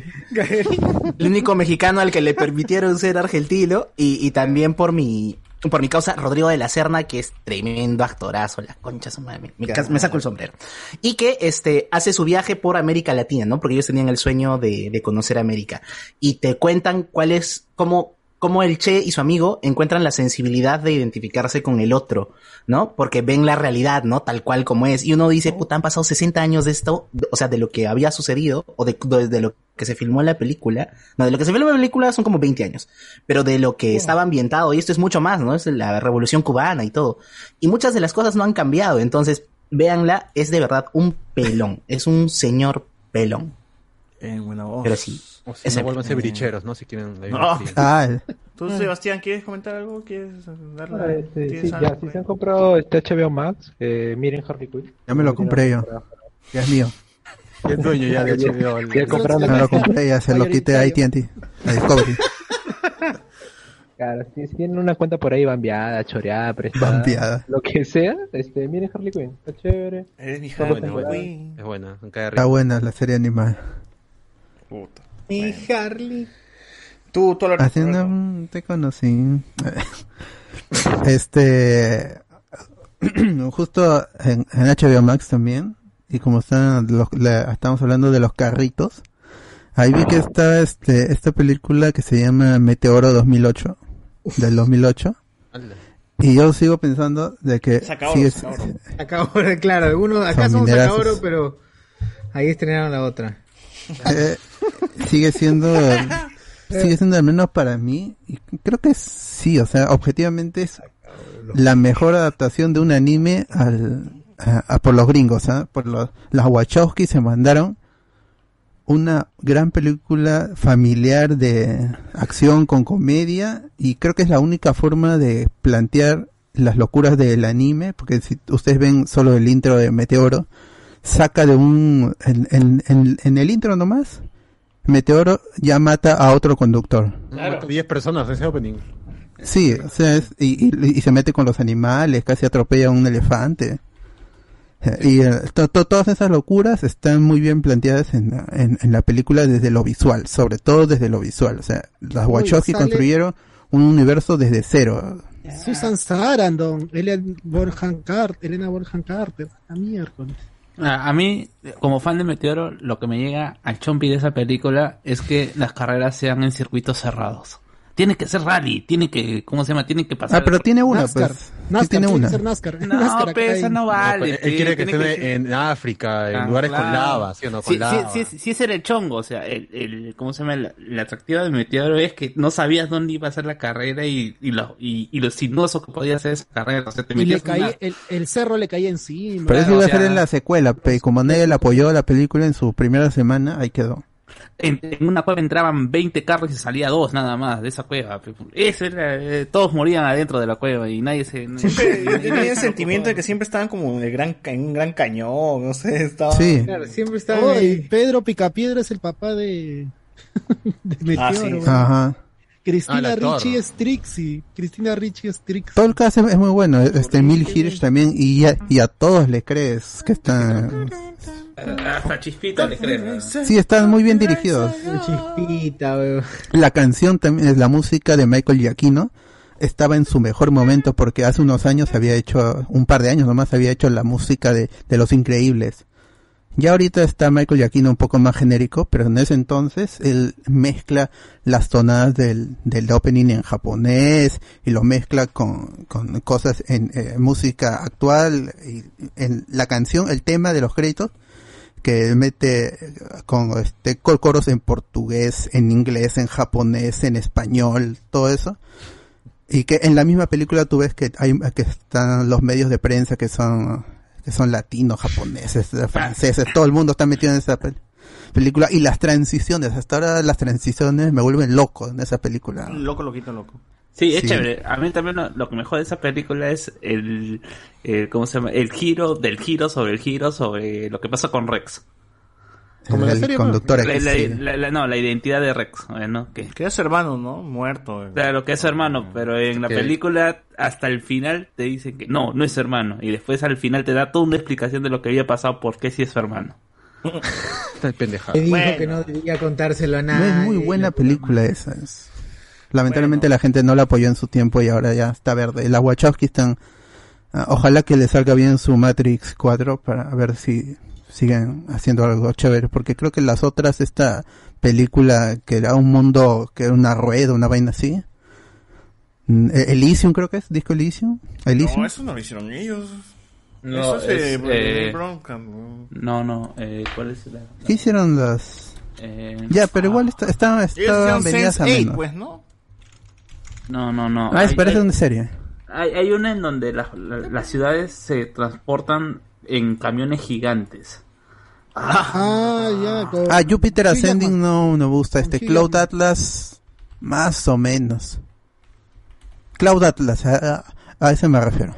El único mexicano al que le permitieron ser argentino y, y también por mi por mi causa Rodrigo de la Serna que es tremendo actorazo, la concha de su madre. Me, ca- me saco el sombrero. Y que este hace su viaje por América Latina, ¿no? Porque ellos tenían el sueño de, de conocer América y te cuentan cuál es cómo cómo el Che y su amigo encuentran la sensibilidad de identificarse con el otro, ¿no? Porque ven la realidad, ¿no? Tal cual como es. Y uno dice, puta, han pasado 60 años de esto, o sea, de lo que había sucedido, o de, de- de lo que se filmó en la película. No, de lo que se filmó en la película son como 20 años. Pero de lo que estaba ambientado, y esto es mucho más, ¿no? Es la revolución cubana y todo. Y muchas de las cosas no han cambiado. Entonces, véanla, es de verdad un pelón. Es un señor pelón. Eh, En buena oh, voz. Pero sí. O si no, vuélvanse bricheros, ¿no? Si quieren. la No. vida. ¿Tú, Sebastián, quieres comentar algo? ¿Quieres darle? Ah, este, ¿Tienes sí, algo? ya, si se han comprado este HBO Max, eh, miren Harley Quinn. Ya me lo compré yo. Ya es mío. Ya es dueño ya de HBO. Ya compraron la Me lo casa. compré, ya se lo quité a AT&T. A Discovery. [laughs] Claro, si, si tienen una cuenta por ahí bambeada, choreada, prestada, Bambeada. lo que sea, este, miren Harley Quinn, está chévere. Eres mi Son dos temporadas. Es buena, me cae Está arriba. buena la serie animada. Puta. Mi Harley. Tú, tú Alberto, Haciendo un- te conocí. [laughs] Este [clears throat] justo en, en HBO Max también y como están los- la- estamos hablando de los carritos, ahí vi que está este esta película que se llama Meteoro 2008 del 2008 y yo sigo pensando de que sigue- Sacaboro, [laughs] claro, algunos acá Son somos minerazos. Sacaboro, pero ahí estrenaron la otra. Eh, sigue siendo sigue siendo al menos para mí y creo que sí o sea objetivamente es la mejor adaptación de un anime al a, a por los gringos ¿ah? por los las Wachowski se mandaron una gran película familiar de acción con comedia y creo que es la única forma de plantear las locuras del anime porque si ustedes ven solo el intro de Meteoro saca de un en, en- en- en el intro nomás Meteoro ya mata a otro conductor Mata 10 personas en ese opening. sí o sea es- y, y- y se mete con los animales casi atropella a un elefante Eh, y eh, to- to- todas esas locuras están muy bien planteadas en, la- en- en la película desde lo visual sobre todo desde lo visual o sea las Uy, Wachowski sale- construyeron un universo desde cero Susan Sarandon, Elena Borjan Carter, Elena Borjan Carter, a miércoles. Ah, A a mí, como fan de Meteoro, lo que me llega al chompi de esa película es que las carreras sean en circuitos cerrados. Tiene que ser rally, tiene que, ¿cómo se llama? Tiene que pasar. Ah, pero tiene una, pues. Sí, tiene una. [laughs] No, pero esa no vale. él quiere que tiene esté en África, en Ah, lugares con claro. lava, ¿sí o no? Con Sí, lava. sí, sí, sí, ese era el chongo, o sea, el, el- ¿cómo se llama? La, la atractiva del meteoro es que no sabías dónde iba a ser la carrera y, y, lo, y, y lo sinuoso que podía ser esa carrera, o sea, te Y le metías en caí, una- el, el cerro le caía encima. Pero eso Claro, iba a o sea- ser en la secuela, pe, y como nadie le apoyó la película en su primera semana, ahí quedó. en, en una cueva entraban 20 carros y salía dos nada más de esa cueva. Ese era, eh, todos morían adentro de la cueva y nadie [laughs] se... Yo tenía el sentimiento de que siempre estaban como en, el gran, ca- en un gran cañón, no sé, estaba... Claro, siempre está. Oh, Pedro Picapiedra es el papá de. [laughs] de Ah, sí. Meteoro. Ajá. Cristina Ah, el actor. Ricci es Trixie. Cristina Ricci es Trixie. Todo el caso es muy bueno, este Mil Hirsch también, y a, y a todos le crees que están... Hasta chispita le creen. Sí, están muy bien dirigidos. Chispita, weón. La canción también, es la música de Michael Giacchino, estaba en su mejor momento porque hace unos años había hecho, un par de años nomás había hecho la música de, de Los Increíbles. Ya ahorita está Michael Giacchino un poco más genérico, pero en ese entonces él mezcla las tonadas del, del opening en japonés y lo mezcla con, con cosas en eh, música actual y en la canción, el tema de los créditos que mete eh, con este cor- coros en portugués, en inglés, en japonés, en español, todo eso. Y que en la misma película tú ves que hay que están los medios de prensa que son que son latinos, japoneses, eh, franceses, todo el mundo está metido en esa pel- película y las transiciones, hasta ahora las transiciones me vuelven loco en esa película. Loco, loquito, loco. Sí, es Sí. chévere. A mí también lo, lo que me jode de esa película es el, el- ¿cómo se llama? El giro del giro sobre el giro sobre lo que pasa con Rex. el conductor La- X, la- sí. la- la- no, la identidad de Rex, eh, ¿no? Que, que es hermano, ¿no? Muerto. Claro, que es hermano, pero en la Ok. película hasta el final te dicen que no, no es hermano. Y después al final te da toda una explicación de lo que había pasado, por qué sí es su [laughs] hermano. Está el pendejado. Le dijo Bueno. que no debía contárselo a No nadie. es muy buena película esa. es- Lamentablemente la gente no la apoyó en su tiempo y ahora ya está verde. Las Wachowski están... ah, ojalá que le salga bien su Matrix 4 para ver si siguen haciendo algo chévere. Porque creo que las otras, esta película que era un mundo, que era una rueda, una vaina así. Mm, eh, Elysium creo que es, disco Elysium. Elysium. No, eso no lo hicieron ellos. No, eso es, es, eh, eh, bronca, ¿no? No, no, eh, ¿cuál es la...? ¿Qué hicieron las...? Eh, Ya, pero igual está- estaban estaban hicieron venidas a Sense8, menos. pues, No, no, no. Ah, es- Hay- parece hay- una serie. Hay, hay una en donde las- la- las ciudades se transportan en camiones gigantes. Ah, ya. con- Ah, Jupiter Ascending no, no me gusta. Este Con Cloud Atlas, más o menos. Cloud Atlas, a, a- a ese me refiero.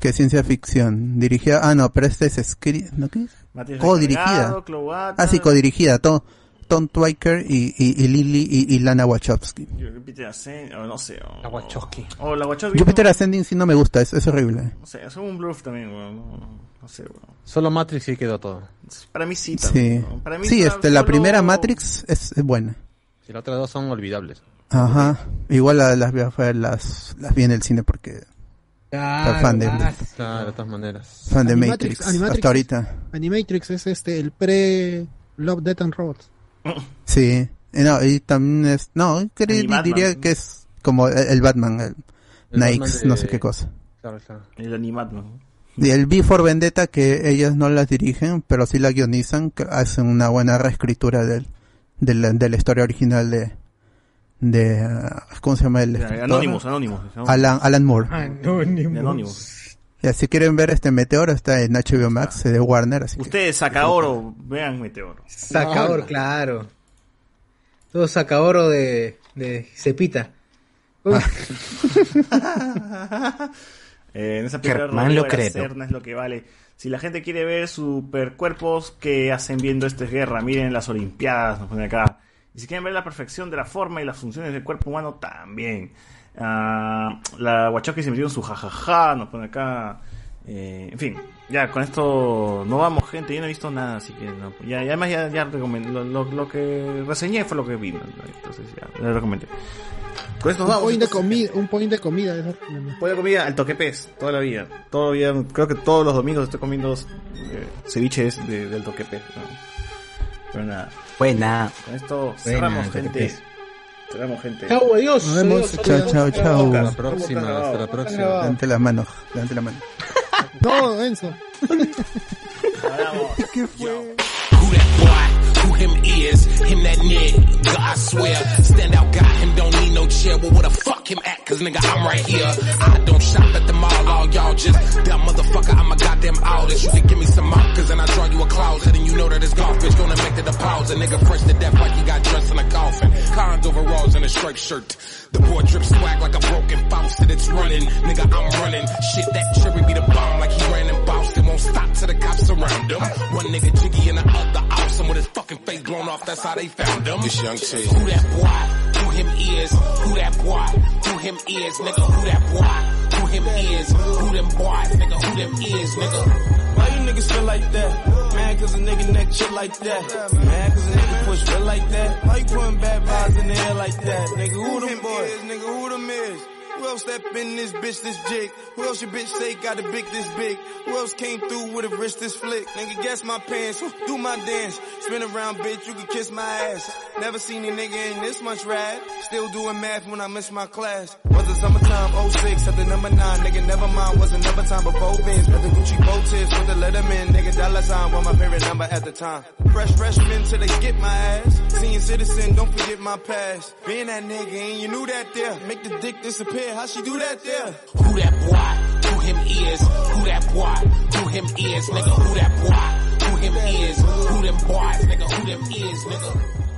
Que es ciencia ficción. Dirigida, ah, no, pero este es escrita, ¿no qué? Matías Codirigida. Recargado, Cloud Atlas. Ah, sí, codirigida. Tom, Tom Twyker y, y, y Lily y, y Lana Wachowski. Yo- Júpiter Ascend- o no sé. O... La Wachowski. O la Wachowski. Jupiter no- Ascending sí no me gusta, es, es horrible. No sé, es un bluff también, weón. No, no sé, weón. Solo Matrix sí quedó todo. Para mí sí. Sí. también, weón. Para mí Sí, está este, la solo- primera Matrix es, es buena. Si las otras dos son olvidables. Ajá. Igual la- las, vi- fue- las, las vi en el cine porque... Claro, fan de- ah, Claro, de todas maneras. Fan de Matrix, hasta ahorita. Animatrix es este, el pre Love, Death and Robots. Sí, Eh, no, y también es, no, cre- Y Batman. diría que es como el, el Batman, el, El Nikes, Batman de- no sé qué cosa. Claro, claro. El animat, ¿no? Y el Before Vendetta que ellas no las dirigen, pero sí la guionizan, que hacen una buena reescritura del, de, la, de la historia original de, de, ah, ¿cómo se llama el De [laughs] escritor? Anonymous, Anonymous. Ah. Alan, Alan Moore. Ah, Anonymous. Anonymous. Ya, si quieren ver este Meteoro está en HBO Ah. Max eh, de Warner, así que Ustedes, saca oro, vean Meteoro. Saca oro, claro. Todo saca oro de, de cepita. Eh, en esa película Germán Rodrigo lo creo. Aracena es lo que vale. Si la gente quiere ver supercuerpos que hacen viendo esta guerra, miren las Olimpiadas, nos ponen acá. Y si quieren ver la perfección de la forma y las funciones del cuerpo humano, también. Ah, la Wachowski se metió en su jajaja, nos pone acá. Eh, en fin, ya con esto no vamos, gente. Yo no he visto nada, así que no. Ya, ya, además, ya, ya recomendé. Lo, lo- lo que reseñé fue lo que vi. ¿no? Entonces, ya, lo recomendé. Con esto nos Un vamos. point de comida, un point de comida. esa- Pollo comida al toquepez, toda la vida. Todo bien, creo que todos los domingos estoy comiendo eh, ceviches de- del toquepez. ¿no? Pero nada. Buena. Con esto cerramos, Buena, gente. toquepez. Cerramos, gente. Chau, adiós. Nos vemos. Adiós, Chao, adiós. chao, chao. Hasta la próxima, hasta la próxima. Levante las manos, levante la mano. No, Enzo. ¿Qué fue? Who him is, him that nigga, I swear. Stand out, got him, don't need no chair. Well, where the fuck him at? Cause nigga, I'm right here. I don't shop at the mall, all y'all just dumb motherfucker. I'm a goddamn artist. You can give me some markers and I draw you a closet. And you know that it's golf, bitch, gonna make the deposit. Nigga, fresh to death like he got dressed in a coffin. Cons overalls and a striped shirt. The boy drip swag like a broken faucet. It's running, nigga, I'm running. Shit, that cherry be the bomb like he ran and bounced. It won't stop till the cops surround him. One nigga jiggy and the other awesome with his fucking face blown off. That's how they found him. This young T. Who that boy? Who him is? Who that boy? Who him is? Nigga, who that boy? Who him is? Who them boys? Nigga, who them is? Nigga. Why you niggas feel like that? Man, cause a nigga neck shit like that. Man, cause a nigga push real like that. Why you putting bad vibes in the air like that? Nigga, who them boys? Nigga, who them is? Who else step in this bitch this jig? Who else your bitch say got a big this big? Who else came through with a wrist this flick? Nigga, guess my pants, do my dance. Spin around, bitch, you can kiss my ass. Never seen a nigga in this much rad. Still doing math when I miss my class. Was it summertime, 06, at the number 9. Nigga, never mind, was another time, but both ends. With the Gucci bow tips, with the Letterman, nigga, dollar sign. Was my favorite number at the time. Fresh freshmen till they get my ass. Senior citizen, don't forget my past. Being that nigga, and you knew that there. Make the dick disappear, how she do that there? Who that boy? Who him is? Who that boy? Who him is? Nigga, who that boy? Who him is? Who them boys? Nigga, who them is? Nigga.